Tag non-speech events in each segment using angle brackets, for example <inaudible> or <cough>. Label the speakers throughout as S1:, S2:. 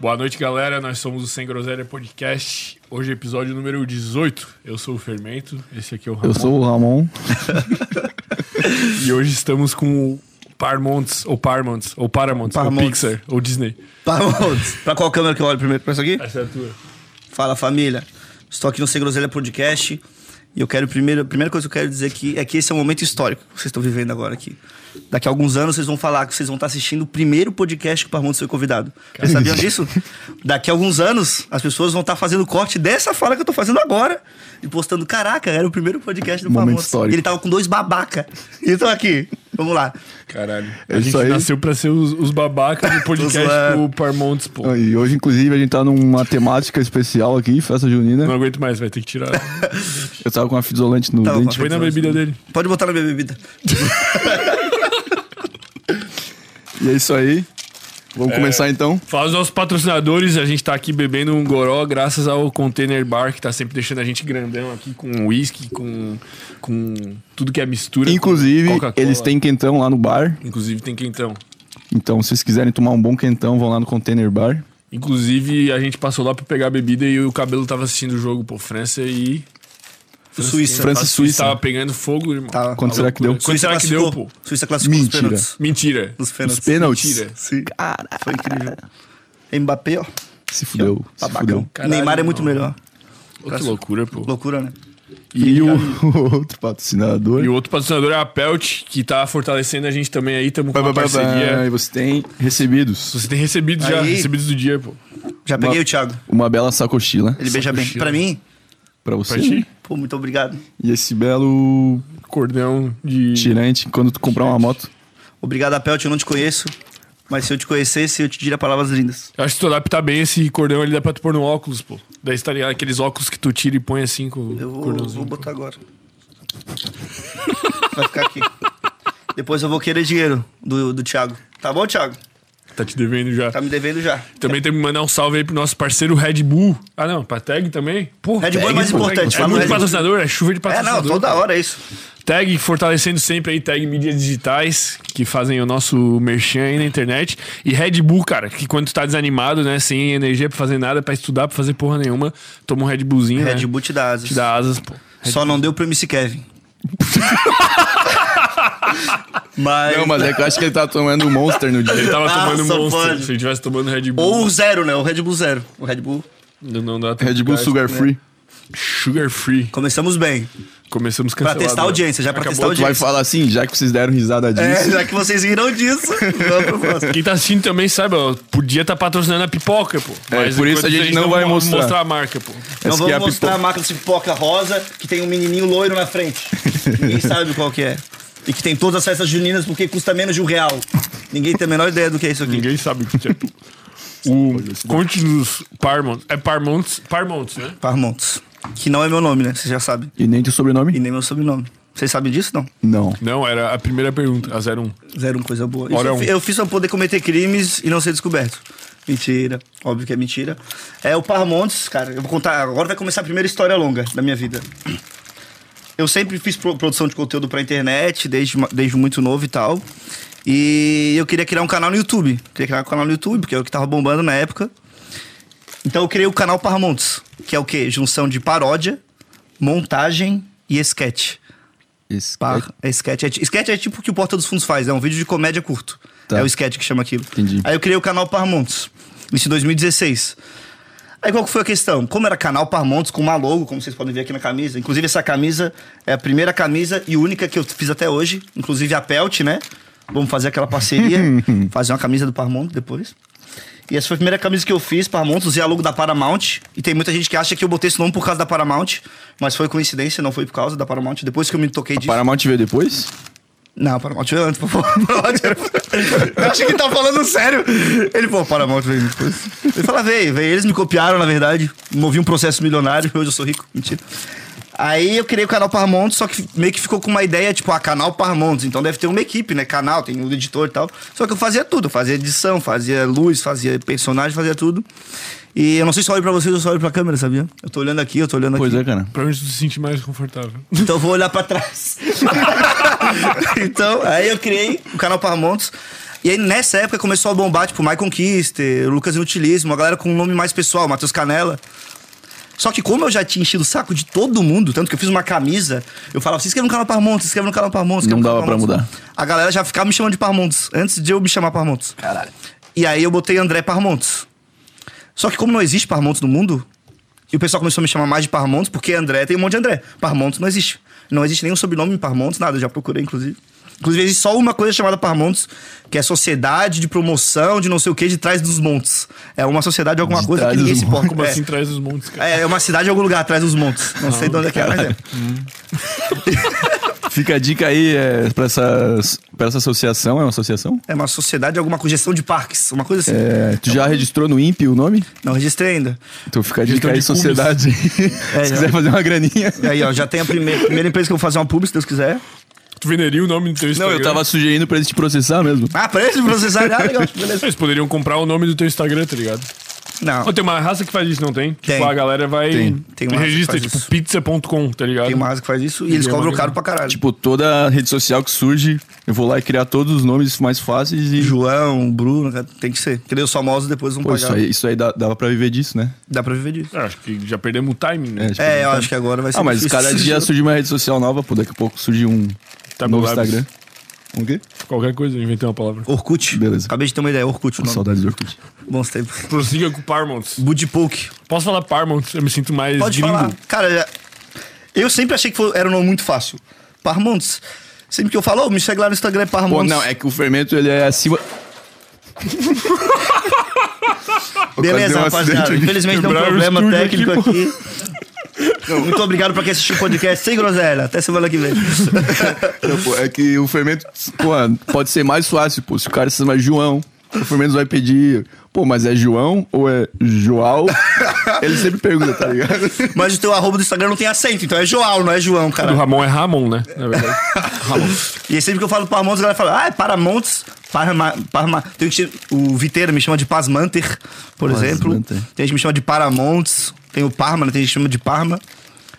S1: Boa noite, galera. Nós somos o Sem Groselha Podcast. Hoje é episódio número 18. Eu sou o Fermento, esse aqui é o Ramon.
S2: Eu sou o Ramon.
S1: E hoje estamos com o Parmonts, ou Parmonts, ou Paramonts, ou
S3: Parmonts.
S1: Pixar, ou Disney.
S3: Pra, onde? Tá Pra qual câmera que eu olho primeiro? Pra essa aqui?
S1: Essa é a tua.
S3: Fala, família. Estou aqui no Sem Groselha Podcast. E eu quero primeiro, a primeira coisa que eu quero dizer aqui é que esse é um momento histórico que vocês estão vivendo agora aqui. Daqui a alguns anos vocês vão falar que vocês vão estar assistindo o primeiro podcast que o Parmontes foi convidado. Vocês sabiam disso? Daqui a alguns anos as pessoas vão estar fazendo corte dessa fala que eu tô fazendo agora e postando, caraca, era o primeiro podcast do
S2: Momento
S3: Parmontes.
S2: histórico.
S3: Ele tava com dois babaca. Então aqui, vamos lá.
S1: Caralho. A
S2: É isso
S1: gente
S2: aí.
S1: nasceu pra ser os, os
S2: <laughs>
S1: babacas do podcast
S3: zoando.
S1: do Parmonts, pô.
S2: E hoje, inclusive, a gente tá numa temática especial aqui, festa junina.
S1: Não aguento mais, vai ter
S2: <laughs>
S1: que tirar.
S2: Eu tava com uma fita isolante no
S3: Tava com
S2: dente.
S1: Foi na bebida dele.
S3: Pode botar na minha bebida.
S2: E é isso aí. Vamos começar então.
S1: Fala aos nossos patrocinadores, a gente tá aqui bebendo um goró graças ao Container Bar, que tá sempre deixando a gente grandão aqui com whisky, com, com tudo que é mistura. com
S2: Inclusive,
S1: Coca-Cola.
S2: eles têm quentão lá no bar.
S1: Inclusive tem quentão.
S2: Então, se vocês quiserem tomar um bom quentão, vão lá no Container Bar.
S1: Inclusive, a gente passou lá pra pegar a bebida e o cabelo tava assistindo o jogo, pô. França e.
S3: Suíça.
S2: França e
S1: a Suíça
S2: Suíça.
S1: tava pegando fogo, irmão.
S3: Tá.
S2: Quanto será que deu?
S1: Quanto será que deu,
S3: classificou.
S1: pô?
S3: Suíça classificou
S2: Mentira.
S3: os pênaltis.
S1: Mentira.
S3: Os
S2: Os
S3: pênaltis.
S2: pênaltis.
S1: Mentira.
S3: Sim.
S2: Cara,
S3: Foi incrível. <laughs> Mbappé, ó.
S2: se fudeu. Se fudeu.
S3: Babacão.
S1: Caralho,
S3: Neymar é muito
S1: mano.
S3: melhor.
S1: Ô, que loucura, pô.
S3: Loucura, né?
S2: E o o <laughs> outro patrocinador.
S1: E o outro patrocinador é a Pelt, que tá fortalecendo a gente também aí. Tamo com
S2: Ba, ba,
S1: uma
S2: ba, ba.
S1: parceria.
S2: E você tem recebidos
S1: Você tem recebido já,
S3: Aí.
S1: recebidos do dia, pô.
S3: Já peguei
S2: Uma-
S3: o Thiago.
S2: uma bela sacochila
S3: Ele beija bem.
S1: cochila.
S3: Pra mim,
S2: pra
S1: Pra
S2: você.
S1: ti?
S3: pô, muito obrigado.
S2: E esse belo
S1: Cordão de.
S2: tirante quando tu comprar uma moto.
S3: Obrigado, Apelt, eu não te conheço. Mas se eu te conhecesse, eu te diria palavras lindas.
S1: Eu acho que se tu adaptar bem esse cordão ali, dá pra tu pôr no óculos, pô. Daí você tá ligado? Aqueles óculos que tu tira e põe assim com
S3: Eu
S1: o
S3: vou,
S1: cordãozinho.
S3: vou botar agora. Vai ficar aqui. Depois eu vou querer dinheiro do, do Thiago. Tá bom, Thiago?
S1: Tá te devendo já.
S3: Tá me devendo já.
S1: Também tem que mandar um salve aí pro nosso parceiro Red Bull. Ah, não, pra Tag também. Porra,
S3: Red Bull é
S1: Tag,
S3: mais
S1: pô.
S3: importante,
S1: É
S3: fala
S1: muito
S3: Red Bull.
S1: patrocinador, é chuva de
S3: É, não,
S1: patrocinador.
S3: toda hora é isso.
S1: Tag fortalecendo sempre aí, Tag mídias digitais, que fazem o nosso merchan aí na internet. E Red Bull, cara, que quando tu tá desanimado, né, sem energia pra fazer nada, pra estudar, pra fazer porra nenhuma, toma um Red Bullzinho, né?
S3: Red Bull te dá asas.
S1: Te dá asas, pô.
S3: Só não deu pro
S2: <laughs>
S3: MC Kevin. mas...
S2: Não, mas é que eu acho que ele tá tomando um Monster no
S1: Ele tá-
S2: dia.
S1: tava
S3: Ah,
S1: tomando
S3: só
S1: Monster.
S3: pode.
S1: Se ele tivesse tomando Red Bull,
S3: Ou o zero, né? O Red Bull zero. O Red Bull.
S1: não, não dá tempo
S2: Red
S1: de
S2: Bull
S1: ficar-
S2: Sugar Free.
S1: Sugar Free.
S3: Começamos bem.
S1: Começamos
S3: Pra
S1: cancelado.
S2: é.
S3: testar a
S1: né?
S3: audiência, já pra
S1: Acabou
S3: testar a
S2: Tu vai
S3: audiência.
S2: falar assim, já que vocês deram risada
S3: Então, É,
S2: disso.
S3: já que vocês viram
S2: <laughs>
S3: disso, vamos pro próximo.
S1: Quem tá assistindo também sabe, ó, podia estar patrocinando a pipoca, pô.
S2: É, por isso
S1: enquanto
S2: a gente não
S1: mo-
S2: vai mostrar.
S1: a marca, pô.
S3: Então
S2: Essa aqui
S3: vamos
S2: é a
S3: mostrar a
S2: pipoca.
S3: máquina de pipoca rosa que tem um menininho loiro na frente.
S2: <laughs>
S3: Ninguém sabe qual que é. E que tem todas as festas juninas porque custa menos de um real. Ninguém tem a menor ideia do que é isso aqui.
S1: Ninguém sabe o que é. O <laughs> Conte dos Parmonts. É Parmonts, Parmonts, né?
S3: Parmontes. Que não é meu nome, né? Vocês já sabem.
S2: E nem teu
S3: E
S2: sobrenome?
S3: nem meu sobrenome. Vocês sabem disso, não?
S2: Não.
S1: Não, era a primeira pergunta, a 01.
S3: Zero um coisa boa. Isso
S1: Ora
S3: eu,
S1: um.
S3: fi- eu fiz pra poder cometer crimes e não ser descoberto. Mentira. Óbvio que é mentira. É o Parmontes, cara. Eu vou contar. Agora vai começar a primeira história longa da minha vida. Eu sempre fiz pro- produção de conteúdo pra internet, desde, ma- desde muito novo e tal. E eu queria criar um canal no YouTube. Queria criar um canal no YouTube, porque é o que tava bombando na época. Então eu criei o canal Parmontes, que é o quê? Junção de paródia, montagem e esquete.
S2: Esse
S3: Pá, é sketch. É, ti- sketch é tipo o que o Porta dos Fundos faz, é um vídeo de comédia curto.
S2: Tá.
S3: É o sketch que chama aquilo.
S2: Entendi.
S3: Aí eu criei o canal Parmontes, isso em 2016. Aí qual que foi a questão? Como era canal Parmontes com uma logo, como vocês podem ver aqui na camisa. Inclusive essa camisa é a primeira camisa e única que eu fiz até hoje. Inclusive a Pelt, né? Vamos fazer aquela
S2: <laughs>
S3: parceria, fazer uma camisa do Parmontes depois. E essa foi a primeira camisa que eu fiz, Parmontes, usei a logo da Paramount. E tem muita gente que acha que eu botei esse nome por causa da Paramount, mas foi coincidência, não foi por causa da Paramount. Depois que eu me toquei disso.
S2: Paramount veio depois?
S3: Não, Paramount veio antes, pô. <laughs> Paramount era- Eu achei que ele tava falando sério. Ele, pô, Paramount veio depois. Ele fala, veio, veio. Eles me copiaram, na verdade. Movi um processo milionário, hoje eu sou rico. Mentira. Aí eu criei o canal Paramount, só que meio que ficou com uma ideia, tipo, ah, canal Paramount. Então deve ter uma equipe, né? Canal, tem um editor e tal. Só que eu fazia tudo. Eu fazia edição, fazia luz, fazia personagem, fazia tudo. E eu não sei se eu olho pra vocês ou se eu olho pra câmera, sabia? Eu tô olhando aqui, eu tô olhando aqui.
S2: Pois é, cara.
S3: <laughs>
S1: Pra onde tu se sentir mais confortável.
S3: Então eu vou olhar pra trás. <laughs> então, aí eu criei o canal Parmontes. E aí, nessa época, começou a bombar, tipo, Michael Kister, Lucas Inutilismo, uma galera com um nome mais pessoal, Matheus Canela. Só que como eu já tinha enchido o saco de todo mundo, tanto que eu fiz uma camisa, eu falava, se inscreve no canal Parmontes, se inscreve no canal Parmontes. se
S2: Não
S3: inscreve no
S2: dava
S3: canal
S2: pra
S3: Parmontes." A galera já ficava me chamando de Parmontes, antes de eu me chamar Parmontes.
S2: Caralho.
S3: E aí eu botei André Parmontes. Só que como não existe Parmontes no mundo, e o pessoal começou a me chamar mais de Parmontes, porque André tem um monte de André. Parmontes não existe. Não existe nenhum sobrenome em Parmontes, nada, eu já procurei, inclusive. Inclusive, existe só uma coisa chamada Parmontes, que é Sociedade de Promoção de não sei o que de Trás dos Montes. É uma sociedade de alguma
S2: De
S3: coisa que
S2: Trás
S3: ninguém
S2: dos
S3: se importa.
S1: Como
S3: É.
S1: assim traz os montes, cara?
S3: É, é uma cidade em algum lugar atrás dos montes. Não sei de onde é que é, mas é.
S2: Fica a dica aí é, pra, essa, pra essa associação. É uma associação?
S3: É uma sociedade de alguma coisa, gestão de parques, uma coisa assim.
S2: É, tu já registrou no INPE o nome?
S3: Não registrei ainda.
S2: Então fica a dica
S1: Gestão
S2: aí,
S1: de cumes.
S2: sociedade. É, né? Se
S3: já.
S2: quiser fazer uma graninha.
S3: E aí, ó, já tem a primeira, primeira empresa que eu vou fazer uma publi, se Deus quiser. É.
S1: Tu venderia o nome do teu
S2: Não,
S1: Instagram?
S2: eu tava sugerindo pra eles te processar mesmo.
S3: Ah, preço de processar. Ah, <laughs> legal, beleza.
S1: Eles poderiam comprar o nome do teu Instagram, tá ligado?
S3: Não,
S1: Pô, tem uma raça que faz isso, não tem?
S3: Tem.
S1: Tipo, a galera vai
S2: Tem.
S3: Tem uma raça que
S1: registra,
S3: faz
S1: tipo,
S3: isso.
S1: pizza.com, tá ligado?
S3: tem uma asa que faz isso e eles
S1: é
S3: cobram
S1: maneiro.
S3: caro pra caralho. Tipo,
S2: Tipo, toda rede social que surge, eu vou lá e criar todos os nomes mais fáceis e.
S3: João, Bruno, cara, tem que ser. Porque os famosos depois vão
S2: Pô,
S3: pagar.
S2: isso aí, isso aí dá- dava pra viver disso, né?
S3: Dá pra viver disso.
S1: É, acho que já perdemos o timing, né?
S2: É, tipo,
S3: É, eu acho que agora vai ser
S2: Ah, mas
S3: difícil.
S2: cada dia surge uma rede social nova, pô, daqui a pouco surge um
S1: Tá
S2: novo
S1: no lápis.
S2: Instagram. O quê?
S1: Qualquer coisa, eu inventei uma palavra.
S3: Orkut.
S2: Beleza.
S3: Acabei de ter uma ideia, Orkut. o nome.
S2: Saudades do Orkut.
S3: Bons tempos.
S1: Prossiga com Parmonts.
S3: Budipoke.
S1: Posso falar Parmonts? Eu me sinto mais
S3: Pode
S1: gringo.
S3: falar. Cara, já- eu sempre achei que foi- era um nome muito fácil. Parmontes. Sempre que eu falo, ô, me segue lá no Instagram, é
S2: Pô,
S3: Parmontes.
S2: não, é que o fermento, ele é acima... Quase
S3: Beleza,
S2: deu um
S3: rapaziada.
S2: acidente aqui.
S3: Infelizmente tem um
S1: Quebraram o
S3: problema
S1: estúdio
S3: técnico
S1: aqui, pô.
S3: aqui. Muito obrigado pra quem assistiu o podcast. Sem groselha. Até semana que vem.
S2: <laughs> Não, pô, é que o fermento, pô, pode ser mais fácil, pô. Se o cara se chama João, o fermento vai pedir, pô, mas é João ou é João? Ele sempre pergunta, tá ligado?
S3: Mas o teu arroba do Instagram não tem acento, então é João, não é João,
S1: O
S3: cara.
S1: Ramon é Ramon, né? Na
S3: <laughs>
S1: verdade.
S3: E aí sempre que eu falo Parmontes, a galera fala, ah, é Paramontes. Parma, Parma. Tem gente, o Viteira me chama de Pasmanter, por exemplo.
S2: Pasmanter.
S3: Tem gente que me chama de Paramontes. Tem o Parma, né? tem gente que chama de Parma.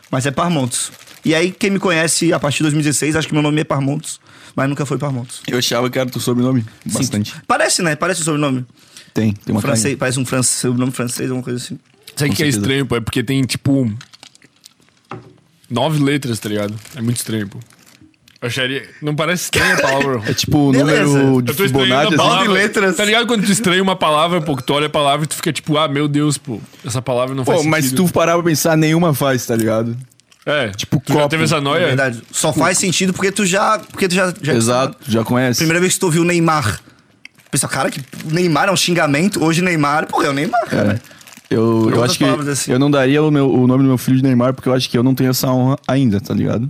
S3: Mas é Parmontes. E aí, quem me conhece a partir de 2016, acho que meu nome é Parmontes, mas nunca foi Parmontes.
S2: Eu achava que era teu sobrenome. Bastante.
S3: Parece, né? Parece o sobrenome.
S2: Tem, tem uma
S3: Francês,
S2: francês.
S3: parece um francês, sobrenome francês, alguma coisa assim.
S1: Sabe o que é
S2: certeza.
S1: estranho, pô? É porque tem, tipo. Nove letras, tá ligado? É muito estranho, pô. Eu acharia. Não parece estranha a
S3: <laughs>
S1: palavra.
S2: É tipo o
S3: Beleza.
S2: número de
S1: Eu tô estranhando
S2: Fibonacci,
S1: a
S2: assim.
S1: palavra.
S3: Nove letras.
S1: Tá ligado quando tu estranha uma palavra, pô, que tu olha a palavra e tu fica tipo, ah, meu Deus, pô, essa palavra não
S2: Pô,
S1: faz
S2: mas se
S1: sentido.
S2: tu parar pra pensar, nenhuma faz, tá ligado?
S1: É, tipo, tu já
S2: copo.
S1: teve essa
S3: Na
S1: noia?
S3: É verdade, só faz sentido porque tu já. Porque tu já, já
S2: Exato, já conhece.
S3: Primeira vez que tu ouviu Neymar. Pessoal, cara, que Neymar é um xingamento. Hoje Neymar, pô, é o Neymar.
S2: É. Eu, eu
S3: outras
S2: acho que
S3: palavras, assim.
S2: eu não daria o, meu- o nome do meu filho de Neymar, porque eu acho que eu não tenho essa honra ainda, tá ligado?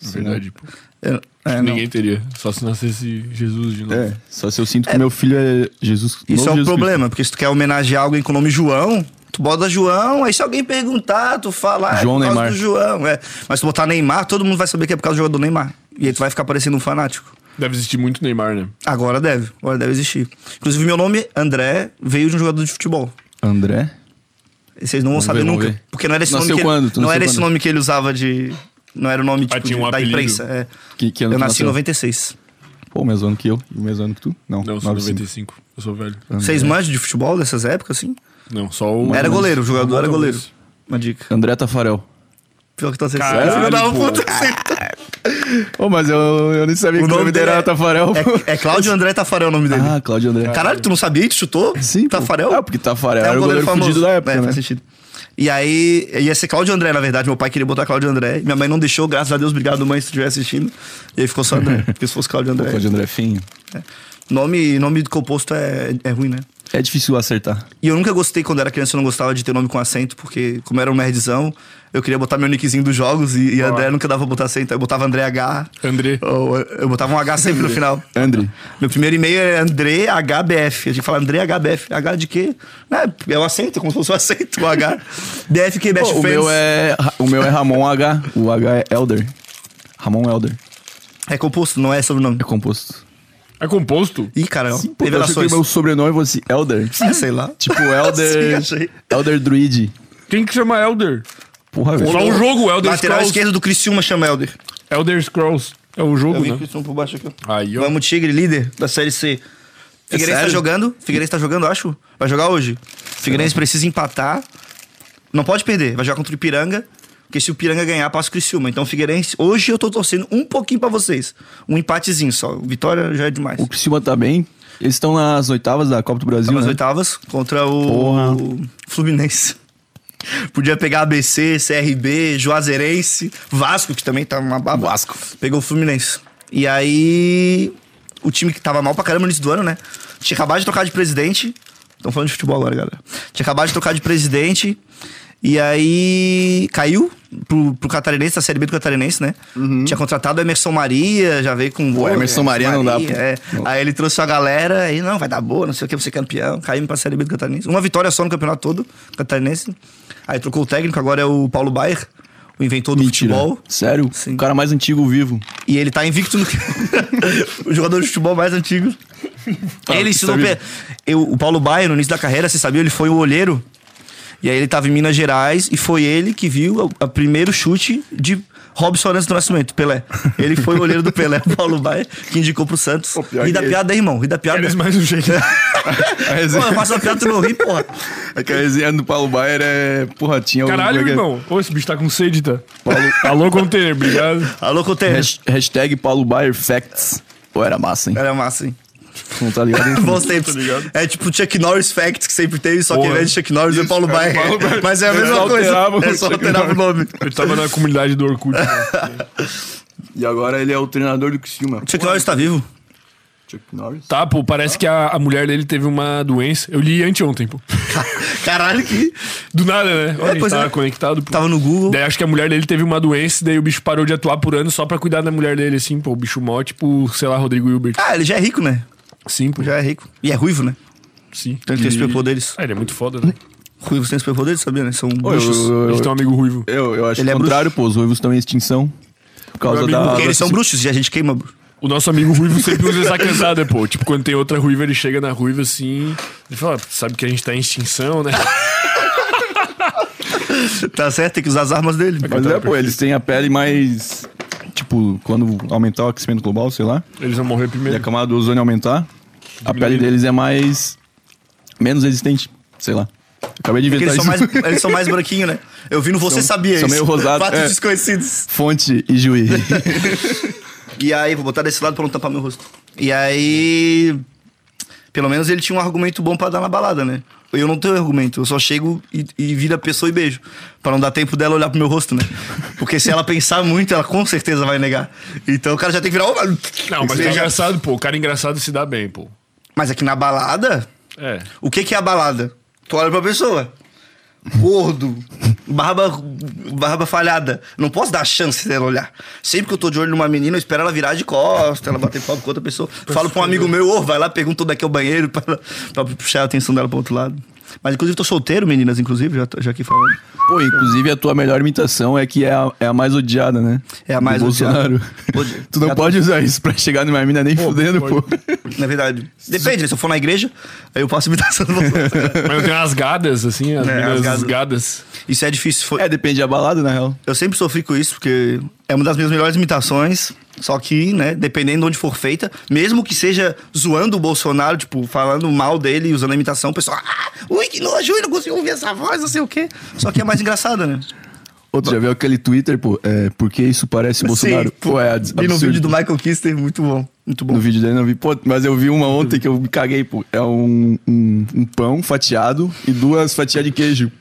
S1: Verdade, pô.
S3: É, é, não.
S1: Ninguém teria. Só se nascesse Jesus de novo.
S2: É, só se eu sinto que meu filho é Jesus.
S3: Isso
S2: novo
S3: é um
S2: Jesus
S3: problema, porque se tu quer homenagear alguém com o nome João, tu bota João, aí se alguém perguntar, tu fala. ah, é
S2: João
S3: por causa
S2: Neymar.
S3: do João. É. Mas tu botar Neymar, todo mundo vai saber que é por causa do jogador Neymar. E aí tu vai ficar parecendo um fanático.
S1: Deve existir muito Neymar, né?
S3: Agora deve, agora deve existir. Inclusive, meu nome, André, veio de um jogador de futebol.
S2: Cristo. André?
S3: E Vocês não vão
S2: Vamos ver,
S3: saber
S2: vamos
S3: nunca.
S2: ver.
S3: Porque não era esse
S2: Nasceu
S3: nome. Que
S2: quando?
S3: Ele,
S2: Tu
S3: não
S2: nasceu
S3: era esse
S2: quando?
S3: nome que ele usava de. Não era o nome tipo,
S1: tinha
S3: de-
S1: um
S3: da
S1: apelido.
S3: imprensa. é.
S2: Que, que ano
S3: Eu
S2: tu
S3: nasci em
S2: nasceu?
S3: 96.
S2: Pô, o mesmo ano que eu. E o mesmo ano que tu? Não,
S1: Não, eu sou
S2: 95.
S1: 95. Eu sou velho.
S3: Vocês manjam de futebol dessas épocas, assim?
S1: Não, só o.
S3: era goleiro, o jogador era
S2: é
S1: Não,
S3: goleiro.
S1: mas-
S3: Uma dica.
S2: André Tafarel.
S3: Pior que tá sendo
S1: Caralho,
S3: Você não dava
S1: pô.
S3: puta.
S2: Ô, mas eu, eu nem sabia que
S3: O
S2: o
S3: nome
S2: nome
S3: dele
S2: dele era
S3: é-
S2: Tafarel. pô.
S3: É, é Cláudio André Tafarel o nome dele.
S2: Ah, Cláudio André.
S3: Caralho, tu não sabia e tu chutou?
S2: Sim, pô.
S3: Tafarel?
S2: Ah, porque Tafarel
S3: É
S2: era o goleiro fudido da época,
S3: É,
S2: né?
S3: faz sentido. E aí, ia ser Cláudio André, na verdade. Meu pai queria botar Cláudio André. Minha mãe não deixou, graças a Deus. Obrigado, mãe, se estiver assistindo. E aí ficou
S2: <laughs>
S3: só André. Porque se fosse Cláudio
S2: Pô,
S3: André.
S2: Cláudio André é Finho.
S3: Nome, nome do composto é, é ruim, né?
S2: É difícil acertar.
S3: E eu nunca gostei quando era criança, eu não gostava de ter nome com acento, porque, como eu era um nerdzão, eu queria botar meu nickzinho dos jogos e, e André nunca dava pra botar acento. Eu botava André H.
S1: André.
S3: Ou eu- eu botava um H sempre no final.
S2: André.
S3: Meu primeiro e-mail é André HBF. A gente fala André HBF. H de quê? É, é o acento, como se fosse o acento, o H. BF que é Best
S2: Pô, o,
S3: Friends.
S2: meu é, o meu é Ramon H. O H é Elder. Ramon Elder.
S3: É composto, não é sobrenome.
S2: É composto.
S1: É composto?
S3: Ih, cara, ó,
S2: Então, Pô, eu achei
S3: revelações.
S2: que meu sobrenome fosse Elder.
S3: Ah, <laughs> sei lá.
S2: tipo
S3: <laughs> Sim,
S2: Elder.
S3: achei.
S2: Elder Druid.
S1: Tem que chamar Elder.
S2: Porra, velho.
S1: Só o jogo, Elder
S3: Lateral
S1: Scrolls.
S3: esquerdo do Criciúma chama Elder.
S1: Elder Scrolls. É o
S3: Eu
S1: jogo,
S3: vi
S1: né?
S3: que estão por baixo aqui, ó.
S1: Aí, ó. É
S3: Vamos, Tigre, líder da Série C. Figueirense tá
S2: sério?
S3: jogando. Figueirense tá jogando, acho. Vai jogar hoje.
S1: É.
S3: Figueirense precisa empatar. Não pode perder. Vai jogar contra o Ipiranga. Porque se o Ipiranga ganhar, passa o Criciúma. Então, Figueirense, hoje eu tô torcendo um pouquinho pra vocês. Um empatezinho só. Vitória já é demais.
S2: O Criciúma tá bem. Eles estão nas oitavas da Copa do Brasil,
S3: Tá nas
S2: né?
S3: oitavas contra o
S2: Porra.
S3: Fluminense. Podia pegar ABC, CRB, Juazeirense, Vasco, que também tá uma baba.
S2: Vasco.
S3: Pegou o Fluminense. E aí, o time que tava mal pra caramba no início do ano, né? Tinha acabado de trocar de presidente. Estão falando de futebol agora, galera. Tinha acabado de trocar de presidente. E aí, caiu pro, pro Catarinense, da Série B do Catarinense, né? Tinha contratado o Emerson Maria, já veio com...
S2: Uhum.
S3: né?
S2: Pô, Emerson Maria não dá, pô.
S3: é.
S2: Não.
S3: Aí ele trouxe a galera aí, não, vai dar boa, não sei o que, você é campeão. Caímos pra Série B do Catarinense. Uma vitória só no campeonato todo, Catarinense. Aí trocou o técnico, agora é o Paulo Baier, o inventor do
S2: Mentira.
S3: futebol.
S2: Sério?
S3: Sim.
S2: O cara mais antigo vivo.
S3: E ele tá invicto no. <laughs> o jogador de futebol mais antigo. ele ensinou.
S2: Ah, sabe-
S3: pe- Eu, o Paulo Baia, no início da carreira, você sabia, ele foi o olheiro. E aí ele tava em Minas Gerais e foi ele que viu o primeiro chute de Robson Arantes do Nascimento, Pelé. Ele foi o olheiro do Pelé, <laughs> o Paulo Baia, que indicou pro Santos.
S2: pior
S3: E
S2: que
S3: da
S2: ele-
S3: piada, irmão. E da piada.
S1: Eles mais um
S3: <laughs>
S1: jeito.
S3: Pô, eu faço uma piada, tu não ri, porra.
S2: É que a resenha do Paulo Baier é. Porra, tinha o-
S1: Caralho,
S2: como é que é?
S1: irmão. Ô, esse bicho tá com sede, tá? Alô, container, obrigado.
S3: Alô, Coteiro.
S2: Hash- Hashtag Paulo Baier Facts. Pô, era massa, hein?
S3: Era massa, hein?
S2: Não tá ligado? <laughs> hein?
S3: Bons tempos. É tipo o Chuck Norris Fact que sempre teve, só que ao invés de Chuck Norris é Paulo Baier. Mas é a mesma
S2: só
S3: coisa.
S2: alterava o
S3: é só
S2: Chuck
S3: alterava o nome.
S1: Eu tava na comunidade do Orkut.
S3: <laughs>
S1: né?
S2: E agora ele é o treinador do Criciúma.
S3: Chuck Norris tá vivo?
S2: Chuck Norris.
S1: Tá, pô, parece que a, a mulher dele teve uma doença. Eu li anteontem, pô.
S3: Caralho, que.
S1: Do nada, né? Olha,
S3: É,
S1: a gente
S3: pois
S1: tava
S3: é.
S1: conectado, pô.
S3: Tava no Google.
S1: Daí acho que a mulher dele teve uma doença, daí o bicho parou de atuar por ano só pra cuidar da mulher dele, assim, pô. O bicho mó, tipo, sei lá, Rodrigo Hilbert.
S3: Ah, ele já é rico, né?
S1: Sim, pô.
S3: Já é rico. E é ruivo, né?
S1: Sim.
S3: Então ele tem superpoderes.
S1: Ah, ele é muito foda, né?
S3: Ruivos têm superpoderes, sabia, né? São
S2: Oi,
S3: bruxos.
S1: A
S2: eu,
S1: gente tem um amigo ruivo.
S2: eu, eu acho
S3: Ele
S2: o
S3: é
S2: contrário, pô. Os ruivos estão em extinção. Por causa
S1: amigo,
S2: da.
S1: porque
S3: Porque eles
S2: da-
S3: são bruxos e a gente queima.
S1: O nosso amigo ruivo sempre usa essa cantada, pô. Tipo, quando tem outra ruiva, ele chega na ruiva assim. Ele fala, sabe que a gente tá em extinção, né?
S3: Tá certo, tem que usar as armas dele.
S2: Mas é, pô, eles têm a pele mais. Tipo, quando aumentar o aquecimento global, sei lá,
S1: Eles vão morrer
S2: e a
S1: primeiro.
S2: camada do ozônio aumentar, a pele deles é mais. menos resistente, sei lá. Acabei de
S3: Porque
S2: inventar isso.
S3: É eles são, mais, eles são mais branquinhos, né? Eu vi no Você
S2: São-
S3: Sabia
S2: são
S3: isso.
S2: meio rosados,
S3: Fatos
S2: é.
S3: desconhecidos.
S2: Fonte e juiz.
S3: <laughs> E aí, vou botar desse lado pra não tampar meu rosto. E aí. Pelo menos ele tinha um argumento bom pra dar na balada, né? Eu não tenho argumento, eu só chego e, e viro a pessoa e beijo. Pra não dar tempo dela olhar pro meu rosto, né? Porque se ela pensar muito, ela com certeza vai negar. Então o cara já tem que virar. "Opa!"
S1: Não, mas é
S3: Beijar.
S1: engraçado, pô. O cara engraçado se dá bem, pô.
S3: Mas aqui na balada.
S1: É.
S3: O que, que é a balada? Tu olha pra pessoa. Gordo, barba, barba falhada. Não posso dar a chance dela olhar. Sempre que eu tô de olho numa menina, eu espero ela virar de costas, ela bater papo com outra pessoa. Falo pra um amigo meu, ô, vai lá, pergunta onde é que é o banheiro pra, ela- pra puxar a atenção dela pro outro lado. Mas inclusive tô solteiro, meninas, inclusive, já, tô- já aqui falando.
S2: Pô, inclusive a tua melhor imitação é que é a, é a mais odiada, né?
S3: É a
S2: Do
S3: mais
S2: Bolsonaro.
S3: odiada. Odi-
S2: <laughs> Tu não pode usar isso pra chegar numa mina nem fudendo, pô.
S3: Na verdade. Depende, né? Se eu for na igreja, aí eu passo imitação do Bolsonaro.
S1: Mas eu tenho as gadas, assim, as
S3: É, as
S1: meninas
S3: gadas.
S1: gadas.
S3: Isso é difícil. Foi,
S2: É, depende da balada, na real.
S3: Eu sempre sofri com isso, porque é uma das minhas melhores imitações. Só que, né, dependendo de onde for feita, mesmo que seja zoando o Bolsonaro, tipo, falando mal dele e usando a imitação, o pessoal, ah, ui, que nojo, eu não consigo ouvir essa voz, não sei o quê. Só que é mais engraçada, né?
S2: Outro já viu aquele Twitter, pô, é, porque isso parece Bolsonaro.
S3: Sim,
S2: pô, é abs-
S3: E no
S2: absurdo.
S3: vídeo do Michael Kister, muito bom. Muito bom.
S2: No vídeo dele não vi. Pô, mas eu vi uma
S3: Uhum.
S2: ontem que eu me caguei, pô. É um, um, um pão fatiado e duas fatias de queijo.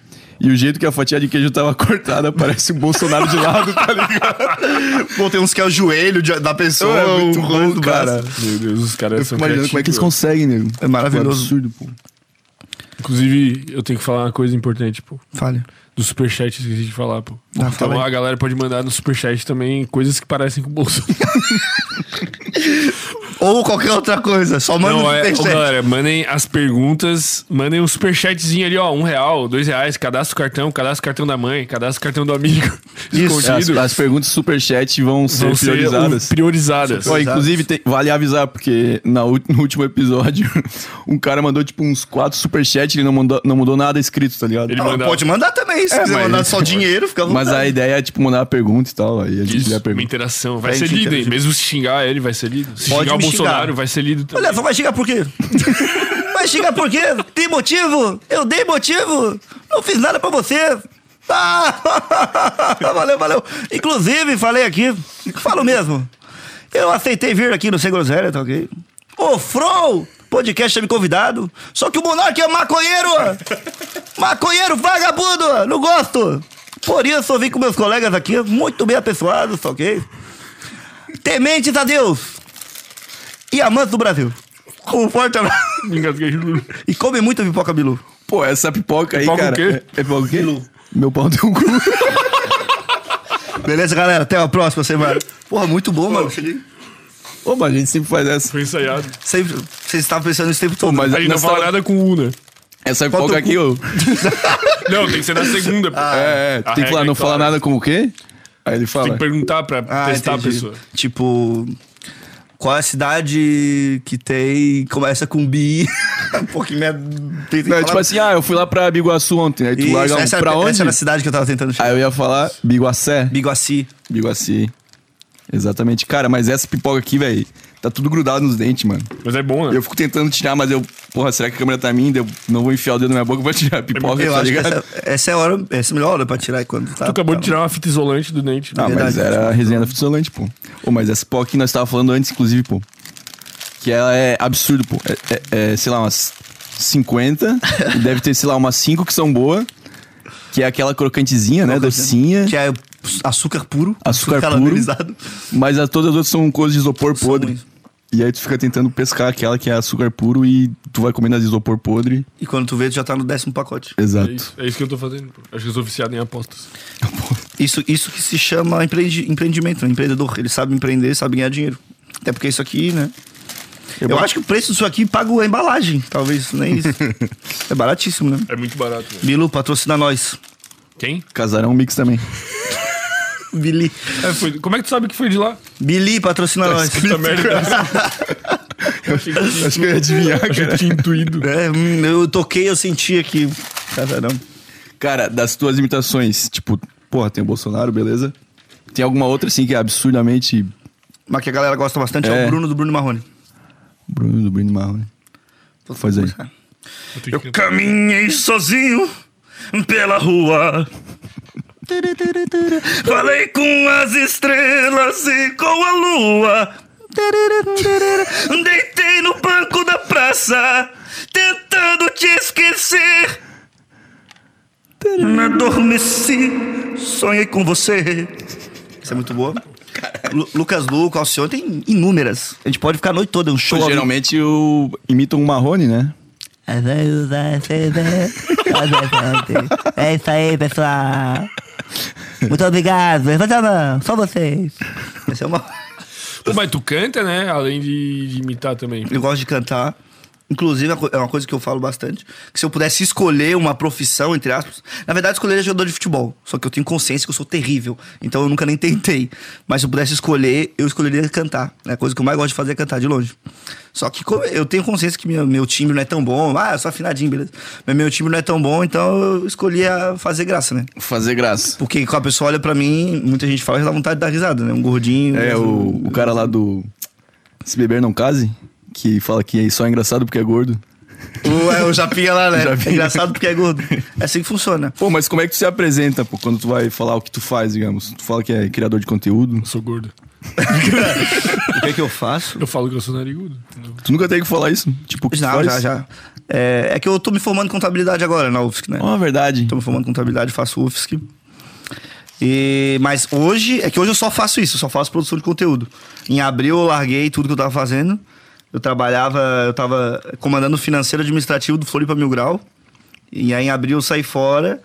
S2: E o jeito que a fatia de queijo tava <laughs> cortada, parece o Bolsonaro de lado, tá
S3: <laughs>
S2: ligado?
S3: Pô, tem uns que é o joelho de- da pessoa,
S2: É muito
S3: <laughs> o
S2: bom,
S3: rosto do braço.
S2: cara.
S1: Meu Deus, os caras
S2: Eu
S1: são
S2: fico imaginando como é que eles
S1: criativos.
S2: conseguem, nego. Tipo,
S3: É maravilhoso.
S2: absurdo, pô.
S1: Inclusive, eu tenho que falar uma coisa importante, pô.
S3: Fale.
S1: Do superchat, esqueci de falar, pô.
S3: Ah,
S1: então
S3: fala aí.
S1: a galera pode mandar no superchat também coisas que parecem com o Bolsonaro.
S3: Ou qualquer outra coisa. Só <laughs> manda
S1: Não,
S3: um
S1: é, ô,
S3: superchat.
S1: galera, mandem as perguntas, mandem um superchatzinho ali, ó, um real, dois reais, cadastra o cartão, cadastra o cartão da mãe, cadastra o cartão do amigo.
S2: Isso, É, as,
S1: escondido.
S2: as perguntas superchat vão ser
S1: vão ser
S2: priorizadas.
S1: priorizadas. priorizadas.
S2: Ó, inclusive, tem- vale avisar, porque na ú- no último episódio, <laughs> um cara mandou tipo uns quatro superchats, ele não mandou, não mandou nada escrito, tá ligado?
S1: Ele-
S3: Ah,
S1: mandar.
S3: Pode mandar também, se
S2: É,
S3: quiser
S2: mas- <laughs>
S3: mandar só dinheiro, fica à
S2: Mas
S3: vontade.
S2: a ideia é, tipo, mandar a pergunta e tal, aí a gente lê a
S1: Isso, uma
S2: pergunta.
S1: interação. Vai
S3: Pra
S1: ser
S3: gente
S1: lido, hein?
S3: interagir.
S1: Mesmo se xingar ele, vai ser lido. Se
S3: Pode
S1: xingar o
S3: me
S1: Bolsonaro,
S3: xingar.
S1: vai ser lido também.
S3: Olha, vai xingar por quê? vai xingar por quê? Tem motivo? Eu dei motivo? Não fiz nada pra você. <laughs> Ah, valeu, valeu. Inclusive, falei aqui, falo mesmo. Eu aceitei vir aqui no Sem Groselha, tá ok? Ô, Frol, podcast tinha me convidado. Só que o Monark é maconheiro! Maconheiro vagabundo! Não gosto! Por isso eu vim com meus colegas aqui, muito bem apessoados, tá ok? Tementes a Deus! e amantes do Brasil. Um forte abraço.
S1: Me engasguei.
S3: E come muita pipoca, Bilu.
S2: Pô, essa pipoca aí,
S1: Pipoca o
S2: cara.
S1: quê?
S2: É, é pipoca o quê? Meu pau tem um
S3: <laughs>
S2: cu.
S3: Beleza, galera? Até a próxima semana. Porra, muito bom, mano.
S2: Ô, mas a gente sempre faz essa.
S1: Foi ensaiado.
S3: Sempre, vocês estavam pensando nisso o tempo todo. né?
S2: mas
S1: A gente não
S2: nessa-
S1: fala nada com o Una.
S2: Essa
S3: Qual
S2: pipoca
S3: teu
S2: aqui, ô.
S1: Não, tem que
S3: <laughs>
S1: ser na segunda. pô.
S3: Ah,
S2: É, é, tu
S1: A
S2: tem que falar,
S1: regra é
S2: não
S1: clara.
S2: falar nada com o quê? Aí ele fala.
S1: Tem que perguntar pra
S2: é
S3: Ah,
S1: testar
S3: entendi.
S1: a pessoa.
S3: Tipo, qual é a cidade que tem. Começa com bi. <laughs> Pô, que merda. Tem- tem que
S2: Não,
S3: falar-
S2: tipo assim, ah, eu fui lá pra Biguaçu ontem. Aí tu
S3: Isso,
S2: larga um
S3: essa,
S2: pra
S3: era,
S2: onde? Ah, é.
S3: essa era a cidade que eu tava tentando chegar.
S2: Aí eu ia falar Biguacé.
S3: Biguaci.
S2: Biguaci. Exatamente. Cara, mas essa pipoca aqui, velho, tá tudo grudado nos dentes, mano.
S1: Mas é bom, né?
S2: Eu fico tentando tirar, mas eu. Porra, será que a câmera tá minha? Eu não vou enfiar o dedo na minha boca pra tirar a pipoca,
S3: Eu
S2: tá
S3: acho que
S2: ligado?
S3: essa, essa é a hora, essa é a melhor hora pra tirar quando tá.
S1: Tu acabou
S3: tá-
S1: de tirar uma fita isolante do dente. né?
S2: Ah, mas
S3: é Verdade.
S2: era a resenha da Fitsolante, pô. Ô, mas essa pipoca que nós tava falando antes, inclusive, pô. Que ela é absurdo, pô. É, é- é, sei lá, umas 50. e deve ter, sei lá, umas 5 que são boas. Que é aquela crocantezinha, né? Docinha.
S3: Que é açúcar puro.
S2: Açúcar puro.
S3: caramelizado.
S2: Mas a, todas as outras são coisas de isopor
S3: São
S2: podre.
S3: isso.
S2: E aí tu fica tentando pescar aquela que é açúcar puro e tu vai comendo as de isopor podre.
S3: E quando tu vê, tu já tá no décimo pacote.
S1: É isso,
S2: <laughs> Exato.
S1: é isso que eu tô fazendo. pô. Acho que eu sou viciado em apostas.
S3: Isso, isso que se chama empreende- empreendimento, né? Empreendedor. Ele sabe empreender, sabe ganhar dinheiro. Até porque isso aqui, né? Eu, acho que o preço disso aqui paga a embalagem, talvez, nem isso. é baratíssimo, né?
S1: É muito barato. Né?
S3: Bilu, patrocina nós.
S1: Quem?
S2: Casarão é um mix também.
S3: Bili.
S1: É, foi- Como é que tu sabe que foi de lá?
S3: Bili, patrocina nós.
S1: Puta merda. eu achei que
S2: <laughs>
S1: eu tinha-
S2: Acho que eu ia adivinhar,
S1: achei que
S2: cara.
S1: eu tinha intuído.
S3: <laughs> É, hum, eu toquei, eu senti aqui. Tá, Caramba.
S2: Cara, das tuas imitações, tipo, porra, tem o Bolsonaro, beleza? Tem alguma outra, assim, que é absurdamente.
S3: Mas que a galera gosta bastante é,
S2: É.
S3: o Bruno do Bruno Marrone.
S2: Bruno do Bruno Marrone. Faz aí.
S1: Eu tenho que
S3: Eu caminhei sozinho pela rua. Falei com as estrelas e com a lua. Deitei no banco da praça, tentando te esquecer. Adormeci, sonhei com você. Isso é muito boa. Lu- Lucas Luco, Alcione, tem inúmeras. A gente pode ficar a noite toda, um show. ao vivo.
S2: geralmente eu... imitam um Marrone, né?
S4: É isso aí, pessoal. Muito obrigado. Levanta a mão, só vocês.
S3: Essa é uma...
S1: Pô, mas tu canta, né? Além de, de imitar também.
S3: Eu gosto de cantar. Inclusive, é uma co- é uma coisa que eu falo bastante. Que se eu pudesse escolher uma profissão, entre aspas. Na verdade, eu escolheria jogador de futebol. Só que eu tenho consciência que eu sou terrível. Então eu nunca nem tentei. Mas se eu pudesse escolher, eu escolheria cantar. né? A coisa que eu mais gosto de fazer é cantar de longe. Só que como eu tenho consciência que minha- meu timbre não é tão bom. Ah, eu sou afinadinho, beleza. Mas meu timbre não é tão bom, então eu escolhia fazer graça, né?
S2: Fazer graça.
S3: Porque quando a pessoa olha pra mim, muita gente fala que dá vontade de dar risada, né? Um gordinho.
S2: É, o, o cara lá do Se Beber Não Case, que fala que é só engraçado porque é gordo.
S3: O, é, o
S2: <laughs>
S3: Japinha lá, né?
S2: Japinha.
S3: É engraçado porque é gordo. É assim que funciona.
S2: Pô, mas como é que tu se apresenta, pô, quando tu vai falar o que tu faz, digamos? Tu fala que é criador de conteúdo.
S1: Eu sou gordo.
S3: O que é que eu faço?
S1: Eu falo que eu sou narigudo. entendeu?
S2: Tu nunca tem que falar isso? Tipo, o que tu
S3: Já,
S2: faz?
S3: já, já. É, é que eu tô me formando em contabilidade agora na UFSC, né?
S2: Ó, Ah, verdade.
S3: Tô me formando em contabilidade, faço UFSC. E, mas hoje, é que hoje eu só faço isso, eu só faço produção de conteúdo. Em abril eu larguei tudo que eu tava fazendo. Eu trabalhava, eu tava comandando o financeiro administrativo do Floripa Mil Grau. E aí em abril eu saí fora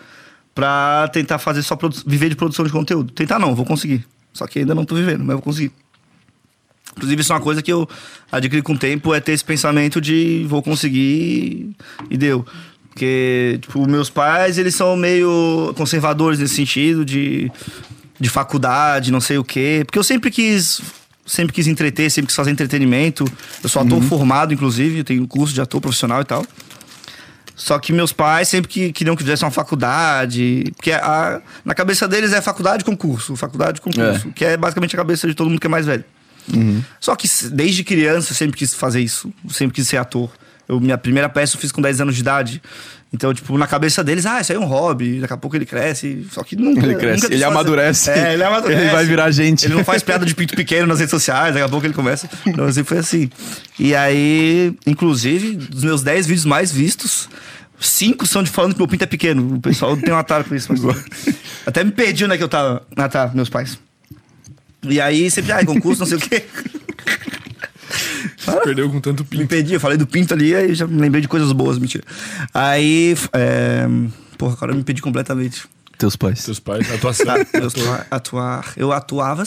S3: pra tentar fazer só produ- viver de produção de conteúdo. Tentar não, vou conseguir. Só que ainda não tô vivendo, mas eu vou conseguir. Inclusive, isso é uma coisa que eu adquiri com o tempo, é ter esse pensamento de vou conseguir e deu. Porque, tipo, meus pais, eles são meio conservadores nesse sentido de, de faculdade, não sei o quê. Porque eu sempre quis, sempre quis entreter, sempre quis fazer entretenimento. Eu sou ator formado, inclusive, eu tenho curso de ator profissional e tal. Só que meus pais sempre que queriam que eu fizesse uma faculdade. Porque a- na cabeça deles é faculdade concurso, faculdade concurso. Que é basicamente a cabeça de todo mundo que é mais velho. Só que se- desde criança eu sempre quis fazer isso, sempre quis ser ator. Eu, minha primeira peça eu fiz com 10 anos de idade. Então, tipo, na cabeça deles, ah, isso aí é um hobby, daqui a pouco ele cresce. Só que nunca.
S2: Ele cresce,
S3: nunca quis
S2: ele
S3: fazer.
S2: amadurece.
S3: É, ele amadurece.
S2: Ele vai virar gente.
S3: Ele não faz piada de pinto pequeno nas redes sociais, daqui a pouco ele começa. Não, assim foi assim. E aí, inclusive, dos meus 10 vídeos mais vistos, cinco são de falando que meu pinto é pequeno. O pessoal tem um atalho com isso. Mas... Até me perdi onde é que eu tava. Ah, tá, meus pais. E aí, sempre, ah, é concurso, não sei o quê. Ah.
S1: Se perdeu com tanto
S3: Me
S1: pinto.
S3: perdi, eu falei do pinto ali, aí já me lembrei de coisas boas, mentira. Aí, f- é... Porra, agora eu me perdi completamente.
S2: Teus pais.
S1: Seus pais, atuação.
S3: Ah, eu atua- atuar. Eu atuava.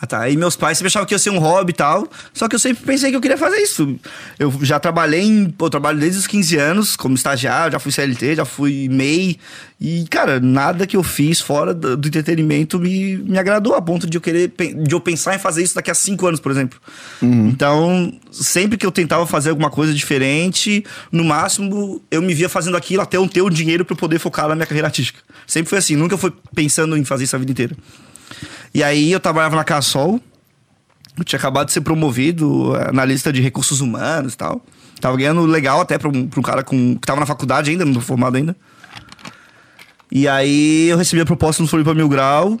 S3: Ah, tá. E meus pais sempre achavam que ia ser um hobby e tal. Só que eu sempre pensei que eu queria fazer isso. Eu já trabalhei em. pô, Eu trabalho desde os 15 anos como estagiário, já fui CLT, já fui MEI. E, cara, nada que eu fiz fora do, do entretenimento me, me agradou a ponto de eu querer pen- de eu pensar em fazer isso daqui a cinco anos, por exemplo. Então, sempre que eu tentava fazer alguma coisa diferente, no máximo eu me via fazendo aquilo até eu ter o dinheiro para poder focar na minha carreira artística. Sempre foi assim, nunca fui pensando em fazer isso a vida inteira. E aí eu trabalhava na Cassol, eu tinha acabado de ser promovido eh, na lista de recursos humanos e tal. Tava ganhando legal até pra um, pra um cara com, que tava na faculdade ainda, não tô formado ainda. E aí eu recebi a proposta do Floripa Mil Grau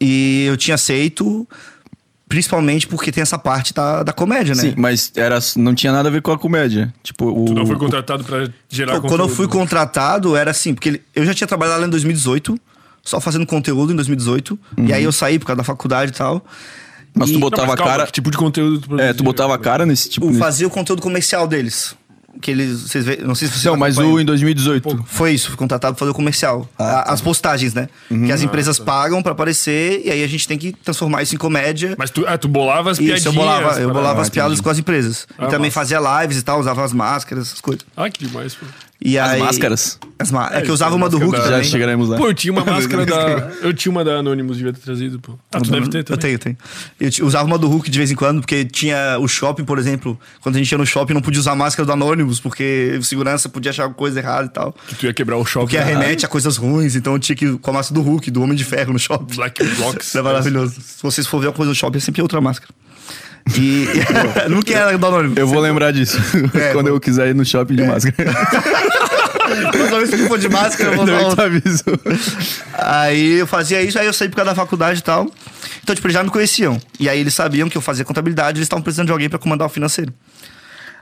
S3: e eu tinha aceito, principalmente porque tem essa parte da, da comédia, né?
S2: Sim, mas era, não tinha nada a ver com a comédia. Tipo, o.
S1: Tu não foi contratado pra gerar
S3: Pô, Quando eu fui
S1: conteúdo.
S3: contratado, era assim, porque ele- eu já tinha trabalhado lá em 2018, só fazendo conteúdo em 2018. E aí eu saí por causa da faculdade e tal.
S2: Uhum. Mas tu
S3: E-
S1: Não,
S2: botava
S1: mas
S2: a
S1: calma,
S2: cara.
S1: Que tipo de conteúdo tu
S2: É,
S1: produzia?
S2: tu botava a cara nesse tipo.
S3: o,
S2: nesse-
S3: fazia o conteúdo comercial deles. Que eles. Vocês vê, não sei se vocês.
S2: Não, mas
S3: acompanham.
S2: o Ah, tá. em 2018.
S3: Foi isso, fui contratado pra fazer o comercial. A- As postagens, né?
S2: Uhum.
S3: Que
S2: Ah,
S3: as
S2: tá.
S3: empresas pagam pra aparecer e aí a gente tem que transformar isso em comédia.
S1: Mas tu, ah, tu bolava as piadinhas.
S3: Isso, eu bolava, eu
S1: pra-
S3: bolava as
S1: Ah,
S3: piadas com as empresas.
S1: Ah,
S3: e também
S1: massa.
S3: fazia lives e tal, usava as máscaras, essas coisas.
S1: Ah, que demais, pô.
S3: E
S2: As
S3: aí-
S2: máscaras.
S3: As ma- é que
S1: isso,
S3: eu usava uma do
S1: máscara
S3: Hulk
S1: da-
S2: Já
S3: também.
S2: chegaremos lá.
S1: Pô, eu tinha uma
S3: <laughs>
S1: máscara da. Eu tinha uma da Anonymous, devia ter trazido, pô. Ah, tu deve ter
S3: é. Eu
S1: também.
S3: tenho, tenho. Eu ti- usava uma do Hulk de vez em quando, porque tinha o shopping, por exemplo. Quando a gente ia no shopping, não podia usar a máscara do Anonymous, porque o segurança podia achar alguma coisa errada e tal.
S1: Que tu ia quebrar o shopping.
S3: Porque arremete a coisas ruins, então eu tinha que ir com a máscara do Hulk, do Homem de Ferro no shopping.
S1: Black
S3: <laughs>
S1: Blocks.
S3: Isso é maravilhoso. Se vocês forem ver alguma coisa no shopping, é sempre outra máscara.
S2: <laughs>
S3: E. <laughs> Nunca era do Anonymous.
S2: Eu vou lembrar disso.
S3: <laughs> É,
S2: <laughs> Quando
S3: pô.
S2: eu quiser ir no shopping de máscara.
S3: Toda vez que eu for de máscara, eu vou um- usar
S2: Também te
S3: outra.
S2: aviso.
S3: <laughs> Aí eu fazia isso, aí eu saí por causa da faculdade e tal. Então, tipo, eles já me conheciam. E aí eles sabiam que eu fazia contabilidade, eles estavam precisando de alguém pra comandar o financeiro.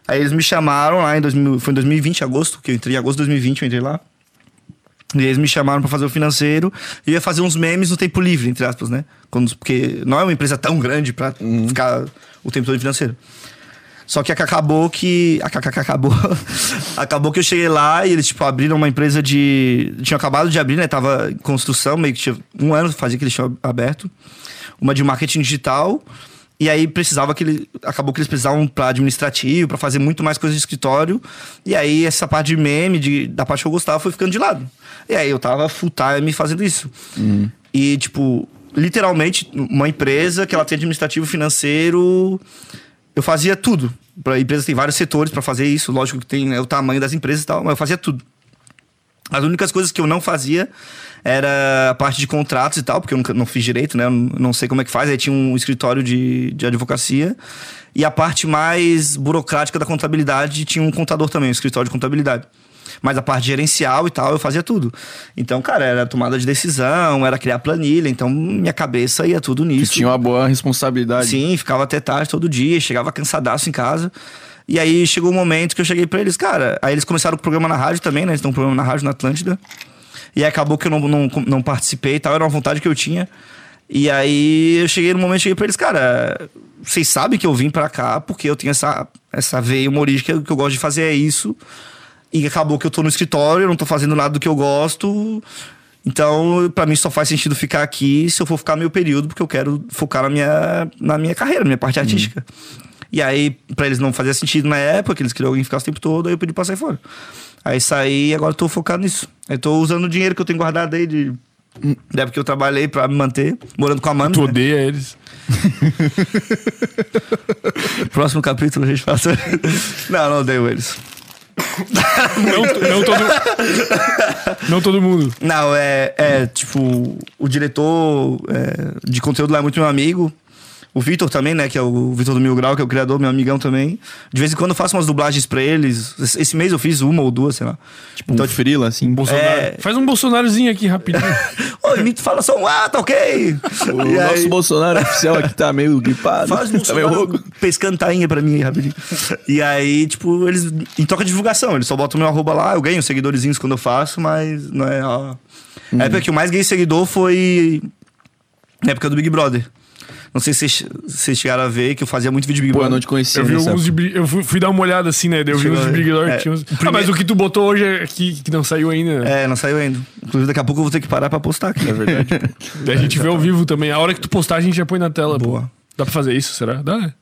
S3: Aí eles me chamaram lá em 2000, foi em 2020, agosto, que eu entrei, em agosto de 2020 eu entrei lá. E eles me chamaram pra fazer o financeiro e eu ia fazer uns memes no tempo livre, entre aspas, né? Quando, porque não é uma empresa tão grande pra ficar o tempo todo em financeiro. Só que acabou que. a- a- a- Acabou. <laughs> acabou que eu cheguei lá e eles, tipo, abriram uma empresa de. Tinham acabado de abrir, né? Tava em construção, meio que tinha um ano fazia que eles tinham aberto. Uma de marketing digital. E aí precisava que ele. Acabou que eles precisavam pra administrativo, pra fazer muito mais coisa de escritório. E aí essa parte de meme, de, da parte que eu gostava, foi ficando de lado. E aí eu tava full time fazendo isso. E, tipo, literalmente, uma empresa que ela tem administrativo financeiro eu fazia tudo. Para empresas tem vários setores para fazer isso, lógico que tem né, o tamanho das empresas e tal, mas eu fazia tudo. As únicas coisas que eu não fazia era a parte de contratos e tal, porque eu nunca, não fiz direito, né? Eu não não sei como é que faz. Aí tinha um escritório de, de advocacia. E a parte mais burocrática da contabilidade tinha um contador também, um escritório de contabilidade. Mas a parte gerencial e tal, eu fazia tudo. Então, cara, era tomada de decisão, era criar planilha. Então, minha cabeça ia tudo nisso.
S2: Tinha uma boa responsabilidade.
S3: Sim, ficava até tarde todo dia, chegava cansadaço em casa. E aí chegou um momento que eu cheguei pra eles, cara. Aí eles começaram o programa na rádio também, né? Eles têm um programa na rádio na Atlântida. E aí acabou que eu não, não, não participei e tal, era uma vontade que eu tinha. E aí eu cheguei no momento, cheguei pra eles, cara, vocês sabem que eu vim pra cá porque eu tenho essa, essa veia humorística, o que eu gosto de fazer é isso. E acabou que eu tô no escritório, eu não tô fazendo nada do que eu gosto. Então, pra mim só faz sentido ficar aqui se eu for ficar meio período, porque eu quero focar na minha, na minha carreira, na minha parte artística. E aí, pra eles não fazia sentido na época, que eles queriam alguém que ficasse o tempo todo, aí eu pedi pra sair fora. Aí saí e agora eu tô focado nisso. Eu tô usando o dinheiro que eu tenho guardado aí de. Da época que eu trabalhei pra me manter, morando com a Amanda.
S1: Tu
S3: né?
S1: odeia eles.
S3: Próximo capítulo a gente passa. <laughs> não, não odeio eles.
S1: Não, não todo,
S3: <laughs>
S1: não todo mundo.
S3: Não, é, é tipo, o diretor é, de conteúdo lá é muito meu amigo. O Vitor também, né? Que é o Vitor do Mil Grau, que é o criador, meu amigão também. De vez em quando eu faço umas dublagens pra eles. Esse- Esse mês eu fiz uma ou duas, sei lá.
S2: Então, de frila, assim.
S1: Bolsonaro.
S3: É.
S1: Faz um Bolsonarozinho aqui rapidinho.
S3: <laughs> Oi, me fala só um, ah, tá ok.
S2: <laughs> O
S3: <laughs> E
S2: nosso
S3: aí-
S2: Bolsonaro oficial aqui tá meio gripado. <laughs>
S3: Faz um
S2: tá meio
S3: Bolsonaro
S2: rouco.
S3: pescando tainha pra mim aí, rapidinho. E aí, tipo, eles. Em troca de divulgação, eles só botam meu arroba lá, eu ganho uns seguidorzinhos quando eu faço, mas não é.
S2: Uhum.
S3: Ó. A época que eu mais ganhei seguidor foi. Na época do Big Brother. Não sei se vocês- vocês chegaram a ver que eu fazia muito vídeo Big
S2: Pô, eu
S3: Brother.
S2: não te conhecia.
S1: Eu vi
S2: nessa
S1: alguns de. Bri- Eu fui, fui dar uma olhada assim, né? daí Eu vi
S3: é Chegou
S1: uns de
S3: aí.
S1: Big
S3: É,
S1: Lord. tinha uns-
S3: o
S1: Ah, mas
S3: primeiro-
S1: o que tu botou hoje é que, que não saiu ainda. né?
S3: É, não saiu ainda. Inclusive, daqui a pouco eu vou ter que parar pra postar aqui. É
S2: Uhum.
S3: verdade.
S1: Daí a gente vê ao vivo também. A hora que tu postar, a gente já põe na tela. pô.
S3: Boa.
S1: Dá pra fazer isso, será? Dá, né?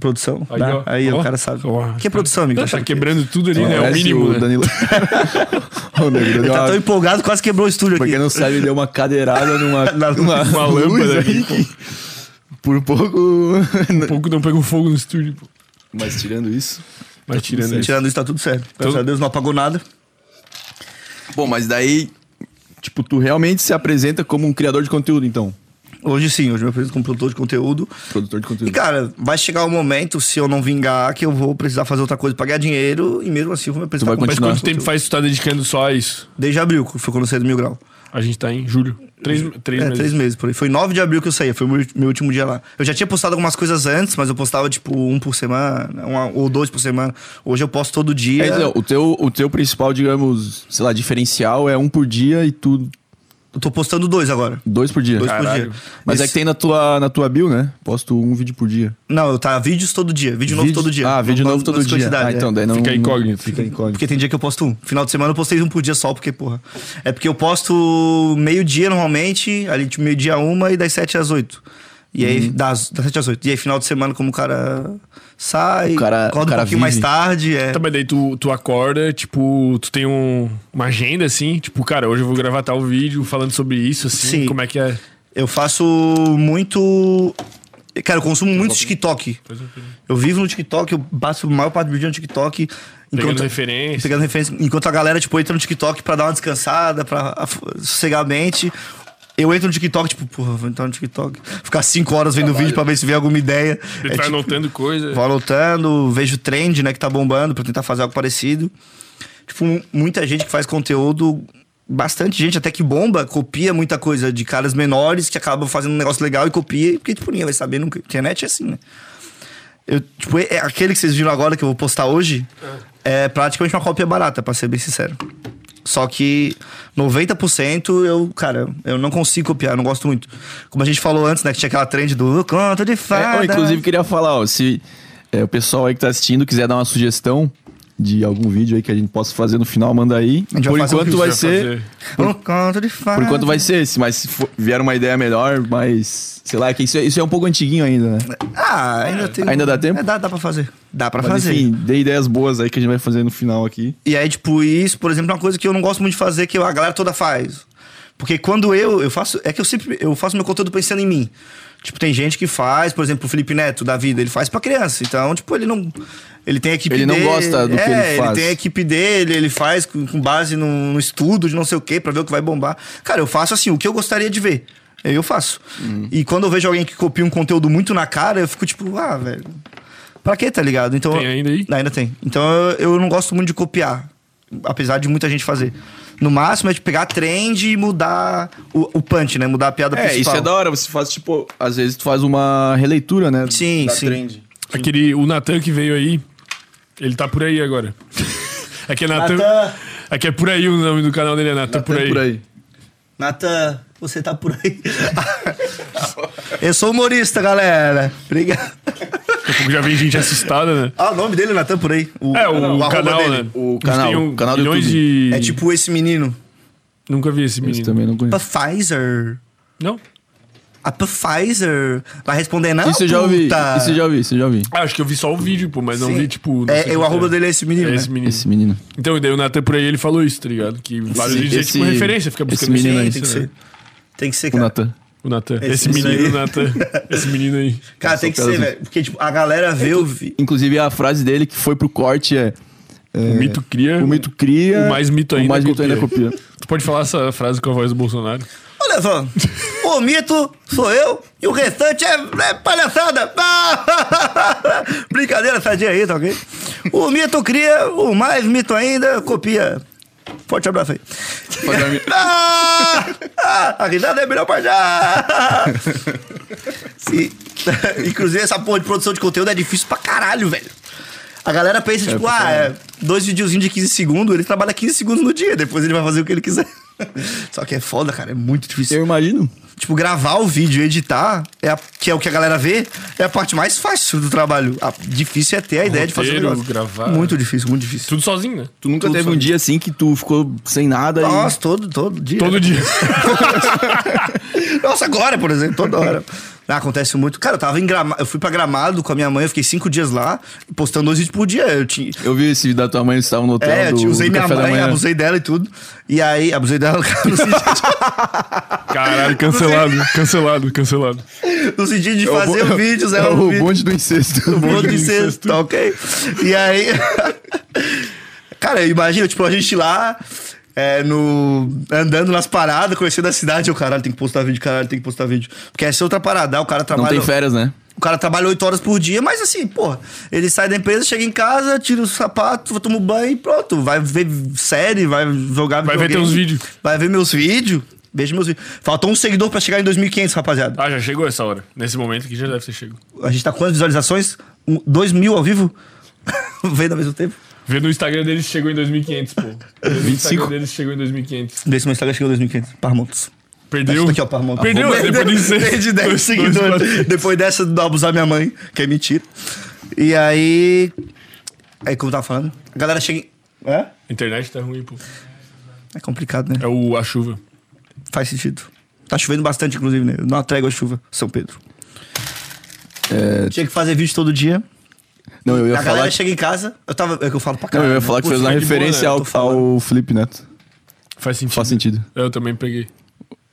S3: Produção.
S1: Aí,
S3: Aí,
S1: ó.
S3: aí
S1: Ó.
S3: o cara sabe.
S1: Ó.
S3: que é produção, amigo?
S1: Tá quebrando tudo ali,
S2: época.
S1: né? É o
S2: Parece
S1: mínimo. né?
S2: Danilo. <laughs> o Danilo deu
S3: Ele tá tão
S2: uma...
S3: empolgado, quase quebrou o estúdio
S2: Pra
S3: aqui.
S2: quem não sabe, ele deu uma cadeirada numa
S3: Na-
S2: numa <laughs>
S1: uma
S2: luz
S1: lâmpada
S2: ali que- Por pouco. <laughs>
S1: pouco não pegou fogo no estúdio. pô.
S2: Mas tirando é isso.
S1: Mas tirando isso.
S3: Tirando isso, tá tudo certo. Graças
S1: Então-
S3: a Deus, não apagou nada.
S2: Bom, mas daí. Tipo, tu realmente se apresenta como um criador de conteúdo, então.
S3: Hoje sim, hoje eu me apresento como produtor de conteúdo.
S2: Produtor de
S3: E,
S2: conteúdo.
S3: cara, vai chegar um momento, se eu não vingar, que eu vou precisar fazer outra coisa pra ganhar dinheiro e mesmo assim eu vou me apresentar
S2: vai
S3: como
S1: Mas
S2: Continuar.
S1: quanto tempo faz que tu tá dedicando só a isso?
S3: Desde abril, que foi quando eu saí do Mil Grau.
S1: A gente tá em julho. Três, três
S3: é,
S1: meses.
S3: três meses por aí. Foi 9 de abril que eu saí, foi o meu, meu último dia lá. Eu já tinha postado algumas coisas antes, mas eu postava tipo um por semana, uma- ou dois por semana. Hoje eu posto todo dia.
S2: É, então, o, teu, o teu principal, digamos, sei lá, diferencial é um por dia e tu.
S3: Eu tô postando dois agora.
S2: Dois por dia.
S3: Dois
S1: Caralho.
S3: por dia.
S2: Mas é
S3: Esse-
S2: que tem na tua, na tua bio, né? Posto um vídeo por dia.
S3: Não, eu tá vídeos todo dia, vídeo novo
S2: Vídeo-
S3: todo dia.
S2: Ah, vídeo
S3: Não-
S2: novo
S3: não-
S2: todo
S3: não
S2: dia.
S3: quantidade,
S2: Ah,
S3: é.
S2: então, daí não.
S1: Fica incógnito.
S2: Fica incógnito.
S3: Porque tem dia que eu posto um. Final de semana eu postei um por dia só, porque, porra. É porque eu posto meio-dia normalmente, ali tipo meio-dia a uma e das sete às oito. E
S2: Uhum.
S3: aí, das, das sete às oito. E aí, final de semana, como o cara sai,
S2: O cara-
S3: acorda
S2: o cara
S3: um pouquinho mais
S2: vive.
S3: tarde. É.
S1: Tá, mas daí tu, tu acorda, tipo, tu tem um- uma agenda assim, tipo, cara, hoje eu vou gravar tal vídeo falando sobre isso, assim,
S3: Sim.
S1: como é que é.
S3: Eu faço muito. Cara, eu consumo muito é, TikTok. Eu vivo no TikTok, eu passo a maior parte do dia no TikTok.
S1: Pegando
S3: enquanto-
S1: referência.
S3: pegando referência. Enquanto a galera, tipo, entra no TikTok pra dar uma descansada, pra af- sossegar a mente. Eu entro no TikTok, tipo, porra, vou entrar no TikTok. Ficar cinco horas vendo o vídeo pra ver se vem alguma ideia.
S1: Tu
S3: É,
S1: vai
S3: tipo,
S1: anotando coisa.
S3: Vou anotando, vejo trend, né, que tá bombando pra tentar fazer algo parecido. Tipo, mu- muita gente que faz conteúdo, bastante gente até que bomba, copia muita coisa de caras menores que acabam fazendo um negócio legal e copia, porque tipo, ninguém vai saber nunca. Internet é assim, né? Eu, tipo, é- aquele que vocês viram agora que eu vou postar hoje é praticamente uma cópia barata, pra ser bem sincero. Só que 90% eu, cara, eu não consigo copiar, eu não gosto muito. Como a gente falou antes, né, que tinha aquela trend do conto de
S2: É,
S3: fada.
S2: eu, inclusive, queria falar, ó, se é, o pessoal aí que tá assistindo quiser dar uma sugestão de algum vídeo aí que a gente possa fazer no final, manda aí.
S3: gente vai
S2: Por
S3: fazer Ah. um
S2: enquanto
S3: vídeo,
S2: vai
S1: Pra
S2: ser.
S1: fazer.
S3: Por conta de fato.
S2: Por enquanto vai ser esse, mas se for- vier uma ideia melhor, mas. Sei lá, que isso, é- isso é um pouco antiguinho ainda, né?
S3: Ah, ainda tem.
S2: Ainda dá tempo?
S3: É, dá, dá pra fazer. Dá pra
S2: Mas
S3: fazer.
S2: enfim, dê ideias boas aí que a gente vai fazer no final aqui.
S3: E aí, tipo, isso, por exemplo, é uma coisa que eu não gosto muito de fazer, que a galera toda faz. Porque quando eu, eu faço. É que eu sempre. Eu faço meu conteúdo pensando em mim. Tipo, tem gente que faz, por exemplo, o Felipe Neto da vida, ele faz pra criança. Então, tipo, ele não. Ele tem a equipe
S2: Ele não
S3: dele.
S2: gosta do que
S3: é,
S2: ele faz.
S3: tem a equipe dele, ele faz com, com base num, num estudo de não sei o quê, pra ver o que vai bombar. Cara, eu faço assim, o que eu gostaria de ver. é, Eu faço.
S2: Uhum.
S3: E quando eu vejo alguém que copia um conteúdo muito na cara, eu fico tipo, ah, velho. Pra quê, tá ligado? Então,
S1: Tem ainda aí?
S3: Ainda tem. Então eu, eu não gosto muito de copiar, apesar de muita gente fazer. No máximo é de pegar a trend e mudar o, o punch, né? Mudar a piada
S2: É,
S3: principal.
S2: isso é da hora. Você faz, tipo, às vezes tu faz uma releitura, né?
S3: Sim,
S2: da
S3: sim.
S2: Trend.
S1: Aquele, o Natan que veio aí, ele tá por aí agora. <laughs> Aqui é Natan.
S3: Natan!
S1: Aqui é por aí o nome do canal dele, é Natan por
S2: Tem
S1: aí.
S2: Por aí.
S3: Natan, você tá por aí. eu sou humorista, galera. Obrigado.
S1: Daqui a pouco já vem gente assustada, né?
S3: Ah, o nome dele é Natan por aí.
S1: É, o,
S3: arroba
S1: canal,
S3: dele.
S1: né?
S2: O
S1: Eles
S2: canal,
S1: têm
S2: o canal do
S1: milhões
S2: YouTube.
S1: de...
S3: É tipo esse menino.
S1: Nunca vi É tipo- esse
S2: Esse
S1: menino.
S2: também não conheço.
S3: Pfizer.
S1: Não?
S3: A Pfizer vai responder não,
S2: Isso eu já ouvi.
S3: Tá puta.
S2: Isso eu já ouvi, isso eu já ouvi.
S1: Ah, acho que eu vi só o vídeo, pô, mas não
S3: Sim.
S1: vi, tipo. não sei
S3: É, é,
S1: quem
S3: o arroba dele é esse menino,
S1: É
S3: né?
S1: esse menino.
S2: Esse menino.
S1: Então, e daí o Nathan por aí ele falou isso, tá ligado? Que vários
S2: Esse-
S1: vídeos é tipo
S2: esse-
S1: referência, fica buscando
S2: esse menino
S3: Sim,
S2: é aí,
S1: referência,
S3: tem que
S1: né?
S3: ser. Tem que ser,
S2: O
S3: cara.
S2: Natan.
S1: O Nathan. Esse,
S3: Esse-
S1: menino,
S3: isso aí.
S1: Nathan.
S2: <laughs>
S1: Esse menino aí.
S3: Cara, tem que
S2: Só assim. É
S3: ser,
S2: pela-
S3: velho. Porque, tipo, a galera vê o vi.
S2: Inclusive, a frase dele que foi pro corte é...
S1: O mito cria.
S2: O mito cria...
S1: o mais mito ainda
S2: O mais mito ainda
S1: copia.
S2: copia.
S1: Tu pode falar essa frase com a voz do Bolsonaro?
S3: Olha só, o mito sou eu e o restante é, é palhaçada. <laughs> Brincadeira sadia aí, tá ok? O mito cria, o mais mito ainda copia. Forte abraço aí.
S2: Fazer uma mi-
S3: Ah! <laughs> Ah! a risada é a melhor parte. Ah! E, <laughs> inclusive, essa porra de produção de conteúdo é difícil pra caralho, velho. A galera pensa, tipo, ah, é dois videozinhos de 15 segundos, ele trabalha 15 segundos no dia, depois ele vai fazer o que ele quiser. <laughs> Só que é foda, cara, é muito difícil.
S2: Eu imagino.
S3: Tipo, gravar o vídeo e editar, é a- que é o que a galera vê, é a parte mais fácil do trabalho. A- difícil é ter a ideia de fazer o
S1: Roteiro,
S3: negócio.
S1: gravar.
S3: Muito difícil, muito difícil.
S1: Tudo sozinho, né?
S2: Tu nunca
S3: Tudo
S2: teve um
S3: sozinho.
S2: dia assim que tu ficou sem nada
S3: Nossa, todo, todo dia.
S1: Todo dia.
S3: Nossa, agora, por exemplo, toda hora. <laughs> Ah, acontece muito. Cara, eu tava em Gramado, eu fui pra Gramado com a minha mãe, eu fiquei cinco dias lá, postando dois vídeos por dia. Eu tinha.
S2: e... Eu vi esse vídeo da tua mãe, eles estavam no hotel
S3: É, eu
S2: Tá do,
S3: tinha- usei
S2: do
S3: minha
S2: café da
S3: mãe,
S2: manhã.
S3: abusei dela e tudo. E aí, abusei dela <laughs> no sentido,
S1: Caralho, cancelado, cancelado, cancelado.
S3: no sentido de
S2: É o bo-
S3: fazer vídeos, era
S2: é
S3: um
S2: o
S3: vídeo.
S2: bonde do incesto.
S3: O bonde do incesto, tá ok? E aí. <laughs> Cara, imagina, tipo, a gente lá. é, no, andando nas paradas, conhecendo a cidade, eu, caralho, tem que postar vídeo, caralho, tem que postar vídeo. Porque essa é outra parada, o cara
S2: Não
S3: trabalha.
S2: tem férias, né?
S3: O cara trabalha 8 horas por dia, mas assim, porra, ele sai da empresa, chega em casa, tira o sapato, toma um banho e pronto. Vai ver série, vai jogar
S1: Vai ver
S3: videogame,
S1: teus vídeos.
S3: Vai ver meus vídeos. Veja meus vídeos. Faltou um seguidor pra chegar em 2.500, rapaziada.
S1: Ah, já chegou essa hora. Nesse momento que já deve ter chegado.
S3: A gente tá com quantas visualizações? Um, 2 mil ao vivo? <laughs> Vendo ao mesmo tempo?
S1: Vê no Instagram deles chegou em 2.500, pô. Vê no
S2: 25.
S1: Instagram deles chegou em 2.500.
S3: Vê se meu Instagram chegou a 2.500. Parmontos.
S1: Perdeu.
S3: Tá, Aqui, ó, Parmontos.
S1: Perdeu, depois de ser-
S3: Perdi 10
S1: dois- dois-
S3: seguidores. Depois dessa, do abusar minha mãe, que é mentira. E aí. Aí, como eu tava falando, a galera chega em. É?
S1: A internet tá ruim, pô.
S3: É complicado, né?
S1: É o, a chuva.
S3: Faz sentido. Tá chovendo bastante, inclusive, né? Não atrega a chuva, São Pedro. Tinha que fazer vídeo todo dia.
S2: É, Não, eu ia
S3: a galera
S2: falar... que-
S3: chega em casa, eu tava. É que eu falo pra
S2: Não,
S3: caralho.
S2: eu ia falar que fez
S1: Putz,
S2: uma
S1: tá de boa, né?
S2: referência
S1: Eu
S2: ao,
S3: tô falando.
S2: ao Felipe Neto.
S1: Faz sentido.
S2: Faz sentido.
S1: Eu também peguei.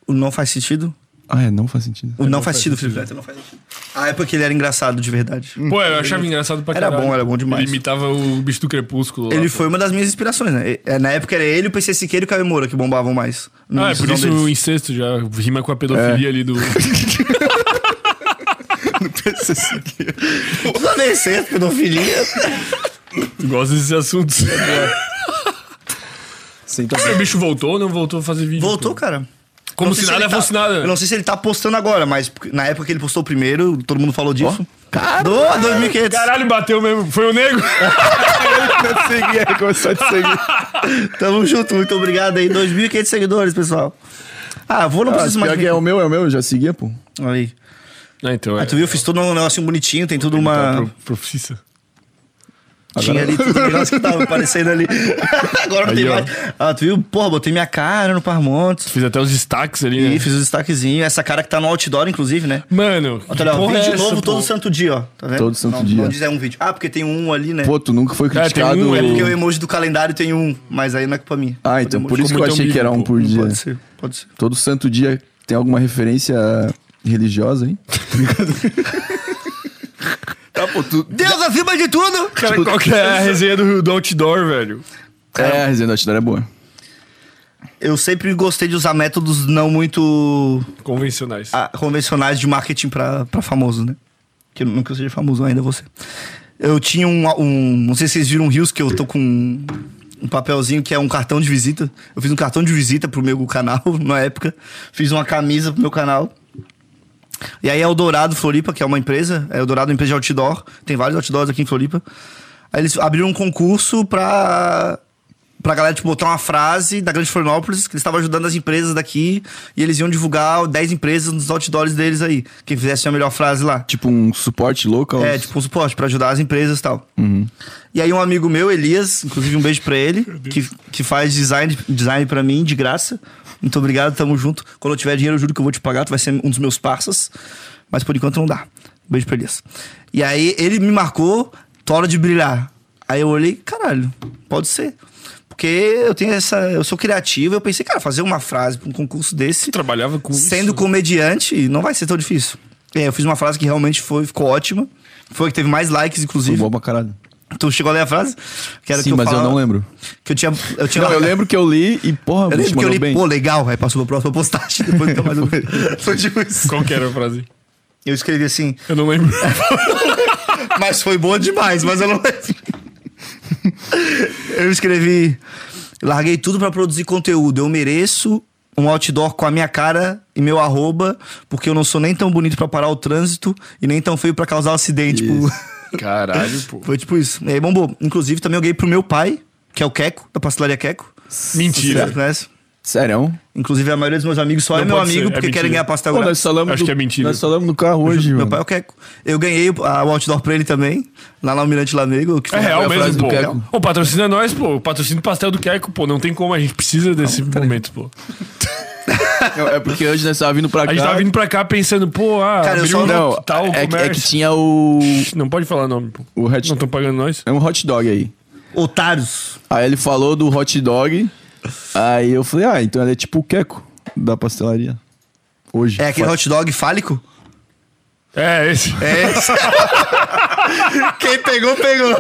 S3: O não faz sentido.
S2: Ah, é, não faz <laughs> sentido.
S3: O não, faz sentido, Felipe Neto. Não faz sentido. Ah, é porque ele era engraçado de verdade.
S1: Pô, eu achava engraçado pra
S3: Hum. Era
S1: caralho.
S3: bom, era bom demais.
S1: Ele imitava o bicho do crepúsculo. lá,
S3: Ele
S1: pô.
S3: foi uma das minhas inspirações, né? E- é, Na época era ele, o PC Siqueira e o Caio Moura que bombavam mais. no
S1: Ah, é por
S3: iníciozão
S1: isso o
S3: deles. É.
S1: incesto já rima com a pedofilia ali do.
S3: <laughs> <laughs> Não dei certo, pedofilia.
S1: Tu gosta desses assuntos.
S2: Sim, <laughs>
S1: o bicho voltou ou não voltou a fazer vídeo?
S3: Voltou,
S1: pô?
S3: cara.
S1: Como
S3: Não
S1: se
S3: sei
S1: nada
S3: ele
S1: fosse
S3: tá-
S1: nada, né?
S3: Eu não sei se ele tá postando agora, mas porque- na época que ele postou o primeiro, todo mundo falou disso. Caralho! 2.500.
S1: Caralho, bateu mesmo. Foi o
S3: <laughs>
S1: nego.
S2: Neto seguir, aí é, começou a te seguir.
S3: Tamo junto, muito obrigado aí. 2.500 seguidores, pessoal. Ah, vou, não
S2: Ah,
S3: preciso mais.
S2: pior que é o meu, é o meu, eu já seguia, pô.
S1: um-
S3: Olha Aí.
S1: Ah, então.
S3: Aí tu viu, eu fiz todo um negocinho bonitinho, tem tudo
S1: Tá,
S3: uma.
S1: pro- profissa.
S3: Tinha ali tudo um negócio que tava aparecendo ali. <laughs> Agora não
S1: Aí,
S3: tem
S1: ó.
S3: mais. Ah, tu viu? Porra, botei minha cara no Parmontes.
S1: Fiz até os destaques ali, né?
S3: E fiz o destaquezinho. Essa cara que tá no outdoor, inclusive, né?
S1: Mano, que
S3: Olha, ó,
S1: porra é
S3: vídeo
S1: essa,
S3: novo
S1: pô?
S3: todo santo dia, ó. Tá vendo?
S2: Todo santo
S3: não,
S2: dia.
S3: Não diz é um vídeo. Ah, porque tem um ali, né?
S2: Pô, tu nunca foi
S1: tem
S2: criticado.
S1: um,
S3: é porque o emoji do calendário tem um, mas aí não é culpa minha.
S2: Ah, então, por isso que eu
S1: muito
S2: achei que era um
S1: ambíguo,
S2: por
S3: Não
S2: dia.
S3: Pode ser, pode ser.
S2: Todo santo dia tem alguma referência religiosa,
S3: <laughs>
S2: hein? tá, pô, tu...
S3: Deus acima de tudo!
S1: Cara,
S2: Tipo,
S1: qual que é a resenha do, do outdoor, velho?
S2: É, a resenha do Outdoor é boa.
S3: Eu sempre gostei de usar métodos não muito
S1: Convencionais.
S3: ah, convencionais de marketing pra, pra famoso, né? Que eu nunca seja famoso ainda você. Eu tinha um, um- Não sei se vocês viram Rios, que eu tô com um, um papelzinho que é um cartão de visita. Eu fiz um cartão de visita pro meu canal <laughs> na época. Fiz uma camisa pro meu canal. E aí a Eldorado Floripa, que é uma empresa, a Eldorado é uma empresa de outdoor, tem vários outdoors aqui em Floripa. Aí eles abriram um concurso pra pra galera, tipo, botar uma frase da Grande Florianópolis, que eles estavam ajudando as empresas daqui, e eles iam divulgar 10 empresas nos outdoors deles aí. Quem fizesse a melhor frase lá.
S2: Tipo um suporte louco.
S3: É, tipo um suporte pra ajudar as empresas e tal. E aí um amigo meu, Elias, inclusive um beijo pra ele, que, que faz design, design pra mim de graça. Muito obrigado, tamo junto. Quando eu tiver dinheiro, eu juro que eu vou te pagar, tu vai ser um dos meus parças. Mas por enquanto não dá. Beijo pra Elias. E aí ele me marcou, tua hora de brilhar. Aí eu olhei, caralho, pode ser. Porque eu tenho essa. Eu sou criativo, eu pensei, cara, fazer uma frase pra um concurso desse.
S1: Trabalhava com
S3: Sendo
S2: né?
S1: isso.
S3: comediante, não vai ser tão difícil. É, eu fiz uma frase que realmente foi, ficou ótima. Foi a que teve mais likes, inclusive.
S2: Bom pra caralho.
S3: Tu chegou a ler a frase? Que era
S2: Sim,
S3: que eu
S2: mas
S3: falava-
S2: eu não lembro.
S3: Que eu tinha. Eu, tinha
S2: Não, eu lembro que eu li e, porra,
S3: Eu
S2: bicho,
S3: lembro que eu
S2: mandou
S3: li,
S2: bem.
S3: pô, legal. Aí passou pra próxima postagem. <laughs> Depois
S2: <laughs>
S3: nunca mais eu vi. Foi tipo isso.
S1: Qual que era a frase?
S3: Eu escrevi assim,
S1: Eu não lembro.
S3: mas foi boa demais, mas eu não lembro. Eu escrevi. Larguei tudo pra produzir conteúdo. Eu mereço um outdoor com a minha cara e meu arroba, porque eu não sou nem tão bonito pra parar o trânsito e nem tão feio pra causar acidente. Tipo,
S1: Caralho, pô.
S3: <laughs> foi tipo isso. E aí bombou. Inclusive, também eu ganhei pro meu pai, que é o Queco, da pastelaria Queco.
S1: Mentira.
S3: Você conhece?
S2: Sério?
S3: Inclusive, a maioria dos meus amigos só
S1: Não
S3: é meu
S1: pode ser,
S3: amigo
S1: é
S3: porque
S1: mentira.
S3: querem ganhar pastel
S2: Pô,
S3: grátis.
S2: nós falamos
S1: Acho
S2: do-
S1: que é mentira.
S2: Nós falamos no carro hoje,
S3: Tá Meu
S2: mano.
S3: pai é o Queco. Eu ganhei a, o outdoor pra ele também, lá no Almirante Lamego. Que
S1: É
S3: foi-
S1: real
S2: a frase
S1: mesmo,
S2: do
S1: pô.
S2: Queco.
S1: Ô, patrocina nós, pô. Patrocina o pastel do Queco, pô. Não tem como, a gente precisa desse momento, pô.
S2: É porque hoje nós tava vindo pra cá.
S1: A gente tava vindo pra cá pensando, pô, ah,
S3: Cara, eu
S1: abriu
S3: só-
S1: um
S2: Não,
S1: tal
S2: é, que- é que
S1: comércio.
S2: tinha o.
S1: Não pode falar nome, pô.
S2: O hot,
S1: Não estão pagando nós.
S2: é um hot dog aí.
S3: Otários.
S2: Aí ele falou do hot dog. Aí eu falei, ah, então ele é tipo o queco da pastelaria. Hoje.
S3: É aquele
S2: Fa-
S3: hot dog fálico?
S1: É, esse.
S3: É. esse. <laughs> Quem pegou, pegou.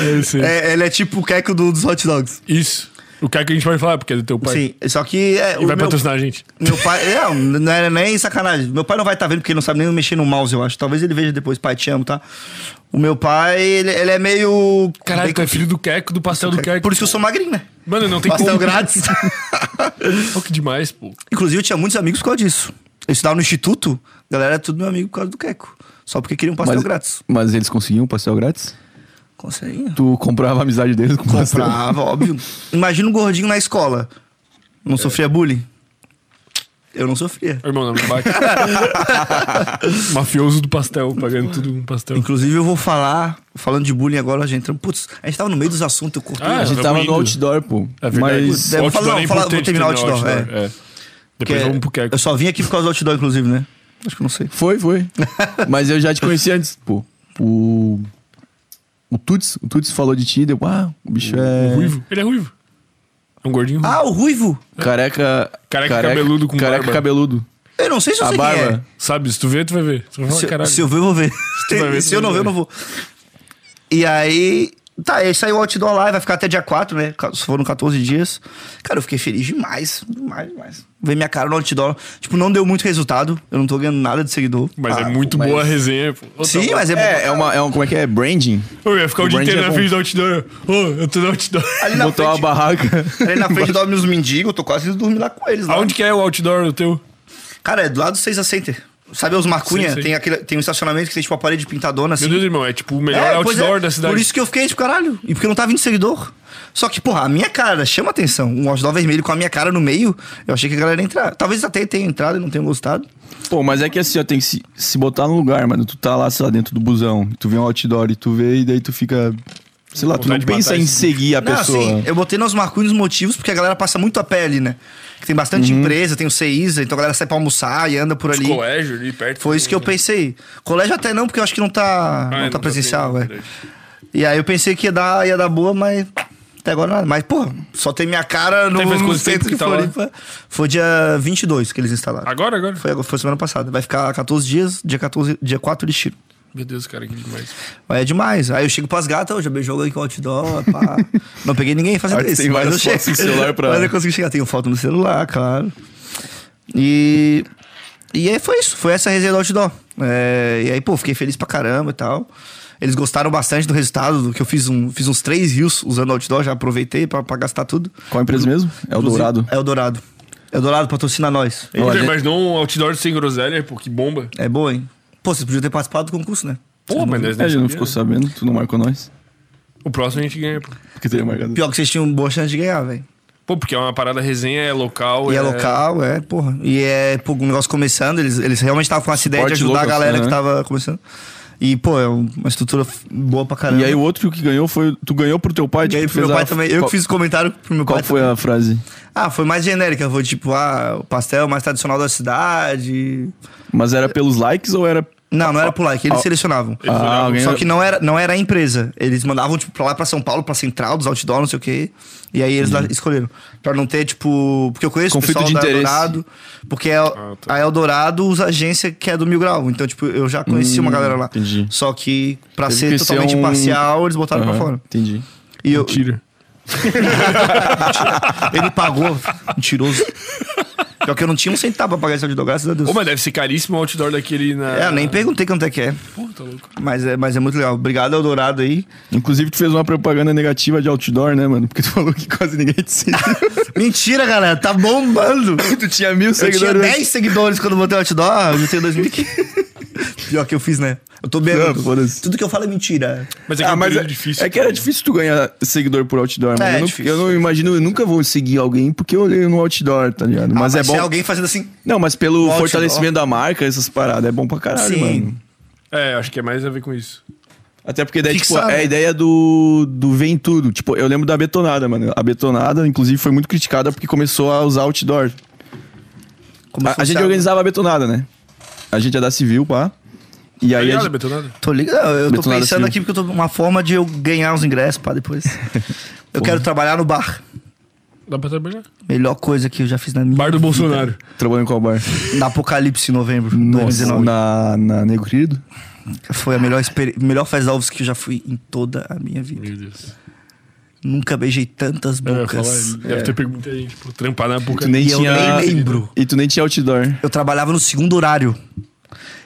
S1: <laughs> esse.
S3: É, ele é tipo o Queco do- dos hot dogs.
S1: Isso. O Queco que a gente pode falar, porque é do teu pai.
S3: Sim, só que. É,
S1: E
S3: o
S1: vai
S3: meu,
S1: patrocinar a gente.
S3: meu pai. Não, não era nem sacanagem. Meu pai não vai estar vendo porque ele não sabe nem mexer no mouse, eu acho. Talvez ele veja depois, pai, te amo, tá? O meu pai, ele, ele é meio.
S1: Caralho,
S3: bem-
S1: tu é filho do Queco, do pastel do Queco.
S3: Por isso que eu sou magrinho, né?
S1: Mano, não tem
S3: Pastel
S1: como. <laughs>
S3: grátis.
S1: Olha que demais, pô.
S3: Inclusive, eu tinha muitos amigos por causa disso. Eu estudava no instituto, a galera era tudo meu amigo por causa do Queco. Só porque queriam um pastel
S2: mas,
S3: grátis.
S2: Mas eles conseguiam pastel grátis?
S3: Conseguia.
S2: Tu comprava a amizade deles com pastel.
S3: Comprava, óbvio. Imagina um gordinho na escola.
S2: É.
S3: Não sofria bullying? Eu não sofria.
S1: Ô, Irmão, não me
S3: <laughs>
S1: bate. Mafioso do pastel, pagando tudo com pastel.
S3: Inclusive, eu vou falar, falando de bullying agora, a gente entrou. Putz, a gente tava no meio dos assuntos, eu cortei.
S1: Ah,
S2: A gente
S1: Tava
S2: tava
S1: indo.
S2: no outdoor, pô.
S1: É verdade.
S2: mas.
S3: Deve-
S1: O
S3: falar-
S1: é
S3: falar- vou
S1: importante
S3: terminar
S1: também,
S3: o outdoor,
S1: é. Depois
S3: que é-
S1: vamos pro Queco.
S3: Eu só vim aqui por causa do outdoor, inclusive, né? Acho que eu não sei.
S2: Foi, foi. mas eu já te conheci antes, pô. O. O Tuts, o Tuts falou de ti, deu. Ah, o bicho é.
S1: Ruivo. Ele é ruivo. É um gordinho ruivo.
S3: um- Ah, o Ruivo?
S2: Careca.
S1: Careca cabeludo com
S2: Careca
S1: barba.
S2: cabeludo.
S3: Eu não sei se eu
S2: A
S3: sei quem é.
S2: barba.
S1: Sabe, se tu vê, tu vai ver. Tu vai falar,
S3: Se,
S1: caralho.
S3: se eu ver, eu vou
S1: <laughs>
S3: ver.
S1: tu vai ver,
S3: se
S1: tu
S3: eu
S1: vai
S3: não ver, eu
S1: ver.
S3: não vou. E aí. Tá, esse aí o outdoor lá, vai ficar até dia 4, né? Ca- Foram 14 dias. Cara, eu fiquei feliz demais, demais, demais. Ver minha cara no outdoor. Tipo, não deu muito resultado. Eu não tô ganhando nada de seguidor.
S1: Mas é
S2: Ah,
S1: muito
S2: mas-
S1: boa a resenha, pô. Ô,
S3: Sim,
S1: tá-
S3: mas é, bom.
S2: É, é uma, é um. Como é que é? Branding?
S1: Eu ia ficar o,
S2: O
S1: dia
S2: brand
S1: inteiro
S2: é
S1: na
S2: bom.
S1: frente do outdoor. Ô, eu tô no outdoor.
S3: Ali na
S2: Botou uma
S3: frente,
S2: barraca.
S3: <laughs> ali na
S1: <laughs>
S3: frente dorme os mendigos, eu tô quase indo dormir lá com eles. lá.
S1: Aonde que é o outdoor do teu?
S3: Cara, é do lado do 6 a Center. Sabe os Marcunha?
S1: Sim, sim.
S3: Tem, aquele, tem um estacionamento que tem tipo a parede pintadona assim.
S1: Meu Deus, irmão, é tipo o melhor
S3: pois
S1: outdoor da cidade.
S3: Por isso que eu fiquei, tipo, caralho. E porque não tava vindo seguidor. Só que, porra, a minha cara chama atenção. Um outdoor vermelho com a minha cara no meio, eu achei que a galera ia entrar. Talvez até tenha entrado e não tenha gostado.
S2: Pô, mas é que assim, ó, tem que se, se botar no lugar, mano. Tu tá lá, sei lá, dentro do busão, tu vê um outdoor e tu vê, e daí tu fica. Sei lá, tu
S1: Vontade
S2: não
S1: de
S2: pensa
S1: matar
S2: em
S1: esse
S2: seguir a pessoa.
S3: assim, eu botei nos marcunhos os motivos, porque a galera passa muito a pé ali, né? Que tem bastante
S2: Uhum.
S3: empresa, tem o CEISA, então a galera sai pra almoçar e anda por ali.
S1: Colégio ali perto.
S3: Foi isso que eu pensei. Colégio até não, porque eu acho que não tá, não tá presencial, é. E aí eu pensei que ia dar, ia dar boa, mas até agora nada. Mas, pô, só tem minha cara no,
S1: Tem faz
S3: no
S1: quanto tempo
S3: centro
S1: que
S3: de
S1: tá lá?
S3: Floripa. Foi dia 22 que eles instalaram.
S1: Agora, agora?
S3: Foi, agora- foi semana passada. Vai ficar 14 dias, dia, 14, dia 4 eles tiram.
S1: Meu Deus, cara, que demais.
S3: Mas é demais. Aí eu chego pras gatas, eu já beijou alguém com outdoor,
S2: <laughs>
S3: pá. Não peguei ninguém fazendo
S2: Aí tem
S3: isso.
S2: várias
S3: mas eu
S2: fotos
S3: chego.
S2: no celular pra-
S3: <laughs> Mas eu consegui chegar. Tenho foto no celular, claro. E... E aí foi isso. Foi essa resenha do outdoor. É, E aí, pô, fiquei feliz pra caramba e tal. Eles gostaram bastante do resultado, do que eu fiz, um, fiz uns três rios usando outdoor, já aproveitei pra, pra gastar tudo.
S2: Qual a empresa mesmo? É o Dourado.
S3: É o Dourado. É o Dourado patrocina nós.
S1: Ei,
S2: Olha-
S1: já imaginou um outdoor sem groselha, pô, que bomba.
S3: É boa, hein? Pô, vocês podiam ter participado do concurso, né?
S1: Pô, mas
S2: É,
S1: nós nem
S2: já não
S1: sabia,
S2: ficou
S1: né?
S2: sabendo, tu não marcou nós.
S1: O próximo a gente ganha, pô.
S2: Porque teria marcado.
S3: Pior que vocês tinham boa chance de ganhar, velho.
S1: Pô, porque é uma parada resenha, é local.
S3: E é local, é, porra. E é, pô, um negócio começando, eles, eles realmente estavam com essa ideia de
S2: Esporte
S3: ajudar a
S2: louco,
S3: galera
S2: assim,
S3: que
S2: né?
S3: tava começando. E, pô, é uma estrutura f- boa pra caramba.
S2: E aí o outro que ganhou foi. Tu ganhou pro teu pai?
S3: E
S2: tipo,
S3: aí né? pro meu
S2: fez
S3: pai
S2: a-
S3: também. Eu
S2: qual-
S3: que fiz o comentário pro meu
S2: Qual
S3: pai.
S2: foi
S3: também.
S2: a frase?
S3: Ah, foi mais genérica. Foi tipo, ah, o pastel mais tradicional da cidade.
S2: Mas era pelos likes ou era.
S3: Não, não era pro like, eles selecionavam.
S2: Ah, alguém-
S3: Só que não era, não era a empresa. Eles mandavam, tipo, pra lá pra São Paulo, pra central, dos outdoor, não sei o quê. E aí eles lá escolheram. Pra não ter, tipo. Porque eu conheço
S2: Uhum. Conflito
S3: o pessoal
S2: de
S3: da
S2: interesse.
S3: Eldorado. Porque a-
S1: tá.
S3: a Eldorado usa agência que é do Mil Grau. Então, tipo, eu já conheci uma galera lá.
S2: Hum, entendi.
S3: Só que, pra
S2: Teve
S3: ser
S2: que ser
S3: totalmente
S2: um-
S3: imparcial, eles botaram pra
S2: Aham,
S3: fora.
S2: Entendi.
S3: E eu,
S1: Tira.
S3: <laughs> ele pagou, mentiroso. Pior que eu não tinha um centavo pra pagar esse outdoor, graças a Deus.
S1: Ô, mas deve ser caríssimo o outdoor daquele na.
S3: É, eu nem perguntei quanto é que é.
S1: Pô, tá louco.
S3: Mas é, mas é muito legal. Obrigado, Eldorado aí.
S2: Inclusive, tu fez uma propaganda negativa de outdoor, né, mano? Porque tu <laughs> falou que quase ninguém te
S3: <laughs>
S2: seguiu.
S3: Mentira, galera. Tá bombando.
S2: tu tinha mil
S3: Eu tinha
S2: seguidores.
S3: 10 seguidores quando eu botei o outdoor. Eu
S2: <laughs>
S3: tenho 2015. Pior que eu fiz, né? Eu tô bem.
S2: Não, foda-se.
S3: Tudo que eu falo é mentira.
S1: Mas é que
S2: Ah,
S1: é um
S2: mas é,
S1: período difícil.
S2: é que era difícil tu ganhar seguidor por outdoor, mano.
S3: É,
S2: eu,
S3: é
S2: não,
S3: difícil.
S2: eu não imagino, eu nunca vou seguir alguém porque eu olhei no outdoor, tá ligado? Mas,
S3: Ah,
S2: é bom.
S3: Se alguém fazendo assim.
S2: Não, mas pelo
S3: outdoor.
S2: fortalecimento da marca, essas paradas, é bom pra caralho,
S3: Sim.
S2: mano.
S1: É, acho que é mais a ver com isso.
S2: Até porque daí, tipo,
S3: Fixar,
S2: é
S3: né?
S2: a ideia do, do vem tudo. Tipo, eu lembro da betonada, mano. A betonada, inclusive, foi muito criticada porque começou a usar outdoor.
S3: Como
S2: A, a gente
S3: funciona.
S2: organizava a betonada, né? A gente é da civil, pá. E aí a
S1: Obrigado,
S2: gente-
S1: Betonado.
S3: Tô ligado. Eu tô
S2: Betonada
S3: pensando
S2: civil.
S3: aqui porque eu tô uma forma de eu ganhar uns ingressos
S2: <laughs>
S3: pra depois. Eu quero trabalhar no bar.
S1: Dá pra trabalhar?
S3: Melhor coisa que eu já fiz na minha.
S1: Bar do
S3: vida.
S1: Bolsonaro.
S2: trabalhando com a bar.
S3: Na Apocalipse em novembro de
S2: Nossa,
S3: 2019.
S2: na, na Negro Querido.
S3: Foi a melhor, experi- melhor faz ovos que eu já fui em toda a minha vida.
S1: Meu Deus.
S3: Nunca beijei tantas
S1: É, Eu ia
S3: bocas.
S1: falar,
S2: é.
S1: deve ter perguntado aí, tipo, trampar na boca.
S2: Tu nem
S3: E eu
S2: tinha.
S3: nem lembro.
S2: E tu nem tinha outdoor.
S3: Eu trabalhava no segundo horário.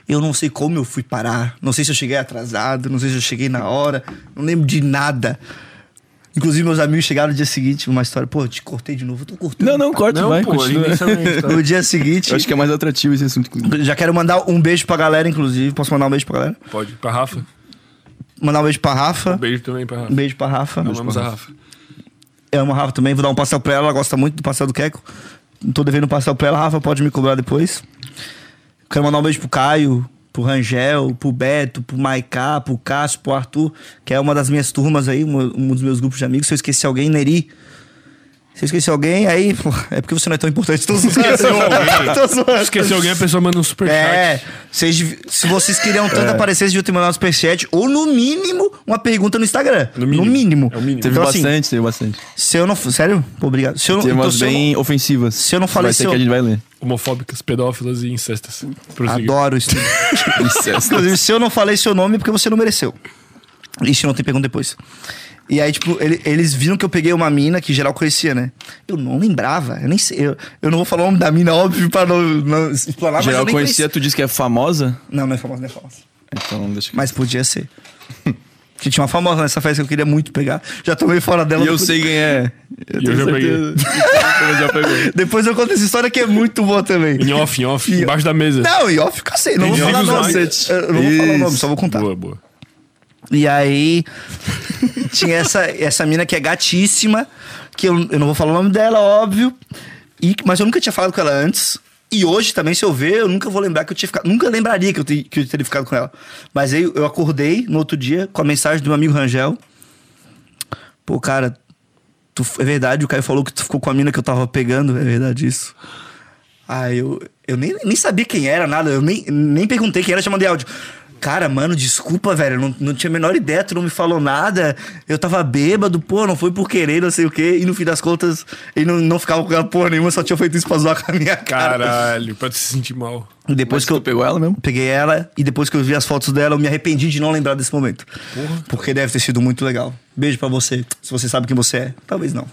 S3: Eu não sei como eu fui parar. Não sei se eu cheguei atrasado, não sei se eu cheguei na hora. Não lembro de nada. Inclusive, meus amigos chegaram no dia seguinte, uma história. Pô, eu te cortei de novo, eu tô cortando.
S2: Não, não, corta,
S1: Não,
S2: vai,
S1: pô,
S2: continua.
S1: inicialmente, tá?
S3: No dia seguinte.
S2: Eu acho que é mais atrativo esse assunto. inclusive.
S3: Já quero mandar um beijo pra galera, inclusive. Posso mandar um beijo pra galera?
S1: Pode. Pra Rafa.
S3: Mandar um beijo pra Rafa.
S1: Beijo também pra Rafa.
S3: Um beijo pra Rafa.
S1: Amamos a Rafa.
S3: Eu amo a Rafa também, vou dar um pastel pra ela, ela gosta muito do pastel do Queco. Não tô devendo um pastel pra ela, Rafa, pode me cobrar depois. Quero mandar um beijo pro Caio, pro Rangel, pro Beto, pro Maiká, pro Cássio, pro Arthur, que é uma das minhas turmas aí, uma- um dos meus grupos de amigos. Se eu esqueci alguém, Neri. Se eu esqueci alguém, aí pô, é porque você não é tão importante. <laughs> Tô zoando.
S1: Esqueceu alguém.
S3: Tô zoando.
S1: Esqueceu alguém, a pessoa manda um superchat. É.
S3: É, vocês dev- se vocês queriam tanto aparecer, vocês deviam ter mandado um superchat ou, no mínimo, uma pergunta no Instagram.
S1: No
S3: No
S1: mínimo.
S3: mínimo.
S1: É o mínimo.
S2: Teve
S3: Então, assim,
S2: bastante, teve bastante.
S3: se eu não. Sério? Pô, obrigado. Se eu, não-
S2: Teve
S3: então,
S2: umas
S3: se eu
S2: bem ofensivas.
S3: se eu não
S2: Vai
S3: falei
S2: ser
S3: se
S2: que
S3: eu-
S2: a gente vai
S3: <laughs>
S2: ler.
S1: Homofóbicas, pedófilas e incestas.
S3: não-
S1: Prossiga.
S3: Adoro
S2: <laughs>
S3: isso. Inclusive, se Ah, eu não falei seu nome é porque você não mereceu. Ixi, não tem pergunta depois. E aí, tipo, ele- eles viram que eu peguei uma mina que geral conhecia, né? Eu não lembrava, eu nem sei. Eu, eu não vou falar o nome da mina, óbvio, pra não, não explorar, mas eu
S2: Geral
S3: nem
S2: conhecia, tu disse que é famosa?
S3: Não, não é famosa, não é famosa.
S2: Então, deixa eu...
S3: Mas podia ser. Que tinha uma famosa nessa festa que eu queria muito pegar. Já tomei fora dela.
S2: E eu sei quem é. Eu,
S1: eu
S2: tenho
S1: já
S2: certeza.
S3: <laughs>
S2: eu já peguei.
S3: Depois eu conto essa história que é muito boa também.
S1: Em off, em off,
S3: E-
S1: embaixo da mesa.
S3: Não, e ó, fica sem. Não vou
S1: Entendi.
S3: falar
S1: Livros
S3: nome.
S2: Lancet.
S3: Eu não vou falar o nome,
S2: Isso.
S3: só vou contar.
S1: Boa, boa.
S3: E aí tinha essa, essa mina que é gatíssima, que eu, eu não vou falar o nome dela, óbvio. E, mas eu nunca tinha falado com ela antes. E hoje também, se eu ver, eu nunca vou lembrar que eu tinha ficado. Nunca lembraria que eu, te- que eu teria ficado com ela. Mas aí eu acordei no outro dia com a mensagem do meu amigo Rangel. Pô, cara, tu, é verdade, o Caio falou que tu ficou com a mina que eu tava pegando, é verdade isso. Ah, eu, eu nem, nem sabia quem era, nada. Eu nem, nem perguntei quem era, já mandei áudio. Cara, mano, desculpa, velho. eu Não, não tinha a menor ideia, tu não me falou nada. Eu tava bêbado, pô, não foi por querer, não sei o quê. E no fim das contas, ele não, não ficava com ela porra nenhuma, só tinha feito isso pra zoar com a minha cara.
S1: Caralho, pra te se sentir mal.
S3: E depois
S2: Mas
S3: que eu
S2: tu pegou ela mesmo?
S3: peguei ela e depois que eu vi as fotos dela, eu me arrependi de não lembrar desse momento. Porque deve ter sido muito legal. Beijo pra você, se você sabe quem você é. Talvez não.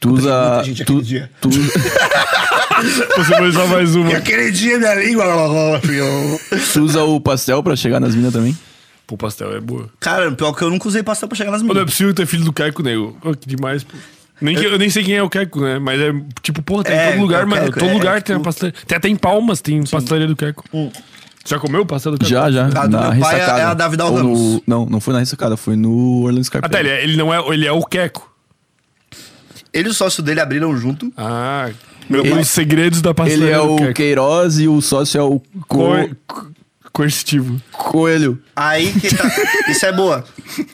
S2: Tu usa...
S3: muita gente aquele
S2: tu,
S3: dia.
S2: tu,
S1: Você vai usar mais uma.
S3: E aquele dia minha língua.
S2: tu usa o pastel pra chegar nas minas também?
S1: Pô, pastel é boa.
S3: Cara, pior que eu nunca usei pastel pra chegar nas
S1: Pô, não é
S3: meninas.
S1: possível ter filho do Keiko, nego. Ô, que demais, pô. Nem que- eu nem sei quem é o Keiko, né? Mas é tipo, porra, tem em
S3: É,
S1: todo lugar,
S3: é o
S1: mano.
S3: Keiko,
S1: todo
S3: é,
S1: lugar
S3: é,
S1: tem uma
S3: tipo- Hum.
S1: pastelaria. Tem até em Palmas, tem pastelaria do Keiko. Já comeu o pastel do cara?
S2: Já, já.
S3: A do
S2: na
S3: meu pai é-
S2: ressacada.
S3: é a da Vidal
S2: Ou no-
S3: Ramos.
S2: não, não foi na ressacada, foi no Orlando
S1: Ah,
S2: Scarpelli.
S1: tá, ele, é- ele não é, ele é o Queco.
S3: Ele e o sócio dele abriram junto.
S1: Ah, meu
S2: Ele-
S1: Os segredos da
S2: Ele
S1: pastelaria
S2: é
S1: do
S2: o
S1: Queco.
S2: Queiroz e o sócio é o Co-
S1: Co- co- coercitivo.
S2: Coelho.
S3: Aí que <laughs> tá. Isso é boa.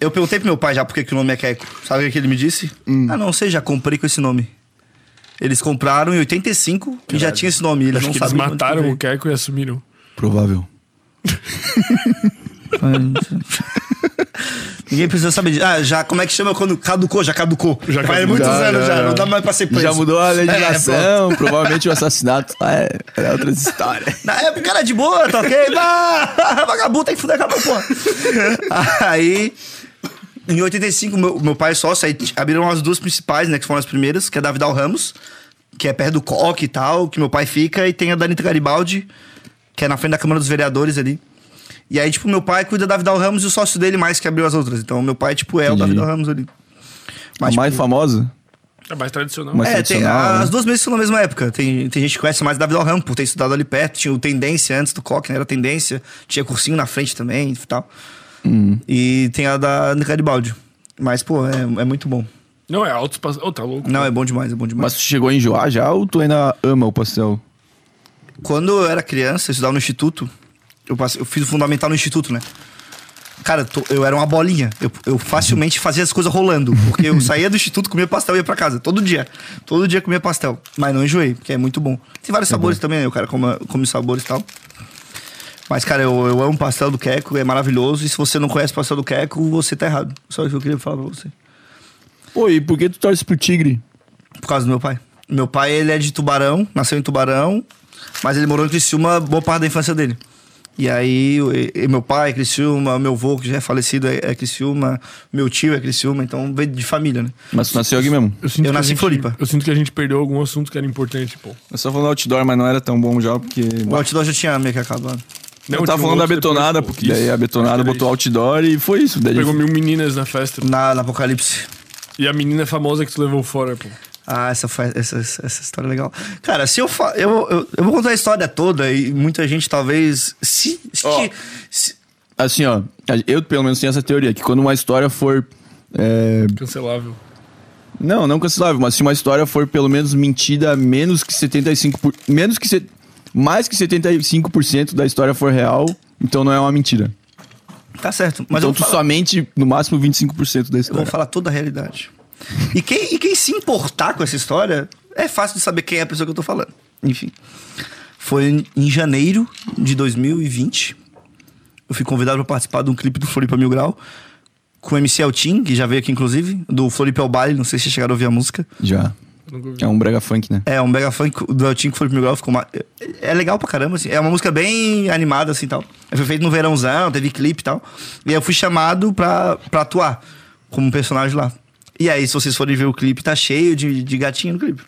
S3: Eu perguntei pro meu pai já por que que o nome é Keiko. Sabe o que que ele me disse? Ah, não sei, já comprei com esse nome. Eles compraram em 85 e já tinha esse nome. Eles
S1: Acho
S3: não
S1: que eles
S3: sabiam de onde
S1: mataram
S3: veio.
S1: o Queco e assumiram.
S2: Provável.
S3: Ninguém precisa saber disso. Ah, já, como é que chama quando caducou? Já caducou.
S1: Já
S3: Faz
S1: caducou.
S3: muitos
S2: Já,
S3: anos já,
S2: já.
S3: não dá mais pra ser preso.
S2: Já mudou a
S3: É, pronto.
S2: legislação, provavelmente o assassinato. Ah, é, é outra história. <laughs>
S3: Na época era de boa, tá ok? Bah, <laughs> vagabundo tem que fuder com a
S2: <laughs>
S3: minha porra. Aí, em 85, meu, meu pai e sócio aí t- abriram as duas principais, né? Que foram as primeiras, que é a da Vidal Ramos, que é perto do Coque e tal, que meu pai fica, e tem a da Anitta Garibaldi, que é na frente da Câmara dos Vereadores ali. E aí, tipo, meu pai cuida da Vidal Ramos e o sócio dele mais que abriu as outras. Então, meu pai, tipo, é o da
S2: Entendi.
S3: Vidal Ramos ali.
S2: a mais famosa?
S1: É mais tradicional.
S2: Mas-
S3: É, tem,
S2: tradicional,
S3: a-
S2: né?
S3: as duas mesas são na mesma época. Tem, tem gente que conhece mais Davi Del Rampo, tem estudado ali perto, tinha o Tendência antes do Cockner, era Tendência, tinha cursinho na frente também e tal. E tem a da Ana Garibaldi. Mas, pô, é, é muito bom.
S1: Não, é alto pastel. Oh, tá louco.
S3: Não, é bom demais, é bom demais.
S2: Mas tu chegou a enjoar já ou tu ainda ama o pastel?
S3: Quando eu era criança, eu estudava no instituto, eu, passei- eu fiz o fundamental no instituto, né? Cara, tô- eu era uma bolinha. Eu, eu facilmente fazia as coisas rolando. Porque eu saía do instituto, comia pastel e ia pra casa. Todo dia. Todo dia comia pastel. Mas não enjoei, porque é muito bom. Tem vários sabores também, né? O cara come, come os sabores e tal. Mas, cara, eu, eu amo pastel do Queco, é maravilhoso. E se você não conhece pastel do Queco, você tá errado. Só isso que eu queria falar pra você.
S2: Pô, e por que tu torce pro Tigre?
S3: Por causa do meu pai. Meu pai, ele é de Tubarão, nasceu em Tubarão, mas ele morou em Criciúma boa parte da infância dele. E aí, o- e- e meu pai é Criciúma, meu avô, que já é falecido, é, é Criciúma, meu tio é Criciúma, então veio de família, né?
S2: Mas tu nasceu aqui mesmo.
S1: sinto
S3: Eu
S1: que a
S3: nasci em
S1: gente-
S3: Floripa.
S1: Eu sinto que a gente perdeu algum assunto que era importante, pô.
S2: Eu só falando outdoor, mas não era tão bom já, porque.
S3: O outdoor já tinha meio que acabado.
S2: eu
S1: Não, tinha um
S2: tava falando da
S1: outro depois,
S2: betonada,
S1: pô.
S2: porque
S1: Isso.
S2: daí a betonada
S1: Era
S2: botou
S1: isso.
S2: outdoor e foi é isso. Daí
S1: Pegou mil meninas na festa.
S3: Na, na Apocalipse.
S1: E a menina famosa que tu levou fora, pô.
S3: Ah, essa, fa- essa, essa essa história é legal. Cara, se eu, fa... eu, eu eu vou contar a história toda e muita gente talvez. Se. se,
S2: Ó.
S3: se-
S2: Assim, ó, eu pelo menos tenho essa teoria, que quando uma história for. é,
S1: Cancelável.
S2: Não, não cancelável, mas se uma história for pelo menos mentida, menos que 75%. Por... Menos que. se- Mais que 75% da história for real, então não é uma mentira.
S3: Tá certo. Mas
S2: então
S3: eu vou
S2: tu
S3: falar-
S2: somente, no máximo, 25% da
S3: Eu vou
S2: história.
S3: falar toda a realidade. E quem, e quem se importar com essa história, é fácil de saber quem é a pessoa que eu tô falando. Enfim. Foi em- em janeiro de 2020. Eu fui convidado pra participar de um clipe do Floripa Mil Grau. Com o MC Altin, que já veio aqui, inclusive. Do Floripa ao Baile, não sei se vocês chegaram a ouvir a música.
S2: Já.
S1: Nunca ouvi.
S2: É um brega funk, né?
S3: É, um mega funk do Eltinho que foi pro Miguel, ficou ma... É legal pra caramba, assim. É uma música bem animada, assim, tal. Foi feito no verãozão, teve clipe e tal. E aí eu fui chamado pra, pra atuar como personagem lá. E aí, se vocês forem ver o clipe, tá cheio de, de gatinho no clipe.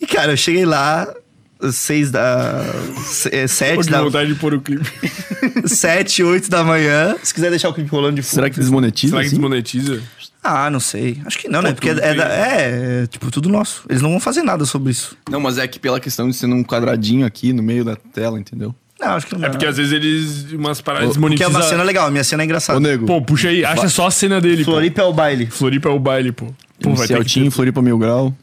S3: E, cara, eu cheguei lá, às seis da... se- é,
S1: Pô,
S3: Sete
S1: que
S3: da...
S1: vontade de pôr o clipe.
S3: <laughs> Sete, oito da manhã. Se quiser deixar o clipe rolando de fundo.
S2: Será que desmonetiza?
S1: Será que
S2: assim?
S1: desmonetiza?
S3: Ah, não sei. Acho que não, né? Porque é,
S1: tudo
S3: é
S1: tem.
S3: da- é, é, tipo, tudo nosso. Eles não vão fazer nada sobre isso.
S2: Não, mas é que pela questão de sendo um quadradinho aqui no meio da tela, entendeu?
S3: Não, acho que não
S1: É
S3: dá,
S1: porque
S3: não.
S1: às vezes eles. Umas paradas
S3: Porque é
S1: desmonetizam.
S3: uma cena legal, a minha cena é engraçada.
S2: Ô, nego.
S1: Ah, Pô, puxa aí, acha só a cena dele. Pô.
S3: Floripa um é o baile.
S1: Floripa é o baile, pô. Pô, vai
S2: MC
S1: ter que ter-
S2: Altinho, Floripa Mil Grau.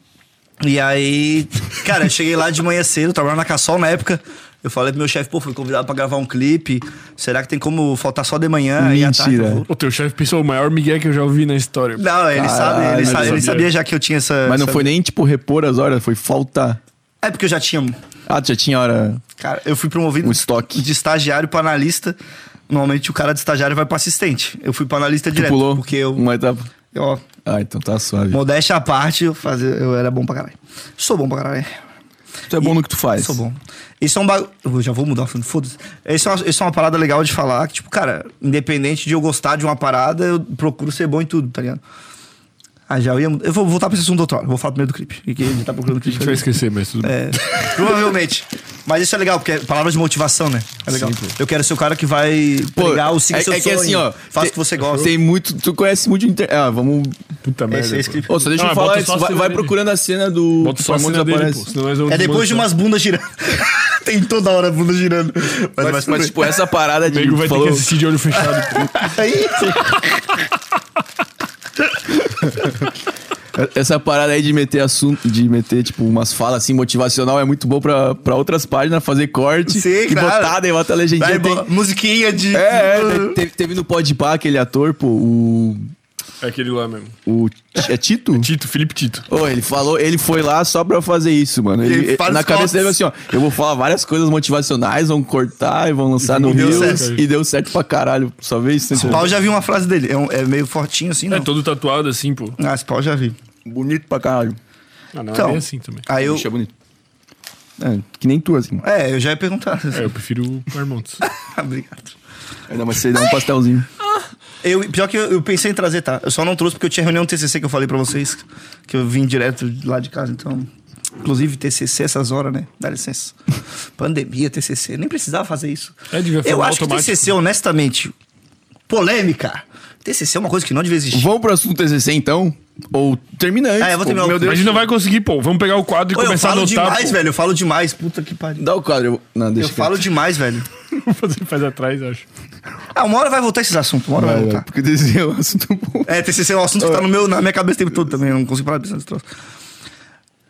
S3: E aí, cara, eu cheguei lá de manhã cedo, trabalhava na Cassol na época. Eu falei pro meu chefe, pô, fui convidado pra gravar um clipe. Será que tem como faltar só de manhã e à tarde? eu
S2: Mentira.
S3: vou?"
S1: O teu chefe pensou o maior migué que eu já ouvi na história. pô.
S3: Não, ele sabe, ele,
S2: Caralho,
S3: sabe-
S2: não
S3: ele
S1: sabia.
S3: sabia já que eu tinha essa.
S1: É,
S2: Mas não
S3: essa-
S2: foi nem, tipo, repor as horas, foi faltar.
S3: É porque eu já tinha.
S2: Ah, tu já tinha hora.
S3: Cara, eu fui promovido
S2: Um estoque.
S3: de estagiário pra analista. Normalmente o cara de estagiário vai pra assistente. Eu fui pra analista
S2: Tu
S3: direto.
S2: pulou
S3: Porque eu,
S2: uma etapa.
S3: eu, ó,
S2: Ah, então tá suave.
S3: modéstia à parte, eu, fazia, eu era bom pra caralho. Sou bom pra caralho.
S2: Tu é bom no que tu faz.
S3: Sou bom. Isso é um bagulho. Eu já vou mudar, foda-se. Isso é, uma, isso é uma parada legal de falar. Que, tipo, cara, independente de eu gostar de uma parada, eu procuro ser bom em tudo, tá ligado? Ah, já eu ia mudar. Eu vou voltar pra esse assunto outra hora. Vou falar primeiro do clipe. E que ele tá procurando
S1: A
S3: clipe.
S1: gente vai esquecer, mas tudo bem.
S3: <laughs> É, provavelmente. Mas isso é legal, porque é palavra de motivação, né? É legal. eu quero ser o cara que vai pregar o siga
S2: é,
S3: seu
S2: é que
S3: sonho,
S2: assim, ó.
S3: Faça
S2: tem-
S3: o que você gosta.
S2: Tem muito. Tu conhece muito de inter... Ah, vamos.
S1: Puta merda.
S3: esse
S1: pô.
S3: clipe.
S2: Ô, só deixa
S1: Ah,
S2: eu falar
S1: bota
S2: isso.
S1: só a
S2: Vai,
S1: cena
S2: vai
S1: dele.
S2: procurando a cena do.
S1: Bota só a
S2: Simon
S1: cena dele, pô.
S2: desaparece.
S1: senão nós vamos
S3: É depois de
S1: desmonetizar.
S3: umas bundas girando. <laughs> Tem toda hora a bunda girando. Mas,
S2: Mas,
S3: mas,
S2: mas, tipo, essa parada
S1: O
S2: de.
S1: nego vai
S2: falou,
S1: ter que assistir de olho fechado.
S2: Essa parada aí de meter assunto, de meter, tipo, umas falas assim motivacional é muito bom pra, pra outras páginas fazer corte
S3: Sim,
S2: e
S3: claro.
S2: botar, daí bota a legendinha.
S3: Aí,
S2: tem-
S3: bo- musiquinha de.
S2: É, é, <laughs> te- teve, teve no Podpah aquele ator, pô, o.
S1: É aquele lá mesmo.
S2: o é Tito?
S1: Tito, Felipe Tito.
S2: Ô, ele falou, ele foi lá só pra fazer isso, mano. Ele-
S3: Ele
S2: ele-
S3: faz
S2: na
S3: os
S2: cabeça
S3: cortes.
S2: dele assim, ó, eu vou falar várias coisas motivacionais, vão cortar e vão lançar no
S1: deu
S2: Rio
S1: certo.
S2: e deu certo pra caralho. Só vê isso,
S3: Esse
S2: entendeu?
S3: pau já vi uma frase dele. É, um- é meio fortinho assim, não?
S1: É todo tatuado assim, pô.
S3: Ah, esse pau já vi.
S2: bonito pra caralho.
S1: Ah, não,
S3: Então.
S1: é bem assim também.
S3: Aí eu.
S2: Bicho é bonito. É, que nem tu, assim.
S3: É, eu já ia perguntar. <laughs> Ah,
S1: É, eu prefiro o Marmontes.
S3: Obrigado.
S2: Ainda mais
S3: é
S2: você dá um pastelzinho.
S3: Eu, pior que eu, eu pensei em trazer, tá? Eu só não trouxe porque eu tinha reunião do TCC que eu falei pra vocês, que eu vim direto de lá de casa, então... Inclusive TCC essas horas, né?
S1: <laughs>
S3: Dá licença. Pandemia, TCC, nem precisava fazer isso.
S1: É, devia
S3: eu
S1: falar
S3: acho que
S1: automático.
S3: TCC, honestamente, polêmica. TCC é uma coisa que não devia existir.
S2: Vamos pro assunto TCC, então? Ou termina antes,
S3: Ah, eu
S2: pô.
S3: vou terminar o-
S2: Meu
S1: Mas a
S2: Deus.
S1: gente não vai conseguir, pô. Vamos pegar o quadro e
S3: Ô, eu
S1: começar a
S3: falo
S1: anotar.
S3: demais,
S1: pô.
S3: velho, eu falo demais, puta que pariu.
S2: Dá o quadro. eu- Não,
S3: Eu
S2: deixa
S3: falo demais, velho.
S1: Vou fazer faz atrás, acho.
S3: Ah, uma hora vai voltar esses assuntos, uma hora vai,
S2: quieto.
S3: voltar.
S2: Vai, vai, Porque TCC é um assunto bom.
S3: É, TCC é um assunto que tá no meu, na minha cabeça o tempo todo também, eu não consigo parar de pensar nesse troço.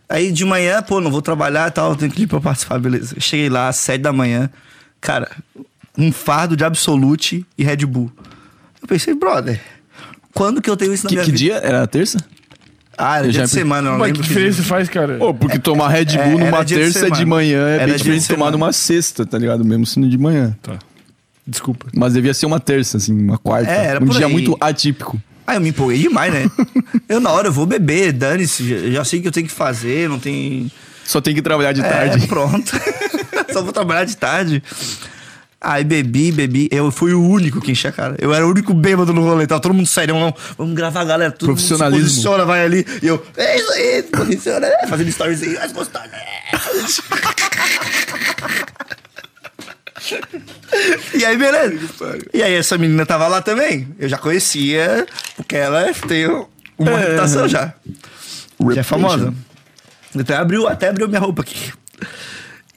S3: Aí de manhã, pô, não vou trabalhar e tal, tenho que ir pra participar, beleza. Cheguei lá, às 7 da manhã, cara, um fardo de Absolute e Red Bull. Eu pensei, brother, quando que eu tenho isso na
S2: Que,
S3: minha
S2: que
S3: vida?
S2: dia? Era terça?
S3: Ah, era
S2: Eu
S3: dia
S2: já
S3: de
S2: pe-
S3: semana, eu não
S1: Mas que
S3: lembro. que dia.
S1: diferença faz, cara?
S2: Pô, porque tomar Red Bull
S3: é,
S2: numa
S3: era dia de
S2: terça de,
S3: semana.
S2: manhã é
S3: Era
S2: bem
S3: dia de
S2: diferente de tomar
S3: semana.
S2: numa sexta, tá ligado? Mesmo sendo de manhã.
S1: Tá. Desculpa.
S2: Mas devia ser uma terça, assim, uma quarta.
S3: É, era
S2: um
S3: por
S2: dia
S3: aí.
S2: muito atípico.
S3: Ah, eu me empolguei
S2: <laughs>
S3: demais, né? eu na hora eu vou beber, dane-se, já, já sei o que eu tenho que fazer, não tem...
S2: Só tem que trabalhar de
S3: É,
S2: tarde.
S3: pronto. <laughs> Só vou trabalhar de tarde. Aí bebi, bebi. Eu fui o único que enchi a cara. Eu era o único bêbado no rolê. Tava todo mundo saindo. Vamos, vamos gravar, galera. Todo mundo se
S2: Profissionalismo.
S3: posiciona, vai ali. E eu, é isso aí, se posiciona. é, Fazendo stories aí, mais gostosa. é. <laughs> E aí, beleza. E aí, essa menina tava lá também. Eu já conhecia, porque ela tem uma reputação já. Já é famosa. Até abriu, até abriu minha roupa aqui.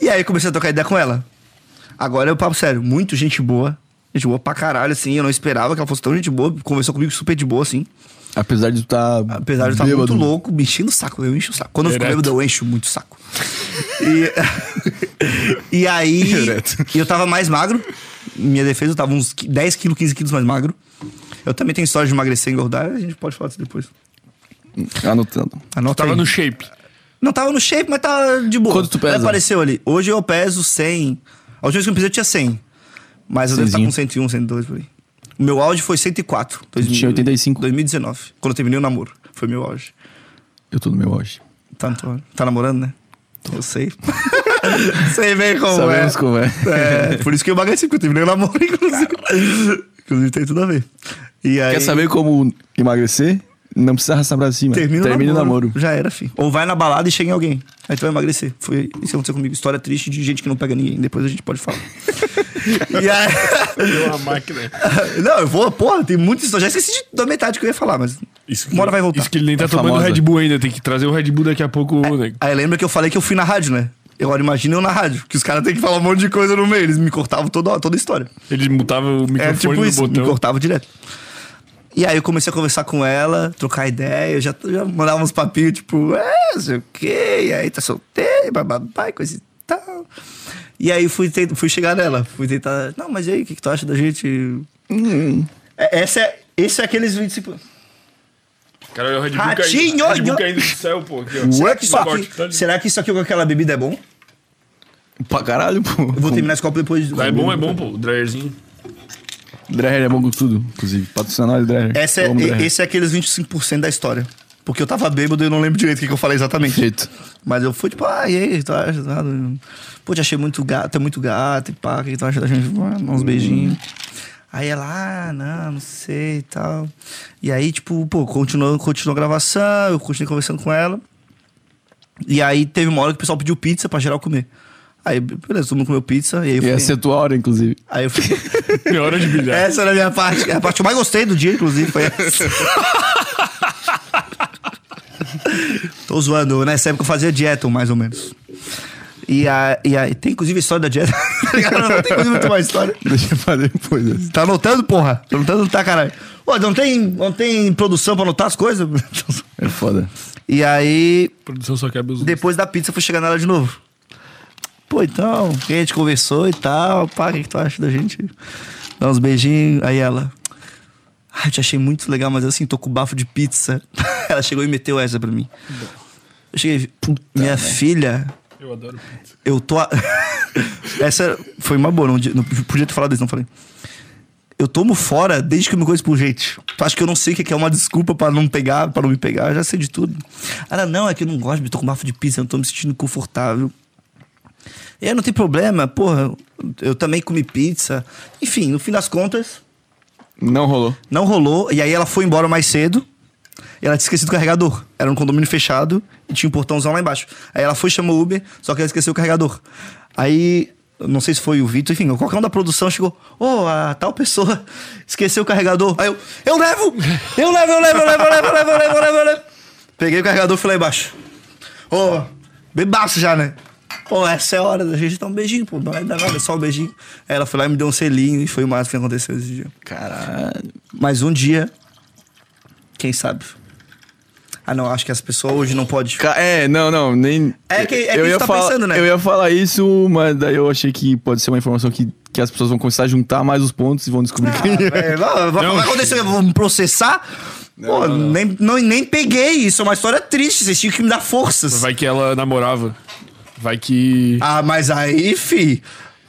S3: E aí eu comecei a trocar ideia com ela. Agora é o papo sério, muito gente boa. Gente boa pra caralho, assim. Eu não esperava que ela fosse tão gente boa. Conversou comigo super de boa, assim.
S2: Apesar de tu tá.
S3: Apesar de eu estar
S2: bêbado.
S3: muito louco, me enchendo o saco. Eu encho o saco. Quando eu fico
S1: Ereto.
S3: bêbado, eu encho muito o saco. E, <laughs> e aí.
S2: Ereto.
S3: E eu tava mais magro. Em Minha defesa, eu tava uns 10 quilos, 15 quilos mais magro. Eu também tenho história de emagrecer e engordar. A gente pode falar disso depois.
S2: Anotando.
S3: Anota
S1: Tava
S3: aí.
S1: no shape.
S3: Não tava no shape, mas tava de boa.
S2: Quanto tu pesa?
S3: Aí apareceu ali. Hoje eu peso 100. A última vez que eu pisei eu tinha 100. Mas eu devo estar
S2: Cenzinho.
S3: com 101, 102 por aí. O meu auge foi 104. 2000,
S2: Tinha 85.
S3: 2019. Quando eu terminei o namoro. Foi meu auge.
S2: Eu tô no meu auge.
S3: Tá, no teu- tá namorando, né?
S2: <laughs>
S3: Eu sei. sei bem como
S2: Sabemos
S3: é.
S2: como
S3: <laughs>
S2: é.
S3: É, por isso que eu emagreci, porque eu terminei o namoro, inclusive. inclusive tem tudo a ver. E aí,
S2: Quer saber como emagrecer? Não precisa arrastar pra cima.
S3: Termina,
S2: Termina o namoro.
S3: Já era, filho. Ou vai na balada e chega em alguém. Aí tu vai emagrecer. Foi isso que aconteceu comigo. História triste de gente que não pega ninguém. Depois a gente pode falar. <laughs> e aí... <laughs>
S1: Deu uma máquina.
S3: Não, eu vou... Porra, tem muita história. Já esqueci de, da metade que eu ia falar, mas...
S1: Isso
S3: uma hora vai voltar. É
S1: Isso que ele nem tá
S2: A
S1: tomando
S2: famosa.
S1: Red Bull ainda. Tem que trazer o Red Bull daqui a pouco, né?
S3: Aí lembra que eu falei que eu fui na rádio, né? Eu agora imagino eu na rádio, que os caras têm que falar um monte de coisa no meio. Eles me cortavam toda, hora, toda a história.
S1: Ele mutava o microfone
S3: É tipo
S1: no
S3: isso, me
S1: botão.
S3: cortava direto. E aí eu comecei a conversar com ela, trocar ideia, eu já, já mandava uns papinhos, tipo, é, não sei o quê, e aí tá solteiro, bababá, e coisa e tal. E aí fui, tent- fui chegar nela, fui tentar, não, mas e aí, o que, que tu acha da gente? É- Essa é, esse é aqueles 25...
S1: Cara, olha o Red Bull
S3: Ratinho,
S1: caindo. Red Bull
S3: olha.
S1: caindo do céu, pô. Aqui, ó.
S3: Será que, isso
S1: Esse corte, tá
S3: aqui,
S1: ali.
S3: será que isso aqui com aquela bebida é bom?
S2: Pra caralho, pô.
S3: Eu vou terminar esse copo depois.
S1: Ah, é bom, é bom, pô. O dryerzinho.
S2: <laughs> Dreher é bom com tudo, inclusive. Patrocinar o Dreher.
S3: Essa é,
S2: Eu amo Dreher.
S3: esse é aqueles 25% da história. Porque eu tava bêbado e eu não lembro direito o que, que eu falei exatamente.
S2: Jeito.
S3: Mas eu fui tipo, ah, e aí, tu acha? Nada? Pô, te achei muito gato, é muito gato, e pá, o que tu acha da gente? Ah, dá Uns beijinhos. Aí ela, ah, não, não sei e tal. E aí, tipo, pô, continuou, continuou a gravação, eu continuei conversando com ela. E aí teve uma hora que o pessoal pediu pizza pra geral comer. Aí, beleza, todo mundo comeu pizza. E aí eu
S2: E
S3: fui.
S2: essa é a tua hora,
S3: <laughs>
S2: inclusive.
S3: Aí eu fui. É.
S1: Minha É hora de brilhar.
S3: Essa era a minha parte. A parte que eu mais gostei do dia, inclusive, foi essa. né? Tô zoando. Nessa época eu fazia dieta, mais ou menos. E, a, e a, tem inclusive a história da Jedi. Tá ligado? <laughs> não tem inclusive muito mais história.
S2: Deixa eu fazer depois. dessa.
S3: Tá anotando, porra? Tá anotando, tá, caralho. Pô, não tem, não tem produção pra anotar as coisas? <laughs>
S2: É foda.
S3: E aí,
S1: A produção só quebra os.
S3: depois da pizza, eu fui chegar nela de novo. Pô, então, a gente conversou e tal, pá, o que, que tu acha da gente? Dá uns beijinhos. Aí ela. Ah, eu te achei muito legal, mas assim, tô com bafo de pizza. <laughs> ela chegou e meteu essa pra mim. Eu cheguei, puta, minha filha,
S1: Eu adoro.
S3: eu tô. a- <laughs> Essa foi uma boa, não, di- não podia ter falado isso, não falei. Eu tomo fora desde que eu me conheço por gente. Tu acha que eu não sei o que que é uma desculpa pra não pegar, para não me pegar? Eu já sei de tudo. Ela, não, é que eu não gosto, eu tô com bafo de pizza, eu não tô me sentindo confortável. E aí não tem problema, porra, eu também comi pizza. Enfim, no fim das contas,
S2: Não rolou.
S3: não rolou. E aí ela foi embora mais cedo. E ela tinha esquecido o carregador. Era um condomínio fechado e tinha um portãozão lá embaixo. Aí ela foi chamou o Uber, só que ela esqueceu o carregador. Aí, não sei se foi o Vitor, enfim, qualquer um da produção chegou. Ô, a tal pessoa <laughs> esqueceu o carregador. Aí eu, eu levo! Eu levo, eu levo, eu levo, eu levo, eu levo, eu levo, eu levo, eu levo. Peguei o carregador e fui lá embaixo. Ô, bebaço já, né? Pô, essa é a hora da gente dar um beijinho, pô. Não vai dar nada, é só um beijinho. Aí ela foi lá e me deu um selinho e foi o máximo que aconteceu esse dia.
S2: Caralho.
S3: Mas um dia, quem sabe? Ah, não, acho que essa pessoa hoje não pode.
S2: <laughs> Ca- É, não, não, nem.
S3: É que- é que a
S2: eu
S3: gente
S2: ia
S3: tá
S2: falar,
S3: pensando, né?
S2: Eu ia falar isso, mas daí eu achei que pode ser uma informação que, que as pessoas vão começar a juntar mais os pontos e vão descobrir quem é.
S3: É, vai, vai-
S1: Não,
S3: vai acontecer, eu vou me processar. Pô, Nem, não, nem peguei. Isso é uma história triste. Vocês tinham que me dar forças.
S1: Vai que ela namorava. Vai que.
S3: Ah, mas aí, fi.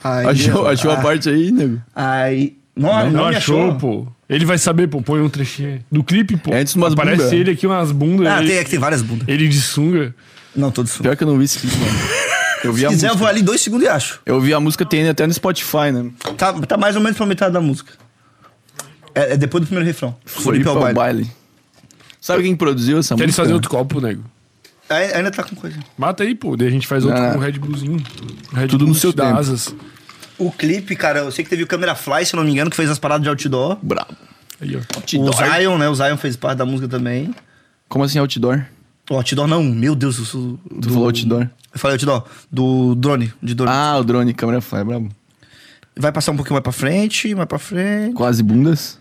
S3: Aí,
S2: Achou,
S3: ó,
S2: achou a
S3: ah,
S2: parte aí, nego?
S3: Aí. Ah, Não, não,
S1: Não
S3: me
S1: achou,
S3: achou,
S1: pô. Ele vai saber, pô. Põe um trechinho aí. do clipe, pô.
S2: É antes umas
S1: Aparece
S2: bunda.
S1: ele aqui, umas bundas.
S3: Ah,
S1: ele,
S3: tem, é que tem várias bundas.
S1: ele de sunga.
S3: Não, todos. Se
S2: Pior que eu não vi esse clipe, mano. Eu vi, a
S3: quiser,
S2: música,
S3: eu vou ali dois segundos e acho.
S2: eu vi a música TN até no Spotify, né?
S3: Tá, tá mais ou menos pra metade da música. É, é depois do primeiro refrão. Felipe ao
S2: Floripa
S3: baile.
S2: baile. Sabe quem produziu essa
S1: Quer eles
S2: música?
S1: fazer outro copo, nego.
S3: Aí- Ainda tá com coisa.
S1: Mata aí, pô. Daí a gente faz outro
S2: Ah.
S1: com o Red Bullzinho. Red
S2: Tudo
S1: Bull
S2: no seu
S1: te dá
S2: tempo.
S1: asas.
S3: O clipe, cara, eu sei que teve o Câmera Fly, se eu não me engano, que fez as paradas de outdoor.
S2: Brabo.
S1: Aí, ó.
S3: O
S2: Outdoor.
S3: Zion, né? O Zion fez parte da música também.
S2: Como assim outdoor?
S3: O outdoor não, meu Deus, eu sou.
S2: Tu falou outdoor?
S3: Eu falei outdoor, do drone, de drone.
S2: Ah, o drone, câmera fly, brabo.
S3: Vai passar um pouquinho mais pra frente, mais pra frente.
S2: Quase bundas.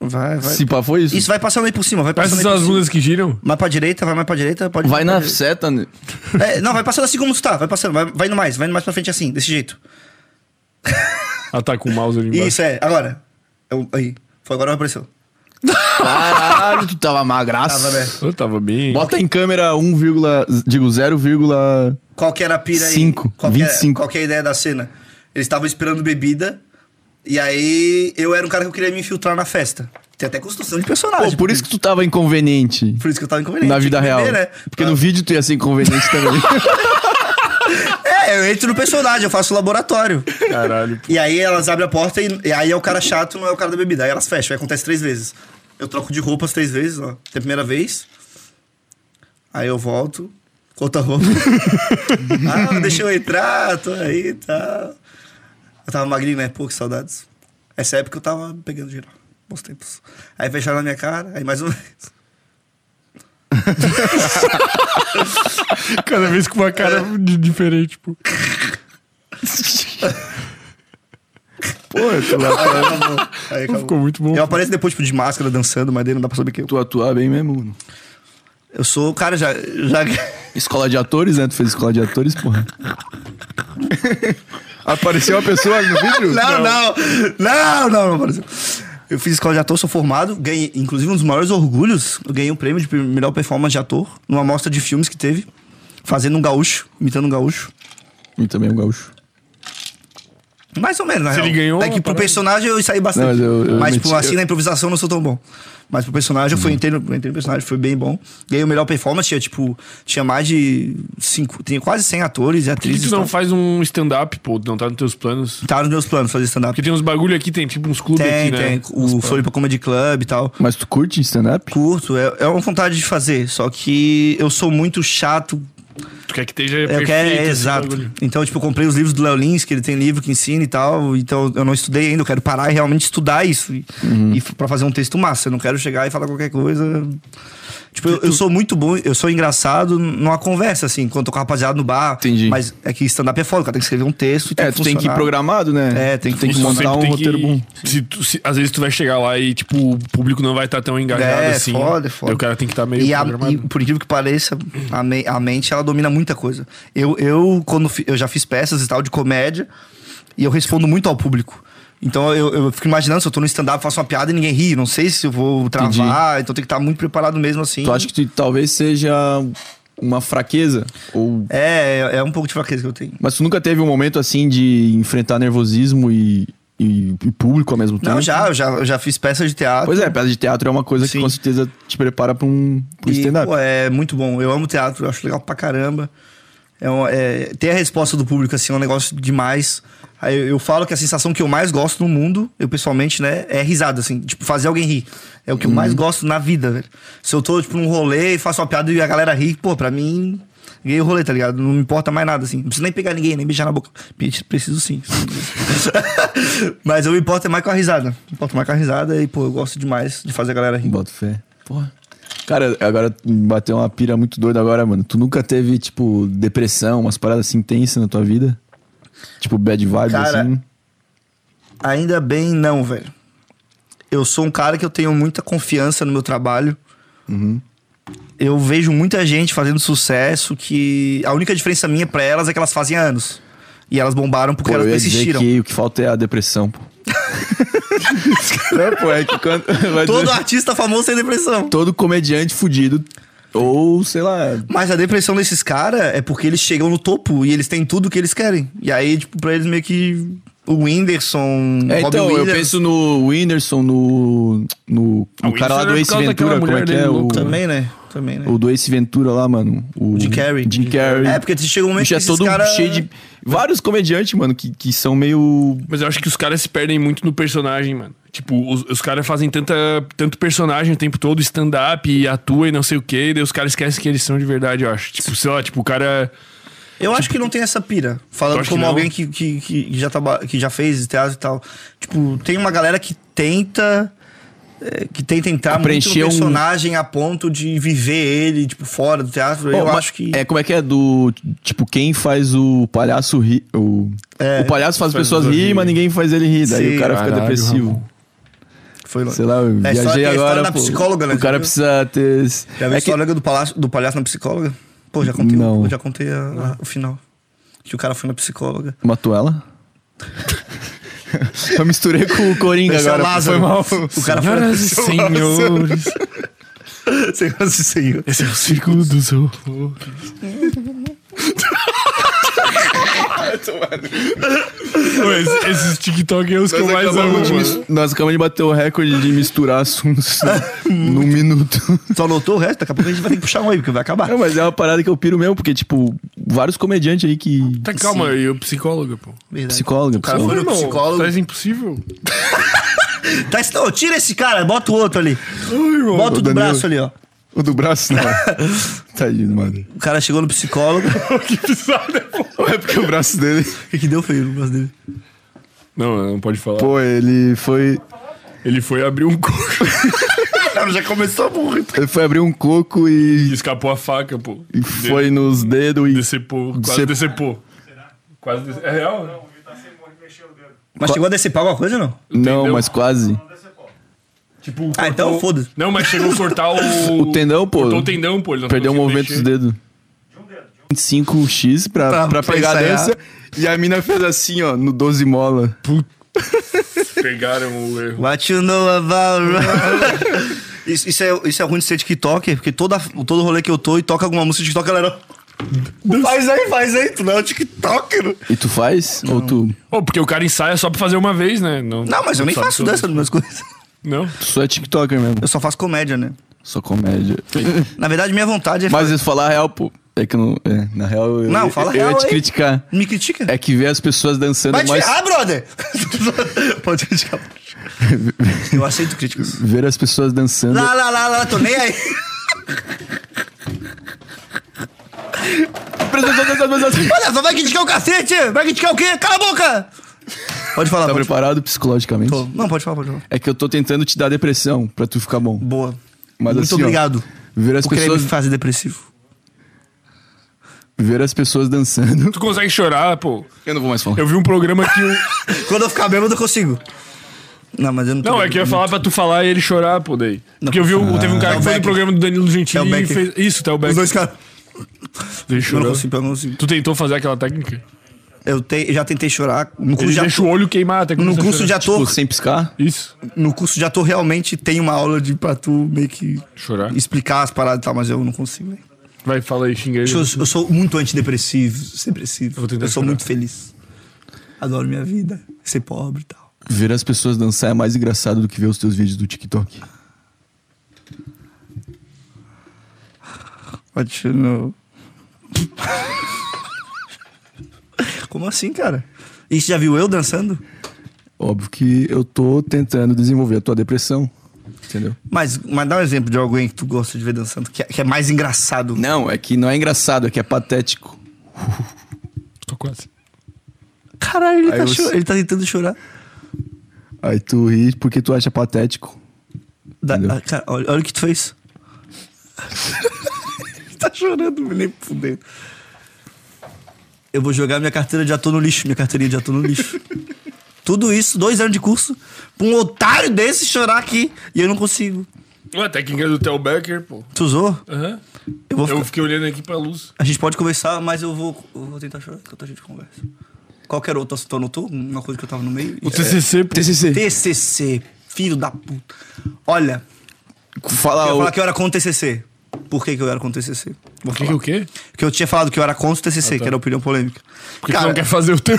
S3: Vai, vai.
S2: Se pá, foi isso?
S3: Isso vai passando aí por cima, vai
S1: Essas
S3: passando aí
S1: são
S3: por
S1: as
S3: cima.
S1: bundas que giram.
S3: Mais pra direita, vai mais pra direita, pode.
S2: Vai na
S3: pode-
S2: seta, né?
S3: É, não, vai passando assim como tu tá, vai passando, vai, vai no mais, vai no mais pra frente assim, desse jeito.
S1: Ah, tá com o mouse ali embaixo.
S3: Isso, é, agora. É o- aí. Foi agora apareceu.
S2: Caralho, tu tava magraço.
S3: Tava, né?
S1: Eu tava bem.
S2: Bota em câmera 1, vírgula- digo 0,5.
S3: Qual que era a pira aí?
S2: Cinco,
S3: Qual que é-
S2: 25.
S3: Qual que é a ideia da cena? Eles estavam esperando bebida. E aí, eu era um cara que eu queria me infiltrar na festa. Tem até construção de personagem.
S2: Pô, por isso que tu tava inconveniente.
S3: Por isso que eu tava inconveniente.
S2: Na vida
S3: Tinha que
S2: real.
S3: beber, né?
S2: Porque no vídeo tu ia ser inconveniente também.
S3: <laughs> É, eu entro no personagem, eu faço o laboratório.
S1: Caralho.
S3: E aí elas abrem a porta e, e aí é o cara chato, não é o cara da bebida. Aí elas fecham, aí acontece três vezes. Eu troco de roupa as três vezes, ó. Tem a primeira vez. Aí eu volto, com outra
S1: <laughs>
S3: roupa. ah, deixa eu entrar, tô aí e tal. Eu tava magrinho, né? Pô, que saudades. Essa época eu tava pegando geral. Bons tempos. Aí fecharam na minha cara, aí mais
S1: <laughs>
S3: uma vez.
S1: Cada vez com uma cara de- diferente, pô.
S2: Pô, tu, vai-
S3: Aí acabou. Aí acabou.
S1: Ficou muito bom.
S3: Eu apareço depois, tipo, de máscara dançando, mas daí não dá pra saber quem eu
S2: tu atua bem mesmo. mano.
S3: Eu sou, cara, já. já...
S2: Escola de atores, né? Tu fez escola de atores,
S3: <laughs>
S2: porra. Apareceu uma pessoa no vídeo?
S3: Não, não, não, não, não apareceu. Eu fiz escola de ator, sou formado, ganhei, inclusive, um dos maiores orgulhos. Eu ganhei um prêmio de melhor performance de ator numa amostra de filmes que teve, fazendo um gaúcho, imitando um gaúcho.
S2: E também um gaúcho.
S3: Mais ou menos, na
S1: Se
S3: real.
S1: ele ganhou,
S3: É que pro
S1: parada.
S3: personagem eu saí
S2: Não,
S3: bastante.
S2: mas
S3: mas
S2: eu- eu Uhum. menti.
S3: pro, assim, na improvisação eu não sou tão bom. Mas pro personagem, eu fui, entrei, no, entrei no personagem, foi bem bom. Ganhei o melhor performance, tinha, tipo, tinha mais de cinco, tinha quase 100 atores e
S1: Por que
S3: atrizes.
S1: tu não
S3: então,
S1: faz um stand-up, pô? Não tá nos teus planos?
S3: Tá nos meus planos fazer stand-up.
S1: Porque tem uns bagulho aqui, tem tipo uns clubes
S3: Tem,
S1: aqui, né?
S3: tem. O Floripa Comedy Club e tal.
S2: Mas tu curte stand-up?
S3: Curto, é, é uma vontade de fazer. Só que eu sou muito chato.
S1: Tu quer que esteja
S3: Eu
S1: perfeito.
S3: quero, é,
S1: esse
S3: exato.
S1: bagulho.
S3: Então, tipo, eu comprei os livros do Léo Lins, que ele tem livro que ensina e tal. Então, eu não estudei ainda. Eu quero parar
S2: Uhum.
S3: e realmente estudar isso. E, e f- pra fazer um texto massa. Eu não quero chegar e falar qualquer coisa. Tipo, eu, eu sou muito bom, eu sou engraçado numa conversa, assim, quando tô com a rapaziada no bar.
S2: Entendi.
S3: Mas é que stand-up é foda, o cara tem que escrever um texto e tem
S2: É, tu
S3: que
S2: tem que ir
S3: funcionar.
S2: programado, né?
S3: É, tem
S2: Tu
S3: que
S2: tem que
S3: funcionar.
S2: montar
S1: Sempre
S2: um
S1: tem
S2: roteiro
S1: que-
S2: bom.
S1: se tu- se- às vezes tu vai chegar lá e, tipo, o público não vai estar tão engajado
S3: É,
S1: assim.
S3: foda, é foda.
S1: Daí O cara tem que estar meio
S3: E, a,
S1: programado.
S3: e por incrível que pareça, a, me- a mente ela domina muita coisa. Eu, eu, quando fi- eu já fiz peças e tal de comédia, e eu respondo muito ao público. Então eu, eu fico imaginando, se eu tô no stand-up, faço uma piada e ninguém ri, não sei se eu vou travar, então tem que estar muito preparado mesmo assim.
S2: Tu acha que tu- talvez seja uma fraqueza? Ou...
S3: É, é- é um pouco de fraqueza que eu tenho.
S2: Mas tu nunca teve um momento assim de enfrentar nervosismo e, e- e público ao mesmo tempo?
S3: Não, já, eu já, eu já fiz peça de teatro.
S2: Pois é, peça de teatro é uma coisa que
S3: Sim.
S2: com certeza te prepara pra um pro
S3: E,
S2: stand-up.
S3: pô, é muito bom. Eu amo teatro, eu acho legal pra caramba. É um- é, ter a resposta do público, assim, é um negócio demais. Aí eu, eu falo que a sensação que eu mais gosto no mundo, eu pessoalmente, né, é risada, assim. Tipo, fazer alguém rir. É o que eu mais gosto na vida, velho. Se eu tô, tipo, num rolê e faço uma piada e a galera ri, pô, pra mim... Ganhei o rolê, tá ligado? Não me importa mais nada, assim. Não preciso nem pegar ninguém, nem beijar na boca. Pe- Preciso sim. Mas eu me importo é mais com a risada. Me importo mais com a risada e, pô, eu gosto demais de fazer a galera rir.
S2: Bota fé. Porra. Cara, agora me bateu uma pira muito doida agora, mano. Tu nunca teve, tipo, depressão, umas paradas assim intensas na tua vida? Tipo, bad vibes,
S3: Cara,
S2: assim?
S3: Ainda bem não, velho. Eu sou um cara que eu tenho muita confiança no meu trabalho.
S2: Uhum.
S3: Eu vejo muita gente fazendo sucesso que a única diferença minha pra elas é que elas fazem há anos. E elas bombaram porque
S2: Pô,
S3: elas
S2: eu ia dizer
S3: persistiram.
S2: que o que falta é a depressão,
S3: <laughs>
S2: pô. Não, pô, é que quando... <laughs> vai
S3: Todo
S2: dizer-
S3: artista famoso tem depressão.
S2: todo comediante fudido. Ou, sei lá,
S3: Mas a depressão desses caras é porque eles chegam no topo e eles têm tudo que eles querem. E aí, tipo, pra eles meio que. O Whindersson,
S2: É,
S3: Robin
S2: então, eu
S3: Williams.
S2: penso no Whindersson, no. No,
S1: Ah,
S2: no
S1: o
S2: cara lá do
S1: Whindersson é por
S2: Ace Ventura,
S1: causa daquela
S2: como é
S1: mulher
S2: que é?
S1: dele,
S2: O,
S1: louca, né?
S3: Também, né? Também, né?
S2: o do Ace Ventura lá, mano. O
S3: Jim Carrey.
S2: Jim Carrey.
S3: É, porque chega um momento
S2: Bicho,
S3: que
S2: é
S3: esses
S2: todo
S3: cara-
S2: cheio de. Vários comediantes, mano, que, que são meio.
S1: Mas eu acho que os caras se perdem muito no personagem, mano. Tipo, os, os caras fazem tanta, tanto personagem o tempo todo, stand-up, e atua e não sei o quê, e daí os caras esquecem que eles são de verdade, eu acho. Tipo, sei lá, tipo, o cara.
S3: Eu
S2: Tipo,
S3: acho que não tem essa pira.
S1: Tu
S3: Falando
S1: acha
S3: como
S1: que não?
S3: alguém que, que, que, já traba- que já fez teatro e tal. Tipo, tem uma galera que tenta. é, Que tenta entrar muito no
S2: Preencher um-
S3: personagem a ponto de viver ele, tipo, fora do teatro.
S2: Pô,
S3: eu
S2: mas-
S3: acho que.
S2: É, como é que é? Do. Tipo, quem faz o palhaço rir. O, o palhaço faz as
S1: faz
S2: pessoas
S1: as pessoas
S2: rir,
S1: rir.
S2: mas ninguém faz ele rir. Daí
S3: É, Sim.
S2: o cara fica
S1: Caralho,
S2: depressivo.
S1: Ramon.
S3: Foi longe.
S2: Sei lá, eu
S3: É, a
S2: viajei
S3: história- é a história
S2: agora.
S3: da
S2: pô.
S3: psicóloga, né?
S2: O cara precisa ter.
S3: Já viu a
S2: É que-
S3: história do, palhaço, do palhaço na psicóloga? Pô, já contei,
S2: Não.
S3: eu já contei a- a- o final. Que o cara foi na psicóloga.
S2: Matou ela? <laughs> Eu misturei com o Coringa
S3: Esse é o
S2: agora. pô, Foi
S3: Lázaro.
S2: mal.
S3: O cara foi na
S1: Senhoras e senhores,
S3: <laughs> Senhoras e senhores.
S1: esse é o círculo do seu. Mas esses TikTok é os que eu mais amo,
S2: Acabamos de mis-
S1: mano.
S2: Nós acabamos de bater o recorde de misturar <laughs> assuntos num minuto.
S3: Só notou o resto, daqui a pouco a gente vai ter que puxar um aí, porque vai acabar.
S2: Não, mas é uma parada que eu piro mesmo, porque, tipo, vários comediantes aí que.
S1: Tá calma, e o psicólogo, pô.
S3: Verdade.
S2: Psicóloga,
S3: cara
S2: psicóloga.
S3: foi- no psicólogo.
S1: Faz impossível.
S3: Tá, esse- ô, tira esse cara, bota o outro ali. bota o do
S2: Danilo.
S3: braço ali, ó.
S2: O do braço, né?
S1: <laughs>
S2: não. <laughs> Tadinho, mano.
S3: O cara chegou no <laughs> psicólogo.
S2: É porque o braço dele.
S3: O que, que deu foi no braço dele?
S1: Não, não pode falar.
S2: Pô, ele foi.
S1: Ele foi abrir um coco
S3: já começou burro.
S2: Ele foi abrir um coco
S1: <laughs> e
S2: e.
S1: escapou a faca, pô.
S2: e foi nos dedos e.
S1: Decepou, quase
S2: Decep-
S1: decepou. Quase decepou. É real?
S3: Mas chegou a decepar alguma coisa ou não?
S2: Não,
S1: Entendeu?
S2: mas quase.
S1: Tipo,
S3: Ah, então
S1: cortou-
S3: foda-se.
S1: Não, mas chegou
S2: <laughs>
S1: a cortar o.
S2: O tendão, pô.
S1: Cortou o tendão, pô. Ele não
S2: Perdeu o
S1: conseguiu
S2: um movimento
S1: mexer.
S2: dos dedos. 25x pra,
S3: Pra-
S2: pra,
S3: pra
S2: pegar a
S3: ensaiar.
S2: dança. E a mina fez assim, ó, no 12 mola.
S1: Pegaram o erro.
S3: What you know <laughs> about... isso, isso é, isso é ruim de ser TikToker, porque toda, todo rolê que eu tô e toca alguma música de TikTok, a galera... Faz aí, faz aí, tu não é um TikToker.
S2: E tu faz? Ou tu,
S1: Ô, porque o cara ensaia só pra fazer uma vez, né? Não,
S3: Não, mas eu nem
S1: sabe
S3: faço
S1: tudo.
S3: dança nas minhas coisas.
S1: Não?
S2: tu só é TikToker mesmo?
S3: Eu só faço comédia, né?
S2: Só <laughs> comédia.
S3: Na verdade, minha vontade é...
S2: Mas isso falar a real, pô. É que eu não. é, na real, eu,
S3: Não,
S2: eu-
S3: fala
S2: eu,
S3: a real
S2: ia te
S3: aí.
S2: criticar.
S3: Me critica.
S2: É que ver as pessoas dançando é
S3: Vai te
S2: mais.
S3: ferrar, brother! <laughs> Pode <laughs> criticar. Eu aceito críticas.
S2: Ver as pessoas dançando. <laughs>
S3: Lá, lá, lá, lá, tô nem aí. <laughs> Olha, só vai criticar o cacete! Vai criticar o quê? Cala a boca! Pode falar,
S2: Tá
S3: pode
S2: preparado psicologicamente?
S3: falar. Não, pode falar, pode falar.
S2: É que eu tô tentando te dar depressão pra tu ficar bom.
S3: Boa.
S2: Mas
S3: Muito
S2: assim, ó,
S3: obrigado.
S2: Ver as,
S3: O creme
S2: pessoas,
S3: faz depressivo.
S2: ver as pessoas dançando.
S1: Tu consegue chorar, pô.
S2: Eu não vou mais falar. <laughs>
S1: Eu vi um programa que
S3: <laughs>
S1: o.
S3: Quando eu ficar bêbado, eu consigo. Não, mas eu não tô.
S1: Não, é que eu ia falar pra tu falar e ele chorar, pô, daí. Porque eu vi. o-
S3: Ah,
S1: Teve um cara que foi no
S3: Becker.
S1: programa do Danilo
S3: Theo
S1: Gentili e
S3: Becker.
S1: fez. Isso, Theo
S3: É Os
S1: Beck.
S3: dois caras. Eu não
S1: é Chorou.
S3: consigo, eu não consigo.
S1: Tu tentou fazer aquela técnica?
S3: Eu te- já tentei chorar. No curso
S1: Ele
S3: de
S1: deixa
S3: ator,
S1: o olho queimar até
S3: no
S1: começar a
S3: curso de
S1: chorar. tipo
S2: Pô,
S1: assim.
S3: ator,
S2: tipo, sem piscar?
S1: Isso.
S3: no curso de ator realmente tem uma aula de pra tu meio que
S1: Chorar.
S3: explicar as paradas e tal, mas eu não consigo, né?
S1: Vai, fala aí, xinga ele.
S3: Eu, eu sou muito antidepressivo, depressivo.
S1: vou
S3: Eu,
S1: tentar
S3: sou
S1: chorar.
S3: muito feliz. Adoro minha vida, ser pobre e tal.
S2: Ver as pessoas dançar é mais engraçado do que ver os teus vídeos do TikTok.
S3: But you know. Como assim, cara? E você já viu eu dançando?
S2: Óbvio que eu tô tentando desenvolver a tua depressão. Entendeu?
S3: Mas, mas dá um exemplo de alguém que tu gosta de ver dançando, que é, que é mais engraçado.
S2: Não, é que não é engraçado, é que é patético.
S1: Tô quase.
S3: Caralho, ele
S2: Aí
S3: tá,
S2: você-
S3: cho- ele tá tentando chorar.
S2: Aí tu ri porque tu acha patético.
S3: Da-
S2: Entendeu?
S3: ah, cara, olha, olha o que tu <laughs> fez. tá chorando, nem fudendo. Eu vou jogar minha carteira de ator no lixo, minha carteirinha de ator no <laughs> lixo. Tudo isso, dois anos de curso, pra um otário desse chorar aqui. E eu não consigo.
S1: Ué, a técnica é do Theo Becker, pô.
S3: Tu usou?
S1: Aham.
S3: Eu vou
S1: Eu
S3: ficar-
S1: fiquei olhando aqui pra luz.
S3: A gente pode conversar, mas eu vou, eu vou tentar chorar enquanto a gente conversa. Qualquer outro, tu anotou? Uma coisa que eu tava no meio? é
S1: O TCC, pô.
S2: TCC.
S3: TCC, filho da puta. Olha,
S1: Ah,
S3: eu
S2: Fala
S3: ia
S2: o...
S3: falar que eu era contra o TCC. Por que, que eu era contra o TCC? Vou
S1: O que que
S3: falar.
S1: o quê?
S3: Porque eu tinha falado que eu era contra o TCC, que era opinião polêmica.
S1: Ah, tá. Porque tu não quer fazer o teu.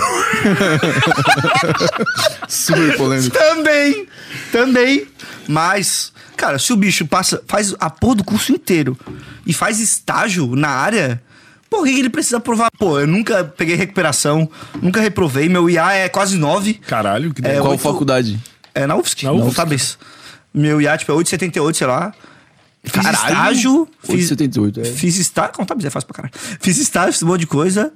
S1: <laughs>
S2: <laughs> super polêmico.
S3: também, também. Mas, cara, se o bicho passa, faz a porra do curso inteiro e faz estágio na área, por que que ele precisa provar? Pô, eu nunca peguei recuperação, nunca reprovei, meu IA é quase 9.
S1: Caralho, que
S3: É,
S1: é,
S2: Qual
S3: oito-
S2: faculdade?
S3: É na UFSC,
S1: Na
S3: na
S1: UFSC.
S3: UFSC. Meu IA, tipo, é 8,78, sei lá. Fiz
S2: Caralho!
S3: estágio. Fiz,
S2: 8,78, é.
S3: Fiz estágio. Contabilidade é fácil pra caralho. Fiz estágio, fiz um monte de coisa.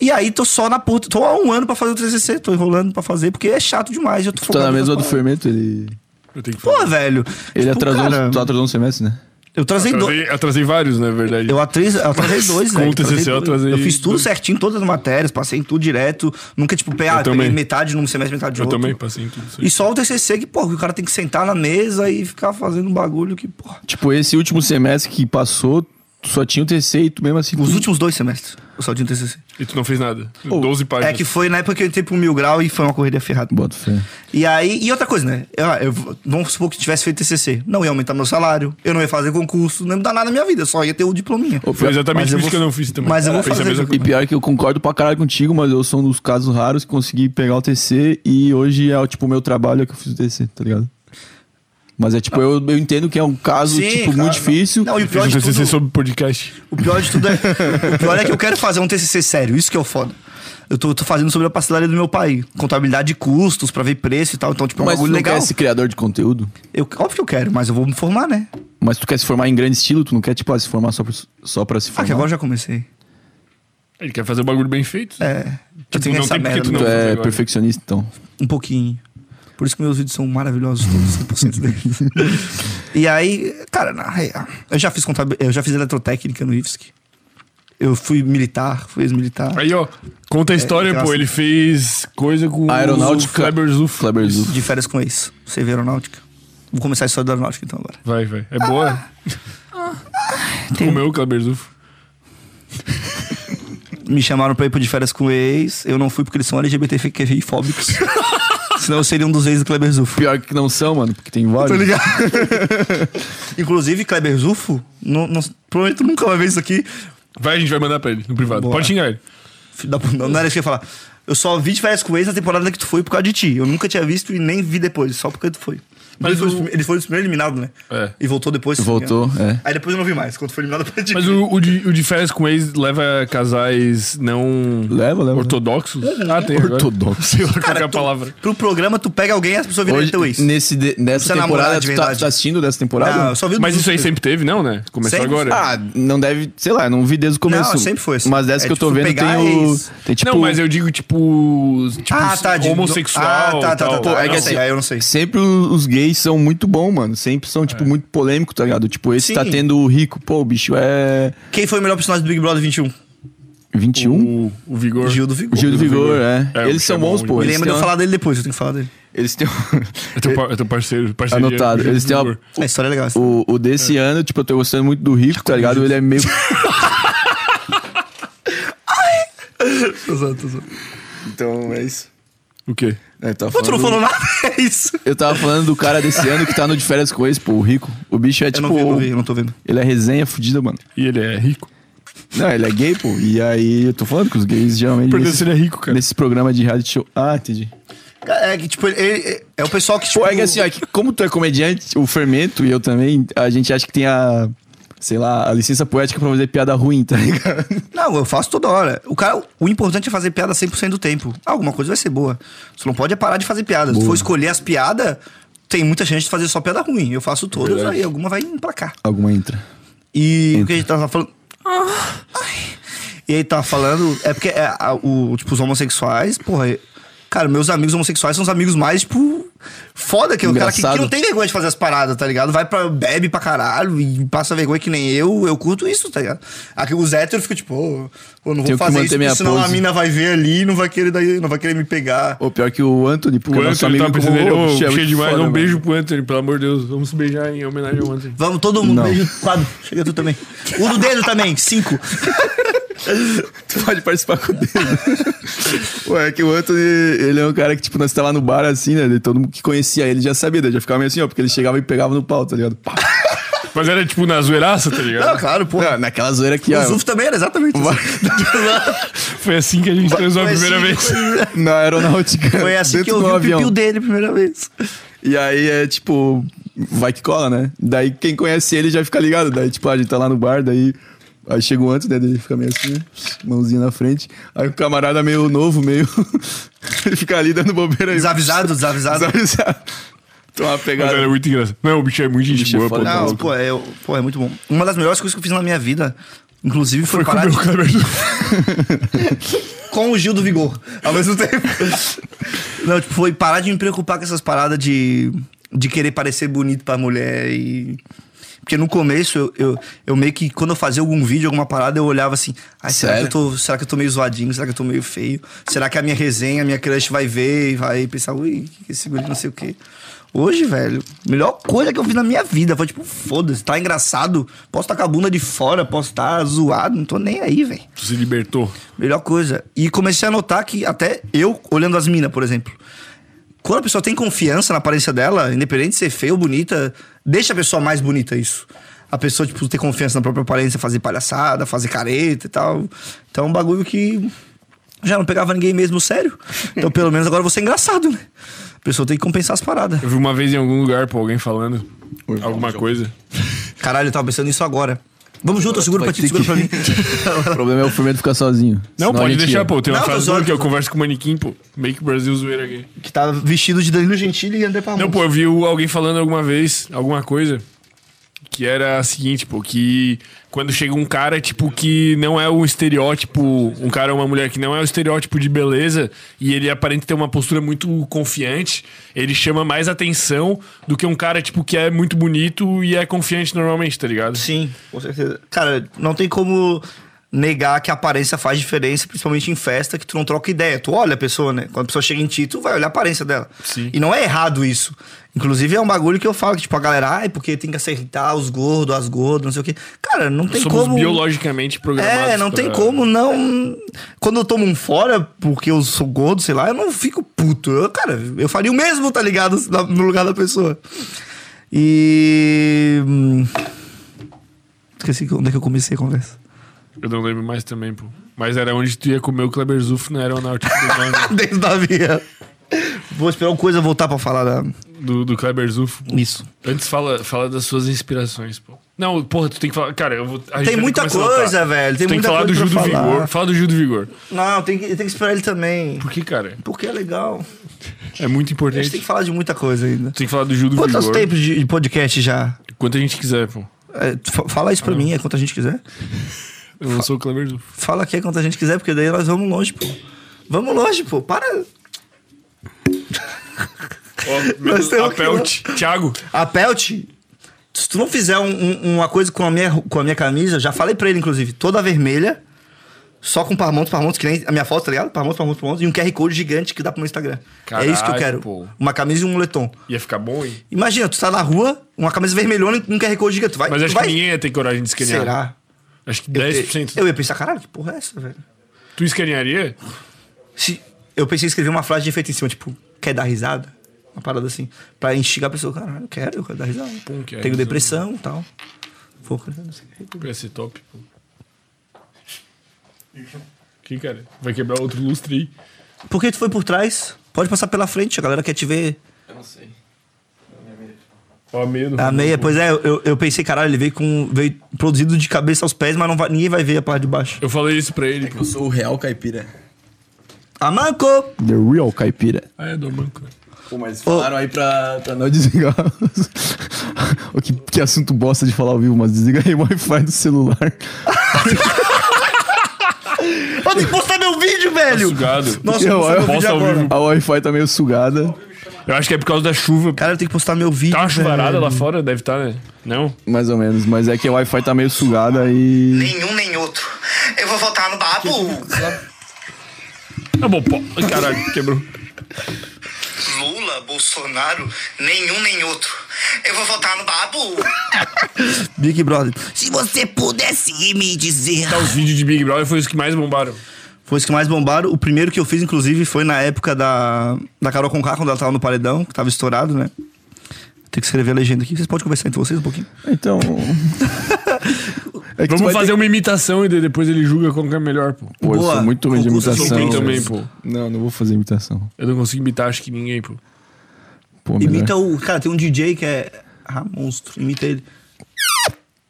S3: E aí tô só na puta. Tô há um ano pra fazer o TCC, tô enrolando pra fazer, porque é chato demais. Eu tô
S2: Tu tá na
S3: focado
S2: mesma do
S3: nessas
S2: fermento, ele...
S1: Eu tenho que fazer.
S3: paradas. Pô, velho.
S2: Ele
S3: Tipo,
S2: atrasou,
S3: cara,
S2: um, tu atrasou um semestre, né?
S3: Eu trazei
S1: Eu
S3: dois.
S1: atrasei, atrasei vários, na verdade.
S3: Eu atrasei, eu atrasei dois,
S1: Com
S3: velho.
S1: o TCC eu
S3: dois.
S1: atrasei
S3: Eu fiz tudo
S1: dois.
S3: certinho, todas as matérias, passei em tudo direto. Nunca, tipo, PA, peguei
S1: também.
S3: metade num semestre, metade de
S1: Eu
S3: outro.
S1: também passei em tudo isso aí.
S3: E só o TCC que, pô, que o cara tem que sentar na mesa e ficar fazendo um bagulho que, pô.
S2: Tipo, esse último semestre que passou, tu só tinha o TCC e tu mesmo assim...
S3: Os últimos dois semestres, eu só tinha o TCC.
S1: E tu não fez nada. 12 páginas.
S3: É que foi na época que eu entrei pro Mil Grau e foi uma correria ferrada.
S2: Bota fé.
S3: E aí, e outra coisa, né? Eu, eu- vamos supor que eu tivesse feito TCC. Não ia aumentar meu salário, eu não ia fazer concurso, não ia mudar nada na minha vida, só ia ter o diplominha.
S1: Foi exatamente
S3: Mas
S1: isso
S3: eu vou-
S1: que eu não fiz também.
S3: mas eu vou
S1: Fez a
S3: fazer.
S1: mesma
S2: E
S1: coisa.
S2: pior que eu concordo pra caralho contigo, mas eu sou um dos casos raros que consegui pegar o TC e hoje é tipo o meu trabalho é que eu fiz o TC, tá ligado? Mas é tipo, eu, eu entendo que é um caso
S3: Sim,
S2: tipo
S3: claro,
S2: muito difícil.
S3: Não, e é o
S1: Fez
S3: pior
S1: um
S3: de
S1: TCC
S3: tudo,
S1: sobre podcast.
S3: o pior de tudo é, o pior é que eu quero fazer um TCC sério, isso que é o foda. Eu tô, tô fazendo sobre a parcelaria do meu pai, contabilidade de custos pra ver preço e tal, então tipo é um
S2: mas tu
S3: bagulho
S2: não
S3: legal.
S2: quer ser criador de conteúdo?
S3: Eu, óbvio que eu quero, mas eu vou me formar, né?
S2: Mas tu quer se formar em grande estilo? Tu não quer tipo ah, se formar só pra, só pra se
S3: Ah,
S2: formar?
S3: que agora eu já comecei.
S1: Ele quer fazer o bagulho bem feito.
S3: É.
S2: Tipo,
S3: eu tenho
S1: não
S3: essa
S1: tem porque
S3: merda
S1: tu
S3: no
S2: Tu
S1: Não,
S2: é
S1: agora.
S2: perfeccionista, então.
S3: Um pouquinho. Por isso que meus vídeos são maravilhosos, todos 100%
S2: <laughs>
S3: deles. e aí, cara, na real, eu já fiz contabil... eu já fiz eletrotécnica no IFSC. Eu fui militar, fui ex-militar.
S1: Aí, ó,
S3: É,
S1: conta a história,
S3: graças-
S1: pô. Ele fez coisa com
S2: Aeronáutica.
S1: o Kleber Zuf.
S2: Kleber Zuf.
S3: De férias com ex. Você vê aeronáutica? Vou começar a história da aeronáutica então agora.
S1: Vai, vai. É boa?
S3: Ah, Tem-
S1: Comeu o Kleber Zuf.
S3: Me chamaram pra ir pro de férias com ex. Eu não fui porque eles são LGBTQI fóbicos.
S2: <laughs>
S3: Senão eu seria um dos ex do Kleber Zufo.
S2: Pior que não são, mano, porque tem vários.
S3: ligado? <laughs> Inclusive, Kleber Zufo, não, não, provavelmente tu nunca vai ver isso aqui,
S1: Vai, a gente vai mandar pra ele no privado.
S3: Bora.
S1: Pode xingar ele.
S3: Filho da puta, Não, não era isso que eu ia falar. Eu só vi de férias com ex na temporada que tu foi por causa de ti. Eu nunca tinha visto e nem vi depois, só porque tu foi.
S1: Mas
S3: Mas eles,
S1: o-
S3: foram, eles foram os primeiros eliminados, né?
S1: É.
S3: E voltou depois. se não me
S2: Voltou,
S3: engano.
S2: é.
S3: Aí depois eu não vi mais, quando foi eliminado pra ti.
S1: Mas o, o, de, o de férias com ex leva casais não
S2: Leva, leva.
S1: ortodoxos? Ah, tem agora.
S2: Ortodoxo.
S1: Sei lá qual
S3: É, Cara,
S1: que é a
S3: tu-
S1: palavra.
S3: Pro programa, tu pega alguém e as pessoas viram
S2: Hoje,
S3: teu ex.
S2: nesse de- nessa
S3: precisa namorar
S2: temporada,
S3: é
S2: tu
S3: de
S2: tá,
S3: verdade.
S2: tá assistindo dessa temporada?
S3: Não, eu só vi o
S1: Mas
S3: do-
S1: isso aí sempre teve, não, né? Começou
S3: Sempre.
S1: agora.
S2: Ah, não deve, sei lá, eu não vi desde o começo.
S3: Não, sempre foi assim.
S2: Mas dessa
S3: É
S2: que eu tô
S3: tipo,
S2: vendo
S3: pegar
S2: tem o.
S3: ex.
S2: Tem tipo.
S1: não, mas eu digo, tipo, tipo
S3: Ah, tá, de-
S1: homossexual.
S3: Ah, tá, tá,
S1: tal.
S3: tá, tá,
S2: é
S3: tá. Ah,
S2: que
S3: não
S2: assim,
S3: sei, aí eu não sei.
S2: Sempre os, os gays gays são muito bom, mano. Sempre são, tipo, muito polêmico, tá ligado? Tipo, esse
S3: Sim.
S2: tá tendo o rico. Pô, o bicho é
S3: Quem foi o melhor personagem do Big Brother 21?
S2: 21?
S1: O, o Vigor.
S3: Gil do Vigor.
S2: O Gil do Vigor, é.
S1: É, o
S2: Eles
S1: bicho é
S2: são
S1: bom,
S2: bons, pô.
S1: ele-
S3: Me
S2: Eles
S3: lembra
S2: têm
S3: de eu
S2: uma-
S3: falar dele depois, eu tenho que falar dele.
S2: Eles têm
S1: <laughs>
S2: um-
S1: É teu, par- é teu parceiro, parceiro.
S2: Anotado. Eles têm uma-
S3: A história é legal. assim.
S2: O, o desse
S1: É.
S2: ano, tipo, eu tô gostando muito do Rico, tá ligado? Ele é meio. <laughs>
S3: <laughs>
S2: Então é isso.
S1: O quê?
S2: É, tava
S3: Pô, tu não
S2: falando-
S3: falou nada?
S2: <laughs>
S3: É isso.
S2: Eu tava falando do cara desse ano que tá no de férias com esse, pô, o Rico. O bicho é
S3: Eu
S2: tipo.
S3: não vi, não vi, eu não tô vendo.
S2: Ele é resenha fudida, mano.
S1: E ele é rico?
S2: Não, ele é gay, pô. E aí eu tô falando que os gays geralmente.
S1: Pergunta
S2: Nesses
S1: se ele é rico, cara.
S2: nesse programa de reality show. Ah, entendi.
S3: É que, tipo, ele- ele- é, o pessoal que, tipo...
S2: Pô, é que assim, ó, é que como tu é comediante, o fermento e eu também, a gente acha que tem a. Sei lá, a licença poética pra fazer piada ruim, tá ligado?
S3: Não, eu faço toda hora. O, cara, o importante é fazer piada 100% do tempo. Alguma coisa vai ser boa. Você não pode é parar de fazer piada. Se for escolher as piadas, tem muita chance de fazer só piada ruim. Eu faço todas, aí alguma vai emplacar.
S2: Alguma entra.
S3: E o que a gente tava falando... Ah, Ai. E aí tava falando... É porque, é, a- o, tipo, os homossexuais, porra... é- Cara, meus amigos homossexuais são os amigos mais, tipo, foda, que é o cara que, que
S2: Engraçado.
S3: não tem vergonha de fazer as paradas, tá ligado? Vai pra. bebe pra caralho e passa vergonha que nem eu, eu curto isso, tá ligado? Aqui os héteros ficam tipo, ô, eu não vou
S2: Tenho que
S3: fazer
S2: manter
S3: isso, porque
S2: minha
S3: senão a
S2: pose.
S3: mina vai ver ali e não vai querer daí, não vai querer me pegar.
S2: Ou pior que o Anthony, porque
S1: O
S2: é nosso
S1: Anthony tá
S2: amigo
S1: pensando
S2: como-
S1: nele.
S2: Ô,
S1: Ô,
S2: bicho, é
S1: cheio
S2: muito
S1: demais.
S2: foda,
S1: um
S2: mano.
S1: beijar beijo pro Anthony, pelo amor de Deus. Vamos se beijar em homenagem ao Anthony.
S3: Vamos, todo
S2: Não.
S3: mundo, beijo, quadro. Chega tu também. O do dedo também, cinco.
S2: Tu pode participar com ele. <laughs> Ué, é que o Anthony, ele é um cara que, tipo, nós tá lá no bar assim, né? Todo mundo que conhecia ele já sabia, né? já ficava meio assim, ó, porque ele chegava e pegava no pau, tá ligado? Pá.
S1: Mas era tipo na zoeiraça, tá ligado?
S3: Não, claro, pô.
S2: Não, <laughs> naquela zoeira aqui,
S3: O
S2: ó.
S3: <laughs> Zuf também era exatamente isso. <laughs>
S1: Foi assim que a gente transou a
S3: Foi
S1: primeira
S3: assim-
S1: vez.
S2: Na aeronáutica.
S3: <laughs> Foi assim
S2: dentro
S3: que eu
S2: do
S3: vi o
S2: avião.
S3: pipiu dele a primeira vez.
S2: E aí é tipo, vai que cola, né? Daí quem conhece ele já fica ligado. Daí, tipo, a gente tá lá no bar, daí. Aí chega o Anthony, né? Daí ele fica meio assim, né? mãozinha na frente. Aí o camarada meio novo, meio. <laughs> ele fica ali dando bobeira aí.
S3: Desavisado, desavisado.
S2: Desavisado. Toma uma
S1: Mas
S2: pegada.
S1: era muito engraçado. Não, o bicho é muito gente
S2: bicho é
S1: boa, pô.
S2: foda.
S1: tá
S3: Não,
S1: louco.
S3: pô é, eu- pô, é muito bom. Uma das melhores coisas que eu fiz na minha vida, inclusive, foi, parar
S1: Meu
S3: de-
S1: Kleber.
S3: <laughs> com o Gil do Vigor ao mesmo tempo. Não, tipo, foi parar de me preocupar com essas paradas de, de querer parecer bonito pra mulher e. Porque no começo eu, eu, eu meio que, quando eu fazia algum vídeo, alguma parada, eu olhava assim: "Ai, será, que eu
S2: Sério?
S3: tô, será que eu tô meio zoadinho? Será que eu tô meio feio? Será que a minha resenha, a minha crush vai ver e vai pensar, ui, que que esse guri não sei o quê? Hoje, velho, melhor coisa que eu fiz na minha vida foi tipo, foda-se, tá engraçado, posso estar com a bunda de fora, posso estar zoado, não tô nem aí, velho.
S1: Tu se libertou.
S3: Melhor coisa. E comecei a notar que até eu, olhando as minas, por exemplo. Quando a pessoa tem confiança na aparência dela, independente de ser feia ou bonita, deixa a pessoa mais bonita isso. A pessoa, tipo, ter confiança na própria aparência, fazer palhaçada, fazer careta e tal. Então é um bagulho que já não pegava ninguém mesmo sério. Então pelo menos agora você é engraçado, né? A pessoa tem que compensar as paradas.
S1: Eu vi uma vez em algum lugar, pô, alguém falando alguma coisa.
S3: Caralho, eu tava pensando nisso agora. Vamos junto, eu seguro pra ti, tu segura pra mim.
S2: O problema é o Fermento ficar sozinho.
S1: Não,
S2: Senão a
S1: pode
S2: gente
S1: deixar,
S2: ia.
S1: pô. Tem uma
S3: Não,
S1: frase
S3: tô
S1: dura que eu
S3: zoando.
S1: converso com o manequim, pô. Make Brasil é zoeira
S3: <laughs>
S1: aqui.
S3: <laughs> que tava vestido de Danilo Gentili e André Parmon.
S1: Não, pô, eu vi o- alguém falando alguma vez, alguma coisa, que era a seguinte, pô, que quando chega um cara, tipo, que não é o estereótipo, um cara ou uma mulher que não é o estereótipo de beleza, e ele aparenta ter uma postura muito confiante, ele chama mais atenção do que um cara, tipo, que é muito bonito e é confiante normalmente, tá ligado?
S3: Sim, com certeza. Cara, não tem como negar que a aparência faz diferença, principalmente em festa, que tu não troca ideia. Tu olha a pessoa, né? Quando a pessoa chega em ti, tu vai olhar a aparência dela.
S1: Sim.
S3: E não é errado isso. Inclusive, é um bagulho que eu falo, que, tipo, a galera, ai, porque tem que acertar os gordos, as gordas, não sei o quê. Cara, não tem
S1: Somos
S3: como. um-
S1: biologicamente programados.
S3: É, não tem
S1: pra-
S3: como não. Quando eu tomo um fora, porque eu sou gordo, sei lá, eu não fico puto. Eu, cara, eu faria o mesmo, tá ligado? Na- No lugar da pessoa. E. hum, Esqueci que- onde é que eu comecei a conversa.
S1: Eu não lembro mais também, pô. Mas era onde tu ia comer o Kleber Zuf na aeronáutica do, nome
S3: <laughs>
S1: <laughs>
S3: Desde da via. Vou esperar uma coisa voltar pra falar da...
S1: do, do Kleber Zuf.
S3: isso.
S1: Antes fala, fala das suas inspirações, pô. Não, porra, tu tem que falar. Cara, eu vou. a gente
S3: Tem
S1: vai
S3: muita
S1: começar a notar.
S3: coisa, velho.
S1: Tem,
S3: Tem,
S1: que
S3: muita
S1: falar do Gil
S3: coisa
S1: do
S3: pra falar.
S1: Vigor. Fala do Gil do Vigor.
S3: Não, tem que, tem que esperar ele também.
S1: Por que, cara?
S3: Porque é legal.
S1: É muito
S3: A
S1: importante.
S3: gente tem
S1: Tu
S3: que falar de muita coisa ainda.
S1: tem que falar do Gil do
S3: Quantos
S1: Vigor.
S3: tempos de de podcast já?
S1: Quanto a gente quiser, pô.
S3: É, tu fa- fala isso pra mim, é quanto a gente quiser.
S1: Eu não sou o Kleber Zuf.
S3: Fala aqui é quanto a gente quiser, porque daí nós vamos longe, pô. Vamos longe, pô. Para. Nós temos
S1: A Pelt. Thiago.
S3: A Pelt, se tu não fizer um- um- uma coisa com a, minha, com a minha camisa, já falei pra ele, inclusive, toda vermelha, só com parmontos, parmontos, que nem a minha foto, tá ligado? Parmontos, parmontos, parmontos, e um QR Code gigante que dá pro meu Instagram. é isso que eu
S1: Caralho,
S3: quero.
S1: pô.
S3: Uma camisa e um moletom.
S1: Ia ficar bom, hein?
S3: Imagina, tu tá na rua, uma camisa vermelhona e um QR Code gigante. Tu vai,
S1: Mas
S3: tu
S1: acho
S3: vai...
S1: que ninguém né? ia ter coragem de escanear.
S3: Será?
S1: Acho que
S3: Eu-
S1: 10%.
S3: Eu ia pensar, caralho, que porra é essa, velho?
S1: Tu escanearia?
S3: Se, eu pensei em escrever uma frase de efeito em cima, tipo, quer dar risada? Uma parada assim, pra instigar a pessoa, caralho, eu quero, eu quero dar risada.
S1: Pum, quer
S3: Tenho
S1: risada.
S3: depressão e tal. Vou criar, não sei o quê.
S1: Ia ser top. Pô. Que cara? Vai quebrar outro lustre aí.
S3: Por que tu foi por trás? Pode passar pela frente, a galera quer te ver.
S1: Ó, a meia do
S3: A meia, pois é, eu, eu pensei, caralho, ele veio com. veio produzido de cabeça aos pés, mas não vai- ninguém vai ver a parte de baixo.
S1: Eu falei isso pra ele.
S5: Eu sou o real caipira.
S3: Amanco!
S2: The real caipira.
S1: Ah, é do manco.
S5: Pô, mas falaram aí pra, pra
S2: Não
S5: nós.
S2: desligar. <laughs> Ô, que, que assunto bosta de falar ao vivo, mas desliga aí o Wi-Fi do celular.
S3: Ô, tem que postar meu vídeo, velho!
S1: Sugado.
S3: Nossa,
S2: Eu-
S3: eu
S2: eu-
S3: vou postar meu vídeo
S1: posta ao
S3: agora.
S1: vivo.
S2: A Wi-Fi tá meio sugada.
S1: Eu acho que é por causa da chuva.
S3: Cara, eu tenho que postar meu vídeo.
S1: Tá uma chuvarada
S3: velho.
S1: lá fora? Deve estar, né? Não?
S2: Mais ou menos, mas é que a Wi-Fi tá meio sugada e.
S6: Nenhum nem outro. Eu vou voltar no babu.
S1: Tá bom, pô. Ai, Caralho, quebrou.
S6: Lula, Bolsonaro, nenhum nem outro. Eu vou voltar no babu.
S3: Big Brother.
S4: Se você pudesse me dizer.
S1: Tá, os vídeos de Big Brother foi os que mais bombaram.
S3: Foi os que mais bombaram. O primeiro que eu fiz, inclusive, foi na época da, da Carol Conká, quando ela tava no paredão, que tava estourado, né? Tem que escrever a legenda aqui. Vocês podem conversar entre vocês um pouquinho?
S2: Então. <laughs> É que tu
S1: Vamos
S2: vai ter...
S1: fazer uma imitação e daí depois ele julga qual que é melhor, pô.
S2: Pô, eu
S3: Boa.
S2: sou muito ruim de
S3: Concurso
S2: imitação.
S1: Soltei também,
S2: velho.
S1: pô.
S2: Não, não vou fazer imitação.
S1: Eu não consigo imitar, acho que ninguém, pô.
S2: Pô, melhor.
S3: Imita o. Cara, tem um DJ que é. Ah, monstro. Imita ele.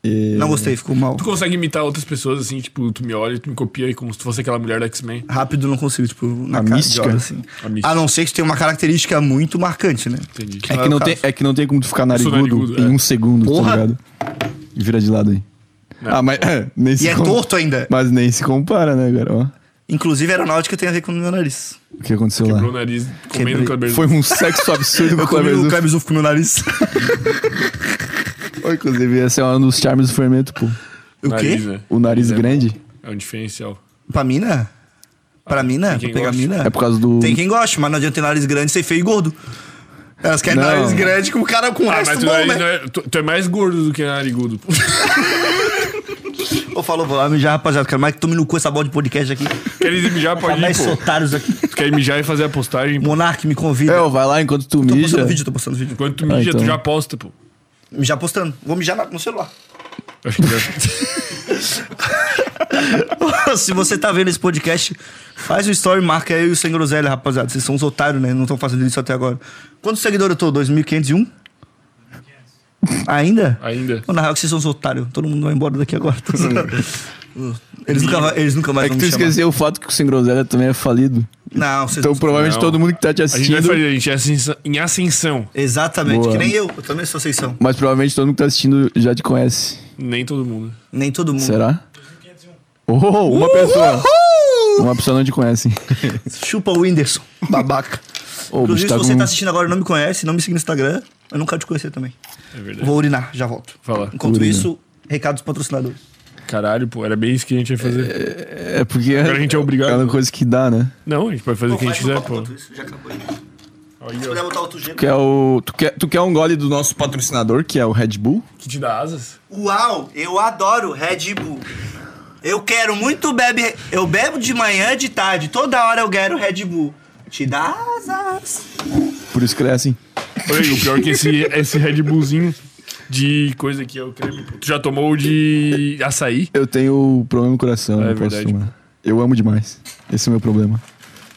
S2: E-
S3: Não gostei, ficou mal.
S1: Tu consegue imitar outras pessoas, assim, tipo, tu me olha, tu me copia, como se tu fosse aquela mulher da X-Men.
S3: Rápido não consigo, tipo, na
S2: A
S3: cara
S2: mística?
S3: de hora, assim.
S1: A mística.
S3: A não ser que tem uma característica muito marcante, né?
S1: Entendi.
S2: É que, não tem, é que não tem como tu ficar
S1: Ah, sou
S2: narigudo,
S1: narigudo,
S2: em
S1: é.
S2: um segundo,
S3: Porra.
S2: tá ligado? E vira de lado aí. Ah, mas nem se
S3: E é
S2: com-
S3: torto ainda.
S2: Mas nem se compara, né, cara? Ó,
S3: Inclusive, a aeronáutica tem a ver com o meu nariz.
S2: o que aconteceu
S1: Quebrou o
S2: lá?
S1: nariz, comendo o cabelo.
S2: Foi um
S1: <laughs>
S2: sexo absurdo com o
S3: Comi
S2: Kleber
S3: o
S2: Zuf.
S3: Camizu com o meu nariz.
S2: Ô, Inclusive, esse é um dos charmes do fermento, pô.
S3: o
S1: Nariz,
S3: quê?
S1: né?
S2: O nariz grande.
S1: É um diferencial.
S3: Pra mina? Pra mina?
S1: Ah, quem
S3: Pra pegar
S1: gosta.
S3: mina?
S2: É por causa do.
S3: Tem quem gosta, mas não adianta ter nariz grande ser feio e gordo. Elas querem
S2: Não.
S3: nariz grande com o cara com o
S1: Ah,
S3: resto
S1: mas tu,
S3: bom,
S1: nariz
S3: né?
S1: não é, tu, tu é mais gordo do que narigudo. pô.
S3: Eu falo, vou lá mijar, rapaziada. Quero mais que tome no cu essa bola de podcast aqui. Tá
S1: Queres mijar,
S2: <laughs> Ah,
S1: pode ir,
S3: mais
S1: pô.
S3: otários aqui.
S1: Tu quer mijar e fazer a postagem, pô.
S3: Monark, me convida.
S2: É, ó, vai lá enquanto tu
S3: tô
S2: mija.
S3: postando vídeo, tô postando vídeo.
S1: Enquanto tu mija,
S2: então.
S1: tu já posta, pô. <laughs>
S3: Já postando. Vou mijar na- no celular. <laughs>
S1: Eu Acho que já...
S3: Se você tá vendo esse podcast, faz o story, marca eu e o Sem Groselha, rapaziada. Vocês são uns otários, né? Não estão fazendo isso até agora. Quantos seguidores eu tô? 2.501? Ainda?
S1: Ainda.
S3: Pô, Na real, que vocês são uns otários. Todo mundo vai embora
S2: <laughs>
S3: daqui agora. Tô zoando. eles, nunca, vai- eles nunca mais
S2: É que
S3: vão
S2: tu
S3: me chamar.
S2: esqueceu o fato que o Sem Groselha também é falido.
S3: Não, vocês
S2: Então provavelmente
S1: Não.
S2: todo mundo que tá te
S1: A gente vai
S2: assistindo.
S1: fazer, a gente é ascensão- em ascensão.
S3: Exatamente,
S2: Boa.
S3: que nem eu. Eu também sou vocês são.
S2: Mas provavelmente todo mundo que tá assistindo já te conhece.
S1: Nem todo mundo.
S3: Nem todo mundo.
S2: Uhum. Será? Oh, uma pessoa. Uma pessoa não te conhece.
S3: Chupa o Whindersson, babaca.
S2: Ô, o bicho
S3: <laughs> Inclusive,
S2: tá
S3: se você
S2: com-
S3: tá assistindo agora e não me conhece, não me siga no Instagram, eu nunca te conhecer também.
S1: É verdade.
S3: Vou urinar, já volto.
S1: Fala.
S3: Enquanto
S2: Urina.
S3: isso, recado dos patrocinadores.
S1: Caralho, pô, era bem isso que a gente ia fazer.
S2: É porque
S1: Agora a gente é obrigado.
S2: É uma coisa que dá, né?
S1: Não, a gente pode fazer o que a gente quiser, pô. um
S3: Já acabou
S1: Aí,
S3: Se
S1: ó.
S3: puder botar outro gelo.
S2: Tu quer, o... tu, quer... tu quer um gole do nosso patrocinador, que é o Red Bull?
S1: Que te dá asas?
S3: Uau, eu adoro Red Bull. Eu quero muito bebe. Eu bebo de manhã, de tarde. Toda hora eu quero Red Bull. Te dá asas.
S2: Por isso que ele é assim.
S1: Olha, o pior é que esse, esse Red Bullzinho de coisa que é o creme, pô. Tu já tomou o de açaí?
S2: Eu tenho um problema no coração,
S1: É
S2: não posso
S1: verdade.
S2: fumar. Eu amo demais. Esse é o meu problema.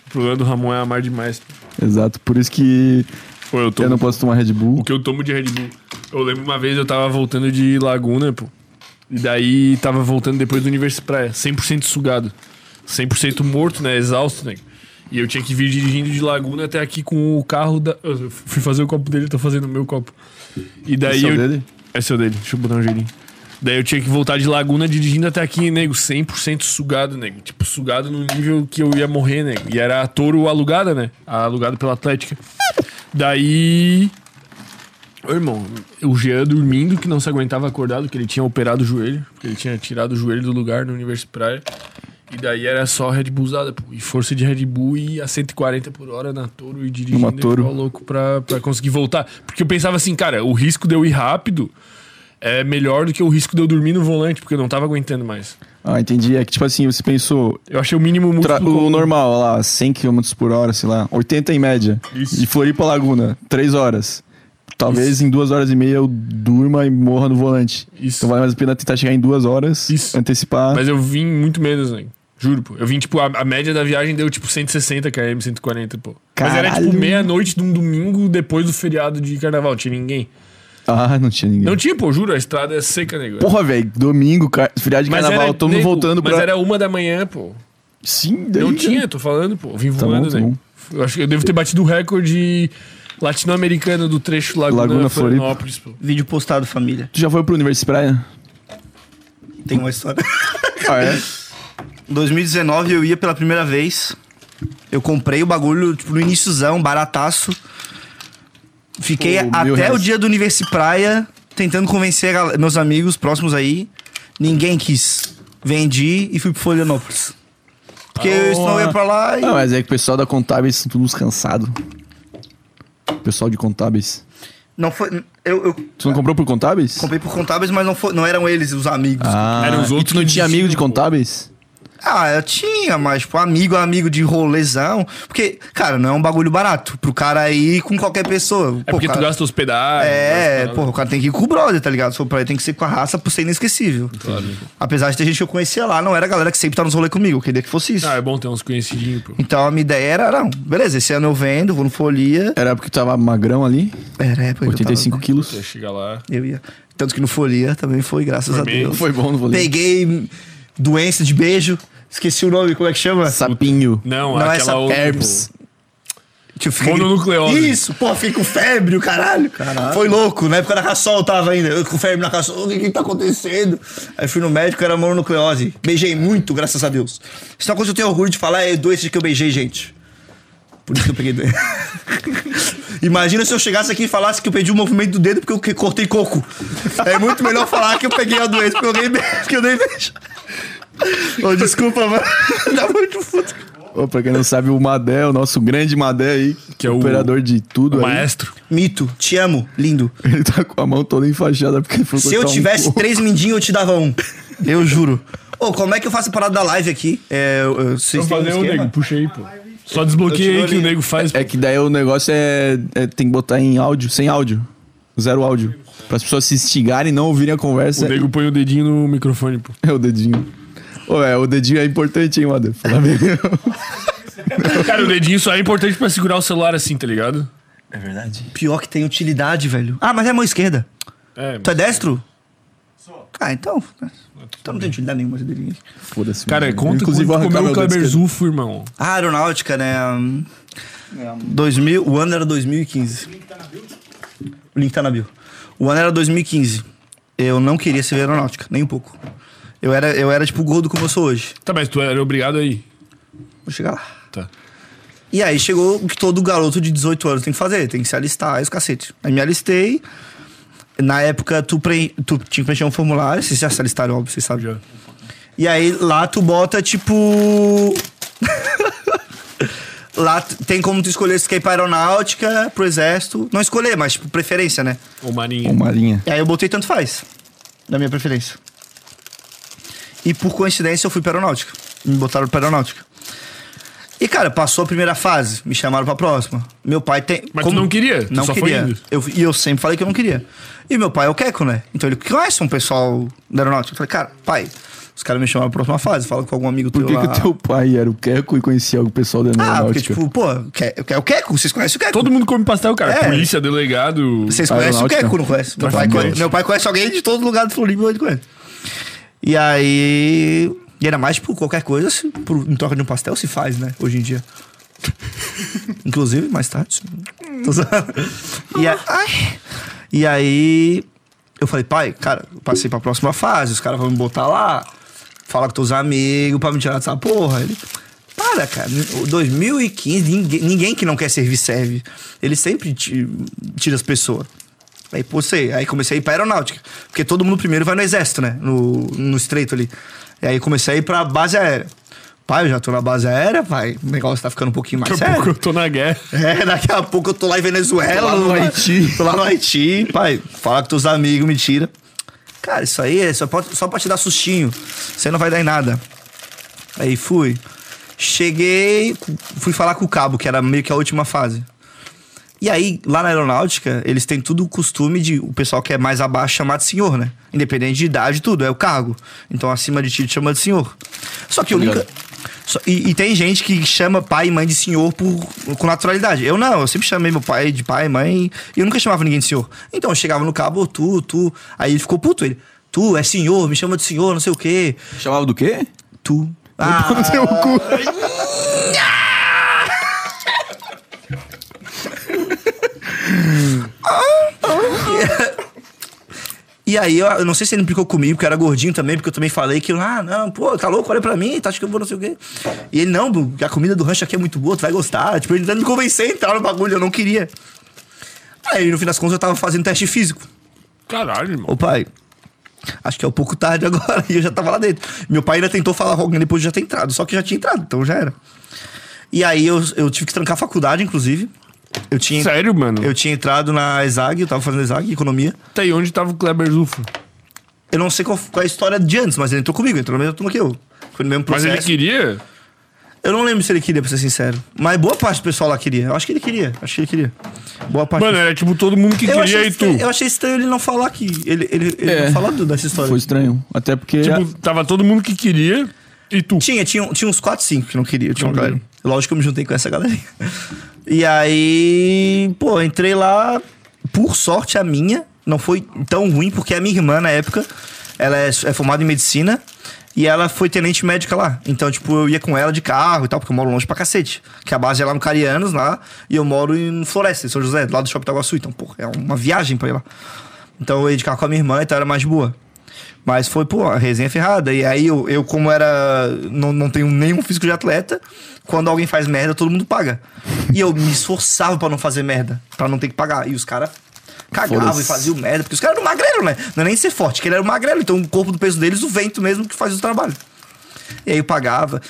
S1: O problema do Ramon é amar demais.
S2: Exato. Por isso que
S1: Pô, eu
S2: eu
S1: tomo
S2: não posso tomar Red Bull.
S1: O que eu tomo de Red Bull. Eu lembro uma vez eu tava voltando de Laguna, pô. E daí tava voltando depois do Universo Praia, 100% sugado. 100% morto, né? Exausto, né? E eu tinha que vir dirigindo de Laguna até aqui com o carro da. Eu fui fazer o copo dele, tô fazendo o meu copo. E daí.
S2: Esse é o
S1: eu...
S2: dele?
S1: Esse é o dele. Deixa eu botar um gelinho. Daí eu tinha que voltar de Laguna dirigindo até aqui, nego. 100% sugado, nego. Tipo, sugado no nível que eu ia morrer, nego. E era a touro alugada, né? Alugada pela Atlética. Daí. Ô, irmão, o Jean dormindo, que não se aguentava acordado, que ele tinha operado o joelho, porque ele tinha tirado o joelho do lugar no Universo Praia. E daí era só Red Bullzada, pô. E força de Red Bull e a 140 por hora na Toro e dirigindo
S2: Numa Toro.
S1: igual louco pra, pra conseguir voltar. Porque eu pensava assim, cara, o risco de eu ir rápido é melhor do que o risco de eu dormir no volante, porque eu não tava aguentando mais.
S2: Ah, entendi. É que, tipo assim, você pensou,
S1: Eu achei o mínimo muito
S2: Tra- o normal, ó lá, 100 km por hora, sei lá, 80 em média.
S1: Isso.
S2: De Floripa a Laguna, 3 horas. Talvez em 2 horas e meia eu durma e morra no volante.
S1: Isso.
S2: Então vale mais a pena tentar chegar em 2 horas,
S1: Isso.
S2: antecipar.
S1: Mas eu vim muito menos, né? Juro, pô. Eu vim, tipo, a, a média da viagem deu, tipo, 160 km, 140, pô. Mas era, tipo,
S2: Caralho.
S1: meia-noite de um domingo depois do feriado de carnaval. Tinha ninguém.
S2: Ah, não tinha ninguém.
S1: Não tinha, pô, juro, a estrada é seca, nego.
S2: Porra, velho, domingo, car... feriado de
S1: Mas
S2: carnaval,
S1: era,
S2: todo mundo
S1: nego,
S2: voltando
S1: Mas
S2: pra.
S1: era uma da manhã, pô.
S2: Sim, daí.
S1: Não
S2: né?
S1: tinha, tô falando, pô. Eu vim
S2: bom,
S1: voando,
S2: tá
S1: né?
S2: bom.
S1: Eu acho que eu devo ter batido o recorde latino-americano do trecho Laguna,
S2: Laguna, Floripa.
S1: Florianópolis, pô. É
S3: Vídeo postado, família.
S2: Tu já foi pro Universo Praia?
S3: Tem uma história.
S2: Ah, é?
S3: Em 2019 eu ia pela primeira vez. Eu comprei o bagulho, tipo, no iníciozão, barataço. Fiquei
S2: Pô, Tipo, mil
S3: até o
S2: reais.
S3: dia do Universo Praia tentando convencer a gal- meus amigos próximos aí. Ninguém quis. Vendi e fui pro Florianópolis. Porque eu senão eu ia pra lá e.
S2: Não, mas é que o pessoal da Contábeis são todos cansados. Pessoal de Contábeis.
S3: Não foi. Eu, eu
S2: Tu
S1: É.
S2: não comprou por Contábeis?
S3: comprei por contábeis, mas não, foi, não eram eles os amigos. Ah.
S2: Ah,
S1: Eram os
S2: e
S1: outros
S2: tu não
S1: que
S2: tinha amigo de
S1: desistiram, pô.
S2: Contábeis?
S3: eu tinha, mas, tipo, amigo, amigo de rolezão. Porque, cara, não é um bagulho barato. Pro cara ir com qualquer pessoa.
S1: É porque tu gasta hospedagem.
S3: É,
S1: gasta-
S3: porra, o cara tem que ir com o brother, tá ligado? Se for pra ele, tem que ser com a raça por ser inesquecível.
S1: tá
S3: Apesar de ter gente que eu conhecia lá, não era a galera que sempre tá nos rolê comigo, eu queria que fosse isso.
S1: Ah, é bom ter uns conhecidinhos, pô.
S3: Então a minha ideia era, não, beleza, esse ano eu vendo, vou no Folia.
S2: Era porque tu tava magrão ali,
S3: Era, é, porque eu tava-
S2: 85 quilos.
S1: Você chegar lá.
S3: Eu ia. Tanto que no Folia também foi, graças a
S1: bem,
S3: Deus.
S2: Foi bom no vôlei.
S3: Peguei doença de beijo, esqueci o nome, como é que chama?
S2: um Sapinho.
S1: Não,
S3: Não,
S1: aquela
S3: essa
S1: outra.
S2: Herpes.
S3: Que eu fiquei-
S1: Mononucleose.
S3: Isso, pô, fiquei com febre, o caralho. Foi louco, na época da Rassol eu tava ainda, eu com febre na Rassol, o que que tá acontecendo? Aí fui no médico, era mononucleose. Beijei muito, graças a Deus. Isso é uma coisa que eu tenho orgulho de falar, é doenças que eu beijei, gente. Por isso que eu peguei doença. <laughs> Imagina se eu chegasse aqui e falasse que eu perdi o movimento do dedo porque eu que- cortei coco. É muito melhor falar que eu peguei a doença porque eu dei beijo. Que eu dei beijo. Ô, desculpa, mano. <laughs> Tá muito foda.
S2: Ô, pra quem não sabe, o Madé, o nosso grande Madé aí,
S1: Que é o-
S2: operador de tudo aí.
S1: Maestro.
S3: Mito, te amo, lindo.
S2: <laughs> Ele tá com a mão toda enfaixada porque ele foi
S3: Se eu
S2: cortar um
S3: tivesse
S2: coco.
S3: três mindinhos, eu te dava um. Então, Eu juro. Ô, como é que eu faço a parada da live aqui? É, eu, eu,
S1: Vamos
S3: vocês têm um
S1: fazer o
S3: esquema?
S1: nego, puxa aí, pô. Só
S3: Eu
S1: desbloqueia
S3: tiro
S1: aí que o
S3: ali.
S1: nego faz.
S2: É que daí o negócio é, é- Tem que botar em áudio, sem áudio. Zero áudio. Pra as pessoas se instigarem e não ouvirem a
S1: O
S2: conversa.
S1: nego põe o dedinho no microfone, pô.
S2: É o dedinho. Ô, é, o dedinho é importante, hein, Madé? Fala bem.
S1: Cara, o dedinho só é importante pra segurar o celular assim, tá ligado?
S3: Pior que tem utilidade, velho. Ah, mas é a mão esquerda.
S1: É,
S3: Tu é destro? Sou. Ah, então. Então não tem utilidade nenhuma esse dedinho.
S2: Foda-se.
S1: Cara,
S2: mano.
S1: conta
S2: Inclusive, vou
S1: quanto
S2: arrancar
S1: comeu o
S2: meu dedo
S1: Kleber
S2: esquerdo.
S1: Zufo, irmão.
S3: A aeronáutica, né? hum, 2000, o ano era 2015. O link tá na bio. O ano era 2015. Eu não queria ser aeronáutica, nem um pouco. Eu era, eu era tipo gordo como eu sou hoje.
S1: Tá, mas tu era obrigado aí.
S3: Vou chegar lá.
S1: Tá.
S3: E aí chegou o que todo garoto de 18 anos tem que fazer, tem que se alistar, aí os cacete. Aí me alistei. Na época, tu, preen... tu tinha que preencher um formulário, vocês já se alistaram, óbvio, vocês sabem.
S1: Já.
S3: E aí lá tu bota, tipo. <laughs> lá tu- tem como tu escolher se tu quer ir pra aeronáutica, pro exército. Não escolher, mas, tipo, preferência, né?
S1: Ou marinha.
S2: Ô, Marinha.
S3: E aí eu botei tanto faz, na minha preferência. E por coincidência eu fui pra aeronáutica. Me botaram pra aeronáutica. E cara, passou a primeira fase, me chamaram pra próxima. Meu pai tem.
S1: Mas tu não queria, tu
S3: Não
S1: só foi
S3: queria.
S1: indo.
S3: Eu, e eu sempre falei que eu não queria. E meu pai é o Queco, né? Então ele conhece um pessoal da aeronáutica. Eu falei, cara, pai, os caras me chamaram pra próxima fase, fala com algum amigo
S2: Por
S3: teu
S2: que,
S3: lá.
S2: que o teu pai era o Queco e conhecia o pessoal da
S3: Ah, porque
S2: aeronáutica?
S3: tipo, pô, que- é o Queco, vocês conhecem o né? Queco.
S1: Todo mundo come pastel, cara.
S3: É.
S1: Polícia, delegado.
S3: Vocês conhecem o
S2: Aeronáutica.
S3: Keco, não conhecem? Meu pai,
S2: Traficante.
S3: conhece, meu pai conhece alguém de todo lugar do Floripa, ele conhece. E aí... E era mais por qualquer coisa, se, por, em troca de um pastel, se faz, né? Hoje em dia. Inclusive, mais tarde. Tô zoando. e, a- ai. E aí... Eu falei, pai, cara, eu passei pra próxima fase, os caras vão me botar lá, falar com teus amigos pra me tirar dessa porra. Ele, Para, cara. O 2015, ninguém, ninguém que não quer servir serve. Ele sempre ti- tira as pessoas. Aí postei, aí comecei a ir pra aeronáutica. Porque todo mundo primeiro vai no exército, né? No, no estreito ali. E aí comecei a ir pra base aérea. Pai, eu já tô na base aérea, pai. O negócio tá ficando um pouquinho mais
S1: Daqui a
S3: sério.
S1: pouco eu tô na guerra.
S3: É, daqui a pouco eu tô lá em Venezuela.
S2: Tô lá no Haiti.
S3: Tô lá no Haiti. Pai, fala com teus amigos, mentira. Cara, isso aí é só, pode, só pra te dar sustinho. Você não vai dar em nada. Aí fui. Cheguei, fui falar com o cabo, que era meio que a última fase. E aí, lá na aeronáutica, eles têm tudo o costume de o pessoal que é mais abaixo chamar de senhor, né? Independente de idade, tudo, é o cargo. Então, acima de ti, te chama de senhor. Só que eu nunca. Só- e, e tem gente que chama pai e mãe de senhor por, com naturalidade. Eu não, eu sempre chamei meu pai de pai, mãe, e eu nunca chamava ninguém de senhor. Então, eu chegava no cabo, ô, tu, tu. Aí ele ficou puto, ele. Tu, é senhor, me chama de senhor, não sei o quê.
S2: Chamava do quê? <laughs>
S3: Tu. Ah, E aí, eu, eu não sei se ele implicou comigo, porque eu era gordinho também, porque eu também falei que, ah, não, pô, tá louco, olha pra mim, tá achando que eu vou não sei o quê. E ele, não, bu, a comida do rancho aqui é muito boa, tu vai gostar. Tipo, ele tentando me convencer a entrar no bagulho, eu não queria. Aí, no fim das contas, eu tava fazendo teste físico.
S1: Caralho, irmão.
S3: Ô, pai, acho que é um pouco tarde agora, <laughs> e eu já tava lá dentro. Meu pai ainda tentou falar com alguém depois de já ter entrado, só que eu já tinha entrado, então já era. E aí, eu, eu tive que trancar a faculdade, inclusive. Eu tinha,
S1: Sério, mano?
S3: eu tinha entrado na ESAG, eu tava fazendo ESAG, economia.
S1: Tá aí onde tava o Kleber Zufo.
S3: Eu não sei qual, qual é a história de antes, mas ele entrou comigo, entrou na mesma turma que eu. Foi no mesmo
S1: Mas
S3: processo.
S1: ele queria?
S3: Eu não lembro se ele queria, pra ser sincero. Mas boa parte do pessoal lá queria. Eu acho que ele queria. Acho que ele queria. Boa parte.
S1: Mano,
S3: do-
S1: era tipo todo mundo que
S3: eu,
S1: queria
S3: achei
S1: e tu.
S3: estranho, eu achei estranho ele não falar que. Ele, ele, ele
S2: É.
S3: não falar do- dessa história.
S2: Foi estranho. Até porque.
S1: Tipo, tava todo mundo que Tipo, queria e tu.
S3: Tinha, tinha, tinha uns 4, 5 que não queria. Tinha uma galera. Lógico que eu me juntei com essa galera. E aí, pô, entrei lá. Por sorte, a minha não foi tão ruim, porque a minha irmã, na época, ela é, é formada em medicina e ela foi tenente médica lá. Então, tipo, eu ia com ela de carro e tal, porque eu moro longe pra cacete. Que a base é lá no Carianos, lá, e eu moro em Floresta, em São José, do lado do Shopping Itaguaçu. Então, pô, é uma viagem pra ir lá. Então eu ia de carro com a minha irmã, então era mais de boa. Mas foi, pô, a resenha é ferrada. E aí eu, eu como era. Não, não tenho nenhum físico de atleta, quando alguém faz merda, todo mundo paga. E eu me esforçava pra não fazer merda, pra não ter que pagar. E os caras cagavam e
S2: Foda-se.
S3: faziam merda, porque os caras eram magrelo, né? Não é nem ser forte, que ele era um magrelo. Então o corpo do peso deles, o vento mesmo que faz o trabalho. E aí eu pagava.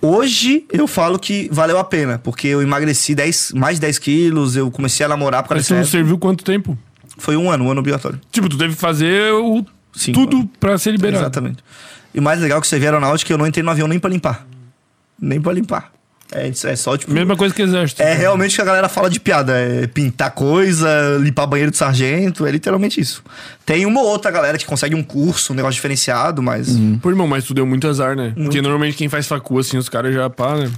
S3: Hoje eu falo que valeu a pena, porque eu emagreci 10, mais de 10 quilos, eu comecei a namorar por causa
S1: Mas tu
S3: dessa
S1: não
S3: época.
S1: serviu quanto tempo?
S3: Foi um ano, um ano obrigatório.
S1: Tipo, tu teve que fazer o...
S3: Sim,
S1: tudo pra ser liberado.
S3: Exatamente. E o mais legal é que você vê aeronáutica, eu não entrei no avião nem pra limpar. Nem pra limpar. É, isso- é só, tipo.
S1: Mesma coisa que exército.
S3: É realmente o que a galera fala de piada. É pintar coisa, limpar banheiro de sargento. É literalmente isso. Tem uma ou outra galera que consegue um curso, um negócio diferenciado, mas.
S1: Pô, irmão, mas tu deu muito azar, né? Porque normalmente quem faz facu, assim, os caras já pá, né?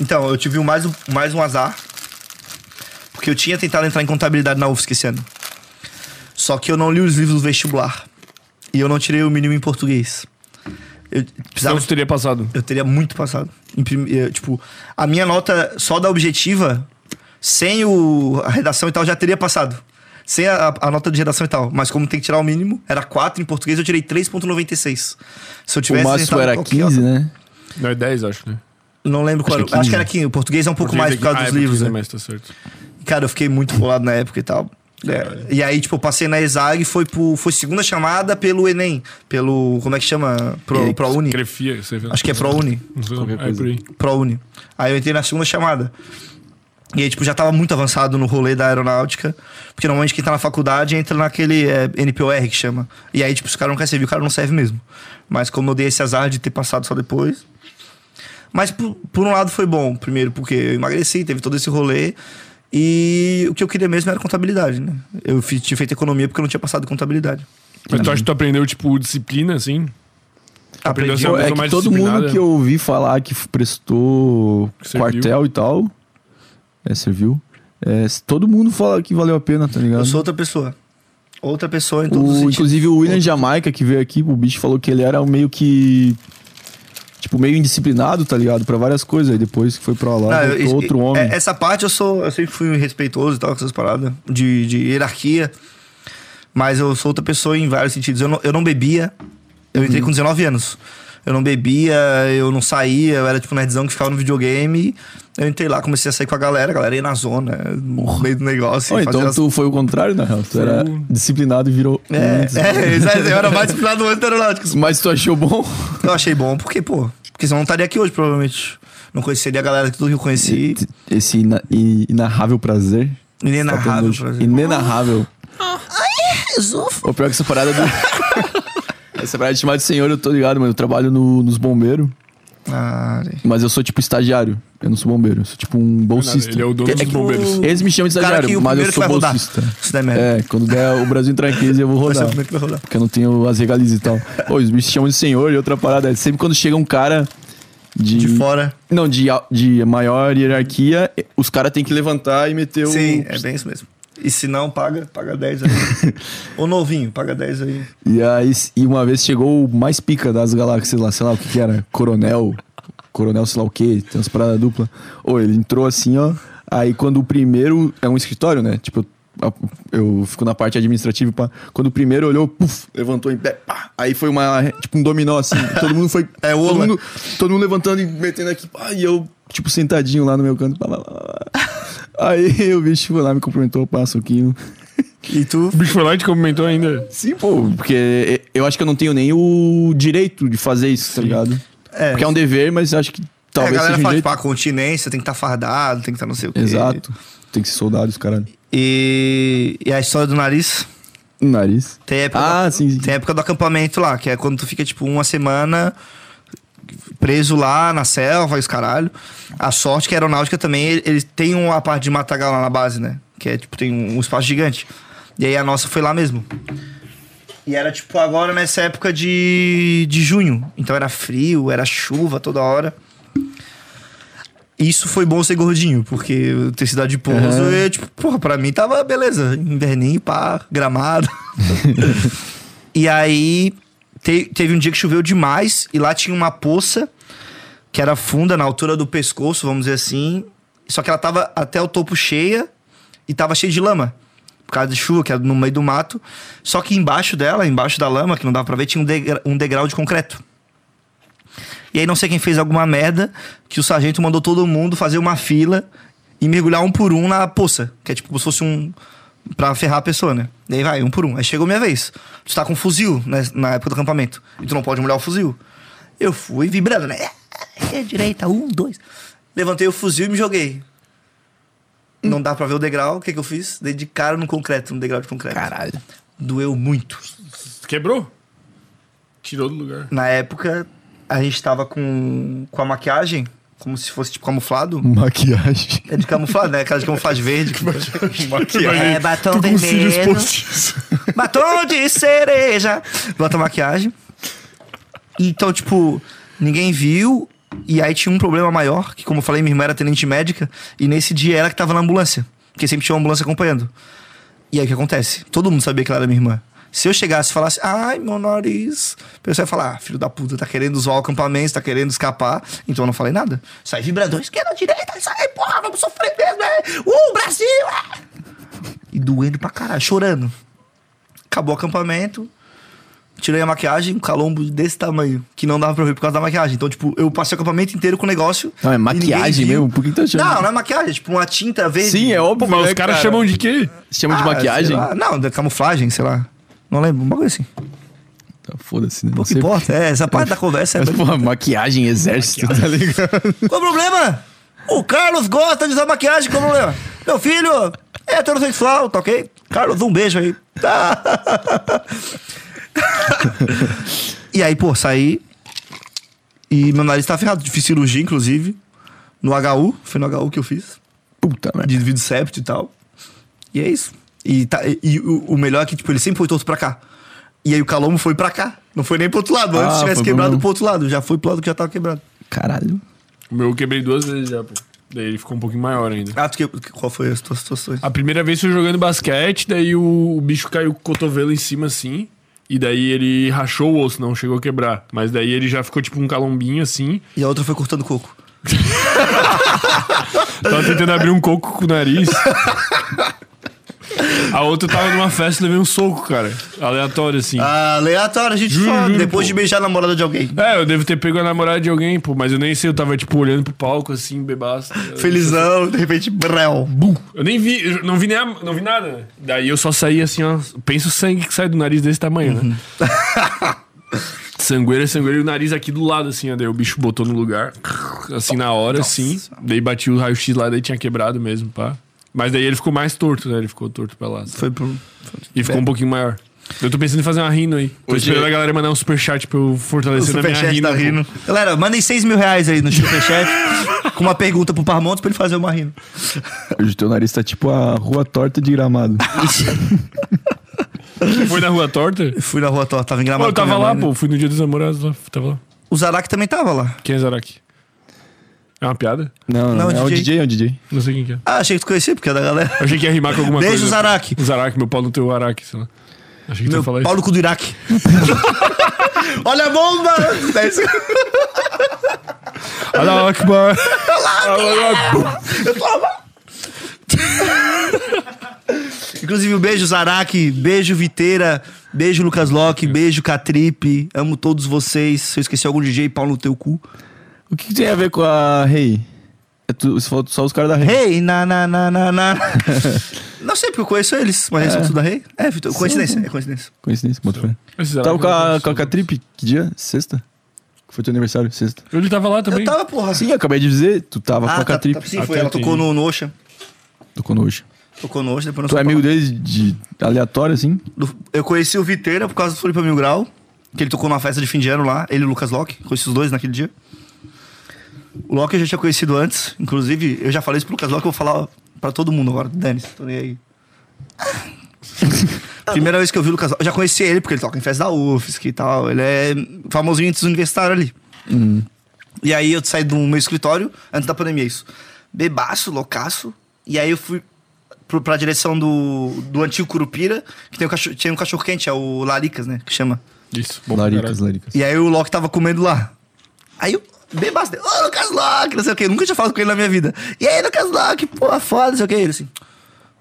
S3: Então, eu tive um- mais um, mais um azar. Porque eu tinha tentado entrar em contabilidade na UFSC esse ano. Só que eu não li os livros do vestibular. E eu não tirei o mínimo em português. Eu
S1: Então
S3: precisava
S1: tu teria passado.
S3: Eu teria muito passado. Em prim- eh, tipo, a minha nota só da objetiva, sem o, a redação e tal, já teria passado. Sem a, a- a nota de redação e tal. Mas como tem que tirar o mínimo, era 4 em português, eu tirei 3,96. Se eu
S2: o
S3: tivesse.
S2: máximo
S3: tentado
S2: era
S3: qualquer
S2: 15,
S3: outra-
S2: né?
S1: Não é 10, acho, né?
S3: Não lembro qual
S2: Acho
S3: era.
S2: que é
S3: Acho que
S2: 15.
S3: era 15. O português é um pouco mais por causa
S1: Ah, é
S3: dos livros,
S1: português é
S3: né?
S1: mais, tá certo.
S3: Cara, eu fiquei muito bolado na época e tal. É, e aí, tipo, eu passei na ESAG e foi, pro- foi segunda chamada pelo Enem. Pelo. Como é que chama? Pro,
S2: Eita,
S3: ProUni.
S1: Grefia, você vê.
S3: Acho que é ProUni.
S1: Não sei,
S2: qualquer
S1: é por aí.
S3: ProUni. Aí eu entrei na segunda chamada. E aí, tipo, já tava muito avançado no rolê da aeronáutica. Porque normalmente quem tá na faculdade entra naquele é, NPOR que chama. E aí, tipo, se o cara não quer servir, o cara não serve mesmo. Mas como eu dei esse azar de ter passado só depois. Mas por, por um lado foi bom, primeiro, porque eu emagreci, teve todo esse rolê. E o que eu queria mesmo era contabilidade, né? Eu fiz, tinha feito economia porque eu não tinha passado contabilidade.
S1: Mas tu acha que tu aprendeu, tipo, disciplina, assim? Aprendeu a ser
S2: Pô,
S1: uma
S2: é
S1: pessoa
S2: que
S1: mais
S2: todo mundo
S1: disciplinada?
S2: que eu ouvi falar que prestou
S1: Serviu.
S2: quartel e tal. É, serviu. É, se- todo mundo fala que valeu a pena, tá ligado?
S3: Eu sou outra pessoa. Outra pessoa em todos os
S2: O,
S3: sentidos.
S2: inclusive o William Jamaica que veio aqui, o bicho falou que ele era um meio que. Tipo, meio indisciplinado, tá ligado? Pra várias coisas. Aí depois que foi pra lá,
S3: Não,
S2: voltou
S3: eu-
S2: outro
S3: é-
S2: homem.
S3: Essa parte eu sou. Eu sempre fui respeitoso e tal, com essas paradas de, de hierarquia.
S2: Uhum.
S3: Mas eu sou outra pessoa em vários sentidos. Eu não, eu não bebia. Eu entrei com 19 anos. eu não bebia, eu não saía, eu era tipo nerdzão que ficava no videogame. Eu entrei lá, comecei a sair com a galera, a galera ia na zona, no meio do negócio.
S2: Ó,
S3: fazia
S2: então
S3: as-
S2: tu foi o contrário, na real. Tu era disciplinado e virou.
S3: <laughs>
S2: um
S3: É,
S2: né?
S3: é, exato, eu era mais
S2: <laughs>
S3: disciplinado do anteronáutico.
S2: Mas tu achou bom?
S3: Eu achei bom, porque, pô, porque senão eu não estaria aqui hoje, provavelmente. Não conheceria a galera que tudo que eu
S2: <laughs>
S3: conheci.
S2: Esse ina- i- inarrável prazer. Tá tendo
S3: Inenarrável,
S2: hoje.
S3: por exemplo.
S2: Inenarrável. O pior é que essa parada do. <laughs> essa parada de chamar de senhor, eu tô ligado, mano. Eu trabalho no- nos bombeiros,
S3: Ah,
S2: mas eu sou tipo estagiário. Eu não sou bombeiro, eu sou tipo um bolsista.
S1: Ele é o dono dos
S2: que
S1: bombeiros.
S2: Eles me chamam de
S3: Tipo, O cara que
S2: estagiário,
S3: o
S2: mas eu
S3: primeiro que
S2: sou
S3: vai rodar.
S2: bolsista.
S3: Se der merda.
S2: É, quando der o Brasil entrar em crise, eu vou
S3: <laughs> Vai ser
S2: rodar.
S3: o primeiro que vai rodar.
S2: Porque eu não tenho as regalias e tal. Pô, os bichos chamam de senhor e outra parada. é Sempre quando chega um cara de.
S3: De fora.
S2: Não, de, al- de maior hierarquia, os caras têm que levantar e meter
S3: Sim,
S2: o.
S3: é bem isso mesmo. E se não, paga, paga 10 <laughs> aí. Ô novinho, paga 10 aí.
S2: E aí, e uma vez chegou o mais pica das galáxias lá, sei lá o que que era, coronel, coronel sei lá o que, tem umas paradas dupla. Ô, ele entrou assim, ó, aí quando o primeiro, é um escritório, né, tipo, eu, eu fico na parte administrativa, e pá, quando o primeiro olhou, puf, levantou em pé, pá, aí foi uma, tipo um dominó assim, todo mundo foi,
S3: É,
S2: todo
S3: ola.
S2: mundo, todo mundo levantando e metendo aqui, pá, e eu, tipo, sentadinho lá no meu canto, pá, pá, pá, pá. aí o bicho foi lá, me cumprimentou, pá, soquinho.
S3: E tu?
S1: O bicho foi lá e te comentou ainda.
S2: Sim, pô, porque eu acho que eu não tenho nem o direito de fazer isso, tá ligado?
S3: É.
S2: Porque é um dever, mas acho que
S3: É, a
S2: talvez
S3: galera
S2: seja um
S3: fala,
S2: direito.
S3: tipo, ah, continência, tem que estar fardado, tem que estar não sei o quê.
S2: Exato. Tem que ser soldado, os caralho.
S3: E, e a história do nariz?
S2: No Nariz.
S3: Tem a época,
S2: Ah,
S3: do,
S2: sim, sim.
S3: Tem a época do acampamento lá, que é quando tu fica, tipo, uma semana preso lá na selva e os caralho. A sorte que a aeronáutica também, ele- eles têm uma parte de matagal lá na base, né? Que é, tipo, tem um, um espaço gigante. E aí a nossa foi lá mesmo. E era, tipo, agora nessa época de, de junho. Então era frio, era chuva toda hora. Isso foi bom ser gordinho, porque eu ter cidade de pouso, eu, tipo, porra, pra mim tava beleza. Inverninho, pá, gramado. E aí te- teve um dia que choveu demais e lá tinha uma poça que era funda na altura do pescoço, vamos dizer assim. Só que ela tava até o topo cheia e tava cheia de lama. Por causa de chuva, que era no meio do mato. Só que embaixo dela, embaixo da lama, que não dava pra ver, tinha um, degra- um degrau de concreto. E aí não sei quem fez alguma merda, que o sargento mandou todo mundo fazer uma fila e mergulhar um por um na poça. Que é tipo como se fosse um. Pra ferrar a pessoa, né? E aí vai, um por um. Aí chegou minha vez. Tu tá com um fuzil né, na época do acampamento. E tu não pode molhar o fuzil. Eu fui vibrando, né? É, é, direita, um, dois. Levantei o fuzil e me joguei. Não dá pra ver o degrau. O que, que eu fiz? Dei de cara no concreto, no degrau de concreto.
S2: Caralho.
S3: Doeu muito.
S1: Quebrou? Tirou do lugar.
S3: Na época, a gente tava com, com a maquiagem, como se fosse tipo camuflado.
S2: Maquiagem.
S3: É de camuflado, né? Aquela de camuflagem verde. que- É,
S1: Imagina,
S4: É, batom
S1: tu
S2: um
S1: com os cílios
S4: vermelho.
S1: postiços.
S3: Batom de cereja. Bota maquiagem. Então, tipo, ninguém viu. E aí tinha um problema maior, que como eu falei, minha irmã era tenente médica. E nesse dia ela que tava na ambulância. Porque sempre tinha uma ambulância acompanhando. E aí o que acontece? Todo mundo sabia que ela era minha irmã. Se eu chegasse e falasse, ai, meu nariz, o pessoal ia falar, ah, filho da puta, tá querendo zoar o acampamento, tá querendo escapar. Então eu não falei nada. Sai vibrador, esquerda, direita, sai, porra, vamos sofrer mesmo, é. Uh, Brasil, é. E doendo pra caralho, chorando. Acabou o acampamento, tirei a maquiagem, um calombo desse tamanho, que não dava pra ver por causa da maquiagem. Então, tipo, eu passei o acampamento inteiro com o negócio.
S2: Não, é
S3: e ninguém
S2: maquiagem
S3: viu.
S2: mesmo? Por que que tá achando?
S3: Não, não é maquiagem, é tipo uma tinta verde.
S2: Sim, é óbvio.
S1: Pô, mas
S2: né,
S1: os caras chamam de quê?
S2: Chamam de
S3: Ah,
S2: maquiagem?
S3: sei lá. Não, da camuflagem, sei lá. Não lembro, um bagulho assim.
S2: Tá, Foda-se, né? Não
S3: Pouco
S2: sei.
S3: importa. É, essa parte da conversa é.
S2: Mas, porra, maquiagem, exército, tá ligado?
S3: Qual o problema? O Carlos gosta de usar maquiagem, qual o problema? Meu filho é heterossexual, tá ok? Carlos, um beijo aí. Tá. e aí, pô, saí. E meu nariz tá ferrado. Fiz cirurgia, inclusive. No HU. Foi no HU que eu fiz.
S2: Puta merda.
S3: de vidro septo e tal. E é isso. E, tá- e- e o, o melhor é que, tipo, ele sempre foi torto pra cá. E aí o Calombo foi pra cá. Não foi nem pro outro lado. Antes
S2: Ah,
S3: tivesse
S2: foi pro
S3: quebrado
S2: lado.
S3: pro outro lado. Já foi pro lado que já tava quebrado.
S2: Caralho.
S1: O meu eu quebrei duas vezes já, pô. Daí ele ficou um pouquinho maior ainda.
S3: Ah, tu que, qual foi as tuas situações?
S1: A primeira vez foi jogando basquete, daí o, o bicho caiu com o cotovelo em cima assim. E daí ele rachou o osso, não chegou a quebrar. Mas daí ele já ficou tipo um calombinho assim.
S3: E a outra foi cortando coco. <laughs>
S1: Tava tentando abrir um coco com o nariz. A outra tava numa festa e levei um soco, cara. Aleatório, assim.
S3: Ah, aleatório, a gente
S1: Juro,
S3: fala.
S1: juro,
S3: Depois
S1: pô.
S3: de beijar a namorada de alguém.
S1: É, eu devo ter pego a namorada de alguém, pô, mas eu nem sei, eu tava, tipo, olhando pro palco, assim, bebaço.
S3: Felizão, de repente, brel.
S1: Bum! Eu nem vi, eu não vi nem a- não vi nada. Daí eu só saí assim, ó. Pensa o sangue que sai do nariz desse tamanho, né?
S3: Uhum.
S1: <laughs> sangueira, sangueira, e o nariz aqui do lado, assim, ó. Daí o bicho botou no lugar, assim, na hora, assim. Daí bati o raio-x lá, daí tinha quebrado mesmo, pá. Mas daí ele ficou mais torto, né? Ele ficou torto pra lá. assim.
S3: Foi pro.
S1: E ficou
S3: É.
S1: um pouquinho maior. Eu tô pensando em fazer uma rino aí. Tô
S2: Hoje-
S1: esperando a galera mandar um superchat pra eu fortalecer na minha
S3: Superchat
S1: rino.
S3: da Rino. Galera, mandem 6 mil reais aí no Superchat com uma pergunta pro Parmontes pra ele fazer uma Rino.
S2: Hoje teu nariz tá tipo a rua torta de gramado.
S1: Foi na Rua Torta?
S3: <laughs> Eu fui na rua, tô- tava
S1: Pô,
S3: engramado.
S1: eu
S3: com a
S1: tava
S3: minha
S1: lá,
S3: mãe, né?
S1: pô. Fui no Dia dos Namorados lá. Tava lá.
S3: O Zarak também tava lá.
S1: Quem é Zaraki? É uma piada?
S2: Não, não,
S3: Não,
S2: é um DJ, é um DJ.
S1: Não sei quem que é.
S3: Ah, achei que tu conhecia, porque é da galera.
S1: Eu achei que ia rimar com alguma
S3: Beijo,
S1: coisa.
S3: Zaraki.
S1: Zaraki, meu pau no teu Araque, sei lá. Achei que tu
S3: Meu
S1: ia falar
S3: Paulo cu do Iraque. <laughs> Olha a bomba! <laughs>
S1: isso. Alá, Akbar.
S3: Inclusive, um beijo, Zarak. Beijo, Viteira. Beijo, Lucas Locke. Beijo, Catripe. Amo todos vocês. Se eu esqueci algum DJ, pau no teu cu.
S2: O que, que tem a ver com a Rei? É tu, você falou só os caras da Rei.
S3: Rei, na, na, na, na, <laughs> na. Não sei porque eu conheço eles, mas eles são tudo da Rei. É, Vitor, coincidência, é coincidência.
S2: Coincidência, bota fé.
S1: Esse
S2: Tava Tá
S1: Zaraki
S2: com
S1: é
S2: a,
S1: uma
S2: com a
S1: pessoa.
S2: Catripe, que dia? Sexta? Foi teu aniversário, sexta.
S1: Ele tava lá
S3: Eu
S1: também.
S3: tava, porra.
S2: Ah,
S3: assim.
S2: Sim, eu acabei de dizer, tu tava com
S3: Ah,
S2: a
S3: tá,
S2: Catripe
S3: tá, sim,
S1: Ah,
S3: foi.
S1: tá,
S3: Ela tocou
S1: entendi.
S3: no, no Ocean.
S2: do Conosco.
S3: Tocou no Ocean, depois nós
S2: Tu é
S3: tocamos
S2: amigo dele de, de aleatório, assim?
S3: do- Eu conheci o Viteira por causa do Floripa Mil Grau, que ele tocou numa festa de fim de ano lá, ele e o Lucas Locke. Conheci os dois naquele dia. O Locke eu já tinha conhecido antes, inclusive eu já falei isso pro Lucas Locke, eu vou falar pra todo mundo agora. Dani, tô nem aí. Primeira vez que eu vi o Lucas Locke, eu já conheci ele, porque ele toca em festa da UFSC e tal. Ele é famosinho entre os universitários ali. E aí eu saí do meu escritório, antes da pandemia, isso. Bebaço, loucaço. E aí eu fui pro, pra direção do, do antigo Curupira, que tem um cachorro, tinha um cachorro quente, é o Laricas, né? Que chama.
S1: Isso, bom pra
S2: laricas,
S1: caralho.
S2: laricas.
S3: E aí o Loki tava comendo lá. Aí eu bebaço, dele, ô Lucas Locke, não sei o quê. Nunca tinha falado com ele na minha vida. E aí, Lucas Locke, porra, foda, não sei o quê. Ele assim,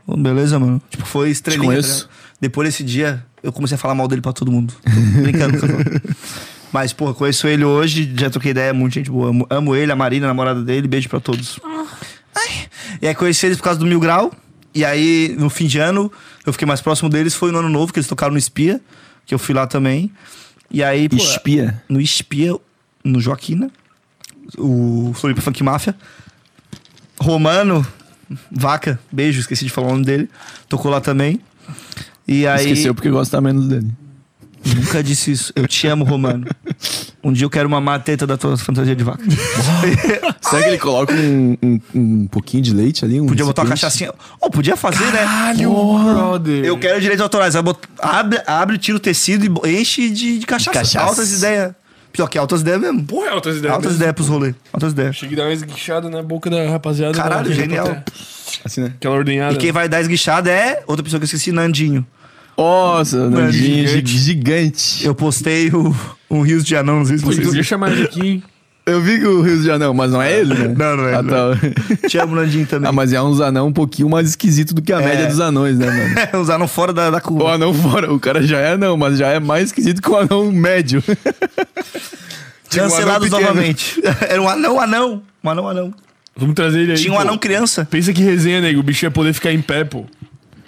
S3: ô, beleza, mano. Tipo, foi estrelinha.
S2: Te conheço.
S3: tá ligado? Depois desse dia, eu comecei a falar mal dele pra todo mundo. Tô brincando, Lucas
S2: <laughs>
S3: Locke. Mas, porra, conheço ele hoje, já troquei ideia, muito gente boa. Amo, amo ele, a Marina, a namorada dele, beijo pra todos. Ai. E aí conheci eles por causa do Mil Grau. E aí, no fim de ano, eu fiquei mais próximo deles. Foi no ano novo, que eles tocaram no Espia, que eu fui lá também. E aí, pô,
S2: Espia.
S3: no Espia, no Joaquina, o Floripa Funk Máfia, Romano, Vaca, beijo, esqueci de falar o nome dele, tocou lá também. E aí,
S2: Esqueceu porque gosta menos dele.
S3: nunca disse isso. Eu te amo, Romano. Um dia eu quero mamar a teta da tua fantasia de vaca.
S2: Será que ele coloca um, um, um pouquinho de leite ali? Um
S3: Podia botar uma
S2: recipiente?
S3: cachaçinha. Ou podia fazer, né?
S1: Caralho, brother.
S3: Eu quero direitos autorais. Vai bot- Abre, abre, tira o tecido e bo- enche de, de cachaça.
S2: cachaça.
S3: Altas ideias. Pior que altas ideias mesmo.
S1: Porra, altas ideias.
S3: Altas
S1: mesmo.
S3: ideias pros rolês. Altas ideias.
S1: Achei que dá uma esguichada na boca da rapaziada. né?
S3: Caralho,
S1: na-
S3: genial.
S2: Assim, né?
S1: Aquela ordenhada.
S3: E quem vai dar esguichada é outra pessoa que eu esqueci, Nandinho.
S2: Nossa, Nandinho,
S3: gigante.
S2: gigante. gigante.
S3: Eu postei o, um Rios de Anão, não sei se
S1: Vocês
S3: vocês...
S1: iam chamar ele aqui, hein?
S2: Eu vi que o Rio de Janeiro, mas não é ele, né?
S3: Não, não é
S2: Ah,
S3: ele,
S2: tá.
S3: Te amo, Nandinho, também.
S2: Ah,
S3: <laughs>
S2: mas é uns anão um pouquinho mais esquisito do que a média dos anões, né, mano?
S3: É, Os anão fora da, da
S2: O
S3: curva.
S2: anão fora, o cara já é anão, mas já é mais esquisito que o anão médio. Tinha um anão
S3: Cancelados
S2: pequeno.
S3: novamente. <laughs> Era um anão, anão. Um anão, anão.
S1: Vamos trazer ele aí.
S3: Tinha um
S1: pô.
S3: anão criança.
S1: Pensa que resenha, nego. O bicho ia poder ficar em pé, pô.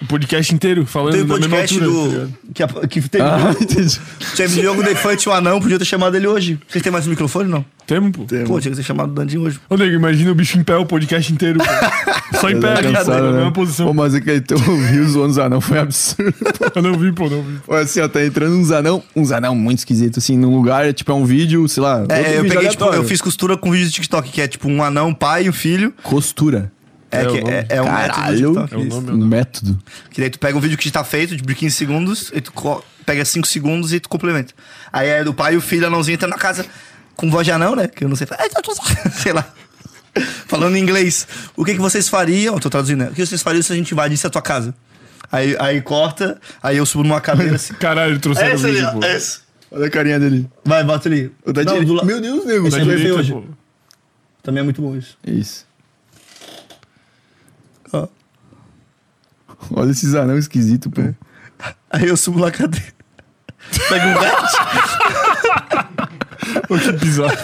S1: O podcast inteiro falando
S3: Tem um
S1: na mesma
S3: podcast
S1: altura. tá ligado?
S3: do... Que, a- que
S2: <laughs>
S3: teve,
S2: Ah, entendi.
S3: teve Diogo Defante, um anão. Podia ter chamado ele hoje. Vocês têm mais um microfone, não?
S1: Temos, pô.
S3: Pô, tinha que ter chamado o Nandinho hoje.
S1: Ô, nego, imagina o bicho em pé o podcast inteiro.
S3: <laughs>
S1: pô. Só em pé,
S2: Tá
S1: ali,
S2: cansado,
S1: na
S2: né?
S1: mesma posição.
S2: Pô, mas aquele teu Rio zoando os anão foi absurdo.
S1: Eu não vi, pô, não vi.
S2: Pô, assim, ó, tá entrando uns anão, uns anão muito esquisito, assim, num lugar, tipo, é um vídeo, sei lá. outro
S3: É, eu
S2: vídeo
S3: peguei, tipo,
S2: aleatório.
S3: eu fiz costura com vídeo de TikTok, que é tipo um anão, um pai e um filho.
S2: Costura.
S3: É,
S1: É,
S3: que,
S1: o nome.
S3: é, é um método de
S2: Caralho,
S3: TikTok.
S1: É o nome, é o
S2: um método.
S3: Que daí tu pega um vídeo que já tá feito, de 15 segundos, e tu co- pega 5 segundos e tu complementa. Aí é do pai e o filho anãozinho entra na casa com voz de anão, né? Que eu não sei. <laughs> Sei lá. Falando em inglês. O que, que vocês fariam? Eu tô traduzindo, né? O que vocês fariam se a gente invadisse a tua casa? Aí, aí corta, aí eu subo numa cadeira <laughs> assim.
S1: Caralho, trouxeram o vídeo, pô.
S3: essa.
S2: Olha a carinha dele.
S3: Vai, bota ali.
S2: O da
S3: Não,
S2: direita.
S3: do la- <laughs>
S2: Meu Deus, nego.
S3: Esse
S1: Da
S3: é meu
S1: direita,
S3: hoje.
S1: pô.
S3: Também é muito bom isso.
S2: Isso.
S3: Ó.
S2: Olha esses anão esquisito, pô.
S3: Aí eu subo na cadeira. <laughs> Pega um gato.
S1: que bizarro.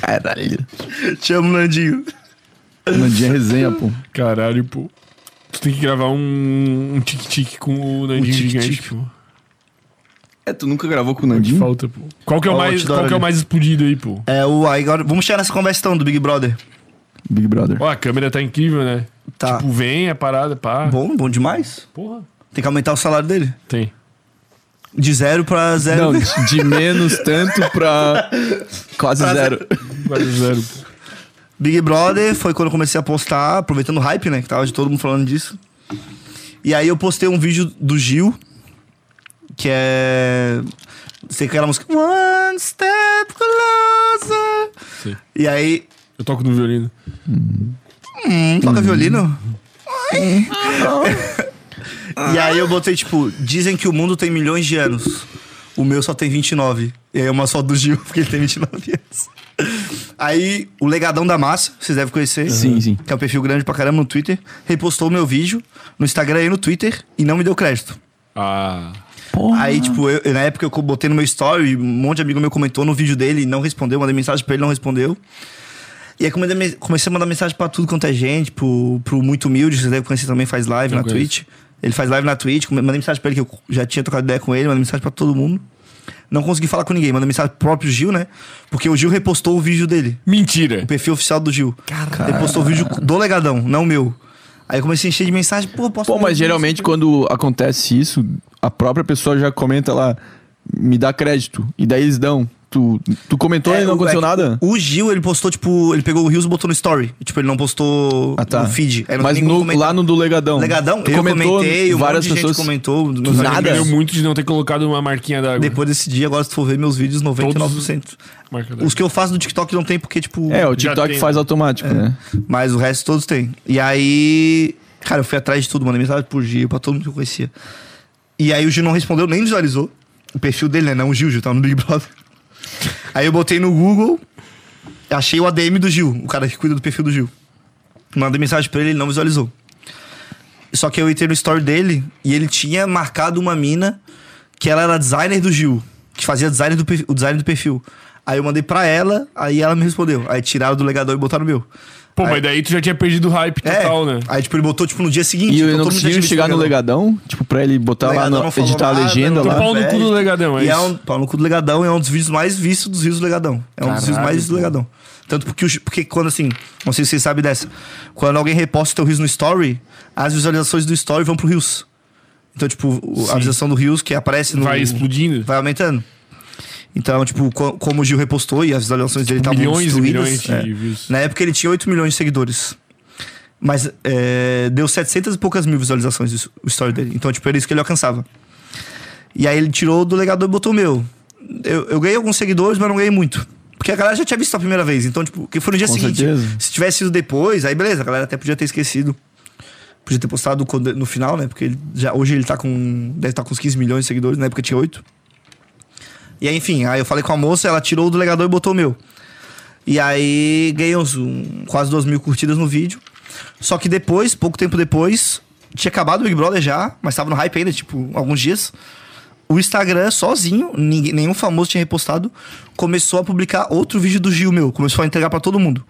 S2: Caralho.
S3: Chama o Nandinho.
S2: Nandinha é resenha, pô.
S1: Caralho, pô. Tu tem que gravar um, um tic-tic com o Nandinho gigante, pô.
S2: É, tu nunca gravou com o
S1: Que
S2: Nandinho?
S1: falta, pô. Qual que é o
S3: Hum? Ó,
S1: mais,
S3: te dá
S1: qual que é o
S3: ali.
S1: mais explodido aí, pô?
S3: É, o, aí agora, vamos chegar nessa conversa então do Big Brother.
S2: Big Brother.
S1: Ó, a câmera tá incrível, né?
S3: Tá.
S1: Tipo, vem, é parada, pá.
S3: Bom, bom demais.
S1: Porra.
S3: Tem que aumentar o salário dele.
S1: Tem.
S3: De zero pra zero.
S2: Não, de de menos tanto pra quase zero.
S1: Quase zero, pô.
S3: Big Brother foi quando eu comecei a postar, aproveitando o hype, né? Que tava de todo mundo falando disso. E aí eu postei um vídeo do Gil, que é. Sei aquela música. One step closer.
S1: Sim.
S3: E aí.
S1: Eu toco no violino.
S3: Hum,
S2: Uhum.
S3: toca violino? Ai. É. <laughs> e aí eu botei, tipo, dizem que o mundo tem milhões de anos. O meu só tem 29. E aí é uma só do Gil, porque ele tem 29 anos. Aí, o Legadão da Massa, vocês devem conhecer.
S2: Sim, sim.
S3: Que é um perfil grande pra caramba no Twitter. Repostou o meu vídeo no Instagram e no Twitter e não me deu crédito.
S1: Ah.
S3: Aí, tipo, eu- eu- na época eu co- botei no meu story, um monte de amigo meu comentou no vídeo dele e não respondeu, mandei mensagem pra ele, não respondeu. E aí comecei a me- comecei a mandar mensagem pra tudo quanto é gente, pro, pro Muito Humilde, vocês devem conhecer também, faz live na
S1: conheço.
S3: Twitch. Ele faz live na Twitch, come- mandei mensagem pra ele que eu já tinha trocado ideia com ele, mandei mensagem pra todo mundo. Não consegui falar com ninguém, mandei mensagem pro próprio Gil, né? Porque o Gil repostou o vídeo dele
S1: Mentira.
S3: o perfil oficial do Gil. Ele postou o vídeo do Legadão, não o meu. Aí eu um comecei a encher de mensagem, pô, posso
S2: Pô, mas geralmente quando acontece isso, a própria pessoa já comenta lá, me dá crédito. E daí eles dão. Tu, tu comentou
S3: É,
S2: e não
S3: o-
S2: aconteceu
S3: é que
S2: nada?
S3: O Gil, ele postou, tipo, ele pegou o Rios e botou no story. Tipo, ele não postou no feed. Aí não
S2: Ah, tá. Mas
S3: tem ninguém
S2: no-
S3: comentando.
S2: lá no do Legadão.
S3: Legadão,
S2: tu
S3: eu
S2: comentou,
S3: comentei, um
S2: várias
S3: monte de
S2: pessoas.
S3: gente comentou. meus
S1: Você me
S3: amigos.
S1: arrependeu muito de não ter colocado uma marquinha d'água.
S3: Depois desse dia, agora se tu for ver meus vídeos, 99%.
S1: Marca d'água.
S3: Os que eu faço do TikTok não tem, porque, tipo...
S2: É, o
S1: Já
S2: TikTok
S1: tem, É.
S2: faz automático, né?
S3: Mas o resto todos tem. E aí, cara, eu fui atrás de tudo, mandei mensagem por Gil, pra todo mundo que eu conhecia. E aí o Gil não respondeu, nem visualizou. O perfil dele, né? Não o Gil, o Gil tava no Big Brother. <laughs> Aí eu botei no Google, achei o ADM do Gil, o cara que cuida do perfil do Gil. Mandei mensagem pra ele, ele não visualizou. Só que eu entrei no story dele e ele tinha marcado uma mina que ela era designer do Gil, que fazia design do, perfil- o design do perfil. Aí eu mandei pra ela, aí ela me respondeu. Aí tiraram do legador e botaram o meu.
S1: Pô, mas daí tu já tinha perdido o hype total, né?
S3: Aí, tipo, ele botou, tipo, no dia seguinte.
S2: E
S3: então
S2: eu não
S3: todo mundo já
S2: conseguiu
S3: tinha
S2: chegar
S3: visto
S2: no
S3: o
S2: Legadão, tipo, pra ele botar
S3: O
S2: lá,
S3: Legadão
S2: no,
S3: não falou
S2: editar a
S3: nada,
S2: legenda
S3: não
S2: lá.
S3: falou
S1: Pau no cu
S3: velho.
S1: do Legadão, é
S3: E é
S1: isso.
S3: um pau no cu do Legadão, é um dos vídeos mais vistos dos rios do Legadão. É um dos vídeos mais vistos do Legadão. Tanto porque, o- porque quando assim, não sei se vocês sabem dessa, quando alguém reposta o teu rios no story, as visualizações do story vão pro rios. Então, tipo, o- a visualização do rios que aparece no.
S1: Vai explodindo.
S3: Vai aumentando. Então, tipo, co- como o Gil repostou e as visualizações dele estavam
S1: Tipo, milhões e
S3: destruídas...
S1: milhões de
S3: é.
S1: views.
S3: Na época ele tinha 8 milhões de seguidores. Mas é, deu 700 e poucas mil visualizações isso- o story dele. Então, tipo, era isso que ele alcançava. E aí ele tirou do legador e botou o meu. Eu, eu ganhei alguns seguidores, mas não ganhei muito. Porque a galera já tinha visto a primeira vez. Então, tipo, que foi no dia
S2: Com
S3: seguinte.
S2: certeza.
S3: Se tivesse sido depois, aí beleza, a galera até podia ter esquecido. Podia ter postado quando- no final, né? Porque ele já, hoje ele tá com. Deve estar com uns 15 milhões de seguidores, na época tinha 8. E aí, enfim, aí eu falei com a moça, ela tirou o do legador e botou o meu. E aí ganhei uns, um, quase 2 mil curtidas no vídeo. Só que depois, pouco tempo depois, tinha acabado o Big Brother já, mas tava no hype ainda, tipo, alguns dias. O Instagram, sozinho, ninguém- nenhum famoso tinha repostado, começou a publicar outro vídeo do Gil meu, começou a entregar pra todo mundo.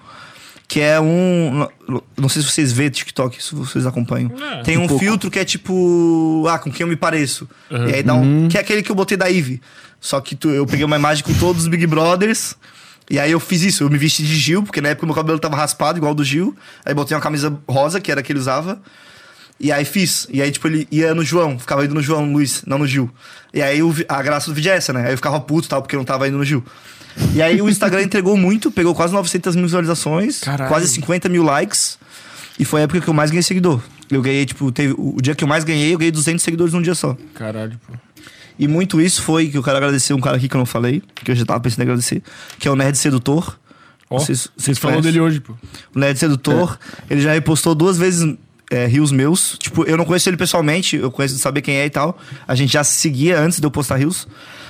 S3: Que é um. não- Não sei se vocês vêem TikTok, se vocês acompanham.
S1: É,
S3: Tem um, filtro que é tipo. Ah, com quem eu me pareço. E aí dá um. Que é aquele que eu botei da Ivy. Só que tu- eu peguei uma imagem com todos os Big Brothers. E aí eu fiz isso, eu me vesti de Gil, porque na época meu cabelo tava raspado, igual ao do Gil. Aí botei uma camisa rosa, que era a que ele usava. E aí fiz. E aí, tipo, ele ia no João, ficava indo no João Luiz, não no Gil. E aí o vi- a graça do vídeo é essa, né? Aí eu ficava puto e tal, porque eu não tava indo no Gil. E aí o Instagram <laughs> entregou muito, pegou quase 900 mil visualizações, quase 50 mil likes. E foi a época que eu mais ganhei seguidor. Eu ganhei, tipo, teve, o o dia que eu mais ganhei, eu ganhei 200 seguidores num dia só.
S1: Caralho, pô.
S3: E muito isso foi que eu quero agradecer um cara aqui que eu não falei, que eu já tava pensando em agradecer, que é o Nerd Sedutor.
S1: Ó,
S3: Vocês-
S1: vocês,
S3: vocês
S1: falam
S3: conhecem?
S1: dele hoje, pô.
S3: O Nerd né, Sedutor, ele já repostou duas vezes é, rios meus. Tipo, eu não conheço ele pessoalmente, eu conheço de saber quem é e tal. A gente já se seguia antes de eu postar rios.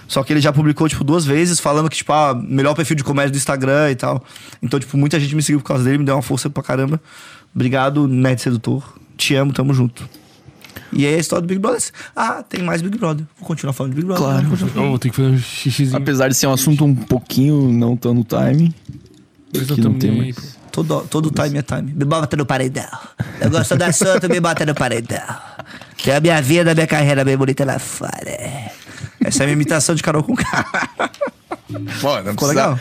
S3: Só que ele já publicou, tipo, duas vezes, falando que, tipo, ah, melhor perfil de comédia do Instagram e tal. Então, tipo, muita gente me seguiu por causa dele, me deu uma força pra caramba. Obrigado, Nerd Sedutor. Te amo, tamo junto. E aí é a história do Big Brother. Ah, tem mais Big Brother. Vou continuar falando de Big Brother. Claro.
S1: Eu vou ter que fazer um xixizinho.
S2: Apesar de ser um assunto um pouquinho não tão no time.
S1: Eles
S2: que não
S1: tão nem
S2: tem
S1: aí,
S2: mais.
S1: pô.
S3: Todo, todo time é time.
S4: Me bota no paredão. Eu gosto da sua, tu me
S3: tá
S4: bota no paredão. Tem é a minha vida, a minha carreira bem bonita lá fora.
S3: Essa é a minha imitação de Carol com K.
S2: Pô, não
S3: Ficou
S2: precisa-
S3: legal.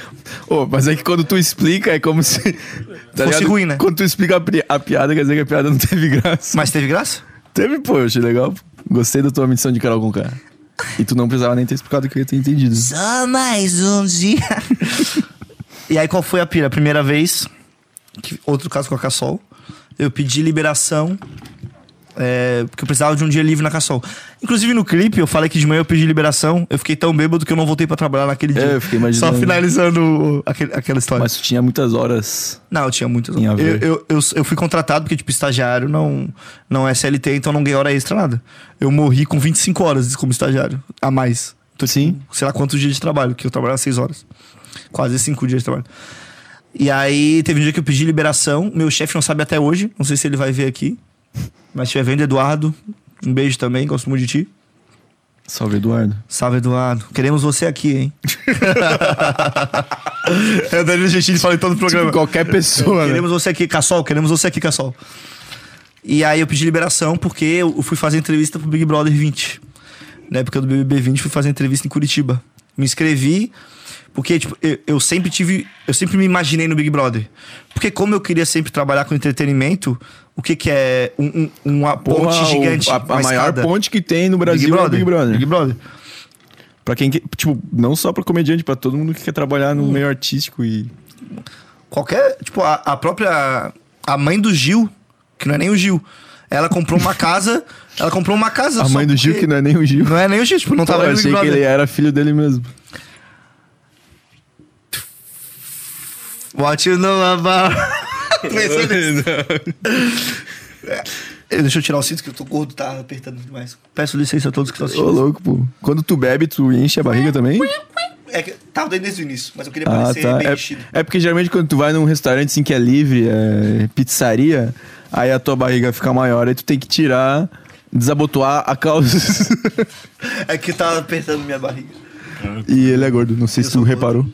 S2: Ô, mas é que quando tu explica, é como se. <laughs> Tá ligado?
S3: ruim, né?
S2: Quando tu explica a, pri- a piada, quer dizer que a piada não teve <laughs> graça.
S3: Mas teve graça?
S2: Teve, pô, eu achei legal. Gostei da tua missão de Carol Conká. E tu não precisava nem ter explicado o que eu ia ter entendido.
S4: Só mais um dia.
S3: E aí qual foi a pira? A primeira vez, que- outro caso com a Cassol, eu pedi liberação, é, porque eu precisava de um dia livre na Cassol. Inclusive no clipe, eu falei que de manhã eu pedi liberação, eu fiquei tão bêbado que eu não voltei pra trabalhar naquele dia.
S2: É, eu fiquei imaginando.
S3: Só finalizando o- aquele- aquela história.
S2: Mas tu tinha muitas horas.
S3: Não, eu tinha muitas
S2: Em
S3: horas. Eu,
S2: haver.
S3: eu, eu, eu fui contratado porque, tipo, estagiário não, não é CLT, então não ganhei hora extra, nada. Eu morri com 25 horas como estagiário, a mais. tipo,
S2: Sim.
S3: sei lá quantos dias de trabalho, que eu trabalhava seis horas. Quase cinco dias de trabalho. E aí teve um dia que eu pedi liberação. Meu chefe não sabe até hoje, não sei se ele vai ver aqui. Mas estiver vendo, Eduardo, um beijo também, gosto muito de ti.
S2: Salve, Eduardo.
S3: Salve, Eduardo. Queremos você aqui, hein? <laughs> é o Danilo Gentili fala em todo o programa.
S2: Tipo, qualquer pessoa, né?
S3: Queremos você aqui, Cassol, queremos você aqui, Cassol. E aí eu pedi liberação porque eu eu fui fazer entrevista pro Big Brother 20. Na época do BBB 20, fui fazer entrevista em Curitiba. Me inscrevi porque tipo, eu, eu sempre tive, eu sempre me imaginei no Big Brother. Porque como eu queria sempre trabalhar com entretenimento, o que que é um, um, uma ponte
S2: Porra, o-
S3: gigante,
S2: a, a
S3: uma
S2: maior
S3: escada?
S2: ponte que tem no Brasil
S3: Big
S2: é o
S3: Brother.
S2: Big Brother.
S3: Big Brother.
S2: Pra quem que- tipo, não só pra comediante, pra todo mundo que quer trabalhar no meio artístico e.
S3: qualquer. Tipo, a, a própria. A mãe do Gil, que não é nem o Gil, ela comprou uma casa. ela comprou uma casa.
S2: A mãe do Gil, que não é nem o Gil. <laughs>
S3: Não é nem o Gil, tipo, não
S2: Pô,
S3: tava
S2: eu
S3: nem no Big
S2: achei que
S3: Brother.
S2: ele era filho dele mesmo.
S3: What you
S2: <laughs>
S3: know about. Pensou nisso? É, Deixa eu tirar o cinto que eu tô gordo, tá apertando demais. Peço licença a todos que estão
S2: Ô,
S3: assistindo.
S2: louco, pô. Quando tu bebe, tu enche a barriga também?
S3: É que tava desde o início, mas eu queria
S2: Ah,
S3: parecer
S2: tá.
S3: bem
S2: É-
S3: vestido.
S2: É, porque geralmente quando tu vai num restaurante assim que é livre, é pizzaria, aí a tua barriga fica maior, aí tu tem que tirar, desabotoar a calça. <laughs>
S3: É que tava apertando minha barriga.
S2: e ele é gordo, não sei se tu
S3: sou gordo.
S2: reparou.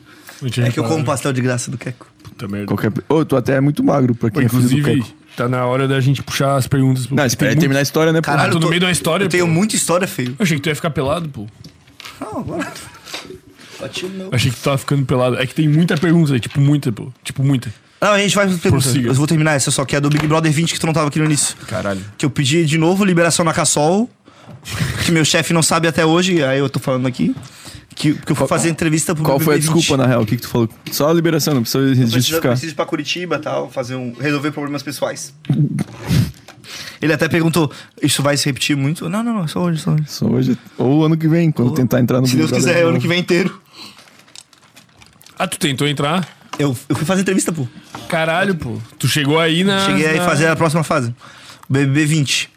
S1: Não tinha
S3: É
S2: tá.
S3: que eu como
S1: reparado.
S3: pastel de graça do Queco.
S1: Puta merda.
S2: Qualquer... Ô, tu até é muito magro pra
S1: Pô,
S2: quem é filho do
S1: Inclusive,
S2: Keco.
S1: tá na hora da gente puxar as perguntas.
S2: Não, espera aí terminar a história, né? pô?
S1: Caralho, tô no meio de uma história,
S3: Eu tenho
S1: pô.
S3: muita história, feio.
S1: Eu achei que tu ia ficar pelado, pô.
S3: Não, agora. What you know.
S1: Eu achei que tu tava ficando pelado. É que tem muita pergunta, tipo, muita, pô. Tipo, muita.
S3: Não, a gente vai pras perguntas.
S1: Prossiga.
S3: Eu vou terminar essa só, que é do Big Brother 20 que tu não tava aqui no início.
S1: Caralho.
S3: Que eu pedi de novo liberação na Cassol, que meu chefe não sabe até hoje, aí eu tô falando aqui. Que, que eu fui fazer entrevista pro
S2: Qual foi a
S3: BBB20.
S2: desculpa, na real? O que, que tu falou? Só a liberação, não precisa
S3: Preciso,
S2: justificar.
S3: preciso ir pra Curitiba e tal, fazer um, resolver problemas pessoais. Ele até perguntou, isso vai se repetir muito? Não, não, não, só hoje, só hoje.
S2: Só hoje. Ou ano que vem, quando tentar entrar no
S3: Se Deus quiser, é ano que vem inteiro.
S1: Ah, tu tentou entrar?
S3: Eu, eu fui fazer entrevista, pô.
S1: Caralho, pô. Tu chegou aí na.
S3: Cheguei aí
S1: na-
S3: a fazer a próxima fase. O BBB 20.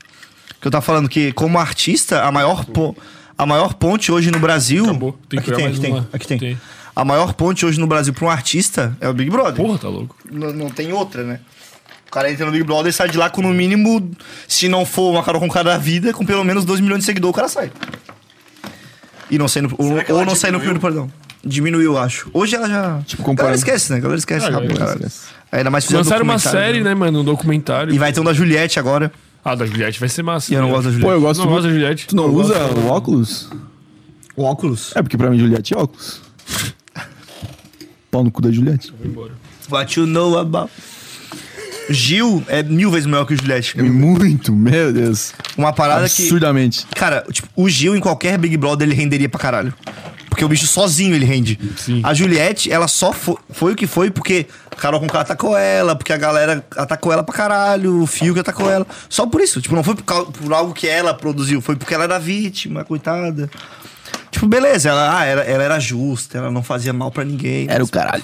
S3: Que eu tava falando que, como artista, a maior, po- a maior ponte hoje no Brasil.
S1: Acabou. Tem que
S3: aqui
S1: criar
S3: tem,
S1: mais
S3: aqui
S1: uma.
S3: tem, aqui tem.
S1: Tem.
S3: A maior ponte hoje no Brasil pra um artista é o Big Brother.
S1: Porra, tá louco.
S3: Não, não tem outra, né? O cara entra no Big Brother e sai de lá com no mínimo, se não for uma Carol com cara da vida, com pelo menos 2 milhões de seguidores, o cara sai. E não sai no, ou,
S5: que ela
S3: ou não sai no primeiro, perdão. Diminuiu, eu acho. Hoje ela já.
S2: Tipo, comparando-
S3: Galera esquece, né? Galera esquece
S1: Ah,
S3: rápido,
S1: galera
S3: cara. Ainda mais fizeram
S1: Lançaram uma
S3: um documentário,
S1: série, né, mano? Um documentário.
S3: E vai ter um da Juliette agora.
S1: Ah, da Juliette vai ser massa.
S3: E eu não
S1: né?
S3: gosto da Juliette.
S2: Pô, eu gosto
S1: Não gosto da Juliette.
S2: Tu não usa o óculos?
S3: O óculos.
S2: É porque pra mim Juliette é óculos. Pau no cu da Juliette.
S3: What you know about. Gil é mil vezes maior que o Juliette.
S2: Muito, meu Deus.
S3: Uma parada que.
S2: Absurdamente.
S3: Cara, tipo, o Gil em qualquer Big Brother ele renderia pra caralho. Porque o bicho sozinho ele rende.
S1: Sim.
S3: A Juliette, ela só fo- foi o que foi porque Carol Conká atacou ela, porque a galera atacou ela pra caralho, o Fio que atacou ela. Só por isso. Tipo, não foi por, cau- por algo que ela produziu, foi porque ela era vítima, coitada. Tipo, beleza, ela, ah, ela, ela era justa, ela não fazia mal pra ninguém.
S2: Era o caralho.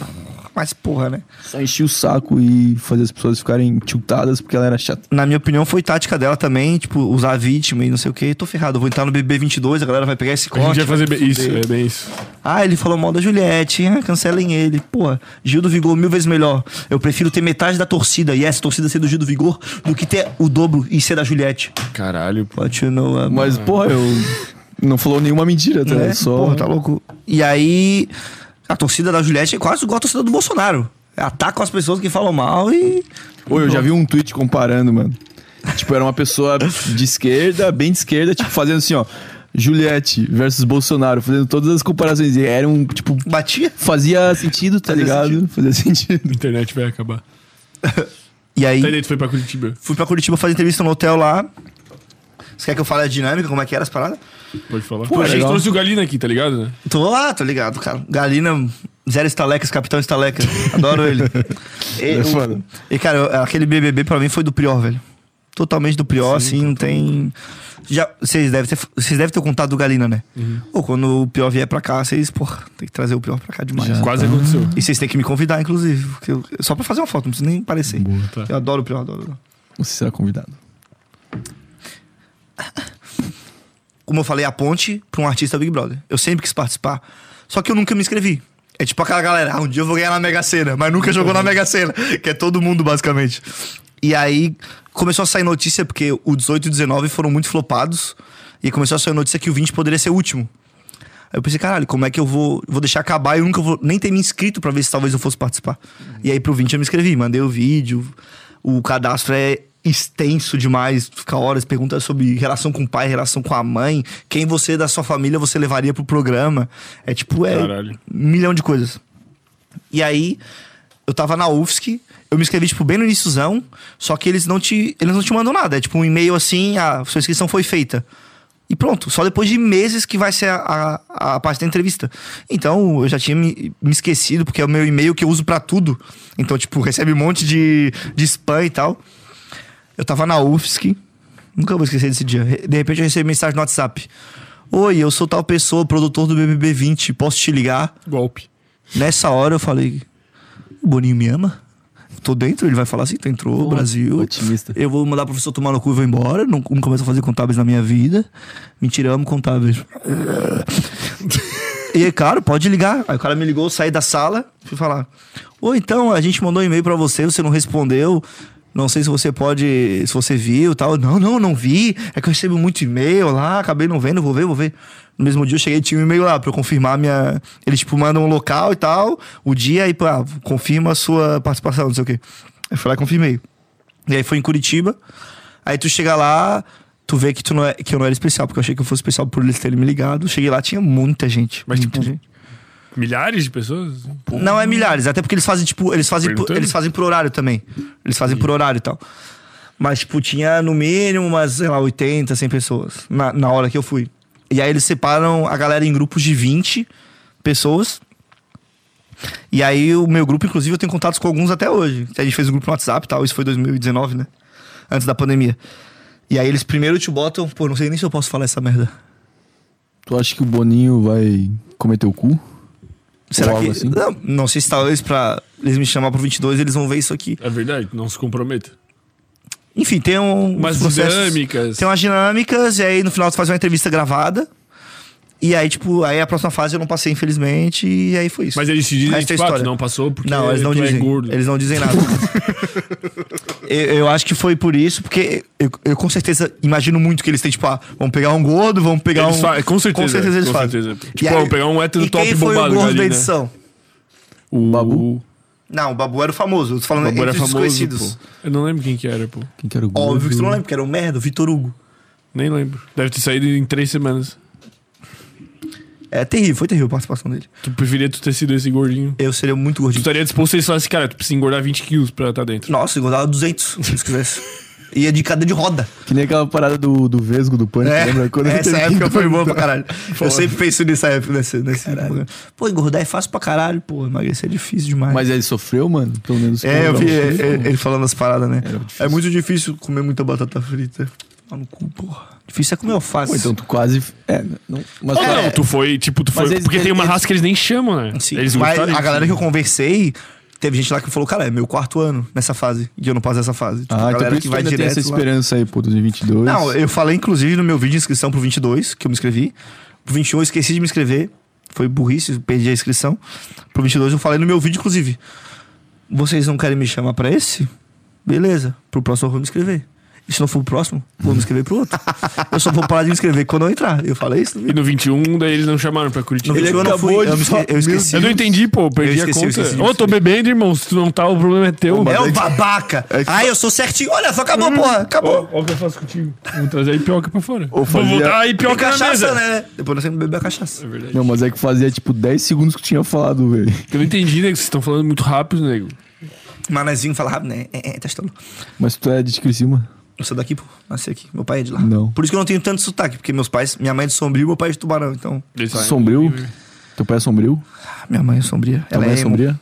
S3: Mas, porra, né?
S2: Só enchia o saco e fazer as pessoas ficarem tiltadas porque ela era chata.
S3: Na minha opinião, foi tática dela também, tipo, usar a vítima e não sei o que. Tô ferrado, eu vou entrar no BB22, a galera vai pegar esse
S1: A gente
S3: corte.
S1: vai fazer bem-
S3: me
S1: isso,
S3: fuder.
S1: é bem isso.
S3: Ah, ele falou mal da Juliette, ah, cancelem ele. Porra, Gil do Vigor mil vezes melhor. Eu prefiro ter metade da torcida e essa torcida ser do Gil do Vigor do que ter o dobro e ser da Juliette.
S1: Caralho, pô.
S3: Continua.
S2: Mas, porra, eu. Não falou nenhuma mentira, tá?
S3: né?
S2: ligado? Só.
S1: um
S3: Porra, tá louco. E aí, a torcida da Juliette é quase igual a torcida do Bolsonaro. Atacam as pessoas que falam mal e.
S2: Pô, eu já vi um tweet comparando, mano. Tipo, era uma pessoa de esquerda, bem de esquerda, tipo, fazendo assim, ó. Juliette versus Bolsonaro, fazendo todas as comparações. E era um, tipo,
S3: Batia.
S2: fazia sentido, tá ligado? Fazia sentido.
S1: A internet vai acabar.
S3: E aí,
S1: Até daí tu foi pra Curitiba.
S3: fui pra Curitiba fazer entrevista no hotel lá. Você quer que eu fale a dinâmica, como é que era as paradas?
S1: Pode falar.
S3: Pô,
S1: Pô, a gente
S3: legal.
S1: trouxe o Galina aqui, tá ligado? né?
S3: Tô lá, tô ligado, cara. Galina, zero estalecas, capitão estaleca. Adoro ele. e, o-
S2: foda.
S3: e, cara, eu- aquele BBB pra mim foi do Prior, velho. Totalmente do Prior, assim, não tem... Já, vocês devem ter, vocês devem ter contado do Galina, né? Ou quando o Prior vier pra cá, vocês, pô, tem que trazer o Prior pra cá demais.
S2: Tá.
S1: Quase aconteceu.
S3: E vocês têm que me convidar, inclusive. porque eu- só pra fazer uma foto, não precisa nem parecer.
S1: tá.
S3: Eu adoro o Prior, adoro, adoro.
S2: Você será convidado.
S3: como eu falei, a ponte pra um artista Big Brother. Eu sempre quis participar. Só que eu nunca me inscrevi. É tipo aquela galera, ah, um dia eu vou ganhar na Mega Sena, mas nunca jogou na Mega Sena, <laughs> que é todo mundo basicamente. E aí começou a sair notícia, porque o 18 e o 19 foram muito flopados, e começou a sair notícia que o 20 poderia ser o último. Aí eu pensei, caralho, como é que eu vou, vou deixar acabar e eu nunca vou nem ter me inscrito pra ver se talvez eu fosse participar. E aí pro 20 eu me inscrevi, mandei o vídeo. O cadastro é extenso demais, fica horas, perguntas sobre relação com o pai, relação com a mãe, quem você é da sua família você levaria pro programa. É tipo, é
S1: Caralho.
S3: um milhão de coisas. E aí eu tava na UFSC, eu me inscrevi tipo bem no iníciozão, só que eles não te eles não te mandam nada, é tipo um e-mail assim, a sua inscrição foi feita. E pronto, só depois de meses que vai ser a, a, a parte da entrevista. Então, eu já tinha me, me esquecido, porque é o meu e-mail que eu uso pra tudo. Então, tipo, recebe um monte de, de spam e tal. Eu tava na UFSC, nunca vou esquecer desse dia. Re- De repente eu recebi mensagem no WhatsApp. Oi, eu sou tal pessoa, produtor do BBB20, posso te ligar?
S1: Golpe.
S3: Nessa hora eu falei: o Boninho me ama? Tô dentro, ele vai falar assim: tu entrou, Brasil.
S2: otimista.
S3: Eu vou mandar o professor tomar no cu e vou embora. Não, não começo a fazer contábeis na minha vida. Mentira, eu amo contábeis. e aí, cara, pode ligar. Aí o cara me ligou, eu saí da sala, fui falar: Ou então, a gente mandou um e-mail pra você, você não respondeu. Não sei se você pode, se você viu e tal. Não, não, não vi. É que eu recebo muito e-mail lá, acabei não vendo, vou ver, vou ver. No mesmo dia eu cheguei tinha um e-mail lá pra eu confirmar a minha. Eles, tipo, mandam um local e tal, o dia e, pá, confirma a sua participação, não sei o quê. Eu fui lá e confirmei. E aí foi em Curitiba. Aí tu chega lá, tu vê que, tu não é, que eu não era especial, porque eu achei que eu fosse especial por eles terem me ligado. Cheguei lá, tinha muita gente.
S1: Mas,
S3: muita
S1: tipo,
S3: gente.
S1: Milhares de pessoas?
S3: Não é milhares, até porque eles fazem, tipo, eles fazem, por,
S1: Perguntando?
S3: eles fazem por horário também. Eles fazem por horário e tal. Mas, tipo, tinha no mínimo umas, sei lá, 80, 100 pessoas na, na hora que eu fui. E aí eles separam a galera em grupos de 20 pessoas. E aí o meu grupo, inclusive, eu tenho contatos com alguns até hoje. A gente fez um grupo no WhatsApp e tal, isso foi 2019, né? Antes da pandemia. E aí eles primeiro te botam, pô, não sei nem se eu posso falar essa merda.
S2: Tu acha que o Boninho vai comer teu cu?
S3: Será
S2: Ou
S3: que.
S2: algo assim?
S3: Não, não sei se talvez pra eles me chamar pro 22, eles vão ver isso aqui.
S1: É verdade, não se comprometa.
S3: Enfim, tem um.
S1: Umas
S3: uns processos-
S1: dinâmicas.
S3: Tem umas dinâmicas, e aí no final tu faz uma entrevista gravada. E aí, tipo, aí a próxima fase eu não passei, infelizmente, e aí foi isso.
S1: Mas eles te
S3: O
S1: dizem,
S3: resto é
S1: tipo, ah, tu
S3: história.
S1: não passou porque
S3: Não, eles não
S1: tu
S3: dizem.
S1: é gordo.
S3: Eles não dizem nada.
S1: <laughs>
S3: eu, eu acho que foi por isso, porque eu, eu com certeza imagino muito que eles têm, tipo, ah, vamos pegar um gordo, vamos pegar
S1: Eles
S3: um.
S1: fa- com certeza,
S3: Com certeza eles
S1: com
S3: fazem.
S1: certeza.
S3: E
S1: Tipo,
S3: aí-
S1: ah, vamos pegar um hétero
S3: e
S1: top
S3: quem foi o
S1: bombado
S3: gordo
S1: ali,
S3: da
S1: né?
S3: edição?
S1: O Babu.
S3: Não, o Babu era o famoso. Eu tô falando
S1: Babu era
S3: entre os
S1: famoso,
S3: desconhecidos.
S1: pô. Eu não lembro quem que era, pô.
S2: Quem que era o gordo?
S3: Óbvio que tu não lembra, porque era o merda, o Vitor Hugo.
S1: Nem lembro. Deve ter saído em três semanas.
S3: É terrível, foi terrível a participação dele.
S1: Tu preferia tu ter sido esse gordinho.
S3: Eu seria muito
S1: Tu
S3: gordinho.
S1: estaria disposto se eles falassem, cara, tu precisa engordar 20 quilos pra estar
S2: tá-
S1: dentro.
S3: Nossa, eu engordava 200, se
S2: <laughs>
S3: eles quisessem. Ia de cadeira de roda.
S2: Que nem aquela parada do, do Vesgo, do Pânico, É. lembra? Quando ele
S3: É, essa
S2: teve que
S3: época foi boa
S2: engordar.
S3: pra caralho. Eu sempre penso nessa época, nesse, nesse programa. Pô, engordar é fácil pra caralho, pô, emagrecer é difícil demais.
S2: Mas ele sofreu, mano? Pelo menos.
S3: é, eu
S2: pô,
S3: vi
S2: não.
S3: é, é, ele falando as paradas, né?
S2: Era difícil.
S3: É muito difícil comer muita batata frita. Ah, no cu, porra. Difícil é comer alface.
S2: Pô, então tu quase. É, não. Mas
S1: Ah, não, tu foi, tipo, tu foi.
S2: eles-
S1: porque tem uma
S2: eles-
S1: raça que eles nem chamam, né?
S3: Sim,
S1: eles
S3: mas
S1: gostaram
S3: a
S1: disso.
S3: galera que eu conversei Teve gente lá que falou, cara, é meu quarto ano nessa fase. E eu não passo essa fase. Tipo,
S2: Ah,
S3: a
S2: então
S3: galera
S2: por isso
S3: que
S2: que
S3: vai
S2: ainda tem
S3: direto
S2: essa
S3: lá.
S2: esperança aí, pô, 2022.
S3: Não, eu falei inclusive no meu vídeo de inscrição pro 22, que eu me inscrevi. Pro 21 eu esqueci de me inscrever. Foi burrice, eu perdi a inscrição. Pro 22 eu falei no meu vídeo, inclusive. Vocês não querem me chamar pra esse? Beleza. Pro próximo eu vou me inscrever. E se não for pro próximo, vou me inscrever pro outro. eu só vou parar de me inscrever quando eu entrar. Eu falei isso no
S1: E
S3: vídeo.
S1: no 21, daí eles não chamaram pra Curitiba.
S3: No 21 eu não
S2: acabou
S3: fui.
S2: de
S3: Eu, me esque-
S2: falar.
S3: eu esqueci.
S1: Eu não entendi, pô. Perdi
S3: esqueci, eu
S1: a
S3: esqueci de
S1: conta. Ô, tô bebendo, irmão. Se tu não tá, o problema é teu.
S3: É o babaca.
S2: é
S3: Ah, eu sou certinho. Olha só, acabou, porra. Acabou.
S1: Olha o que eu faço contigo. Vou trazer a ipioca pra fora. Vou
S2: fazia-
S1: botar a
S3: E
S1: ipioca
S2: é
S1: na
S3: cachaça,
S1: mesa.
S3: né? Depois nós temos que beber a cachaça.
S2: Não, mas é que fazia tipo 10 segundos que eu tinha falado, velho.
S1: Eu não entendi, nego. Vocês estão falando muito rápido, nego.
S3: Manezinho fala rápido, né? É, é, testando.
S2: Mas tu é de Criciúma?
S3: Eu sou daqui, pô. Nasci aqui. Meu pai é de lá.
S2: Não.
S3: Por isso que eu não tenho tanto sotaque, porque meus pais. Minha mãe é de sombrio, meu pai é de tubarão. Então.
S2: Sombrio? Teu pai é sombrio?
S3: Ah, Minha mãe é sombria.
S2: Tua
S3: Ela
S2: mãe é
S3: é, emo.
S2: sombria?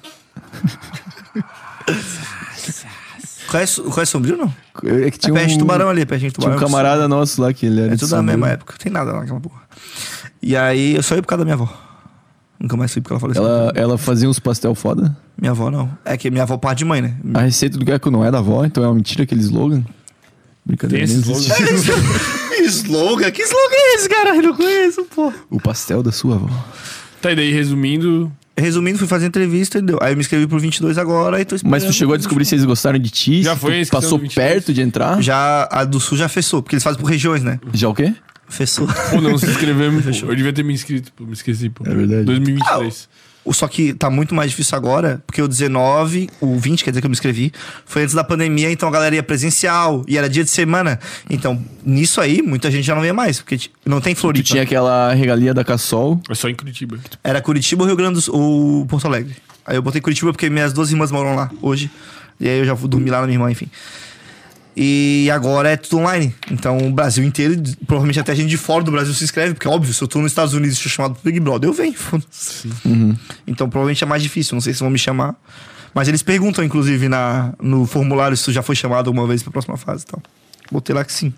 S3: Conhece, conhece sombrio, não?
S2: É que
S3: É
S2: tinha um,
S3: perto de tubarão
S2: tinha
S3: ali, perto de tubarão.
S2: um camarada nosso lá que ele era
S3: É
S2: de
S3: tudo da
S2: Sombrio.
S3: mesma época. Não tem nada lá naquela porra. E aí eu só ia por causa da minha avó. Nunca mais fui porque ela faleceu.
S2: Ela, ela fazia uns pastel foda.
S3: Minha avó não. É que minha avó parte de mãe, né?
S2: A receita do Gaco não é da avó, então é uma mentira aquele slogan. Brincadeira,
S1: Tem esse
S2: nem existe.
S3: slogan? Que slogan é esse, cara? Eu não conheço, pô.
S2: <laughs> O pastel da sua avó.
S1: Tá, e daí, resumindo,
S3: Resumindo, fui fazer entrevista, entendeu? Aí eu me inscrevi pro 22 agora e tô esperando.
S2: Mas tu chegou a descobrir se eles gostaram de ti?
S1: Já
S2: se
S1: foi a
S2: tu
S1: inscrição
S2: Passou
S1: do 23?
S2: perto de entrar?
S3: Já a do sul já fechou, porque eles fazem por regiões, né?
S2: Já o quê?
S3: Fechou.
S1: Pô, não
S2: <laughs>
S1: se inscrevemos, pô. Eu devia ter me inscrito, pô. Me esqueci, pô.
S2: É verdade.
S1: 2023.
S3: O- Só que tá muito mais difícil agora, porque o 19, o 20, quer dizer que eu me inscrevi, foi antes da pandemia, então a galera ia presencial e era dia de semana. Então, nisso aí, muita gente já não ia mais, porque ti- não tem
S2: Tu
S3: Floripa.
S2: tinha aquela regalia da Cassol.
S1: É só em Curitiba.
S3: Era Curitiba, Rio Grande do Sul, ou Porto Alegre. Aí eu botei Curitiba porque minhas duas irmãs moram lá hoje. E aí eu já vou dormir lá na minha irmã, enfim. E agora é tudo online. Então o Brasil inteiro, provavelmente até gente de fora do Brasil se inscreve, porque é óbvio, se eu tô nos Estados Unidos e sou chamado pro Big Brother, eu venho. foda-se. Então provavelmente é mais difícil, não sei se vão me chamar. Mas eles perguntam, inclusive, na, no formulário se tu já foi chamado alguma vez pra próxima fase e tal. Botei lá que sim.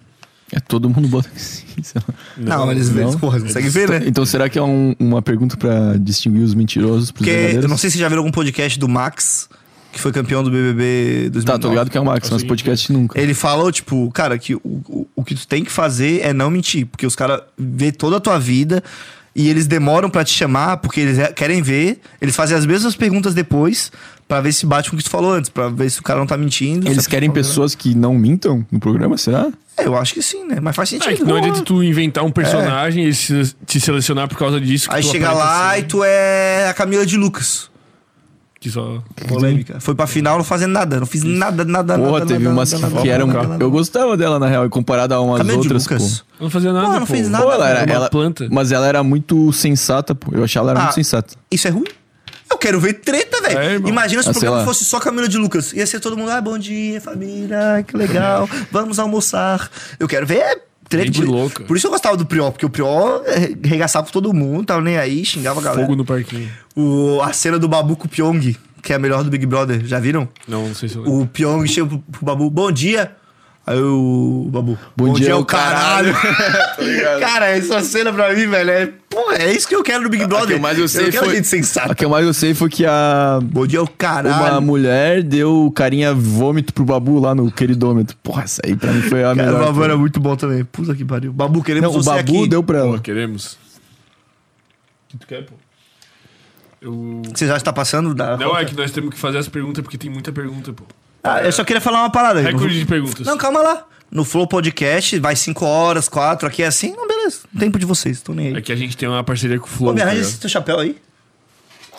S2: É todo mundo bota que sim. <laughs> sei lá.
S3: Não, eles,
S2: não.
S3: eles porra, conseguem ver, né?
S2: Então será que é um- uma pergunta pra distinguir os mentirosos pros
S3: Porque
S2: verdadeiros?
S3: eu não sei se já viram algum podcast do Max, que foi campeão do BBB 2009.
S2: Tá, tô ligado que é o Max, mas podcast nunca.
S3: Ele falou, tipo, cara, que o, o, o que tu tem que fazer é não mentir, porque os caras vê toda a tua vida e eles demoram pra te chamar porque eles é- querem ver, eles fazem as mesmas perguntas depois pra ver se bate com o que tu falou antes, pra ver se o cara não tá mentindo.
S2: Eles
S3: se a
S2: querem
S3: pessoa-
S2: pessoas que não mintam no programa, será?
S3: É, eu acho que sim, né? Mas faz
S1: Ah, é que
S3: sentido.
S1: não adianta tu inventar
S2: É.
S1: um personagem e se- te selecionar por causa disso. que
S3: né? Aí
S1: tu assim, né?
S3: chega
S1: aparenta
S3: lá
S1: ser-
S3: e tu é a Camila de Lucas.
S1: Que só...
S3: Polêmica. Foi pra final não fazendo nada. Não fiz nada, nada, nada.
S2: Porra,
S3: nada,
S2: teve
S3: nada,
S2: umas
S3: nada,
S2: que,
S3: nada,
S2: que eram.
S3: nada, nada,
S2: Eu
S3: nada.
S2: gosava dela, na real, comparada a umas
S3: Camila de
S2: outras,
S3: Lucas.
S2: pô.
S1: Eu não fazia nada,
S3: Porra, não
S1: pô.
S3: fez nada.
S2: Pô, ela era.
S1: Uma
S2: Ela,
S1: planta.
S2: mas ela era muito sensata, pô. Eu achava ela era
S3: Ah,
S2: muito sensata.
S3: Isso é ruim? Eu quero ver treta, velho.
S1: É, irmão.
S3: Imagina se
S2: Ah,
S3: o
S2: sei
S3: programa
S2: lá.
S3: fosse só Camila de Lucas. Ia ser todo mundo, ah, bom dia, família, que legal, vamos almoçar. Eu quero ver é, treta.
S1: Gente
S3: por,
S1: louca.
S3: por isso eu gostava do Prió, porque o Prió eh, arregaçava com todo mundo, tava nem aí, xingava a galera.
S1: Fogo no parquinho.
S3: O, a cena do Babu com o Pyong, que é a melhor do Big Brother, já viram?
S1: Não, não sei se eu lembro.
S3: O Pyong chega pro, pro Babu, bom dia. Aí o Babu, bom,
S2: dia,
S3: o
S2: o caralho." <laughs> Tá
S3: Cara, essa cena pra mim, velho, é, pô, é isso que eu quero do Big
S2: A que
S3: Brother.
S2: eu mais gostei
S3: quero
S2: foi.
S3: gente sensata.
S2: A que eu mais gostei foi que a.
S3: Bom dia, o caralho.
S2: Uma mulher deu carinha vômito pro babu lá no queridômetro. Porra, essa aí pra mim foi a
S3: Cara,
S2: melhor.
S3: o Babu
S2: pô.
S3: era muito bom também. Puta que pariu. Babu, queremos
S2: Não, o
S3: você
S2: babu
S3: aqui.
S2: deu pra
S1: Pô,
S2: ela.
S1: queremos. O que tu quer, pô? Eu...
S3: Você já está passando da
S1: Não,
S3: rota?
S1: é que nós temos que fazer as perguntas, porque tem muita pergunta, pô.
S3: Ah, eu só queria falar uma parada aí.
S1: Recorde de perguntas.
S3: Não, calma lá. No Flow Podcast, vai 5 horas, 4, aqui é assim. Não, beleza. Tempo de vocês, tô nem aí.
S1: É que a gente tem uma parceria com o Flow.
S3: Pô, me
S1: tá
S3: arranja
S1: ligado?
S3: esse teu chapéu aí.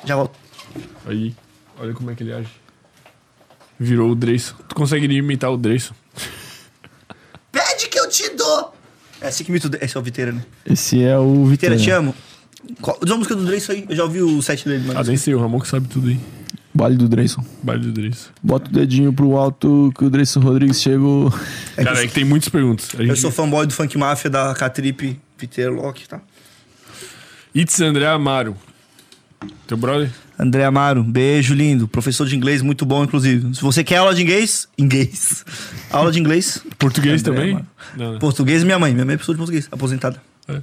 S3: Já volto.
S1: Aí, olha como é que ele age. Virou o Dreyson. Tu conseguiria imitar o Dreyson?
S3: Pede que eu te dou. É assim que me tu... Esse é o Viteira, né?
S2: Esse é o Vitor.
S3: Viteira, te
S2: né?
S3: amo. Qual... Diz uma música do Dre, isso aí. Eu já ouvi o set dele,
S1: Ah,
S3: mano.
S1: nem sei, o Ramon que sabe tudo, hein?
S2: Vale do Dreyson.
S1: Baile do
S3: É
S1: Dreyson.
S2: Bota o dedinho pro alto que o Dreyson Rodrigues chegou.
S1: Cara, é que tem muitas perguntas. A gente...
S3: Eu sou fanboy do Funk Mafia, da Catripe, Viteira, Loki, tá?
S1: Itz André Amaro. Teu brother?
S3: André Amaro, beijo lindo. Professor de inglês, muito bom, inclusive. Se você quer aula de inglês, inglês. Aula de inglês,
S1: Português
S3: André
S1: também?
S3: Amaro.
S1: Não, né?
S3: português, minha mãe. Minha mãe é professora de português, aposentada.
S1: É.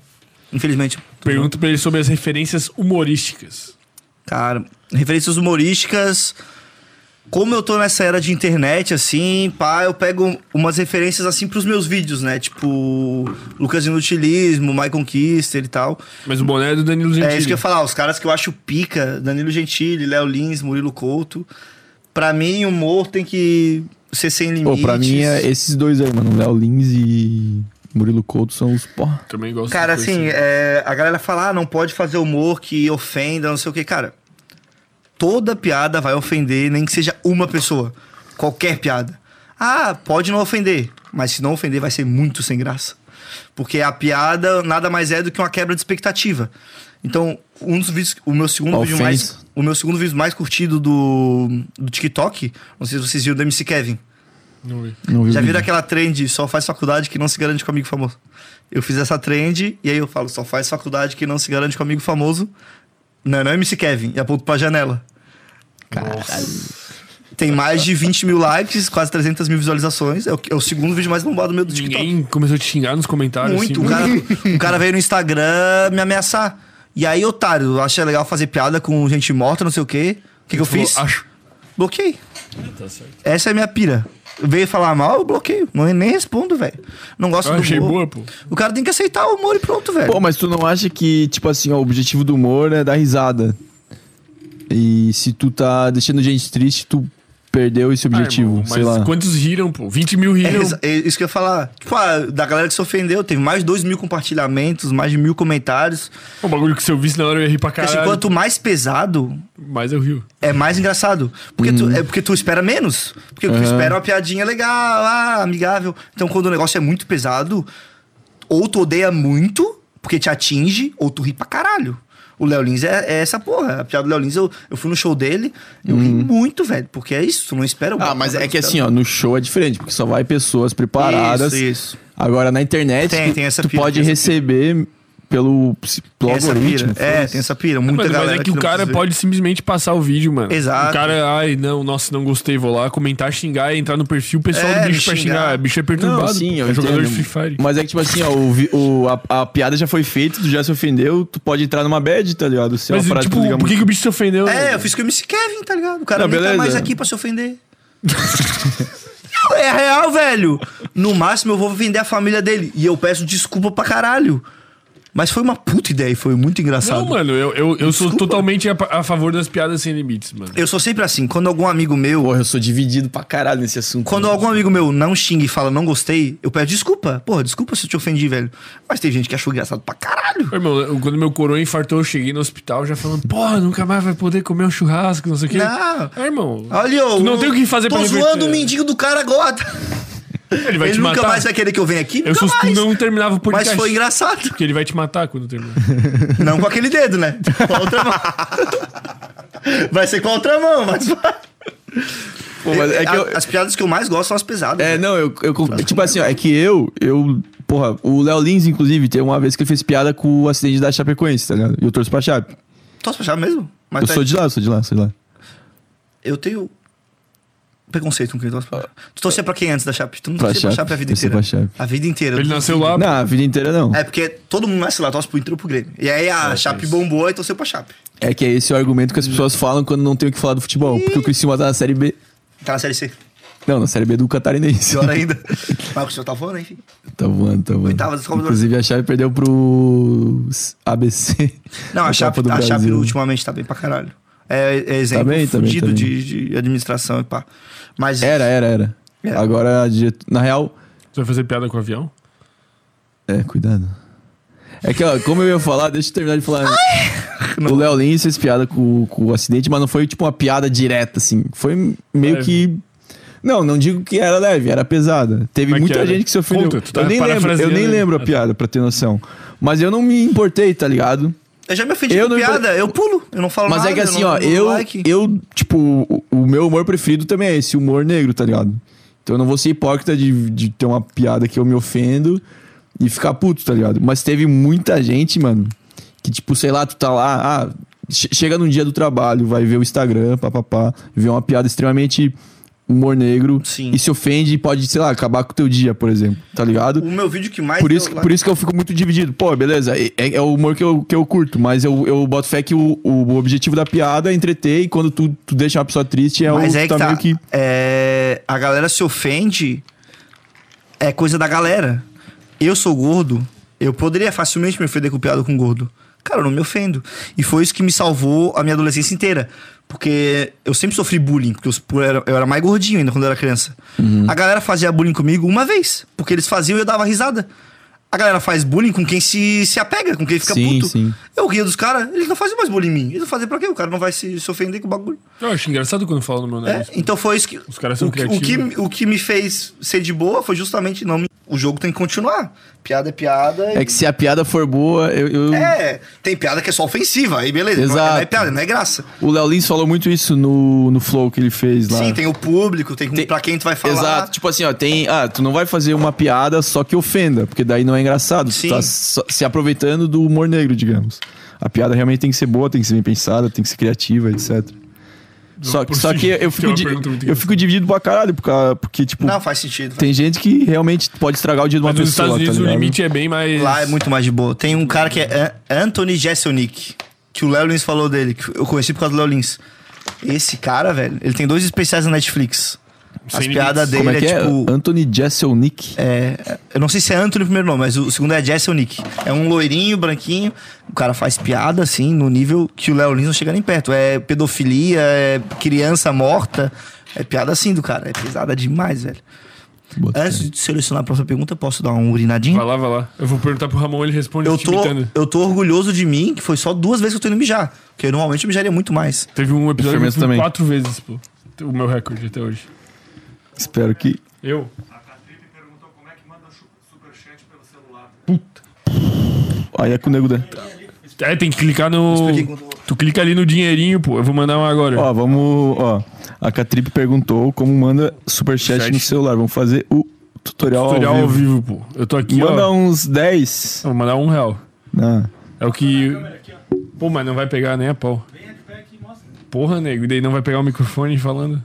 S3: Infelizmente.
S1: Pergunta pra ele sobre as referências humorísticas.
S3: Cara, referências humorísticas. Como eu tô nessa era de internet, assim, pá, eu pego umas referências, assim, pros meus vídeos, né? Tipo, Lucas Inutilismo, Michael Kister e tal.
S1: Mas o boné é do Danilo Gentili.
S3: É isso que eu ia falar, os caras que eu acho pica, Danilo Gentili, Léo Lins, Murilo Couto. Pra mim, humor tem que ser sem
S2: Pô,
S3: limites.
S2: pra mim é esses dois aí, mano. Léo Lins e Murilo Couto são os porra.
S1: Também gosto
S3: Cara,
S1: de
S3: assim,
S1: coisa
S3: é, a galera fala, ah, não pode fazer humor que ofenda, não sei o que. Cara, toda piada vai ofender, nem que seja uma pessoa. Qualquer piada. Ah, pode não ofender, mas se não ofender vai ser muito sem graça. Porque a piada nada mais é do que uma quebra de expectativa. Então, um dos vídeos, o meu segundo vídeo
S2: Ofensa.
S3: mais, o meu segundo vídeo mais curtido do, do TikTok, não sei se vocês viram do MC Kevin.
S1: Não vi.
S2: Não vi
S3: Já
S2: o vídeo.
S3: viram aquela trend, só faz faculdade que não se garante com amigo famoso? Eu fiz essa trend e aí eu falo, só faz faculdade que não se garante com amigo famoso. Não, não é MC Kevin, e aponto pra janela. Tem mais de 20 mil likes, quase 300 mil visualizações. É o, é o segundo vídeo mais bombado meu do TikTok.
S1: Ninguém começou a te xingar nos comentários.
S3: Muito.
S1: assim,
S3: o, cara, o cara veio no Instagram me ameaçar. E aí, otário, acha legal fazer piada com gente morta, não sei o quê. O que, que eu
S1: falou,
S3: fiz?
S1: Acho.
S3: Bloqueei.
S1: Tá
S3: Essa é a minha pira. Veio falar mal, eu bloqueio. Não, nem respondo, velho. Não gosto
S1: Eu
S3: do
S1: achei
S3: humor.
S1: boa, pô.
S3: O cara tem que aceitar o humor e pronto, velho.
S2: Pô, mas tu não acha que, tipo assim, ó, o objetivo do humor é dar risada? E se tu tá deixando gente triste, tu perdeu esse
S1: Ah,
S2: objetivo,
S1: irmão,
S2: sei
S1: mas
S2: lá.
S1: quantos riram, pô? 20 mil
S3: É,
S1: riram.
S3: exa- é isso que eu ia falar. Tipo, ah, da galera que se ofendeu, teve mais de 2 mil compartilhamentos, mais de mil comentários.
S1: O um bagulho que se eu visse na hora eu ia rir pra
S3: Porque
S1: caralho.
S3: assim, quanto mais pesado,
S1: Mas eu rio.
S3: é mais engraçado. Porque tu, é porque tu espera menos. Porque tu espera uma piadinha legal, ah, amigável. Então, quando o negócio é muito pesado, ou tu odeia muito, porque te atinge, ou tu ri pra caralho. O Léo Lins é, é essa porra. A piada do Léo Lins, eu, eu fui no show dele, eu ri muito, velho. Porque é isso, tu não espera.
S2: Ah, mas é que assim, ó, no show é diferente, porque só vai pessoas preparadas.
S3: Isso, isso.
S2: Agora na internet,
S3: Tem-
S2: tu,
S3: tem essa
S2: tu
S3: pira,
S2: pode
S3: tem essa
S2: receber pelo, pelo
S3: Tem essa
S2: algoritmo.
S3: pira. É,
S2: foda-se.
S3: tem essa pira. Muita
S1: Mas, mas
S3: galera
S1: é que, o
S3: não
S1: cara
S3: precisa ver.
S1: pode simplesmente passar o vídeo, mano.
S3: Exato.
S1: O cara, ai, não, nossa, não gostei, vou lá comentar, xingar, entrar no perfil, o pessoal
S3: É,
S1: do bicho pra
S3: xingar.
S1: xingar. O bicho é
S2: Não,
S1: perturbado.
S2: sim,
S1: pô.
S2: eu
S1: é jogador de
S2: entendo.
S1: Free Fire.
S2: Mas é que, tipo assim, ó, o, vi- o- a, a piada já foi feita, tu já se ofendeu, tu pode entrar numa bad, tá ligado? Se é uma
S1: Mas,
S2: parada que tu liga
S1: tipo, por que,
S2: muito.
S1: que o bicho se ofendeu?
S3: É,
S1: né?
S3: eu fiz com o MC Kevin, tá ligado? O cara
S2: Não,
S3: nem tá
S2: beleza.
S3: mais aqui pra se ofender. Não, é real, velho. No máximo eu vou vender a família dele. E eu peço desculpa pra caralho. Mas foi uma puta ideia, foi muito engraçado.
S1: Não, mano, eu, eu, eu sou
S3: Desculpa.
S1: totalmente a, a favor das piadas sem limites, mano.
S3: Eu sou sempre assim, quando algum amigo meu.
S2: Porra, eu sou dividido pra caralho nesse assunto.
S3: Quando algum amigo meu não xinga e fala não gostei, eu peço desculpa. Porra, desculpa se eu te ofendi, velho. Mas tem gente que achou engraçado pra caralho.
S1: Ô, Irmão, eu- quando meu coroa infartou, eu cheguei no hospital já falando, porra, nunca mais vai poder comer um churrasco, não sei o quê.
S3: Não.
S1: É, irmão.
S3: Olha, ô,
S1: tu não tem o que fazer
S3: Tô
S1: pra
S3: zoando
S1: reverter.
S3: o mendigo do cara agora.
S1: Ele vai
S3: Ele
S1: te
S3: nunca
S1: matar.
S3: mais vai querer que eu venha aqui,
S1: Eu
S3: nunca
S1: sou tu
S3: mais.
S1: não terminava o
S3: Mas
S1: podcast.
S3: foi engraçado.
S1: Porque ele vai te matar quando terminar.
S3: Não com aquele dedo, né? Com a outra
S2: <laughs>
S3: mão. Vai ser com a outra mão, mas vai.
S2: Pô, mas é que
S3: A-
S2: eu-
S3: As piadas que eu mais gosto são as pesadas.
S2: É, não, eu, eu- tipo assim, ó, é que eu, eu, porra, o Léo Lins, inclusive, tem uma vez que ele fez piada com o acidente da Chapecoense, tá ligado? E eu torço pra Chape.
S3: Posso achar mesmo? Mas
S2: Eu
S3: tá-
S2: sou de lá, eu sou de lá, sou de lá.
S3: eu tenho preconceito com quem torce pra Tu torcia pra quem antes da Chape? Tu não
S2: Ah. Pra
S3: torcia pra
S2: Chape,
S3: Chape a vida
S2: torcia
S3: inteira.
S2: pra Chape.
S3: A vida inteira.
S1: Ele <laughs>
S3: Eu-
S1: nasceu lá,
S2: Não, a vida inteira não.
S3: Ah, É porque todo mundo nasce lá, torce pro Inter ou pro Grêmio. E aí a Chape bombou e torceu pra Chape.
S2: É que é esse o argumento que
S3: Hum.
S2: as pessoas falam quando não tem o que falar do futebol. Porque o Criciúma tá na Série B.
S3: Tá na Série C.
S2: Não, na Série B do Catarinense. <laughs>
S3: Pior ainda. Mas o senhor tá falando, enfim.
S2: Tá voando, tá voando.
S3: Oitavas da Copa do
S2: Inclusive, a Chape perdeu pro ABC.
S3: Não,
S2: da <laughs>
S3: a Chape,
S2: Copa do
S3: a Chape
S2: Brasil.
S3: ultimamente tá bem pra caralho. É, é exemplo
S2: bem, tá bem,
S3: fudido
S2: tá bem.
S3: De, de administração e pá. Mas
S2: Era, era, era.
S3: É.
S2: Agora, a direto- na real...
S1: você vai fazer piada com o avião?
S2: É, cuidado. É que, ó, como eu ia falar, deixa eu terminar de falar. o Léo Lins fez piada com, com o acidente, mas não foi tipo uma piada direta, assim. Foi meio
S1: Leve.
S2: que... Não, não digo que era leve, era pesada. Teve
S1: Como é que
S2: muita
S1: era?
S2: gente que se ofendeu.
S1: Conta, tu tá
S2: eu nem lembro, eu
S1: parafraseando
S2: nem
S1: aí.
S2: lembro a piada, pra ter noção. Mas eu não me importei, tá ligado?
S3: Eu já me ofendi
S2: Eu
S3: com
S2: não
S3: piada, eu pulo, eu não falo
S2: Mas
S3: nada.
S2: é que assim,
S3: não-
S2: ó,
S3: não dou
S2: eu,
S3: like.
S2: eu, tipo, o, o meu humor preferido também é esse humor negro, tá ligado? Então eu não vou ser hipócrita de, de ter uma piada que eu me ofendo e ficar puto, tá ligado? Mas teve muita gente, mano, que, tipo, sei lá, tu tá lá, ah, che- chega num dia do trabalho, vai ver o Instagram, papapá, vê uma piada extremamente humor negro
S3: Sim.
S2: e se ofende e pode, sei lá, acabar com o teu dia, por exemplo, tá ligado?
S3: O meu vídeo que mais.
S2: Por
S3: deu
S2: isso, que-
S3: like-
S2: por isso que eu fico muito dividido. Pô, beleza, é, é- é o humor que eu, que eu curto, mas eu, eu boto fé que o, o objetivo da piada é entreter e quando tu, tu deixa uma pessoa triste é
S3: Mas
S2: o
S3: é que tá.
S2: meio que.
S3: É, a galera se ofende. É coisa da galera. Eu sou gordo. Eu poderia facilmente me ofender com piada com gordo. Cara, eu não me ofendo. E foi isso que me salvou a minha adolescência inteira. Porque eu sempre sofri bullying. Porque eu, por- eu era, eu era mais gordinho ainda quando eu era criança.
S2: Uhum.
S3: A galera fazia bullying comigo uma vez. Porque eles faziam e eu dava risada. A galera faz bullying com quem se, se apega, com quem fica
S2: Sim,
S3: puto.
S2: sim.
S3: Eu ria dos caras, eles não fazem mais bullying em mim. Eles vão fazer pra quê? O cara não vai se, se ofender com o bagulho.
S1: Eu acho engraçado quando falam no meu
S3: É,
S1: nariz.
S3: então foi isso que.
S1: Os caras são
S3: o, que- o
S1: criativos.
S3: que, o que me fez ser de boa foi justamente não me. O jogo tem que continuar. Piada é piada.
S2: É que se a piada for boa, eu. eu-
S3: É, tem piada que é só ofensiva, aí beleza. não é- Não, é
S2: Exato.
S3: piada, não é graça.
S2: O Léo Lins falou muito isso no, no Flow que ele fez lá.
S3: Sim, tem o público, tem, pra quem tu vai falar.
S2: Exato, tipo assim, ó, tem. Ah, tu não vai fazer uma piada só que ofenda, porque daí não é engraçado.
S3: Sim.
S2: Tu tá só- se aproveitando do humor negro, digamos. A piada realmente tem que ser boa, tem que ser bem pensada, tem que ser criativa, etc. Só,
S1: Por
S2: só
S1: si,
S2: que eu
S1: que é
S2: fico,
S1: uma
S2: di-
S1: pergunta muito
S2: eu fico dividido pra caralho, porque, porque tipo,
S3: Não, faz sentido.
S2: tem gente que realmente pode estragar o dia de uma
S1: Mas nos
S2: pessoa.
S1: Estados Unidos
S2: tá
S1: o
S2: ligado?
S1: limite é bem mais.
S3: Lá é muito mais de boa. Tem um cara que é An- Anthony Jeselnik, que o Léo Lins falou dele, que eu conheci por causa do Léo Lins. Esse cara, velho, ele tem dois especiais na Netflix.
S1: Sem
S3: As
S1: limites.
S3: piadas dele
S2: Como é que é?
S3: tipo.
S2: Anthony Jeselnik.
S3: É, eu não sei se é Anthony o primeiro nome, mas o segundo é Jesse ou Nick. É um loirinho, branquinho. O cara faz piada, assim, no nível que o Léo Lins não chega nem perto. É pedofilia, é criança morta. É piada assim do cara. É pesada demais, velho.
S2: Bota
S3: Antes de selecionar a próxima pergunta, posso dar um urinadinho?
S1: Vai lá, vai lá. Eu vou perguntar pro Ramon, ele responde
S3: Eu
S1: te
S3: tô,
S1: imitando.
S3: eu tô orgulhoso de mim, que foi só duas vezes que eu tô indo mijar. Porque normalmente eu mijaria muito mais.
S1: Teve um episódio que eu
S2: Fermento
S1: fui
S2: também.
S1: quatro vezes, pô. O meu recorde até hoje.
S2: Espero que.
S1: Eu?
S2: Aí é com o nego da.
S1: É, tem que clicar no. Tu clica ali no dinheirinho, pô. Eu vou mandar um agora.
S2: Ó, vamos. Ó, a Catripe perguntou como manda superchat
S1: Chat.
S2: no celular. Vamos fazer o tutorial,
S1: Tutorial
S2: ao
S1: ao
S2: vivo.
S1: vivo, pô. Eu tô aqui,
S2: Manda um.
S1: ó.
S2: uns 10.
S1: Eu Vou mandar um real.
S2: Ah,
S1: É o que. Pô, mas não vai pegar nem a pau. Porra, nego. E daí não vai pegar o microfone falando.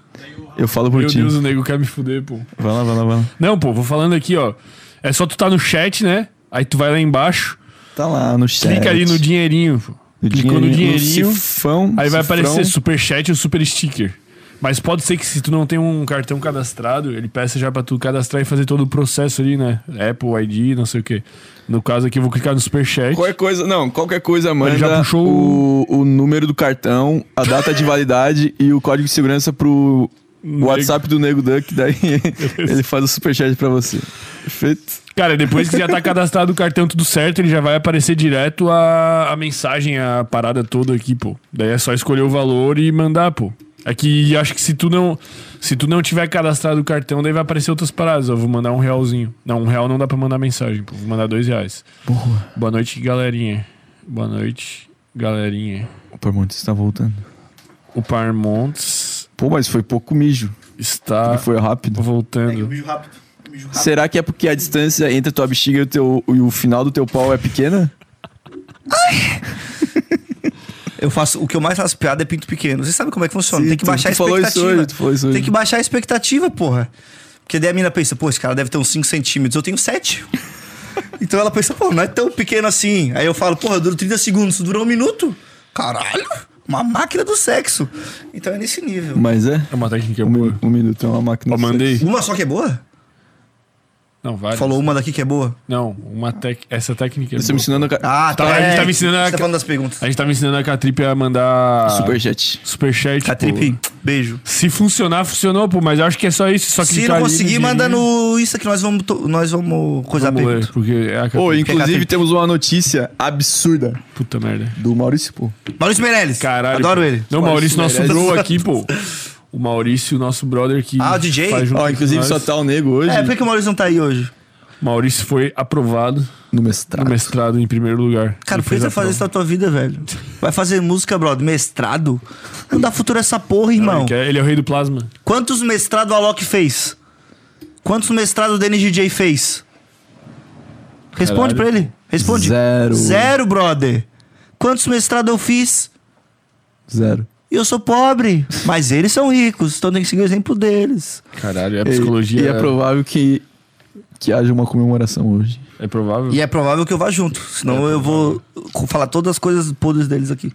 S2: eu falo por
S1: Meu
S2: ti.
S1: Deus, o nego quer me fuder, pô.
S2: Vai lá, vai lá, vai lá.
S1: Não, pô, vou falando aqui, ó. É só tu tá no chat, né? Aí tu vai lá embaixo,
S2: Tá lá no chat.
S1: clica ali no dinheirinho, pô.
S2: No
S1: Clicou no dinheirinho.
S2: no cifrão,
S1: Aí
S2: cifrão.
S1: vai aparecer super chat ou super sticker. Mas pode ser que se tu não tem um cartão cadastrado, ele peça já pra tu cadastrar e fazer todo o processo ali, né? Apple ID, não sei o quê. No caso aqui, eu vou clicar no super chat.
S2: Qualquer coisa, não, qualquer coisa manda
S1: já puxou
S2: o, o número do cartão, a data de validade <laughs> e o código de segurança pro WhatsApp do Nego Duck, daí <laughs> ele faz o superchat pra você. Perfeito?
S1: Cara, depois que já tá cadastrado o cartão tudo certo, ele já vai aparecer direto a, a mensagem, a parada toda aqui, pô. Daí é só escolher o valor e mandar, pô. Aqui acho que se tu não se tu não tiver cadastrado o cartão, daí vai aparecer outras paradas. Ó, vou mandar um realzinho. Não, um real não dá pra mandar mensagem, pô. Vou mandar dois reais. Boa. Boa noite, galerinha. Boa noite, galerinha.
S2: O Parmontes está tá voltando.
S1: O Parmontes
S2: Pô, mas foi pouco mijo.
S1: está
S2: E foi rápido.
S1: voltando.
S3: Mijo rápido. Mijo rápido.
S2: Será que é porque a distância entre a tua bexiga e o, teu, e o final do teu pau é pequena?
S3: Eu faço, o que eu mais faço piada é pinto pequeno. Você sabe como é que funciona?
S2: Sim,
S3: tem que
S2: tu-
S3: baixar
S2: tu
S3: a
S2: falou isso
S3: expectativa.
S2: hoje, tu falou isso
S3: Tem
S2: hoje.
S3: que baixar a expectativa, porra. Porque daí a mina pensa, pô, esse cara deve ter uns 5 centímetros, eu
S1: <laughs>
S3: tenho 7. então ela pensa, pô, não é tão pequeno assim. Aí eu falo, porra, eu duro 30 segundos, isso durou um minuto? Caralho, uma máquina do sexo. Então é nesse nível.
S2: Mas é.
S1: É uma técnica
S2: Um,
S1: boa.
S2: minu- um minuto, é uma máquina.
S1: Ó, mandei.
S3: Uma só que é boa?
S1: Não, vale.
S3: Falou uma daqui que é boa?
S1: Não, uma tec... essa técnica. é
S2: Você me
S1: boa.
S2: ensinando a ca-
S3: Ah,
S1: Tá,
S3: tá.
S1: a gente
S3: é,
S1: tá me ensinando
S3: Você
S1: a-
S3: tá falando das perguntas.
S1: A gente tava ensinando a Catripe a
S2: Ah.
S1: mandar
S2: superchat.
S1: superchat.
S3: Tá,
S1: pô.
S3: Tripe, beijo.
S1: Se funcionar, funcionou, pô, mas eu acho que é só isso. Só
S3: Se
S1: clicar
S3: não
S1: ali
S3: conseguir,
S1: dinheirinho.
S3: manda no Insta que nós vamos, to- nós vamos coisar
S1: Vamos
S3: a
S1: ler,
S3: pergunta.
S1: porque é a Catripe.
S2: Pô,
S3: Catripe.
S2: inclusive temos uma notícia absurda
S1: Puta merda.
S2: do Maurício, pô.
S3: Maurício Meirelles.
S1: Caralho.
S3: Adoro
S1: pô.
S3: ele.
S1: Não, o Maurício, nosso
S2: merece.
S1: bro aqui, pô. O Maurício, nosso brother que.
S3: Ah, o DJ?
S1: faz junto
S2: Ó,
S1: com
S2: inclusive
S1: nós.
S2: só tá o nego hoje
S3: É, por que que o Maurício não tá aí hoje?
S1: Maurício foi aprovado
S2: no
S1: no
S2: mestrado.
S1: mestrado em primeiro lugar.
S3: Cara,
S1: Ele fez
S3: pensa
S1: a
S3: fazer
S1: prova.
S3: isso na tua vida, velho. Vai fazer música, brother. Mestrado? Não dá futuro essa porra, irmão.
S1: Ele quer- Ele é o rei do plasma.
S3: Quantos mestrados o Alok fez? Quantos mestrados o Denis DJ fez? Responde
S1: Caralho.
S3: pra ele. Responde.
S2: Zero.
S3: Zero, brother. Quantos mestrados eu fiz?
S2: Zero.
S3: E eu sou pobre, mas eles são ricos, então tem que seguir o exemplo deles.
S1: Caralho, é
S2: E-
S1: psicologia.
S2: E é provável que, que haja uma comemoração hoje.
S1: é provável.
S3: E é provável que eu vá junto,
S1: É
S3: senão eu vou co- falar todas as coisas podres deles aqui.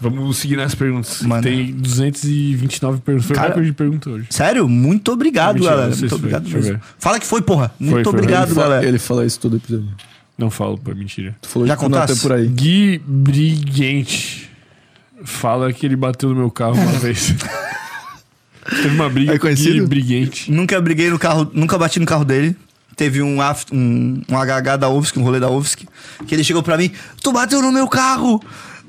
S1: Vamos seguir nas perguntas.
S3: Mano.
S1: Tem 229 perguntas. Foi o
S3: Cara-
S1: recorde de pergunta hoje.
S3: Sério? Muito obrigado,
S1: Mentira,
S3: galera.
S1: não sei se
S3: Muito
S1: foi.
S3: obrigado
S1: Deixa eu
S3: mesmo.
S1: ver.
S3: Fala que foi, porra. Muito
S1: foi,
S3: obrigado,
S2: Ele, fala,
S3: galera.
S2: ele fala isso todo episódio.
S1: Não falo, pô, é mentira.
S2: Tu falou
S3: Já
S2: isso quando eu
S3: contasse?
S2: até por aí.
S1: Gui Briguente fala que ele bateu no meu carro uma
S2: <laughs>
S1: vez. Teve uma briga
S2: É
S1: com o Gui
S2: conhecido?
S1: Briguente.
S3: Nunca briguei no carro, nunca bati no carro dele. Teve um, aft- um, um HH da UFSC, um rolê da UFSC, que ele chegou pra mim, tu bateu no meu carro!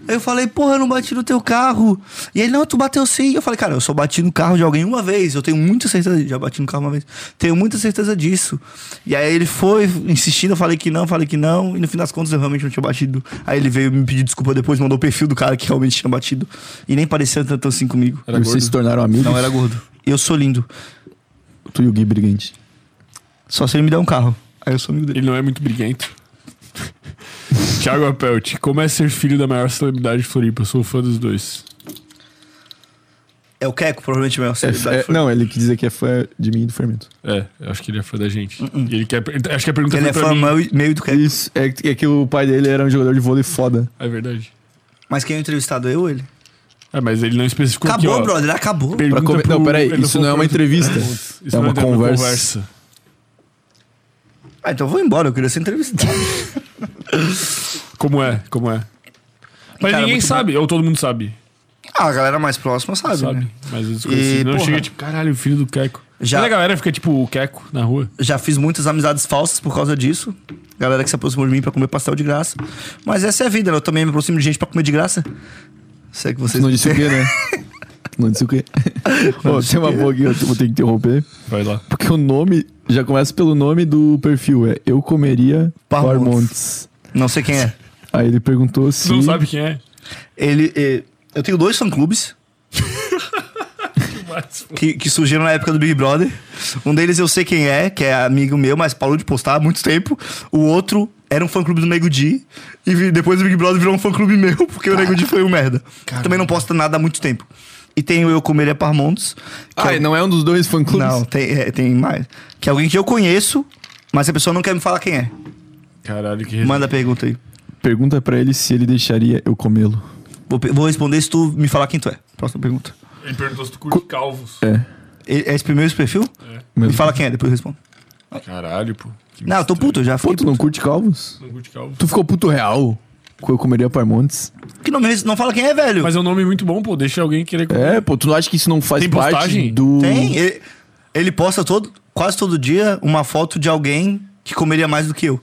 S3: Aí Eu falei, porra, eu não bati no teu carro. E ele, não, tu bateu sim. Eu falei, cara, eu só bati no carro de alguém uma vez. Eu tenho muita certeza. Já bati no carro uma vez. Tenho muita certeza disso. E aí ele foi insistindo. Eu falei que não, falei que não. E no fim das contas eu realmente não tinha batido. Aí ele veio me pedir desculpa depois, mandou o perfil do cara que realmente tinha batido. E nem parecia tanto assim comigo.
S2: E vocês se tornaram amigos?
S3: Não era gordo. Eu sou lindo.
S2: Tu e o Gui Brigante.
S3: Só se ele me der um carro. Aí eu sou amigo dele.
S1: Ele não é muito briguento. <laughs> Thiago Apelt, como é ser filho da maior celebridade de Floripa? Eu sou fã dos dois.
S3: É o Keco, provavelmente a maior
S2: É,
S3: celebridade.
S2: é-
S3: foi.
S2: não, ele quis dizer que é fã de mim e do Fermento.
S1: É, eu acho que ele é fã da gente.
S2: Uh-uh.
S1: E ele quer. ele- Acho que a pergunta
S3: Ele é
S1: foi pra
S3: fã
S1: mim.
S3: meio, meio do Keco.
S2: Isso, é, que- é que o pai dele era um jogador de vôlei foda.
S1: É verdade.
S3: Mas quem é o entrevistado? Eu ou ele?
S1: É, mas ele não especificou aqui,
S3: acabou,
S1: ó.
S3: brother, acabou.
S1: Pergunta
S2: Pra come-
S1: pro-
S2: Não, peraí,
S1: ele
S2: isso
S1: falou
S2: não é uma
S1: pra-
S2: entrevista.
S1: Isso
S2: É
S1: não
S2: uma conversa.
S3: Ah, então eu vou embora, eu queria ser entrevistado.
S1: Como é, como é. Mas
S3: Cara,
S2: é
S1: ninguém
S3: muito
S1: sabe, ou todo mundo sabe.
S3: <laughs> ah, a galera mais próxima sabe,
S1: sabe?
S3: né?
S1: Mas os desconhecidos não
S3: porra.
S1: chega tipo, caralho, o filho do Keco.
S3: Já-
S1: Mas a galera fica tipo o Keco na rua.
S3: Já fiz muitas amizades falsas por causa disso. Galera que se aproximou de mim pra comer pastel de graça. Mas essa é a vida, né? Eu também me aproximo de gente pra comer de graça. Sei que
S2: Tu
S3: vocês...
S2: não disse o quê, <laughs> né? Tu não disse o <laughs> quê? Ô, tem uma boa aqui, eu vou ter que interromper.
S1: Vai lá.
S2: Porque o nome, já começa pelo nome do perfil, é Eu Comeria
S3: Parmontes.
S2: Parmontes.
S3: Não sei quem é.
S2: Aí ele perguntou se...
S1: Tu não sabe quem é?
S3: Ele... eh, Eu tenho dois fã-clubes. que, que surgiram na época do Big Brother. Um deles eu sei quem é, que é amigo meu, mas parou de postar há muito tempo. O outro era um fã-clube do Nego Di. E vi- depois o Big Brother virou um fã-clube <laughs> meu, porque o Nego Di foi um merda. Também não posta nada há muito tempo. E tem o Eu Comeria Parmontes. que
S2: Ah,
S3: é-
S2: e não é um dos dois fã-clubes?
S3: Não, tem, é, tem mais. Que é alguém que eu conheço, mas a pessoa não quer me falar quem é.
S1: Caralho, que
S3: Manda a pergunta aí.
S2: Pergunta pra ele se ele deixaria eu comê-lo.
S3: Vou, pe- vou responder se tu me falar quem tu é. Próxima pergunta.
S1: Ele perguntou se tu curte calvos.
S2: É.
S3: E- É esse primeiro esse perfil? Me
S2: Mesmo.
S3: fala quem é, depois eu respondo.
S1: Caralho, pô. Que
S3: Não, eu tô puto, eu já
S2: Pô,
S3: fiquei
S2: tu não curte calvos?
S1: Não curte calvos.
S2: Tu ficou puto real? Que eu comeria Parmontes?
S3: Que não, me- não fala quem é, velho.
S1: Mas é um nome muito bom, pô. Deixa alguém querer.
S2: É, pô, tu não acha que isso não faz
S1: Tem
S2: parte
S1: postagem?
S2: do...
S3: Tem. Ele, ele posta todo, quase todo dia uma foto de alguém que comeria mais do que eu.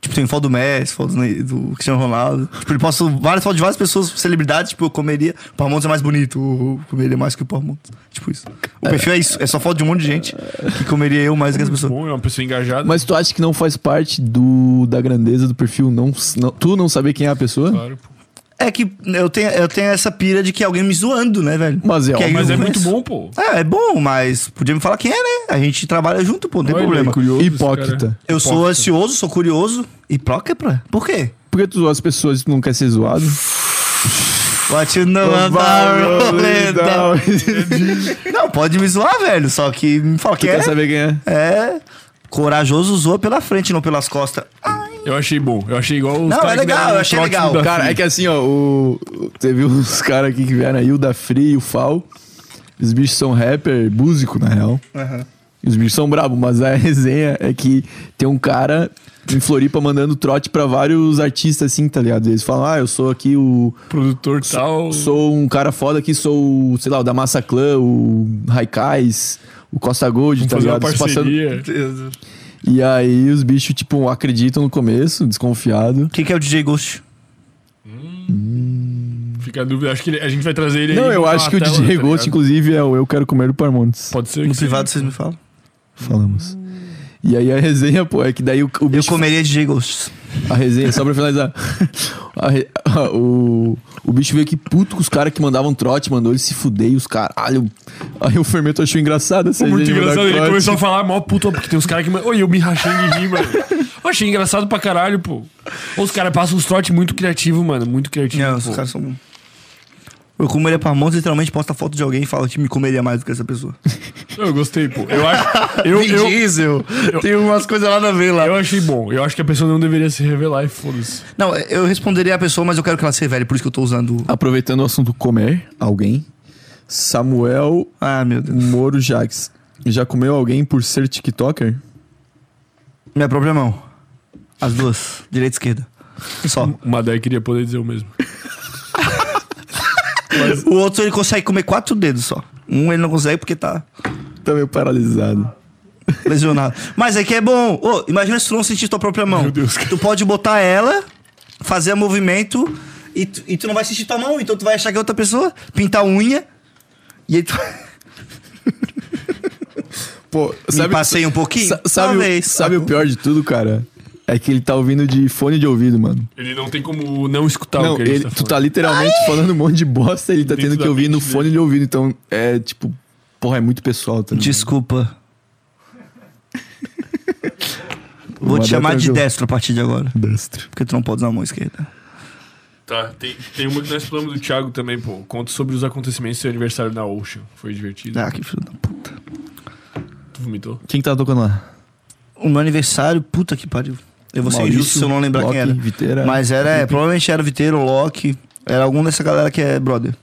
S3: Tipo, tem foto do Messi, foto do Ney- do Cristiano Ronaldo. Tipo, ele posta várias fotos de várias pessoas, celebridades. Tipo, eu comeria. O Parmontes é mais bonito. Eu comeria mais que o Parmontes. Tipo isso. O perfil é isso. É só foto de um monte de gente que comeria eu mais do que as pessoas.
S1: Bom, é uma pessoa engajada.
S2: Mas tu acha que não faz parte do, da grandeza do perfil? Não, não- tu não saber quem é a pessoa?
S1: Claro, pô.
S3: É que eu tenho, eu tenho essa pira de que alguém me zoando, né, velho?
S2: Mas é,
S3: Que
S2: ó,
S3: aí
S1: Mas
S3: eu
S1: é muito
S3: conheço.
S1: bom, pô.
S3: É, é bom, mas podia me falar quem é, né? A gente trabalha junto, pô, não tem
S1: Olha,
S3: problema.
S1: é curioso esse
S2: Hipócrita.
S1: cara.
S3: Eu sou ansioso, sou curioso. E próquepra? Por quê?
S2: Por que tu zoa as pessoas e tu não quer ser zoado?
S3: What you know about
S2: <laughs>
S3: roleta? Não, pode me zoar, velho. Só que me fala
S2: Tu
S3: que é.
S2: quer saber quem é?
S3: É. Corajoso zoa pela frente, não pelas costas. Ah!
S1: Eu achei bom. Eu achei igual os
S3: Não,
S1: caras
S3: é
S1: que
S3: legal,
S1: deram
S3: eu
S1: um
S3: achei
S1: trote no
S3: legal.
S1: Davi.
S2: Cara, é que assim, ó, o, o- teve uns caras aqui que vieram aí, o da Free e o Fal. Os bichos são rapper, músico, na real. E Os bichos são brabos, mas a <laughs> resenha é que tem um cara em Floripa mandando trote pra vários artistas, assim, tá ligado? Eles falam, ah, eu sou aqui o.
S1: Produtor tal.
S2: Sou um cara foda aqui, sou, o, sei lá, o da Massa Clã, o Raikais, o Costa Gold,
S1: Vamos
S2: tá
S1: fazer uma
S2: ligado? Eles
S1: parceria.
S2: E aí os bichos, tipo, acreditam no começo, desconfiado.
S3: O que, que é o DJ Ghost?
S1: Fica a dúvida. Acho que ele- a gente vai trazer ele
S2: Não,
S1: aí
S2: eu
S1: pra
S2: acho que o
S1: tela,
S2: DJ
S1: tá
S2: Ghost,
S1: ligado?
S2: inclusive, é o Eu Quero Comer o Parmontes.
S1: Pode ser.
S3: No
S1: que sim.
S3: privado vocês me falam.
S2: Falamos. E aí a resenha, pô, é que daí o, o
S3: Eu
S2: bicho.
S3: comeria DJ Ghost.
S2: A resenha, só pra finalizar. <laughs> A re- a- o, o bicho veio aqui puto com os caras que mandavam trote, mandou ele se fuder e os caralho. Aí o fermento achou engraçado essa
S1: Foi muito
S2: resenha de mandar
S1: engraçado. Ele
S2: trote.
S1: começou a falar mó puto, porque tem uns caras que. man- Oi, eu me rachei de rir, mano. Eu achei engraçado pra caralho, pô. Os caras passam uns trotes muito criativos, mano. Muito criativo.
S3: Não,
S1: pô.
S3: os caras são. Tipo, Eu como ele é Parmontes, literalmente posta foto de alguém e fala que me comeria mais do que essa pessoa.
S1: Eu gostei, pô. Eu acho. Eu,
S3: Vin
S1: eu,
S3: Diesel. Tem umas coisas lá na ver lá.
S1: eu achei bom. Eu acho que a pessoa não deveria se revelar e foda-se.
S3: Não, eu responderia a pessoa, mas eu quero que ela se revele, por isso que eu tô usando.
S2: Aproveitando o assunto comer alguém, Samuel
S3: Ah, meu Deus.
S2: Moro Jaques. Já comeu alguém por ser TikToker?
S3: Minha própria mão. é As duas. Direita e esquerda. Só.
S1: O Madai queria poder dizer o mesmo.
S3: O outro ele consegue comer quatro dedos só. Um ele não consegue porque tá
S2: Tá meio paralisado.
S3: lesionado. Mas é que é bom. Ô, imagina se tu não sentir tua própria mão. Meu
S1: Deus, cara.
S3: Tu pode botar ela, fazer movimento e tu, e tu não vai sentir tua mão. Então tu vai achar que é outra pessoa, pintar unha.
S2: <laughs>
S3: E aí tu
S2: Pô,
S3: me passei um pouquinho?
S2: sa- sabe, o,
S3: Talvez.
S2: sabe o pior de tudo, cara? É que ele tá ouvindo de fone de ouvido, mano.
S1: Ele não tem como não escutar Ah, o
S2: não,
S1: que ele,
S2: ele-
S1: está
S2: tu
S1: falando.
S2: tá literalmente falando um monte de bosta, ele tá
S1: Dentro
S2: tendo que
S1: da
S2: ouvir no
S1: mente
S2: fone de ouvido. Então, é tipo, porra, é muito pessoal, tá ligado?
S3: Desculpa.
S2: <laughs>
S3: Vou
S2: Vai
S3: te
S2: dar
S3: chamar de
S2: tranquilo.
S3: destro a partir de agora.
S2: Destro.
S3: Porque tu não pode usar a mão esquerda.
S1: Tá, tem, tem uma que nós falamos do Thiago também, pô. Conta sobre os acontecimentos do seu aniversário na Ocean. Foi
S2: Tá.
S1: divertido.
S3: Ah, que filho da puta.
S1: Tu vomitou?
S2: Quem que tá tocando lá?
S3: O meu aniversário, puta que pariu. Eu vou ser
S2: Maurício,
S3: injusto se eu não lembrar
S2: Loki,
S3: quem era.
S2: Viteira,
S3: Mas era, é, provavelmente era o Viteiro, o Loki. Era algum dessa galera que é brother.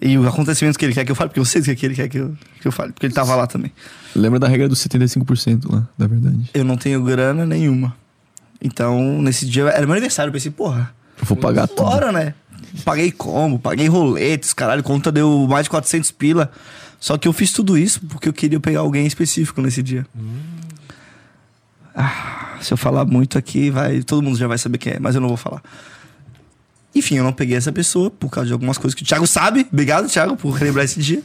S3: E os acontecimentos que ele quer que eu fale, porque eu sei o que ele quer que eu, que eu fale, porque ele tava lá também.
S2: Lembra da regra dos 75% lá, da verdade.
S3: Eu não tenho grana nenhuma. Então, nesse dia, era meu aniversário, eu pensei, porra,
S2: Eu vou pagar tudo.
S3: Bora, né? Paguei como? Paguei roletes, caralho. Conta deu mais de 400 pila. Só que eu fiz tudo isso porque eu queria pegar alguém específico nesse dia. Ah, se eu falar muito aqui, vai, todo mundo já vai saber quem é, mas eu não vou falar. Enfim, eu não peguei essa pessoa por causa de algumas coisas que o Thiago sabe. Obrigado, Thiago, por relembrar esse dia.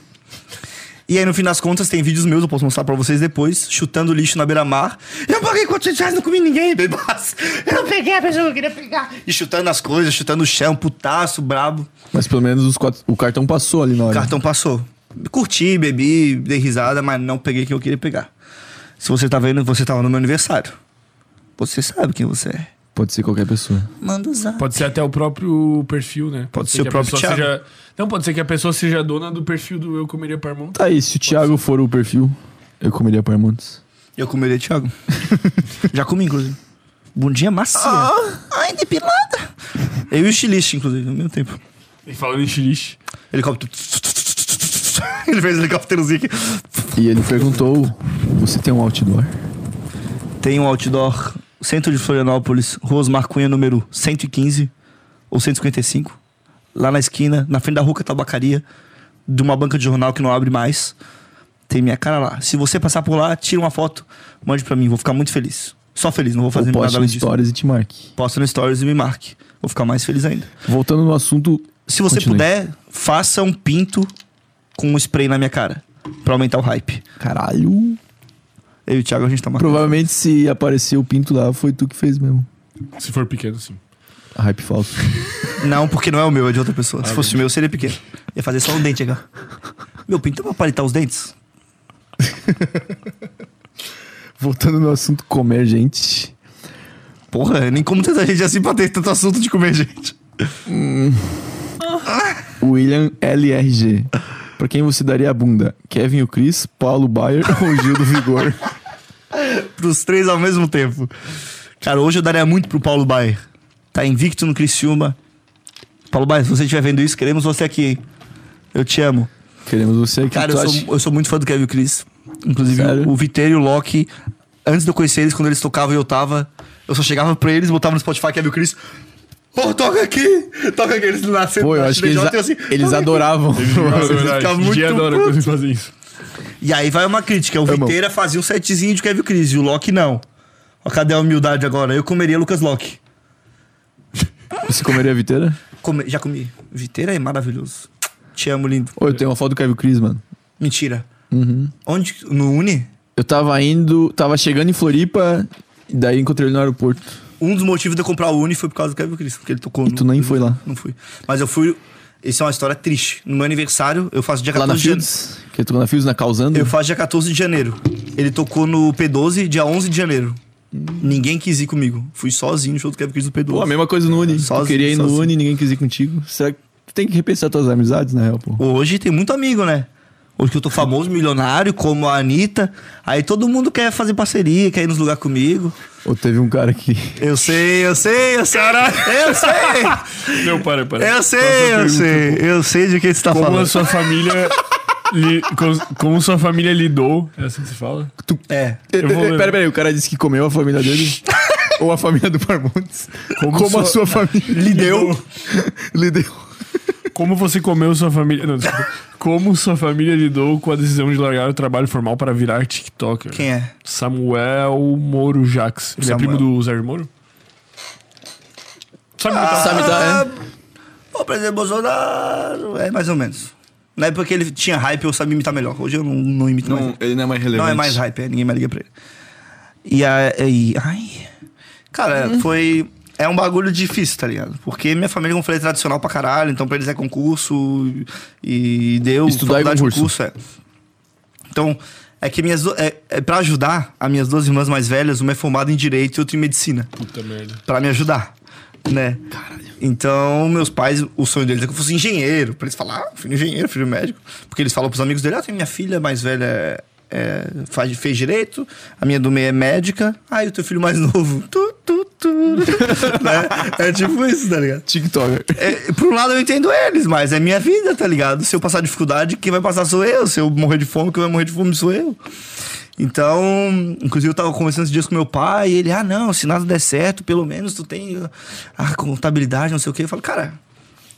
S3: E aí, no fim das contas, tem vídeos meus, eu posso mostrar pra vocês depois, chutando lixo na beira-mar. Eu paguei 400 reais, não comi ninguém, bebaço. Eu não peguei a pessoa que eu queria pegar. E chutando as coisas, chutando o chão, putaço, brabo.
S2: Mas pelo menos os quatro, o cartão passou ali na
S3: O
S2: hora.
S3: cartão passou. Curti, bebi, dei risada, mas não peguei o que eu queria pegar. Se você tá vendo, você tava no meu aniversário. Você sabe quem você é.
S2: Pode ser qualquer pessoa.
S3: Manda usar.
S1: Pode ser até o próprio perfil, né? Pode,
S3: ser o
S1: que a
S3: próprio
S1: pessoa
S3: Thiago.
S1: seja- Não, pode ser que a pessoa seja dona do perfil do Eu Comeria Parmão.
S2: Tá aí, se o Thiago for o perfil, eu comeria parmontes.
S3: Eu comeria Thiago. <laughs> Já comi, inclusive. Bundinha macia. Ah. Ai, depilada. Eu e o estilista, inclusive, ao mesmo tempo.
S1: E falando em xilixe.
S3: Helicóptero. <laughs> Ele fez um helicópterozinho aqui.
S2: E ele perguntou: Você tem um outdoor?
S3: Tem um outdoor, centro de Florianópolis, Ruas Marcunha, número 115 ou 155. Lá na esquina, na frente da Ruca Tabacaria, de uma banca de jornal que não abre mais. Tem minha cara lá. Se você passar por lá, tira uma foto, mande pra mim. Vou ficar muito feliz. Só feliz, não vou fazer
S2: Ou
S3: nada
S2: poste no
S3: além disso.
S2: stories e te marque.
S3: Posta no Stories e me marque. Vou ficar mais feliz ainda.
S2: Voltando no assunto.
S3: Se você
S2: Continue.
S3: puder, faça um pinto com um spray na minha cara. Pra aumentar o hype.
S2: Caralho.
S3: Eu e o Thiago, a gente tá marcando.
S2: Provavelmente se aparecer o pinto lá, foi tu que fez mesmo.
S1: Se for pequeno,
S3: <laughs>
S1: sim.
S2: A hype falso.
S3: Não, porque não é o meu, é de outra pessoa. Se fosse o meu, seria pequeno. Ia fazer só um dente aqui. ó. Meu pinto é pra palitar os dentes?
S2: Voltando no assunto comer, gente.
S3: Porra, eu nem como tanta gente assim pra ter tanto assunto de comer, gente.
S2: William LRG. Pra quem você daria a bunda? Kevin o Chris, Paulo Bayer <laughs> ou Gil do Vigor?
S3: Pros três ao mesmo tempo. Cara, hoje eu daria muito pro Paulo Baier. Tá invicto no Criciúma. Paulo Baier, se você estiver vendo isso, queremos você aqui, hein? Eu te amo.
S2: Queremos você aqui.
S3: Cara,
S2: tu
S3: eu
S2: acha?
S3: sou, um- eu sou muito fã do Kevin e Chris. Inclusive,
S2: Sério?
S3: o Viteiro e o Loki, antes de eu conhecer eles, quando eles tocavam e eu tava, eu só chegava pra eles, botava no Spotify Kevin e Chris. Pô, toca aqui! Toca aqui, eles nasceram.
S2: Pô, eu acho que eles, a-
S3: assim, "Tá
S2: eles adoravam.
S1: Nossa, verdade.
S3: fica muito
S1: Gigi adora
S3: puto.
S1: quando eles fazem isso.
S3: E aí vai uma crítica. O
S2: Amo.
S3: Viteira fazia um setzinho de Kevin e Chris e o Loki não. Ó, cadê a humildade agora? Eu comeria Lucas Loki.
S2: Você comeria a viteira?
S3: Come- já comi. Viteira é maravilhoso. Te amo, lindo.
S2: Ô, eu tenho uma foto do Kevin Cris, mano.
S3: Mentira.
S2: Uhum.
S3: Onde? No Uni?
S2: Eu tava indo, tava chegando em Floripa, e daí encontrei ele no aeroporto.
S3: Um dos motivos de eu comprar o Uni foi por causa do Kevin Chris, porque ele tocou
S2: E tu nem foi lá.
S3: Não fui. Mas eu fui. Isso é uma história triste. No meu aniversário, eu faço dia
S2: Lá
S3: 14
S2: na
S3: de janeiro.
S2: Fields? Que tu na Fields, na Causando?
S3: Eu faço dia 14 de janeiro. Ele tocou no P12, dia 11 de janeiro. Ninguém quis ir comigo. Fui sozinho no show do Kevin Chris no P12.
S2: Pô, a mesma coisa no Uni.
S3: Sozinho,
S2: tu queria ir no
S3: sozinho.
S2: Uni, ninguém quis ir contigo. Será que
S7: tu tem que repensar tuas amizades, na real, pô.
S3: Hoje tem muito amigo, né? Hoje que eu tô famoso, milionário, como a Anitta. Aí todo mundo quer fazer parceria, quer ir nos lugares comigo.
S7: Ou teve um cara que.
S3: Eu sei, eu sei, eu sei. Eu sei,
S1: Não, para, para.
S3: eu sei, eu sei. Eu sei de quem você tá
S1: Como a
S3: falando.
S1: sua família. li- <laughs> com- como sua família lidou. É assim que se fala?
S3: É.
S1: Eu vou ler.
S7: Pera, pera aí, o cara disse que comeu a família dele. Ou a família do Parmontes. Como, a
S1: sua-
S7: sua família. Lhe deu. Lhe deu.
S1: Como você comeu sua família. Não,
S2: <laughs>
S1: desculpa. Como sua família lidou com a decisão de largar o trabalho formal para virar TikToker?
S3: Quem é?
S1: Samuel Moro Jax. Ele é primo
S3: Samuel.
S1: do Zé Moro? Sabe imitar?
S2: Sabe, tá? É.
S3: O presidente Bolsonaro é mais ou menos. Na época que ele tinha hype, eu sabia imitar melhor. Hoje eu não, não imito mais.
S2: ele não é mais relevante.
S3: Não é mais hype, é, ninguém mais liga pra ele. E aí. Ai. Cara, foi. É um bagulho difícil, tá ligado? Porque minha família, como eu falei, é tradicional pra caralho, então pra eles é concurso e deu
S7: Estudar e
S3: faculdade,
S7: concurso.
S3: curso, é. Então, é que minhas. do- É, é pra ajudar, as minhas duas irmãs mais velhas, uma é formada em Direito e outra em Medicina.
S1: Puta merda.
S3: Pra me ajudar, né? Então, meus pais, o sonho deles é que eu fosse engenheiro. Pra eles falar, ah, filho engenheiro, filho médico. Porque eles falam pros amigos dele, ah, tem minha filha mais velha é, é, faz, fez direito, a minha do meio é médica, ah, e o teu filho mais <laughs> novo. Tu, tu, tu. né? É tipo isso, tá ligado?
S7: TikToker.
S3: É, por um lado eu entendo eles, mas é minha vida, tá ligado? Se eu passar dificuldade, quem vai passar sou eu. Se eu morrer de fome, quem vai morrer de fome sou eu. Então, inclusive eu tava conversando esses dias com meu pai, e ele, ah, não, se nada der certo, pelo menos tu tem a contabilidade, não sei o quê. Eu falo, cara,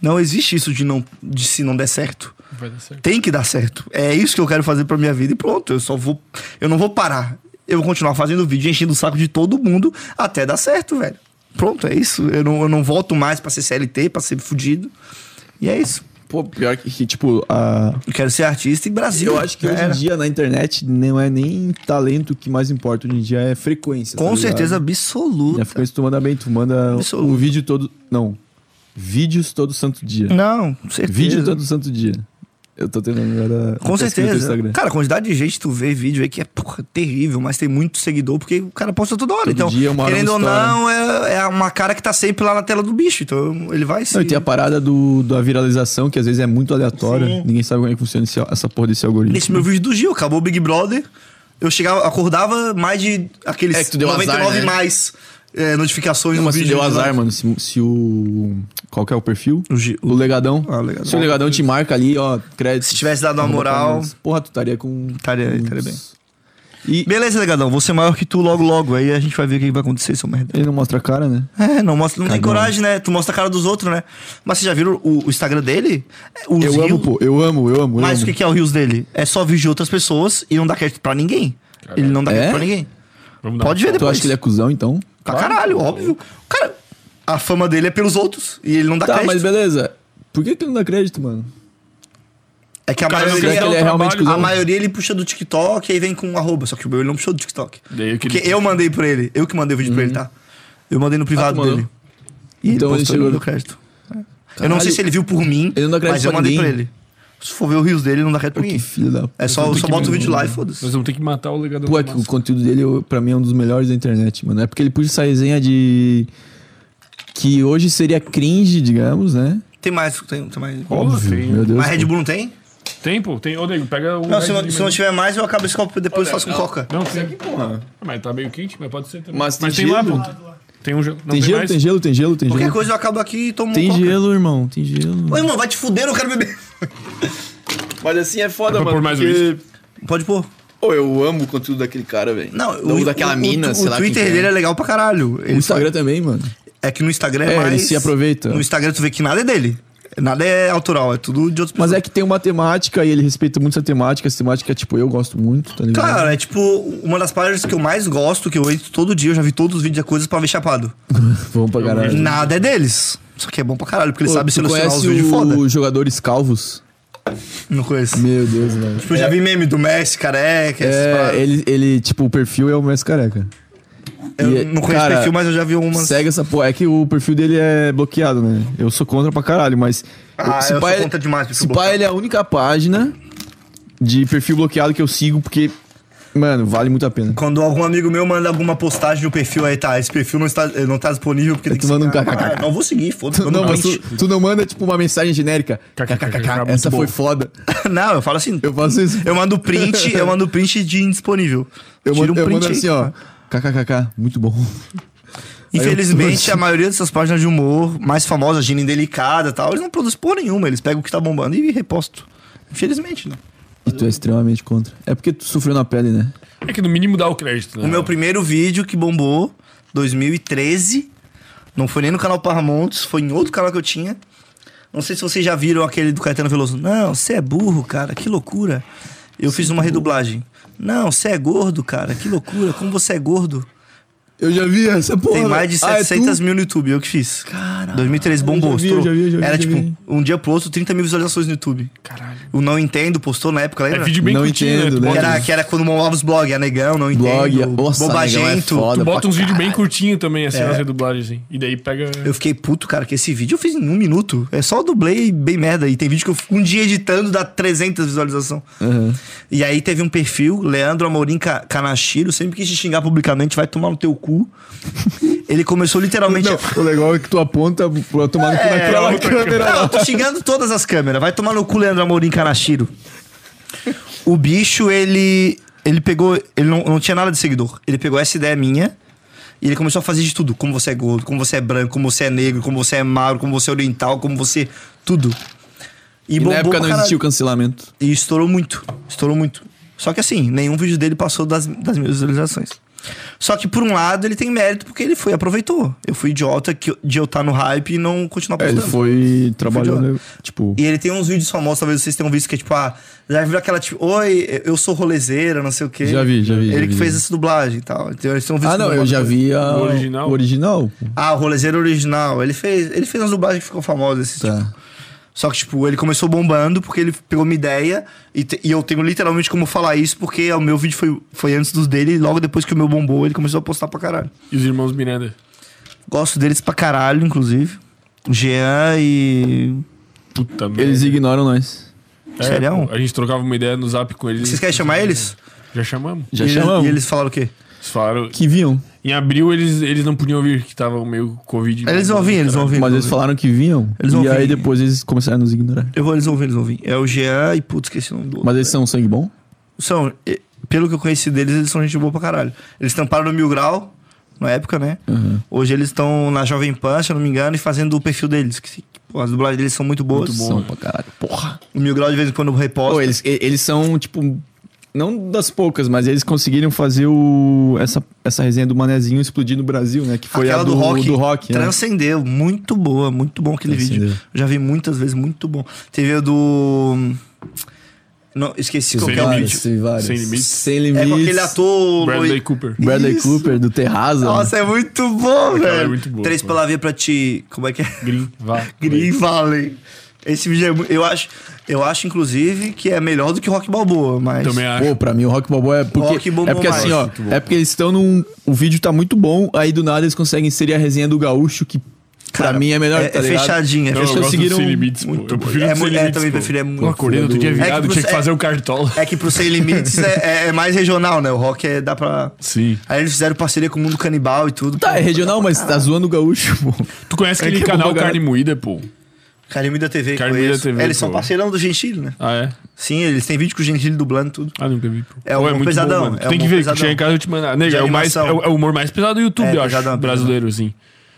S3: não existe isso de, não, de se não der certo.
S1: Vai dar certo.
S3: Tem que dar certo. É isso que eu quero fazer pra minha vida e pronto, eu só vou. Eu não vou parar. Eu vou continuar fazendo vídeo, enchendo o saco de todo mundo até dar certo, velho. Pronto, é isso. Eu não, eu não volto mais pra ser CLT, pra ser fudido. E é isso.
S7: Pô, pior que, que, tipo, a.
S3: Eu quero ser artista e Brasil.
S2: Eu acho que hoje
S3: Era.
S2: em dia na internet não é nem talento que mais importa. Hoje em dia é frequência. tá
S3: Com
S2: ligado? E
S3: certeza
S2: a
S3: absoluta.
S2: frequência tu manda bem, tu manda
S3: Absoluto.
S2: um vídeo todo. Não. Vídeos todo santo dia.
S3: Não, com certeza.
S2: Vídeo todo santo dia. Eu tô tendo agora.
S3: Com
S2: tá escrito no
S3: certeza.
S2: Instagram.
S3: Cara, a quantidade de gente que tu vê vídeo aí que é porra, terrível, mas tem muito seguidor, porque o cara posta toda hora. então,
S2: dia, uma hora
S3: querendo
S2: uma
S3: ou
S2: história.
S3: não, é, é uma cara que tá sempre lá na tela do bicho. Então ele vai se.
S2: Não, e tem a parada do, da viralização, que às vezes é muito aleatória. Ninguém sabe como é que funciona esse- essa porra desse algoritmo.
S3: Nesse meu vídeo do Gil, acabou o Big Brother. Eu chegava, acordava mais de aqueles
S2: É que tu deu
S3: 99
S2: azar, né?
S3: mais é, notificações
S2: Não,
S3: no
S2: mas se
S3: vídeo.
S2: deu
S3: do
S2: azar,
S3: lado.
S2: mano. Se, se o. Qual que é o perfil?
S3: O G-
S2: O legadão.
S3: Ah, o Legadão.
S2: Se o legadão te marca ali, ó, crédito.
S3: Se tivesse dado uma moral.
S2: Porra, tu estaria com.
S3: Estaria-
S2: com
S3: estaria bem.
S2: uns- E
S3: Beleza, legadão, vou ser maior que tu logo, logo. Aí a gente vai ver o que vai acontecer, seu merda.
S2: ele não mostra a cara, né?
S3: É, não mostra, não tem coragem, né? Tu mostra a cara dos outros, né? Mas vocês já viram o, o Instagram dele? Os
S2: Eu
S3: Reels-
S2: amo, pô. Eu amo, eu amo. eu
S3: Mas
S2: amo.
S3: o que, que é o Rios dele? É só vídeo de outras pessoas e não dá crédito pra ninguém. Ele não dá
S2: É?
S3: crédito pra ninguém.
S1: Vamos dar
S3: Pode ver
S1: uma
S2: Tu
S3: depois.
S2: acha que ele é cuzão, então?
S3: Pra caralho, óbvio. Cara, a fama dele é pelos outros e ele não dá
S2: Tá,
S3: crédito.
S2: mas beleza. Por que, que ele não dá crédito, mano?
S3: É que a
S1: Cara,
S3: maioria
S1: eu
S2: Será
S1: quero
S2: que ele é
S1: o
S2: realmente
S1: trabalho-
S2: cuzão?
S3: A maioria ele puxa do TikTok e aí vem com um arroba. Só que o meu ele não puxou do TikTok.
S1: Daí eu
S3: Porque
S1: queria-
S3: eu mandei pra ele. Eu que mandei o vídeo pra ele,
S1: Uhum.
S3: tá? Eu mandei no privado
S2: Ah, tu mandou?
S3: dele. E
S2: Então ele
S3: ele postou
S2: chegou-
S3: ele não deu crédito. Eu não sei
S2: Caralho.
S3: se ele viu por mim,
S2: Ele não dá crédito
S3: mas eu
S2: pra
S3: mandei pra
S2: ninguém.
S3: ele. Se for ver o rios dele, não dá crédito pra
S2: Que
S3: ninguém.
S2: filho da.
S3: É só, só bota o vídeo lá e foda-se.
S1: Nós vamos ter que matar o legado
S2: Pô, é que o conteúdo dele, eu- pra mim, é um dos melhores da internet, mano. É porque ele puxa essa resenha de. Que hoje seria cringe, digamos, né?
S3: Tem mais, tem, tem mais.
S1: Óbvio. Tem,
S2: Meu Deus.
S3: Mas Red Bull não tem?
S1: Tempo? Tem. Ô, Nego, pega o.
S3: Não, se,
S1: Red
S3: não,
S1: Bull
S3: se não
S1: aí.
S3: tiver mais, eu acabo esse copo e depois faço com coca.
S1: Não, tem. Mas tá meio quente, mas pode ser também.
S2: é Mas tem
S1: lá,
S2: gelo?
S1: pô. Tem um gelo. Não
S2: Tem
S1: tem,
S2: gelo,
S1: mais?
S2: tem gelo, tem gelo, tem
S3: Qualquer
S2: gelo.
S3: coisa eu acabo aqui e tomo
S2: Tem
S3: coca.
S2: gelo, irmão, tem gelo.
S3: Ô, irmão, vai te fuder, eu não quero beber.
S7: Mas assim é foda,
S1: Dá pra
S7: mano.
S1: pôr mais
S7: porque-
S3: Pode pôr.
S7: Pô, eu amo o conteúdo daquele cara, velho.
S3: Não,
S7: Ou daquela mina,
S3: o,
S7: sei
S3: o
S7: lá.
S3: Twitter
S7: quem que
S3: dele é legal pra caralho.
S2: O
S3: Ele
S2: Instagram também, mano.
S3: É que no Instagram
S2: É,
S3: é, mais...
S2: ele se aproveita.
S3: No Instagram tu vê que nada é dele. Nada é autoral, é tudo de outros
S2: Mas é que tem uma temática e ele respeita muito essa temática. Essa temática, tipo, eu gosto muito, tá ligado?
S3: Cara, é tipo uma das páginas que eu mais gosto, que eu entro todo dia, eu já vi todos os vídeos de coisas pra ver chapado.
S2: Vamos pra caralho.
S3: Nada é deles. Só que é bom pra caralho, porque ele
S2: Pô,
S3: sabe
S2: tu
S3: selecionar os
S2: conhece
S3: vídeos foda.
S2: os jogadores calvos?
S3: Não conheço.
S2: Meu Deus, mano.
S3: Tipo, eu já vi meme do Messi, careca, essas
S2: É,
S3: paradas.
S2: ele, ele, tipo, o perfil é o Messi Careca.
S3: Eu
S2: e, é-
S3: não conheço
S2: cara,
S3: perfil, mas eu já vi umas.
S2: Segue essa porra. É que o perfil dele é bloqueado, né? Eu sou contra pra caralho, mas.
S3: Ah, eu sou
S2: pá,
S3: contra demais,
S2: Se é
S3: perfil
S2: pá,
S3: bloqueado.
S2: ele é a única página de perfil bloqueado que eu sigo, porque Mano, vale muito a pena.
S3: Quando algum amigo meu manda alguma postagem no perfil, aí tá, esse perfil não está, eh, não tá disponível porque tem que
S2: Tu manda um
S3: seguir.
S2: kkk.
S3: Ah, Não vou seguir, foda-se.
S2: Tu
S3: manda
S2: não,
S3: um
S2: mas
S3: print.
S2: tu, tu não manda, tipo, uma mensagem genérica. KKKK, essa foi foda.
S3: <laughs> Não, eu falo assim.
S2: Eu faço isso.
S3: Eu mando print, eu mando print de indisponível.
S2: Eu
S3: Tira um
S2: mando, eu mando
S3: aí.
S2: assim, ó. KKKK, muito bom.
S3: Infelizmente, a maioria dessas páginas de humor mais famosas, Gina Indelicada e tal, eles não produzem porra nenhuma. Eles pegam o que tá bombando e repostam. Infelizmente, né?
S2: E tu é extremamente contra. É porque tu sofreu na pele, né?
S1: É que no mínimo dá o crédito, né?
S2: É.
S3: O meu primeiro vídeo que bombou, 2013, não foi nem no canal Parramontes, foi em outro canal que eu tinha. Não sei se vocês já viram aquele do Caetano Veloso. Não, você é burro, cara, que loucura. Eu
S2: é
S3: fiz uma redublagem. Não, você é gordo, cara, que loucura, como você é gordo.
S2: Eu já vi essa porra. ah, é
S3: Tem mais de 700 mil no YouTube, eu que fiz. Caralho. 2013 bombou.
S2: Eu já vi, eu
S3: estourou.
S2: já vi, eu já vi,
S3: Era
S2: eu já
S3: tipo,
S2: vi.
S3: um dia pro outro, 30 mil visualizações no YouTube. Caralho. O Não Entendo postou na época,
S1: É
S3: lembra?
S1: vídeo bem
S2: Não
S1: curtinho, né?
S2: entendo,
S1: Tu
S2: né?
S3: Que
S1: bota-
S3: era, que era quando montava os blogs, a Negão, Não
S2: Blog, é-
S3: Entendo,
S2: nossa,
S3: Bobagento.
S2: Negão é
S1: Tu
S2: foda
S1: bota
S2: pra
S1: uns vídeos bem curtinho também, assim, nas redublagens, assim. E daí pega...
S3: É. Eu fiquei puto, cara, que esse vídeo eu fiz em um minuto. É só eu dublei bem merda. E tem vídeo que eu fico um dia editando dá 300 visualização. E aí teve um perfil, Leandro Amorim Ka Kanashiro, sempre quis te xingar publicamente, vai tomar no teu cu. Ele começou literalmente.
S2: Não, o legal é que tu aponta pra tomar no cu
S3: É,
S2: naquela
S3: outra
S2: câmera
S3: câmera. Não,
S2: lá.
S3: eu tô xingando todas as câmeras. Vai tomar no cu, Leandro Amorim Kanashiro. O bicho, ele. Ele pegou. Ele não, não tinha nada de seguidor. Ele pegou essa ideia minha. E ele começou a fazer de tudo. Como você é gordo, como você é branco, como você é negro, como você é magro, como você é oriental, como você. Tudo. E,
S2: E
S3: bombou
S2: na época
S3: pra
S2: não
S3: caralho.
S2: existia o cancelamento.
S3: E estourou muito. Estourou muito. Só que assim, nenhum vídeo dele passou das, das mil visualizações. Só que por um lado ele tem mérito porque ele foi, aproveitou. Eu fui idiota que, de eu estar no hype e não continuar
S2: É,
S3: postando.
S2: ele foi trabalhando,
S3: Fudido.
S2: tipo...
S3: E ele tem uns vídeos famosos, talvez vocês tenham visto, que é tipo, ah, já viu aquela tipo, oi, eu sou rolezeira, não sei o quê.
S2: Já vi, já vi,
S3: Ele
S2: já
S3: que
S2: vi.
S3: fez essa dublagem e tal. Então, eles têm um vídeo
S2: Ah, não,
S3: que
S2: eu já
S3: mostra-
S2: vi a...
S1: O original?
S2: O original. pô.
S3: Ah, o rolezeiro original. Ele fez, ele fez umas dublagens que ficou famosa, esse tipo.
S2: Tá.
S3: Só que, tipo, ele começou bombando porque ele pegou uma ideia e, te- e eu tenho literalmente como falar isso porque o meu vídeo foi, foi antes dos dele e logo depois que o meu bombou, ele começou a postar pra caralho.
S1: E os irmãos Miranda.
S3: Gosto deles pra caralho, inclusive. Jean e...
S1: Puta merda.
S2: Eles ignoram nós.
S1: É,
S3: Sério?
S1: pô, A gente trocava uma ideia no zap com eles.
S3: Vocês querem chamar eles?
S1: Já chamamos.
S2: Já
S3: e,
S2: chamamos.
S3: E eles falaram o quê?
S1: Eles falaram...
S2: Que vinham.
S1: Em abril eles, eles não podiam vir, que tava meio Covid.
S3: Eles vão vir, eles vão vir.
S2: Mas eles falaram que vinham.
S3: Eles vão
S2: e aí
S3: vir.
S2: depois eles começaram a nos ignorar.
S3: Eu vou, eles vão vir, eles vão vir. É o Jean e, putz, esqueci o nome do outro.
S2: Mas eles são sangue bom?
S3: São, e- pelo que eu conheci deles, eles são gente boa pra caralho. Eles tamparam no Mil Grau, na época, né?
S2: Uhum.
S3: Hoje eles estão na Jovem Pan, se eu não me engano, e fazendo o perfil deles. Que, pô, as dublagens deles são muito boas.
S2: São pra caralho. Porra.
S3: O Mil Grau de vez em quando reposta.
S2: Pô, eles, e- eles são, tipo... Não das poucas, mas eles conseguiram fazer o, essa, essa resenha do Manezinho explodir no Brasil, né? Que foi
S3: Aquela
S2: a do,
S3: do, rock,
S2: do rock, né?
S3: transcendeu. Muito boa, muito bom aquele vídeo.
S2: Transcendeu.
S3: Já vi muitas vezes, muito bom. Teve o do... hum, Não, esqueci qual
S1: Sem
S3: que é o
S2: Vários,
S1: Limites.
S3: vídeo.
S2: teve vários.
S1: Sem limites.
S2: Sem
S3: É
S2: limites.
S3: com aquele ator...
S1: Bradley
S3: loiro.
S1: Cooper.
S2: Bradley
S3: Isso.
S2: Cooper, do Terraza.
S3: Nossa, é muito bom,
S1: Aquela é
S3: velho.
S1: muito boa,
S3: Três
S1: pô.
S3: palavras pra te...
S1: <laughs>
S3: Como é que é?
S1: Green, vá.
S3: Green Valley. Esse vídeo é muito. Eu acho, eu acho, inclusive, que é melhor do que Rock Balboa, mas.
S1: Também acho.
S2: Pô, pra mim o Rock Balboa é porque.
S3: Rock Balboa
S2: é porque
S3: mais.
S2: assim, ó.
S1: Muito bom.
S2: É porque eles estão num. O vídeo tá muito bom, aí do nada eles conseguem inserir a resenha do Gaúcho, que
S3: Cara,
S2: pra mim é melhor.
S3: é-
S2: tá
S3: é
S2: ligado?
S3: fechadinha, é
S1: Não,
S2: Eles
S1: eu gosto do
S2: conseguiram.
S1: Sem Limites, pô.
S2: muito
S1: Eu
S2: bom.
S1: prefiro
S3: É
S1: do Sem
S3: mu- é,
S1: Limites,
S3: também
S1: pô.
S3: prefiro, é muito
S1: Eu acordei no outro dia
S3: foda.
S1: virado,
S3: É que
S1: tinha que
S3: você-
S1: fazer o cartola.
S3: É que pro Sem Limites é, é- é mais regional, né? O rock é, dá pra.
S1: Sim.
S3: Aí eles fizeram parceria com o mundo canibal e tudo.
S2: Tá, é regional, mas tá zoando o Gaúcho, pô.
S1: Tu conhece
S2: que
S1: aquele
S2: é bom
S1: canal
S2: pra
S1: Carne Moída, pô?
S3: Carimida TV,
S1: Carmida
S3: Carimida TV.
S1: TV,
S3: É, eles são
S1: pô.
S3: parceirão do Gentili, né?
S1: Ah, é?
S3: Sim, eles têm vídeo com o Gentili dublando tudo.
S1: Ah, nunca vi, pô.
S3: É
S1: Pô,
S3: um
S1: muito
S3: pesadão,
S1: mano. Tu
S3: é
S1: Tem
S3: um
S1: que ver,
S3: pesadão.
S1: que chegar em casa eu te mandar. Nego,
S3: De
S1: é, o mais, é,
S3: animação.
S1: o é o humor mais pesado do YouTube,
S3: É,
S1: eu
S3: pesadão,
S1: acho.
S3: pesadão.
S1: Brasileiro, assim.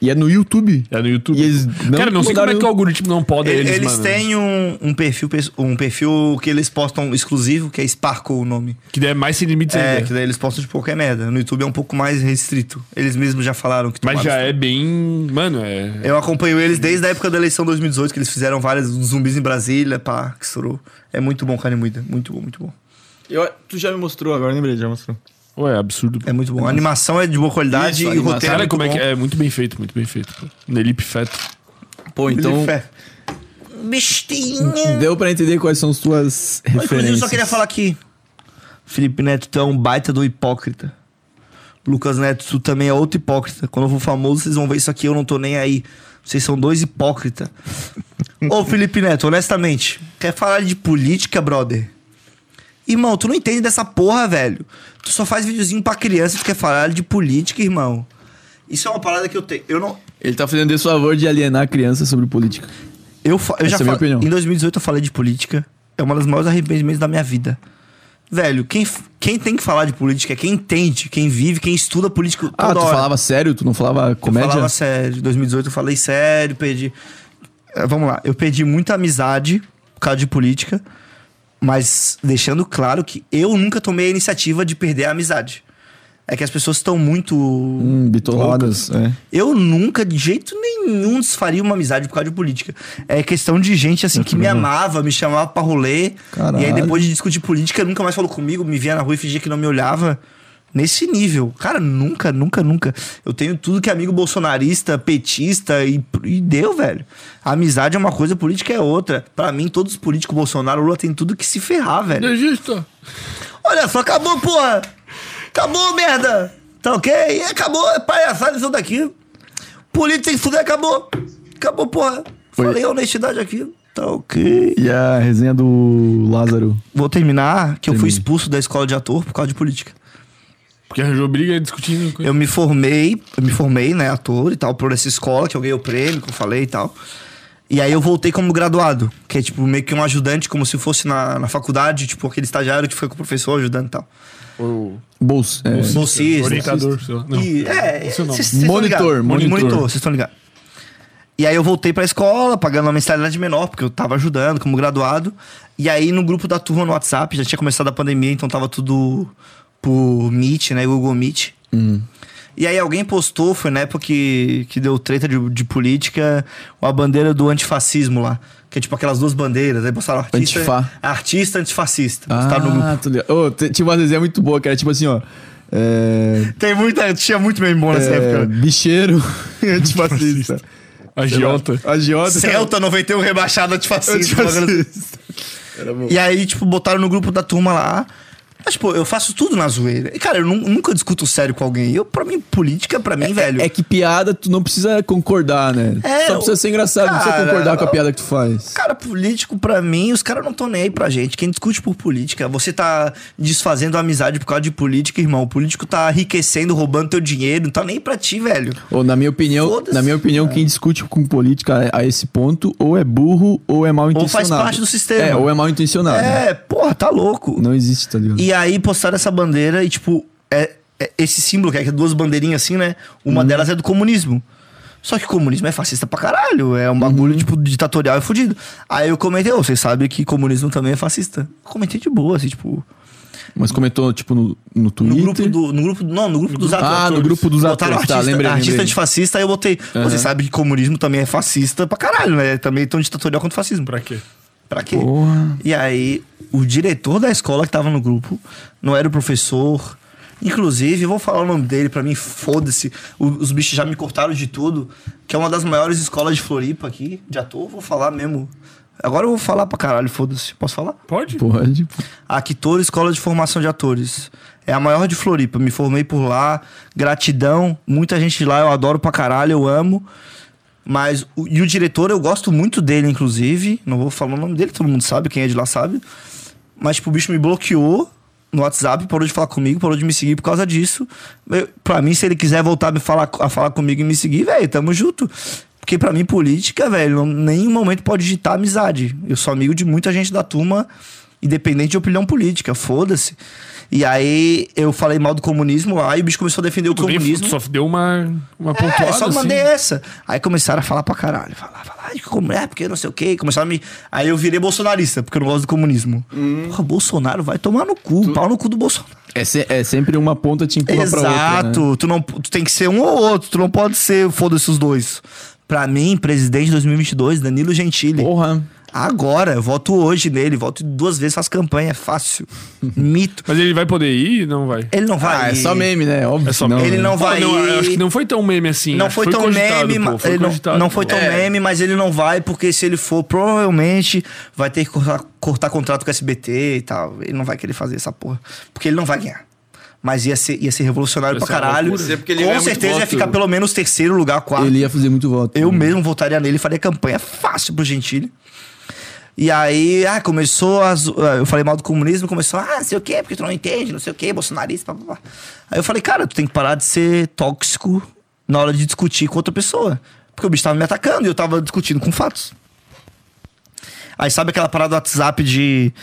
S2: E é no YouTube.
S1: É no YouTube.
S2: E eles não
S1: Cara, não sei como é
S2: mandaram-
S1: que o algoritmo não poda
S3: Eles,
S1: eles, né? mano.
S3: têm um, um perfil, pes- um perfil que eles postam exclusivo, que é Sparkle o nome.
S1: Que der mais sem limites
S3: É,
S1: ainda.
S3: que daí eles postam de qualquer merda. No YouTube é um pouco mais restrito. Eles mesmos já falaram que
S1: Mas
S3: tomaram
S1: já é bem. Mano, é.
S3: Eu acompanho eles desde a época da eleição 2018, que eles fizeram várias zumbis em Brasília, pá, que estourou. É muito bom, carne moída. Muito bom, muito bom.
S2: tu já me mostrou agora, lembrei, já mostrou.
S1: Ué, é absurdo. pô.
S3: É muito bom. A animação é de boa
S2: Isso,
S3: qualidade
S2: a
S3: e o
S2: animação.
S3: roteiro.
S1: Cara,
S3: é muito
S1: como é que.
S3: bom.
S1: É muito bem feito, muito bem feito. pô. Nelipe Feto.
S2: Pô, então.
S3: é Fé. Bestinha.
S2: Deu pra entender quais são as tuas
S3: Inclusive, eu
S2: referências.
S3: só queria falar aqui. Felipe Neto, tu é um baita do hipócrita. Lucas Neto, tu também é outro hipócrita. Quando eu for famoso, vocês vão ver isso aqui, eu não tô nem aí. Vocês são dois hipócritas. Ô, Felipe Neto, honestamente, quer falar de política, brother? Irmão, tu não entende dessa porra, velho. Tu só faz videozinho pra criança e tu quer falar de política, irmão. Isso é uma parada que eu tenho. Eu não.
S2: Ele tá fazendo esse favor de alienar a criança sobre política.
S3: Eu, fa- eu
S2: Essa
S3: já
S2: é a minha
S3: falei.
S2: opinião.
S3: Em 2018 eu falei de política. É uma das maiores arrependimentos da minha vida. Velho, quem, f- quem tem que falar de política é quem entende, quem vive, quem estuda política toda
S2: Ah, tu
S3: hora.
S2: falava sério? Tu não falava comédia?
S3: Eu falava sério. Em 2018 eu falei sério, perdi. Eh, Vamos lá, eu perdi muita amizade por causa de política, mas deixando claro que eu nunca tomei a iniciativa de perder a amizade. É que as pessoas estão muito.
S2: Hum, bitoladas, é.
S3: Eu nunca, de jeito nenhum, desfaria uma amizade por causa de política. É questão de gente, assim, que me amava, me chamava pra rolê. E aí,
S2: Caralho.
S3: depois de discutir política, nunca mais falou comigo, me via na rua e fingia que não me olhava. Nesse nível. Cara, nunca, nunca, nunca. Eu tenho tudo que é amigo bolsonarista, petista e, e deu, velho. A amizade é uma coisa, política é outra. Pra mim, todos os políticos, Bolsonaro, Lula, tem tudo que se ferrar, velho.
S1: Justo.
S3: Olha só, acabou, porra! Acabou, merda! Tá ok? Acabou, é palhaçada isso daqui. Político tem que estudar, acabou. Acabou, porra. Falei a honestidade aqui. Tá ok.
S2: E a resenha do Lázaro.
S3: Vou terminar que eu fui expulso da escola de ator por causa de política.
S1: Porque arranjou briga discutindo. coisa.
S3: Eu me formei, eu me formei, né, ator e tal, por essa escola que eu ganhei o prêmio, que eu falei e tal. E aí eu voltei como graduado, que é tipo meio que um ajudante, como se fosse na, na faculdade, tipo aquele estagiário que fica com o professor ajudando e tal.
S2: Bolsa. é.
S3: Bolsista.
S1: Orientador, sei lá. Não.
S3: E- é,
S1: Esse é o nome.
S3: cês- cês tão
S2: Monitor,
S3: ligado.
S2: monitor.
S3: Monitor, vocês estão ligados. E aí eu voltei pra escola, pagando uma mensalidade menor, porque eu tava ajudando como graduado. E aí no grupo da turma no WhatsApp, já tinha começado a pandemia, então tava tudo por Meet, né? Google Meet.
S2: Hum.
S3: E aí alguém postou, foi na época que, que deu treta de, de política, a bandeira do antifascismo lá. Que é tipo aquelas duas bandeiras, aí postaram artista,
S2: Antifa.
S3: artista antifascista. postaram tá no grupo.
S2: Ah, tô ligado. Ô, te- tinha uma resenha muito boa, cara. Tipo assim, ó. É,
S3: Tem muita, tinha muito meme bom nessa
S2: é,
S3: época.
S2: bicheiro <laughs> antifascista.
S1: Agiota.
S2: Agiota. tipo assim,
S3: Celta 91 rebaixado antifascista. assim.
S2: Antifascista.
S3: E aí, tipo, botaram no grupo da turma lá. Mas, pô, eu faço tudo na zoeira. E, Cara, eu nu- nunca discuto sério com alguém. Eu, pra mim, política, pra mim, velho.
S2: É que piada tu não precisa concordar, né?
S3: É,
S2: Só precisa ser engraçado, não precisa
S3: cara,
S2: concordar com a piada que tu faz.
S3: Cara, político, pra mim, os caras não estão nem aí pra gente. Quem discute por política, você tá desfazendo a amizade por causa de política, irmão. O político tá enriquecendo, roubando teu dinheiro, não tá nem aí pra ti, velho.
S2: Ou, na minha opinião,
S3: Foda-se,
S2: na minha opinião quem discute com política a a esse ponto, ou é burro, ou é mal
S3: faz
S2: intencionado.
S3: parte do sistema.
S2: É, ou é mal intencionado.
S3: É, porra, tá louco.
S2: Não existe, tá ligado?
S3: E aí postaram essa bandeira e, tipo, é, é esse símbolo, que é duas bandeirinhas assim, né?
S2: Uhum.
S3: Uma delas é do comunismo. Só que comunismo é fascista pra caralho. É um
S2: Uhum.
S3: bagulho, tipo, ditatorial e fudido. Aí eu comentei, ô, vocês sabem que comunismo também é fascista. Comentei de boa, assim, tipo.
S2: Mas comentou, tipo, no, no
S3: No
S2: Twitter.
S3: grupo do. No grupo, não, no grupo dos atores.
S2: Ah, no grupo dos
S3: Botaram
S2: atores, tá,
S3: artista,
S2: lembrei,
S3: artista
S2: lembrei.
S3: antifascista, aí eu botei. "Pô,
S2: Aham.
S3: Vocês sabem que comunismo também é fascista pra caralho, né? Também tão ditatorial quanto fascismo.
S1: Pra quê?
S3: Pra quê?
S2: Porra.
S3: E aí, o diretor da escola que tava no grupo, não era o professor. Inclusive, eu vou falar o nome dele, pra mim, foda-se. O- Os bichos já me cortaram de tudo. Que é uma das maiores escolas de Floripa aqui, de ator, vou falar mesmo. Agora eu vou falar pra caralho, foda-se. Posso falar?
S1: Pode?
S2: Pode. pô.
S3: A Kitora Escola de Formação de Atores. É a maior de Floripa. Me formei por lá. Gratidão. Muita gente de lá eu adoro pra caralho, eu amo. Mas, o- e o diretor, eu gosto muito dele, inclusive. Não vou falar o nome dele, todo mundo sabe, quem é de lá sabe. Mas, tipo, o bicho me bloqueou no WhatsApp, parou de falar comigo, parou de me seguir por causa disso. Eu, pra mim, se ele quiser voltar a, me falar, a falar comigo e me seguir, velho, tamo junto. Porque pra mim, política, velho, não- nenhum momento pode digitar amizade. Eu sou amigo de muita gente da turma, independente de opinião política, foda-se. E aí eu falei mal do comunismo lá e o bicho começou a defender o
S1: Tu nem-
S3: comunismo.
S1: tu só deu uma, uma pontuada.
S3: É, só mandei
S1: assim.
S3: essa. Aí começaram a falar pra caralho. Falar, falar, "Ai, como é, porque não sei o quê. Começaram a me. Aí eu virei bolsonarista, porque eu não gosto do comunismo.
S2: Hum.
S3: Porra, Bolsonaro vai tomar no cu, pau no cu do Bolsonaro.
S2: É, se- é sempre uma ponta te empurra pra outra.
S3: Exato.
S2: né?
S3: tu, não, tu tem que ser um ou outro, tu não pode ser, foda-se os dois. Pra mim, presidente de 2022, Danilo Gentili.
S2: Porra.
S3: Agora, eu voto hoje nele, voto duas vezes, faz campanha, é
S2: <laughs>
S3: fácil. Mito.
S1: Mas ele vai poder ir? Não vai.
S3: Ele não vai.
S2: Ah, é só meme, né? Óbvio.
S1: Tá É só
S2: não,
S1: meme.
S3: Ele
S2: né?
S3: não
S1: Pô,
S3: vai.
S1: não,
S3: ir.
S1: eu acho que não foi tão meme assim.
S3: Não
S1: acho
S3: foi,
S1: que
S3: tão
S1: cogitado,
S3: meme,
S1: pô,
S3: mas
S1: foi
S3: ele não,
S1: cogitado,
S3: não
S1: pô.
S3: foi tão
S1: É.
S3: meme, mas ele não vai, porque se ele for, provavelmente vai ter que cortar, cortar contrato com a SBT e tal. Ele não vai querer fazer essa porra. Porque ele não vai ganhar. Mas ia ser, ia ser revolucionário
S1: Ia ser
S3: pra
S1: uma
S3: caralho.
S1: é loucura. Ia ser
S8: porque ele
S3: com
S8: ganha muito
S3: certeza ia
S8: voto. né?
S3: ficar pelo menos terceiro
S1: tá.
S3: lugar, quarto.
S2: Ele ia fazer muito voto. Né?
S3: Eu mesmo votaria nele e faria campanha fácil pro Gentili. E aí, ah, começou a zo- ah, Eu falei mal do comunismo, começou, ah, não sei o quê, porque tu não entende, não sei o quê, bolsonarista, blá, blá, blá. Aí eu falei, cara, tu tem que parar de ser tóxico na hora de discutir com outra pessoa. Porque o bicho tava me atacando e eu tava discutindo com fatos. Aí sabe aquela parada do WhatsApp de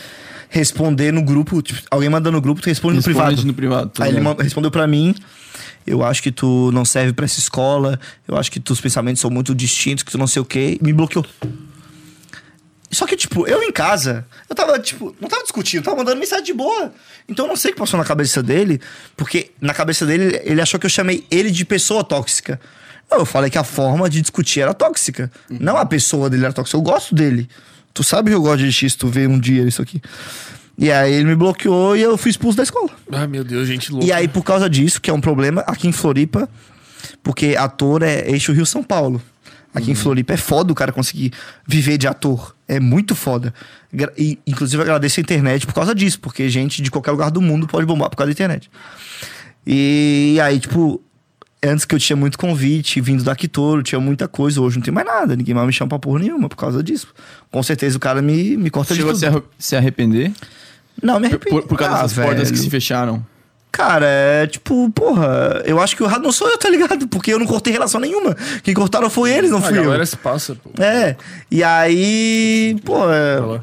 S3: responder no grupo, tipo, alguém manda no grupo, tu responde,
S2: Responde no
S3: no privado.
S2: privado, tá
S3: Aí ele
S2: ligado?
S3: ma- respondeu pra mim, eu acho que tu não serve pra essa escola, eu acho que teus pensamentos são muito distintos, que tu não sei o quê, e me bloqueou. Só que, tipo, eu em casa, eu tava, tipo, não tava discutindo, tava mandando mensagem de boa. Então eu não sei o que passou na cabeça dele, porque na cabeça dele, ele achou que eu chamei ele de pessoa tóxica. Não, eu falei que a forma de discutir era tóxica. Não a pessoa dele era tóxica, eu gosto dele. Tu sabe que eu gosto de X, tu vê um dia isso aqui. E aí ele me bloqueou e eu fui expulso da escola.
S1: Ah, meu Deus, gente louca.
S3: E aí, por causa disso, que é um problema, aqui em Floripa, porque ator é eixo Rio São Paulo. Aqui
S2: Uhum.
S3: em Floripa é foda o cara conseguir viver de ator. É muito foda. Gra- E, inclusive, eu agradeço a internet por causa disso, porque gente de qualquer lugar do mundo pode bombar por causa da internet. E, aí, tipo, antes que eu tinha muito convite, vindo da Kitoro, tinha muita coisa, hoje não tem mais nada, ninguém mais me chama pra porra nenhuma por causa disso. Com certeza o cara me, me corta de
S2: Chegou a
S3: tudo.
S2: se arre- se arrepender
S3: Não, me arrependo.
S2: por, por causa
S3: Ah,
S2: das portas que
S3: velho.
S2: se fecharam.
S3: Cara, é tipo, porra, eu acho que o errado não sou eu, tá ligado? Porque eu não cortei relação nenhuma. Quem cortaram foi eles, não
S1: a
S3: fui eu.
S1: Ah, galera se passa, pô.
S3: É. E aí, pô, é,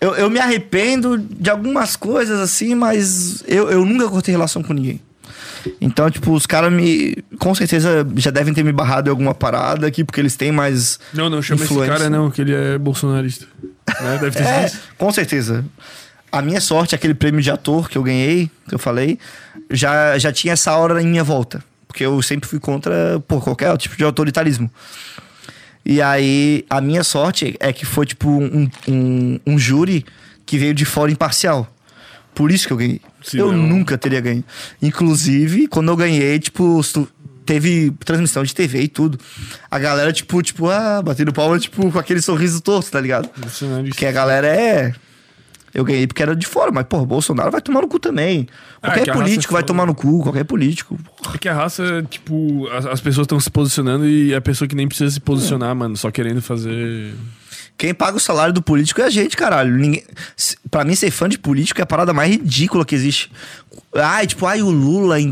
S3: eu, eu me arrependo de algumas coisas assim, mas eu, eu nunca cortei relação com ninguém. Então, tipo, os caras me. Com certeza já devem ter me barrado em alguma parada aqui, porque eles têm mais.
S1: Não, não chama
S3: Influencer.
S1: esse cara não, que ele é bolsonarista. Né? Deve ter sido
S3: <laughs> É,
S1: isso.
S3: com certeza. A minha sorte, aquele prêmio de ator que eu ganhei, que eu falei, já, já tinha essa hora em minha volta. Porque eu sempre fui contra pô, qualquer tipo de autoritarismo. E aí, a minha sorte é que foi, tipo, um, um, um júri que veio de fora imparcial. Por isso que eu ganhei.
S1: Sim,
S3: eu
S1: não.
S3: nunca teria ganho. Inclusive, quando eu ganhei, tipo, se tu- teve transmissão de TV e tudo. A galera, tipo, tipo, ah, batendo palma, tipo, com aquele sorriso torto, tá ligado?
S1: Bolsonarista.
S3: Porque a galera é. Eu ganhei porque era de fora, mas, pô, Bolsonaro vai tomar no cu também.
S1: Ah,
S3: Qualquer
S1: que a raça é
S3: político vai
S1: foda.
S3: tomar no cu, qualquer político.
S1: É que a raça, tipo, as, as pessoas estão se posicionando e a pessoa que nem precisa se posicionar, mano, só querendo fazer.
S3: Quem paga o salário do político é a gente, caralho. Ninguém... se- Pra mim, ser fã de político é a parada mais ridícula que existe. Ai, tipo, ai, o Lula em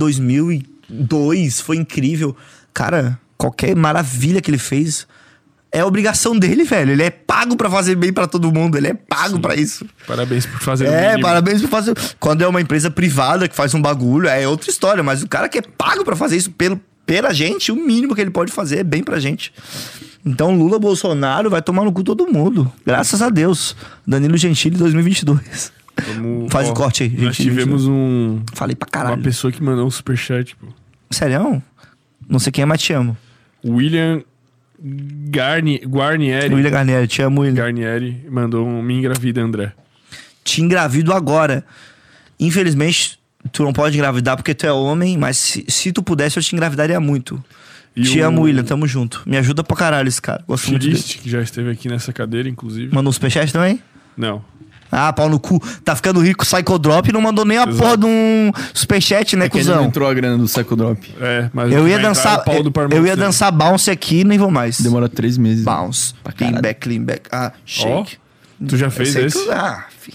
S3: 2002 foi incrível. Cara, qualquer maravilha que ele fez é obrigação dele, velho. Ele é pago pra fazer bem pra todo mundo, ele é pago pra isso.
S1: Parabéns por fazer o
S3: É,
S1: mínimo.
S3: parabéns por fazer. Quando é uma empresa privada que faz um bagulho, é outra história, mas o cara que é pago pra fazer isso pelo, pela gente, o mínimo que ele pode fazer é bem pra gente. Então Lula Bolsonaro vai tomar no cu todo mundo. Graças a Deus. Danilo Gentili 2022.
S1: Vamos-
S3: Faz o corte aí,
S1: Nós
S3: gente,
S1: tivemos um,
S3: Falei pra
S1: uma
S3: caralho.
S1: pessoa que mandou um superchat, pô.
S3: Sério? Não sei quem é, mas te amo.
S1: William Garni, Guarnieri.
S3: William Garnier, te amo, William.
S1: Garnieri mandou um Me Engravida, André.
S3: te engravido agora. Infelizmente, tu não pode engravidar porque tu é homem, mas se, se tu pudesse, eu te engravidaria muito.
S1: E
S3: te
S1: o-
S3: amo, William, tamo junto. Me ajuda pra caralho esse cara. Gosto muito dele.
S1: Chiriste, que já esteve aqui nessa cadeira, inclusive.
S3: Mandou um superchat também?
S1: Não.
S3: Ah, pau no cu. Tá ficando rico, Psychodrop, não mandou nem a
S1: Exato.
S3: porra de um superchat, né,
S2: Que ainda não
S3: cuzão?
S2: entrou a grana do Psycho Drop.
S1: É, mas
S3: Eu ia
S1: vai entrar
S3: dançar.
S1: o pau do
S3: eu
S1: Parmaçã.
S3: ia dançar bounce aqui nem vou mais.
S2: Demora três meses.
S3: Bounce. Clean
S2: caralho.
S3: back, clean back. Ah,
S1: Ó,
S3: shake.
S1: tu já fez
S3: Sei que-
S1: esse?
S3: Ah, fi.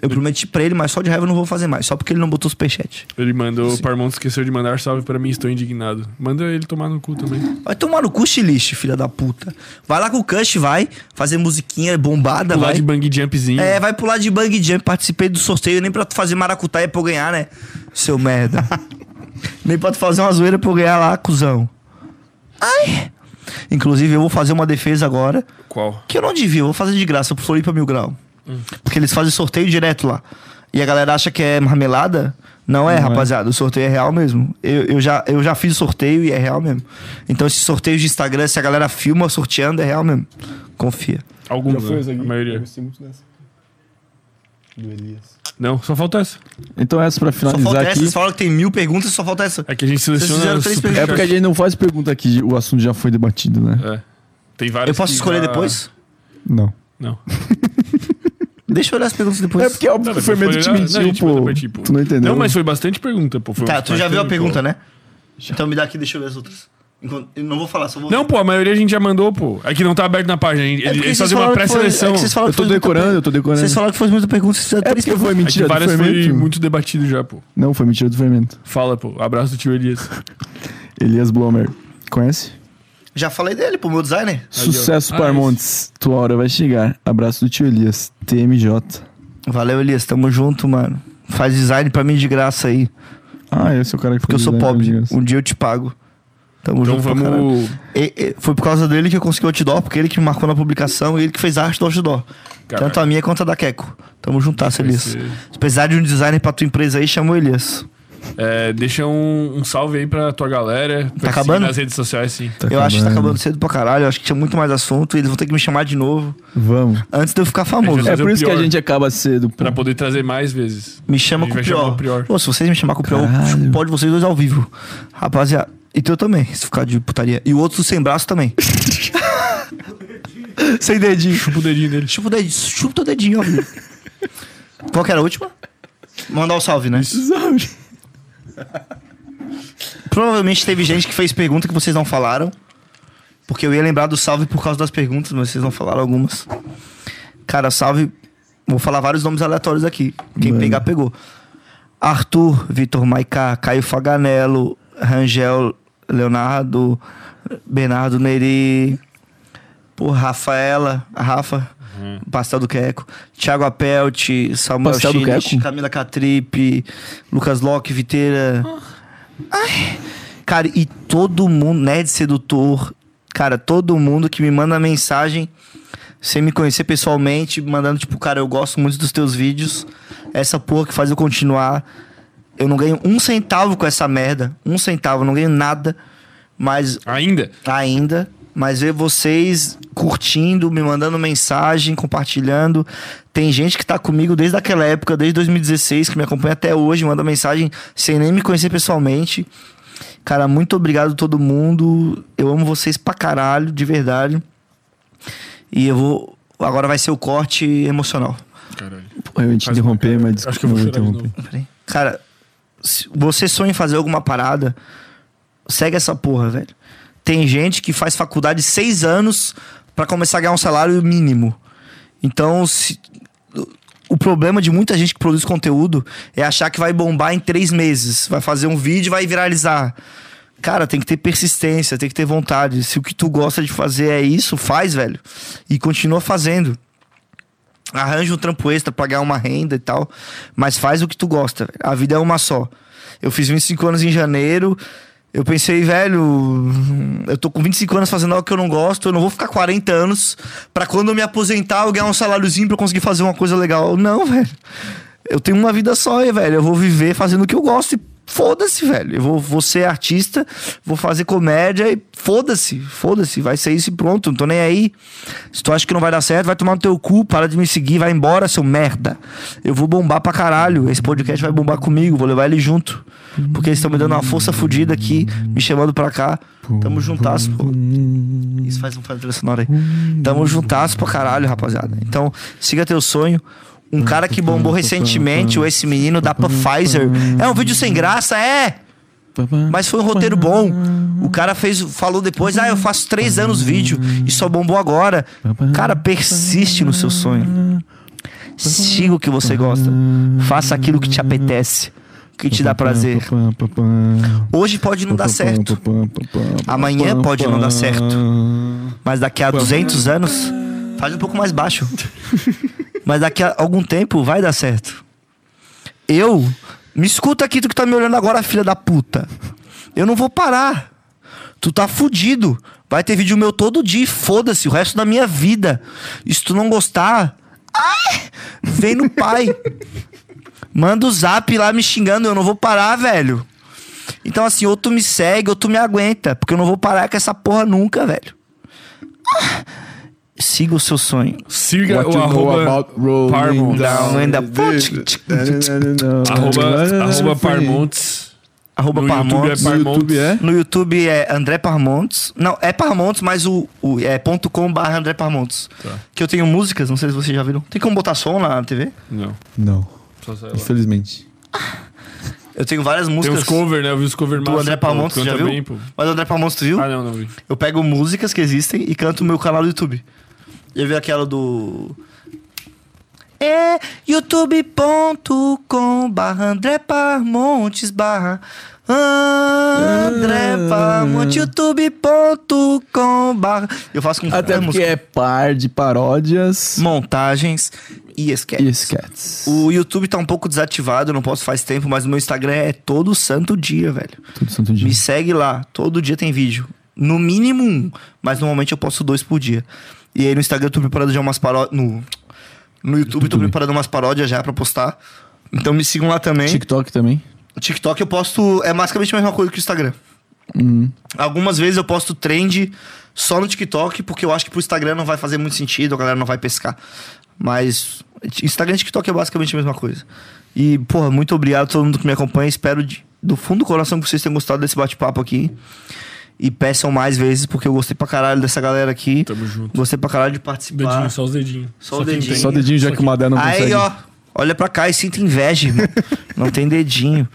S3: Eu prometi pra ele, mas só de raiva eu não vou fazer mais. Só porque ele não botou superchat.
S1: Ele mandou, o Parmonte esqueceu de mandar salve pra mim, estou indignado. Manda ele tomar no cu também.
S3: Vai tomar no cu, lixo, filha da puta. Vai lá com o Cush, vai. Fazer musiquinha bombada,
S1: Pular
S3: vai.
S1: de bang jumpzinho.
S3: É, vai pular de bang jump. Participei do sorteio nem pra tu fazer maracutaia pra eu ganhar, né? Seu
S1: <laughs>
S3: merda. nem pra tu fazer uma zoeira pra eu ganhar lá, cuzão. Ai! Inclusive, eu vou fazer uma defesa agora.
S1: Qual?
S3: Que eu não devia, eu vou fazer de graça pro Floripa Mil Grau. Porque eles fazem sorteio direto lá. E a galera acha que é marmelada. Não é, rapaziada. O sorteio é real mesmo. Eu, eu, já, eu já fiz o sorteio e é real mesmo. Então, esses sorteios de Instagram, se a galera filma sorteando, é real mesmo. Confia.
S1: Alguns, né? a maioria. Não, só falta essa.
S2: Então essa pra
S3: Só falta
S2: finalizar
S3: essa.
S2: aqui.
S3: Vocês falaram que tem mil perguntas, só falta essa.
S1: É que a gente seleciona...
S3: fizeram
S1: os
S3: três
S1: super-
S2: É porque a gente não faz pergunta aqui, o assunto já foi debatido, né?
S1: É. Tem várias
S3: Eu posso
S1: que
S3: escolher
S1: já-
S3: depois?
S2: Não.
S1: Não.
S3: Deixa eu olhar as perguntas depois.
S2: É porque óbvio que
S1: mas
S2: foi medo
S1: foi-
S2: te
S1: não, é a
S2: mentir,
S1: gente
S2: pô.
S1: vai debatir, pô.
S2: Tu não entendeu.
S1: Não, mas foi bastante pergunta, pô. Foi
S3: Tá,
S1: um-
S3: tu já
S1: mas
S3: viu a
S1: teve,
S3: pergunta,
S1: pô.
S3: né? Então me dá aqui, deixa eu ver as outras.
S9: Enquanto- eu não vou falar, só vou.
S1: Não, pô, a maioria a gente já mandou, pô. É que não tá aberto na página. Ele-
S3: É porque
S1: Eles
S3: vocês
S1: fazem uma
S3: falaram que foi-
S1: pré-seleção.
S3: é que vocês falaram
S2: Eu
S3: que
S2: tô
S3: foi muita
S2: decorando, eu tô decorando.
S3: Vocês falaram que foi muita pergunta, vocês fizeram
S2: É
S3: três
S2: porque foi
S1: É que
S2: mentira do
S1: várias foi
S2: fermento.
S1: muito debatido já, pô.
S2: Não, foi mentira do fermento.
S1: Fala, pô. Abraço do tio Elias.
S2: Elias Blomer. Conhece?
S9: Já falei dele, pô, meu designer.
S2: Sucesso,
S1: Ah,
S2: Parmontes. Tua hora vai chegar. Abraço do tio Elias. TMJ.
S3: Valeu, Elias. Tamo junto, mano. Faz design pra mim de graça aí.
S2: Ah, esse é o cara que
S3: Porque eu
S2: fez
S3: sou
S2: o
S3: pobre.
S2: Elias.
S3: Um dia eu te pago. Tamo
S1: Então
S3: junto pra caralho.
S1: vamos.
S3: E- e- foi por causa dele que eu consegui o outdoor, porque ele que me marcou na publicação e ele que fez a arte do outdoor.
S1: Caralho.
S3: Tanto a minha quanto a da Keco. Tamo juntasso, Elias.
S1: ser-
S3: Se precisar de um designer pra tua empresa aí, chama o Elias.
S1: É, deixa um, um salve aí pra tua galera. Pra te
S3: Tá acabando?
S1: seguir Nas redes sociais, sim.
S2: Tá
S3: eu acho que tá
S2: acabando.
S3: acabando cedo pra caralho. Eu acho que tinha muito mais assunto e eles vão ter que me chamar de novo
S2: Vamos.
S3: antes de eu ficar
S1: A gente
S3: famoso.
S1: vai
S2: É
S1: Fazer
S2: por
S1: o
S2: isso que a
S1: pior.
S2: gente acaba cedo. pô.
S1: Pra poder trazer mais vezes.
S3: Me
S1: A
S3: chama
S1: gente
S3: com o
S1: vai chamar
S3: pior.
S1: o Prior.
S3: Pô, se vocês me chamar com o pior,
S2: Caralho.
S3: pode vocês dois ao vivo. Rapaziada. E tu também, se ficar de putaria. E o outro sem braço também. <laughs> sem dedinho.
S1: Chupa o dedinho dele.
S3: Chupa o dedinho. Chupa teu dedinho, ó. viu? Qual que era a última? Mandar o salve, né? Provavelmente teve gente que fez pergunta que vocês não falaram. Porque eu ia lembrar do salve por causa das perguntas, mas vocês não falaram algumas. Cara, salve. Vou falar vários nomes aleatórios aqui. Quem
S2: Mano.
S3: pegar, pegou. Arthur, Vitor Maiká, Caio Faganello, Rangel, Leonardo, Bernardo Neri, por Rafaela, Rafa, Pastel do Queco, Thiago Apelt, Samuel
S2: Pastel do
S3: Chilich,
S2: Queco?
S3: Camila Catripe, Lucas Locke, Viteira. Ai. Cara, e todo mundo, Nerd Sedutor, cara, todo mundo que me manda mensagem sem me conhecer pessoalmente, mandando tipo, cara, eu gosto muito dos teus vídeos, essa porra que faz eu continuar. Eu não ganho um centavo com essa merda, um centavo, eu não ganho nada, mas
S1: Ainda?
S3: ainda, mas ver vocês curtindo, me mandando mensagem, compartilhando. Tem gente que tá comigo desde aquela época, desde 2016, que me acompanha até hoje, manda mensagem sem nem me conhecer pessoalmente. Cara, muito obrigado a todo mundo. Eu amo vocês pra caralho, de verdade. E eu vou. Agora vai ser o corte emocional.
S1: Caralho.
S2: Pô, eu ia te interromper, mas desculpa,
S1: Acho que eu vou chorar de
S2: interromper.
S1: novo.
S3: Peraí. Cara, se você sonha em fazer alguma parada, segue essa porra, velho. Tem gente que faz faculdade seis anos pra começar a ganhar um salário mínimo. Então, se- o problema de muita gente que produz conteúdo é achar que vai bombar em três meses. Vai fazer um vídeo e vai viralizar. Cara, tem que ter persistência, tem que ter vontade. Se o que tu gosta de fazer é isso, faz, velho. E continua fazendo arranja um trampo extra pra ganhar uma renda e tal, mas faz o que tu gosta. velho. A vida é uma só. Eu fiz 25 anos em janeiro. Eu pensei, velho, eu tô com 25 anos fazendo algo que eu não gosto, eu não vou ficar 40 anos pra quando eu me aposentar eu ganhar um saláriozinho pra eu conseguir fazer uma coisa legal. Não, velho. Eu tenho uma vida só, e, velho. Eu vou viver fazendo o que eu gosto e foda-se, velho. Eu vou, vou ser artista, vou fazer comédia e foda-se, foda-se. Vai ser isso e pronto, não tô nem aí. Se tu acha que não vai dar certo, vai tomar no teu cu, para de me seguir, vai embora, seu merda. Eu vou bombar pra caralho. Esse podcast vai bombar comigo, vou levar ele junto. Porque eles estão me dando uma força fodida aqui, me chamando pra cá. Tamo juntasso, pô. Isso faz um faz trilha sonora aí. Tamo juntasso pra caralho, rapaziada. Então, siga teu sonho. Um cara que bombou recentemente, ou esse menino da Pfizer. É um vídeo sem graça, é! Mas foi um roteiro bom. O cara fez, falou depois, ah, eu faço três anos vídeo e só bombou agora. Cara, persiste no seu sonho. Siga o que você gosta. Faça aquilo que te apetece, que te dá prazer. Hoje pode não dar certo, Amanhã pode não dar certo. mas daqui a 200 anos, faz um pouco mais baixo. <laughs> Mas daqui a algum tempo vai dar certo. Eu, me escuta aqui, tu que tá me olhando agora, filha da puta. Eu não vou parar. Tu tá fudido. Vai ter vídeo meu todo dia, e foda-se, o resto da minha vida. E se tu não gostar, ai, vem no pai. Manda o zap lá me xingando, eu não vou parar, velho. Então, assim, ou tu me segue ou tu me aguenta, porque eu não vou parar com essa porra nunca, velho. Ah, Siga o seu sonho.
S1: Siga
S2: What
S1: o
S2: you know
S1: arroba
S2: about rolling
S1: Parmontes.
S2: down
S3: Não, é
S1: um
S3: ainda-
S2: the desert.
S1: Arroba,
S2: é
S1: arroba Parmontes.
S3: Arroba
S1: No YouTube é
S3: Parmontes.
S1: Parmontes.
S2: No YouTube é?
S3: No YouTube é André Parmontes. Não, é Parmontes, mas o, o é ponto .com barra André Parmontes.
S1: Tá.
S3: Que eu tenho músicas, não sei se vocês já viram. Tem como botar som na TV?
S1: Não.
S10: Não,
S1: Só sei lá.
S10: infelizmente.
S3: Eu tenho
S2: é
S3: várias
S1: Tem
S3: músicas
S1: uns cover, né? Eu vi os cover
S3: do André Pamontes,
S1: pô,
S3: já
S1: canta
S3: viu?
S1: bem, pô.
S3: Mas o André Pamontes, tu viu?
S1: Ah, não, não vi.
S3: Eu pego músicas que existem e canto no meu canal do YouTube. Eu vi aquela do. É youtube.com barra André Parmontes barra
S2: Ah.
S3: André Parmontes youtube.com barra Eu faço com
S2: Até
S3: várias
S2: porque é par de paródias
S3: montagens e esquece.
S2: e sketches.
S3: O YouTube tá um pouco desativado, eu não posso faz tempo, mas o meu Instagram é todo santo dia, velho.
S2: Todo santo dia.
S3: Me segue lá, todo dia tem vídeo. No mínimo um, mas normalmente eu posto dois por dia. E aí no Instagram eu tô preparando já umas paródias. No, no YouTube eu tô preparando umas paródias já pra postar. Então me sigam lá também.
S2: TikTok também.
S3: TikTok eu posto. É basicamente a mesma coisa que o Instagram. Algumas vezes eu posto trend só no TikTok, porque eu acho que pro Instagram não vai fazer muito sentido, a galera não vai pescar. Mas Instagram e TikTok é basicamente a mesma coisa. E, porra, muito obrigado a todo mundo que me acompanha. Espero de- do fundo do coração que vocês tenham gostado desse bate-papo aqui. E peçam mais vezes, porque eu gostei pra caralho dessa galera aqui.
S1: Tamo junto.
S3: Gostei pra caralho de participar.
S1: Dedinho, só os dedinhos.
S3: Só o
S1: quem
S3: dedinho.
S1: tem.
S2: Só o dedinho, já que o Madé não
S3: Aí,
S2: consegue.
S3: ó. Olha pra cá e sinta
S2: <laughs>
S3: inveja, irmão. Não tem dedinho.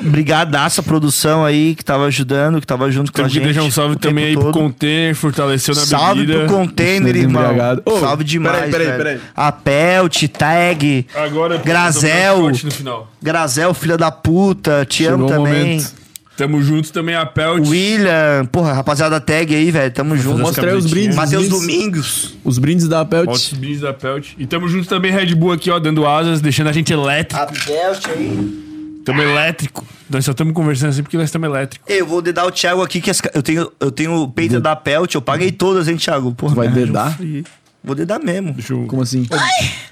S3: Brigadaço a produção aí que tava ajudando, que tava junto com a
S1: Temos que
S3: gente.
S1: deixar um salve
S3: o
S1: também aí
S3: tempo
S1: pro
S3: todo.
S1: container, fortaleceu na
S3: Salve
S1: bebida.
S3: pro container,
S2: Deixa eu
S3: irmão.
S2: embriagado. Ô,
S3: salve demais,
S11: peraí, peraí,
S3: velho.
S11: peraí.
S3: A Pelt, Tag,
S1: Agora eu preciso
S3: Grazel.
S1: tomar um shot no final.
S3: Grazel, filha da puta, te
S2: Chegou
S3: amo
S2: o
S3: também.
S2: momento.
S1: Tamo junto também, a Pelt.
S3: William, porra, rapaziada, tag aí, velho. Tamo junto.
S2: Mostra aí os
S1: camisetinhas.
S2: brindes.
S3: Matheus
S2: os brindes,
S3: Domingos.
S2: os brindes da Pelt.
S1: Ótimos brindes da Pelt. E tamo junto também, Red Bull aqui, ó, dando asas, deixando a gente elétrico.
S3: A Pelt aí.
S1: Tamo elétrico. Nós só estamos conversando assim porque nós estamos elétrico.
S3: Eu vou dedar o Thiago aqui, que as ca- eu tenho eu tenho o peito da Pelt, eu paguei todas, hein, Thiago? Porra,
S2: Vai
S3: me arranja um
S2: dedar?
S3: frio. Vou dedar mesmo.
S1: Deixa eu...
S2: Como assim?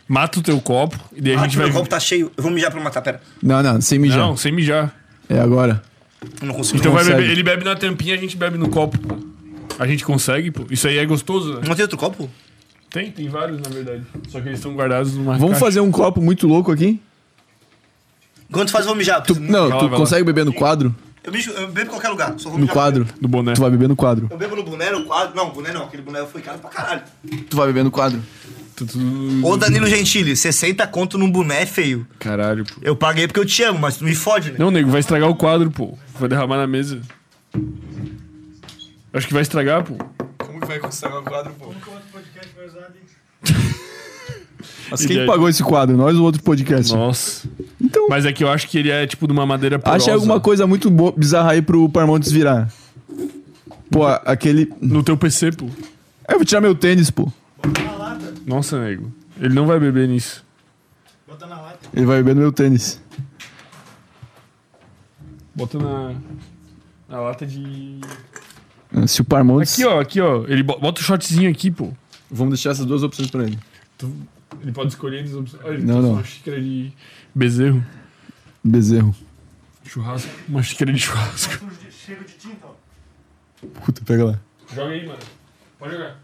S1: Mata o teu copo e daí a
S3: Ah,
S1: gente
S3: meu
S1: vai...
S3: copo tá cheio. Eu vou mijar pra matar, pera.
S2: Não, não, sem mijar.
S1: Não, sem mijar.
S2: É agora.
S3: Eu não consigo.
S1: Então vai
S2: Consegue.
S1: beber. Ele bebe na tampinha, a gente bebe no copo. pô. A gente consegue, pô. Isso aí é gostoso, né?
S3: Não tem outro copo?
S1: Tem, tem vários, na verdade. Só que eles estão guardados numa
S2: Vamos
S1: caixa.
S2: fazer um copo muito louco aqui?
S3: Quanto faz eu vou mijar?
S2: Tu, não,
S1: Vai lá,
S2: tu
S1: vai
S2: consegue beber no quadro?
S3: Eu, mijo, eu bebo em qualquer lugar. Só vou
S2: No
S3: mijar.
S2: quadro.
S1: No boné.
S2: Tu vai beber no quadro.
S3: Eu bebo no boné, no quadro. Não, boné não. Aquele boné foi caro pra caralho.
S2: Tu vai beber no quadro.
S1: Tu- tu-
S3: Ô Danilo Gentili, 60 conto num boné é feio.
S1: Caralho, pô.
S3: Eu paguei porque eu te amo, mas tu me fode, né?
S1: Não, nego, vai estragar o quadro, pô. Vai derramar na mesa. Acho que vai estragar, pô.
S11: Como que vai conquistar o quadro, pô?
S2: Mas
S1: E
S2: quem
S1: daí?
S2: pagou esse quadro? Nós ou outro podcast?
S1: Nossa.
S2: Então,
S1: Mas é que eu acho que ele é tipo de uma madeira porosa.
S2: achei alguma coisa muito boa, bizarra aí pro Parmontes virar. Pô, a- aquele...
S1: No teu PC, pô.
S2: É, Eu vou tirar meu tênis, pô.
S1: Nossa, nego. Ele não vai beber nisso.
S2: Ele vai beber no meu tênis.
S1: Bota na... Na lata de...
S2: É, Se o Parmontes...
S1: Aqui, ó. Aqui, ó. Ele bo- bota o shotzinho aqui, pô.
S2: Vamos deixar essas duas opções pra ele.
S1: Ele pode escolher entre as opções. Olha, ele
S2: Não,
S1: trouxe
S2: não.
S1: uma xícara de bezerro.
S2: Bezerro.
S1: Churrasco. Uma xícara de churrasco.
S2: Puta, pega lá.
S1: Joga aí, mano. Pode jogar.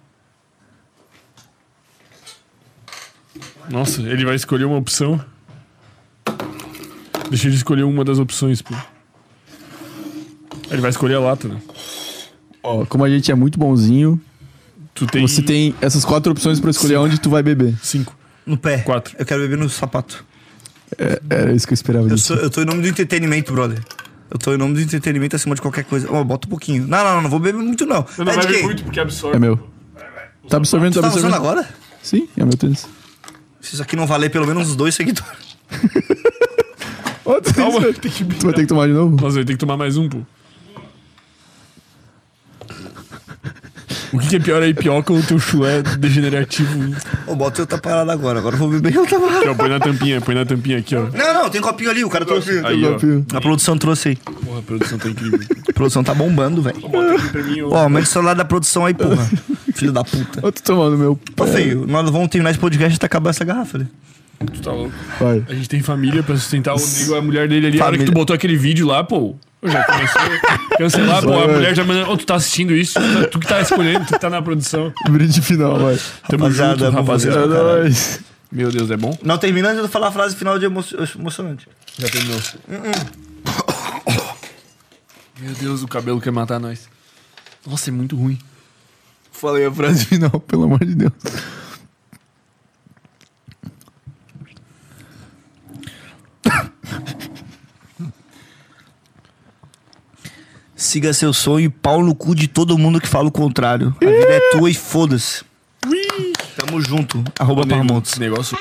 S1: Nossa, ele vai escolher uma opção. Deixa ele escolher uma das opções, pô. Ele vai escolher a lata, né?
S2: Ó, como a gente é muito bonzinho,
S1: Tu tem,
S2: você tem essas quatro opções pra escolher onde tu vai beber.
S1: cinco,
S3: No pé.
S1: quatro.
S3: Eu quero beber no sapato.
S2: É, Era isso que eu esperava
S3: Eu,
S2: disso.
S3: sou, eu tô em nome do entretenimento, brother. Eu tô em nome do entretenimento acima de qualquer coisa. Ó, bota um pouquinho. Não, não, não, não vou beber muito, não.
S1: Você não
S3: é
S1: vai
S3: de
S1: ver
S3: quem?
S1: muito porque absorve.
S2: É meu. Tá absorvendo, tá
S3: Tá usando
S2: absorvendo.
S3: agora?
S2: Sim, é meu tênis.
S3: Se isso aqui não valer pelo menos uns dois seguidores.
S2: Ó, tu,
S1: Calma,
S2: vai-
S1: tem que
S2: tu vai ter que tomar de novo?
S1: Nossa, eu tenho que tomar mais um, pô. O que, que é pior aí? Pioca ou teu chulé degenerativo?
S3: Ô, bota outra parada agora. Agora eu vou beber outra parada.
S1: Aqui, ó, põe na tampinha, põe na tampinha aqui, ó.
S3: Não, não, tem copinho ali, o cara trouxe.
S1: Aí, ó.
S3: A produção trouxe aí.
S1: Porra, a produção tá incrível.
S3: A produção tá bombando, velho.
S1: Bota aqui pra mim, ó.
S3: Ó, aumenta o celular da produção aí, <laughs> porra. Filho da puta.
S2: Ó, tu tomando meu.
S3: Ô, feio, nós vamos terminar esse podcast até acabar essa garrafa né? ali.
S1: Tu tá louco.
S2: Pai.
S1: A gente tem família pra sustentar o nego, a mulher dele ali. A hora que
S3: Família.
S1: tu botou aquele vídeo lá, pô. eu Já começou a cancelar, pô. A mulher já mandou. Ô, tu tá assistindo isso? Tu, tá- tu que tá escolhendo, tu que tá na produção.
S2: Brinde final, vai.
S1: Tamo
S3: Rapaziada,
S1: junto,
S3: vamos fazer
S2: É
S1: rapaziada.
S2: nóis.
S1: Meu Deus, é bom?
S3: Não termina antes de eu falar a frase final de emo- emocionante.
S1: Já terminou. Meu Deus, o cabelo quer matar nós. Nossa, é muito ruim.
S2: Falei a frase final, pelo amor de Deus.
S3: siga seu sonho e pau no cu de todo mundo que fala o contrário. A vida é tua e foda-se. Tamo junto. Arroba Parmontes.
S1: Esse negócio.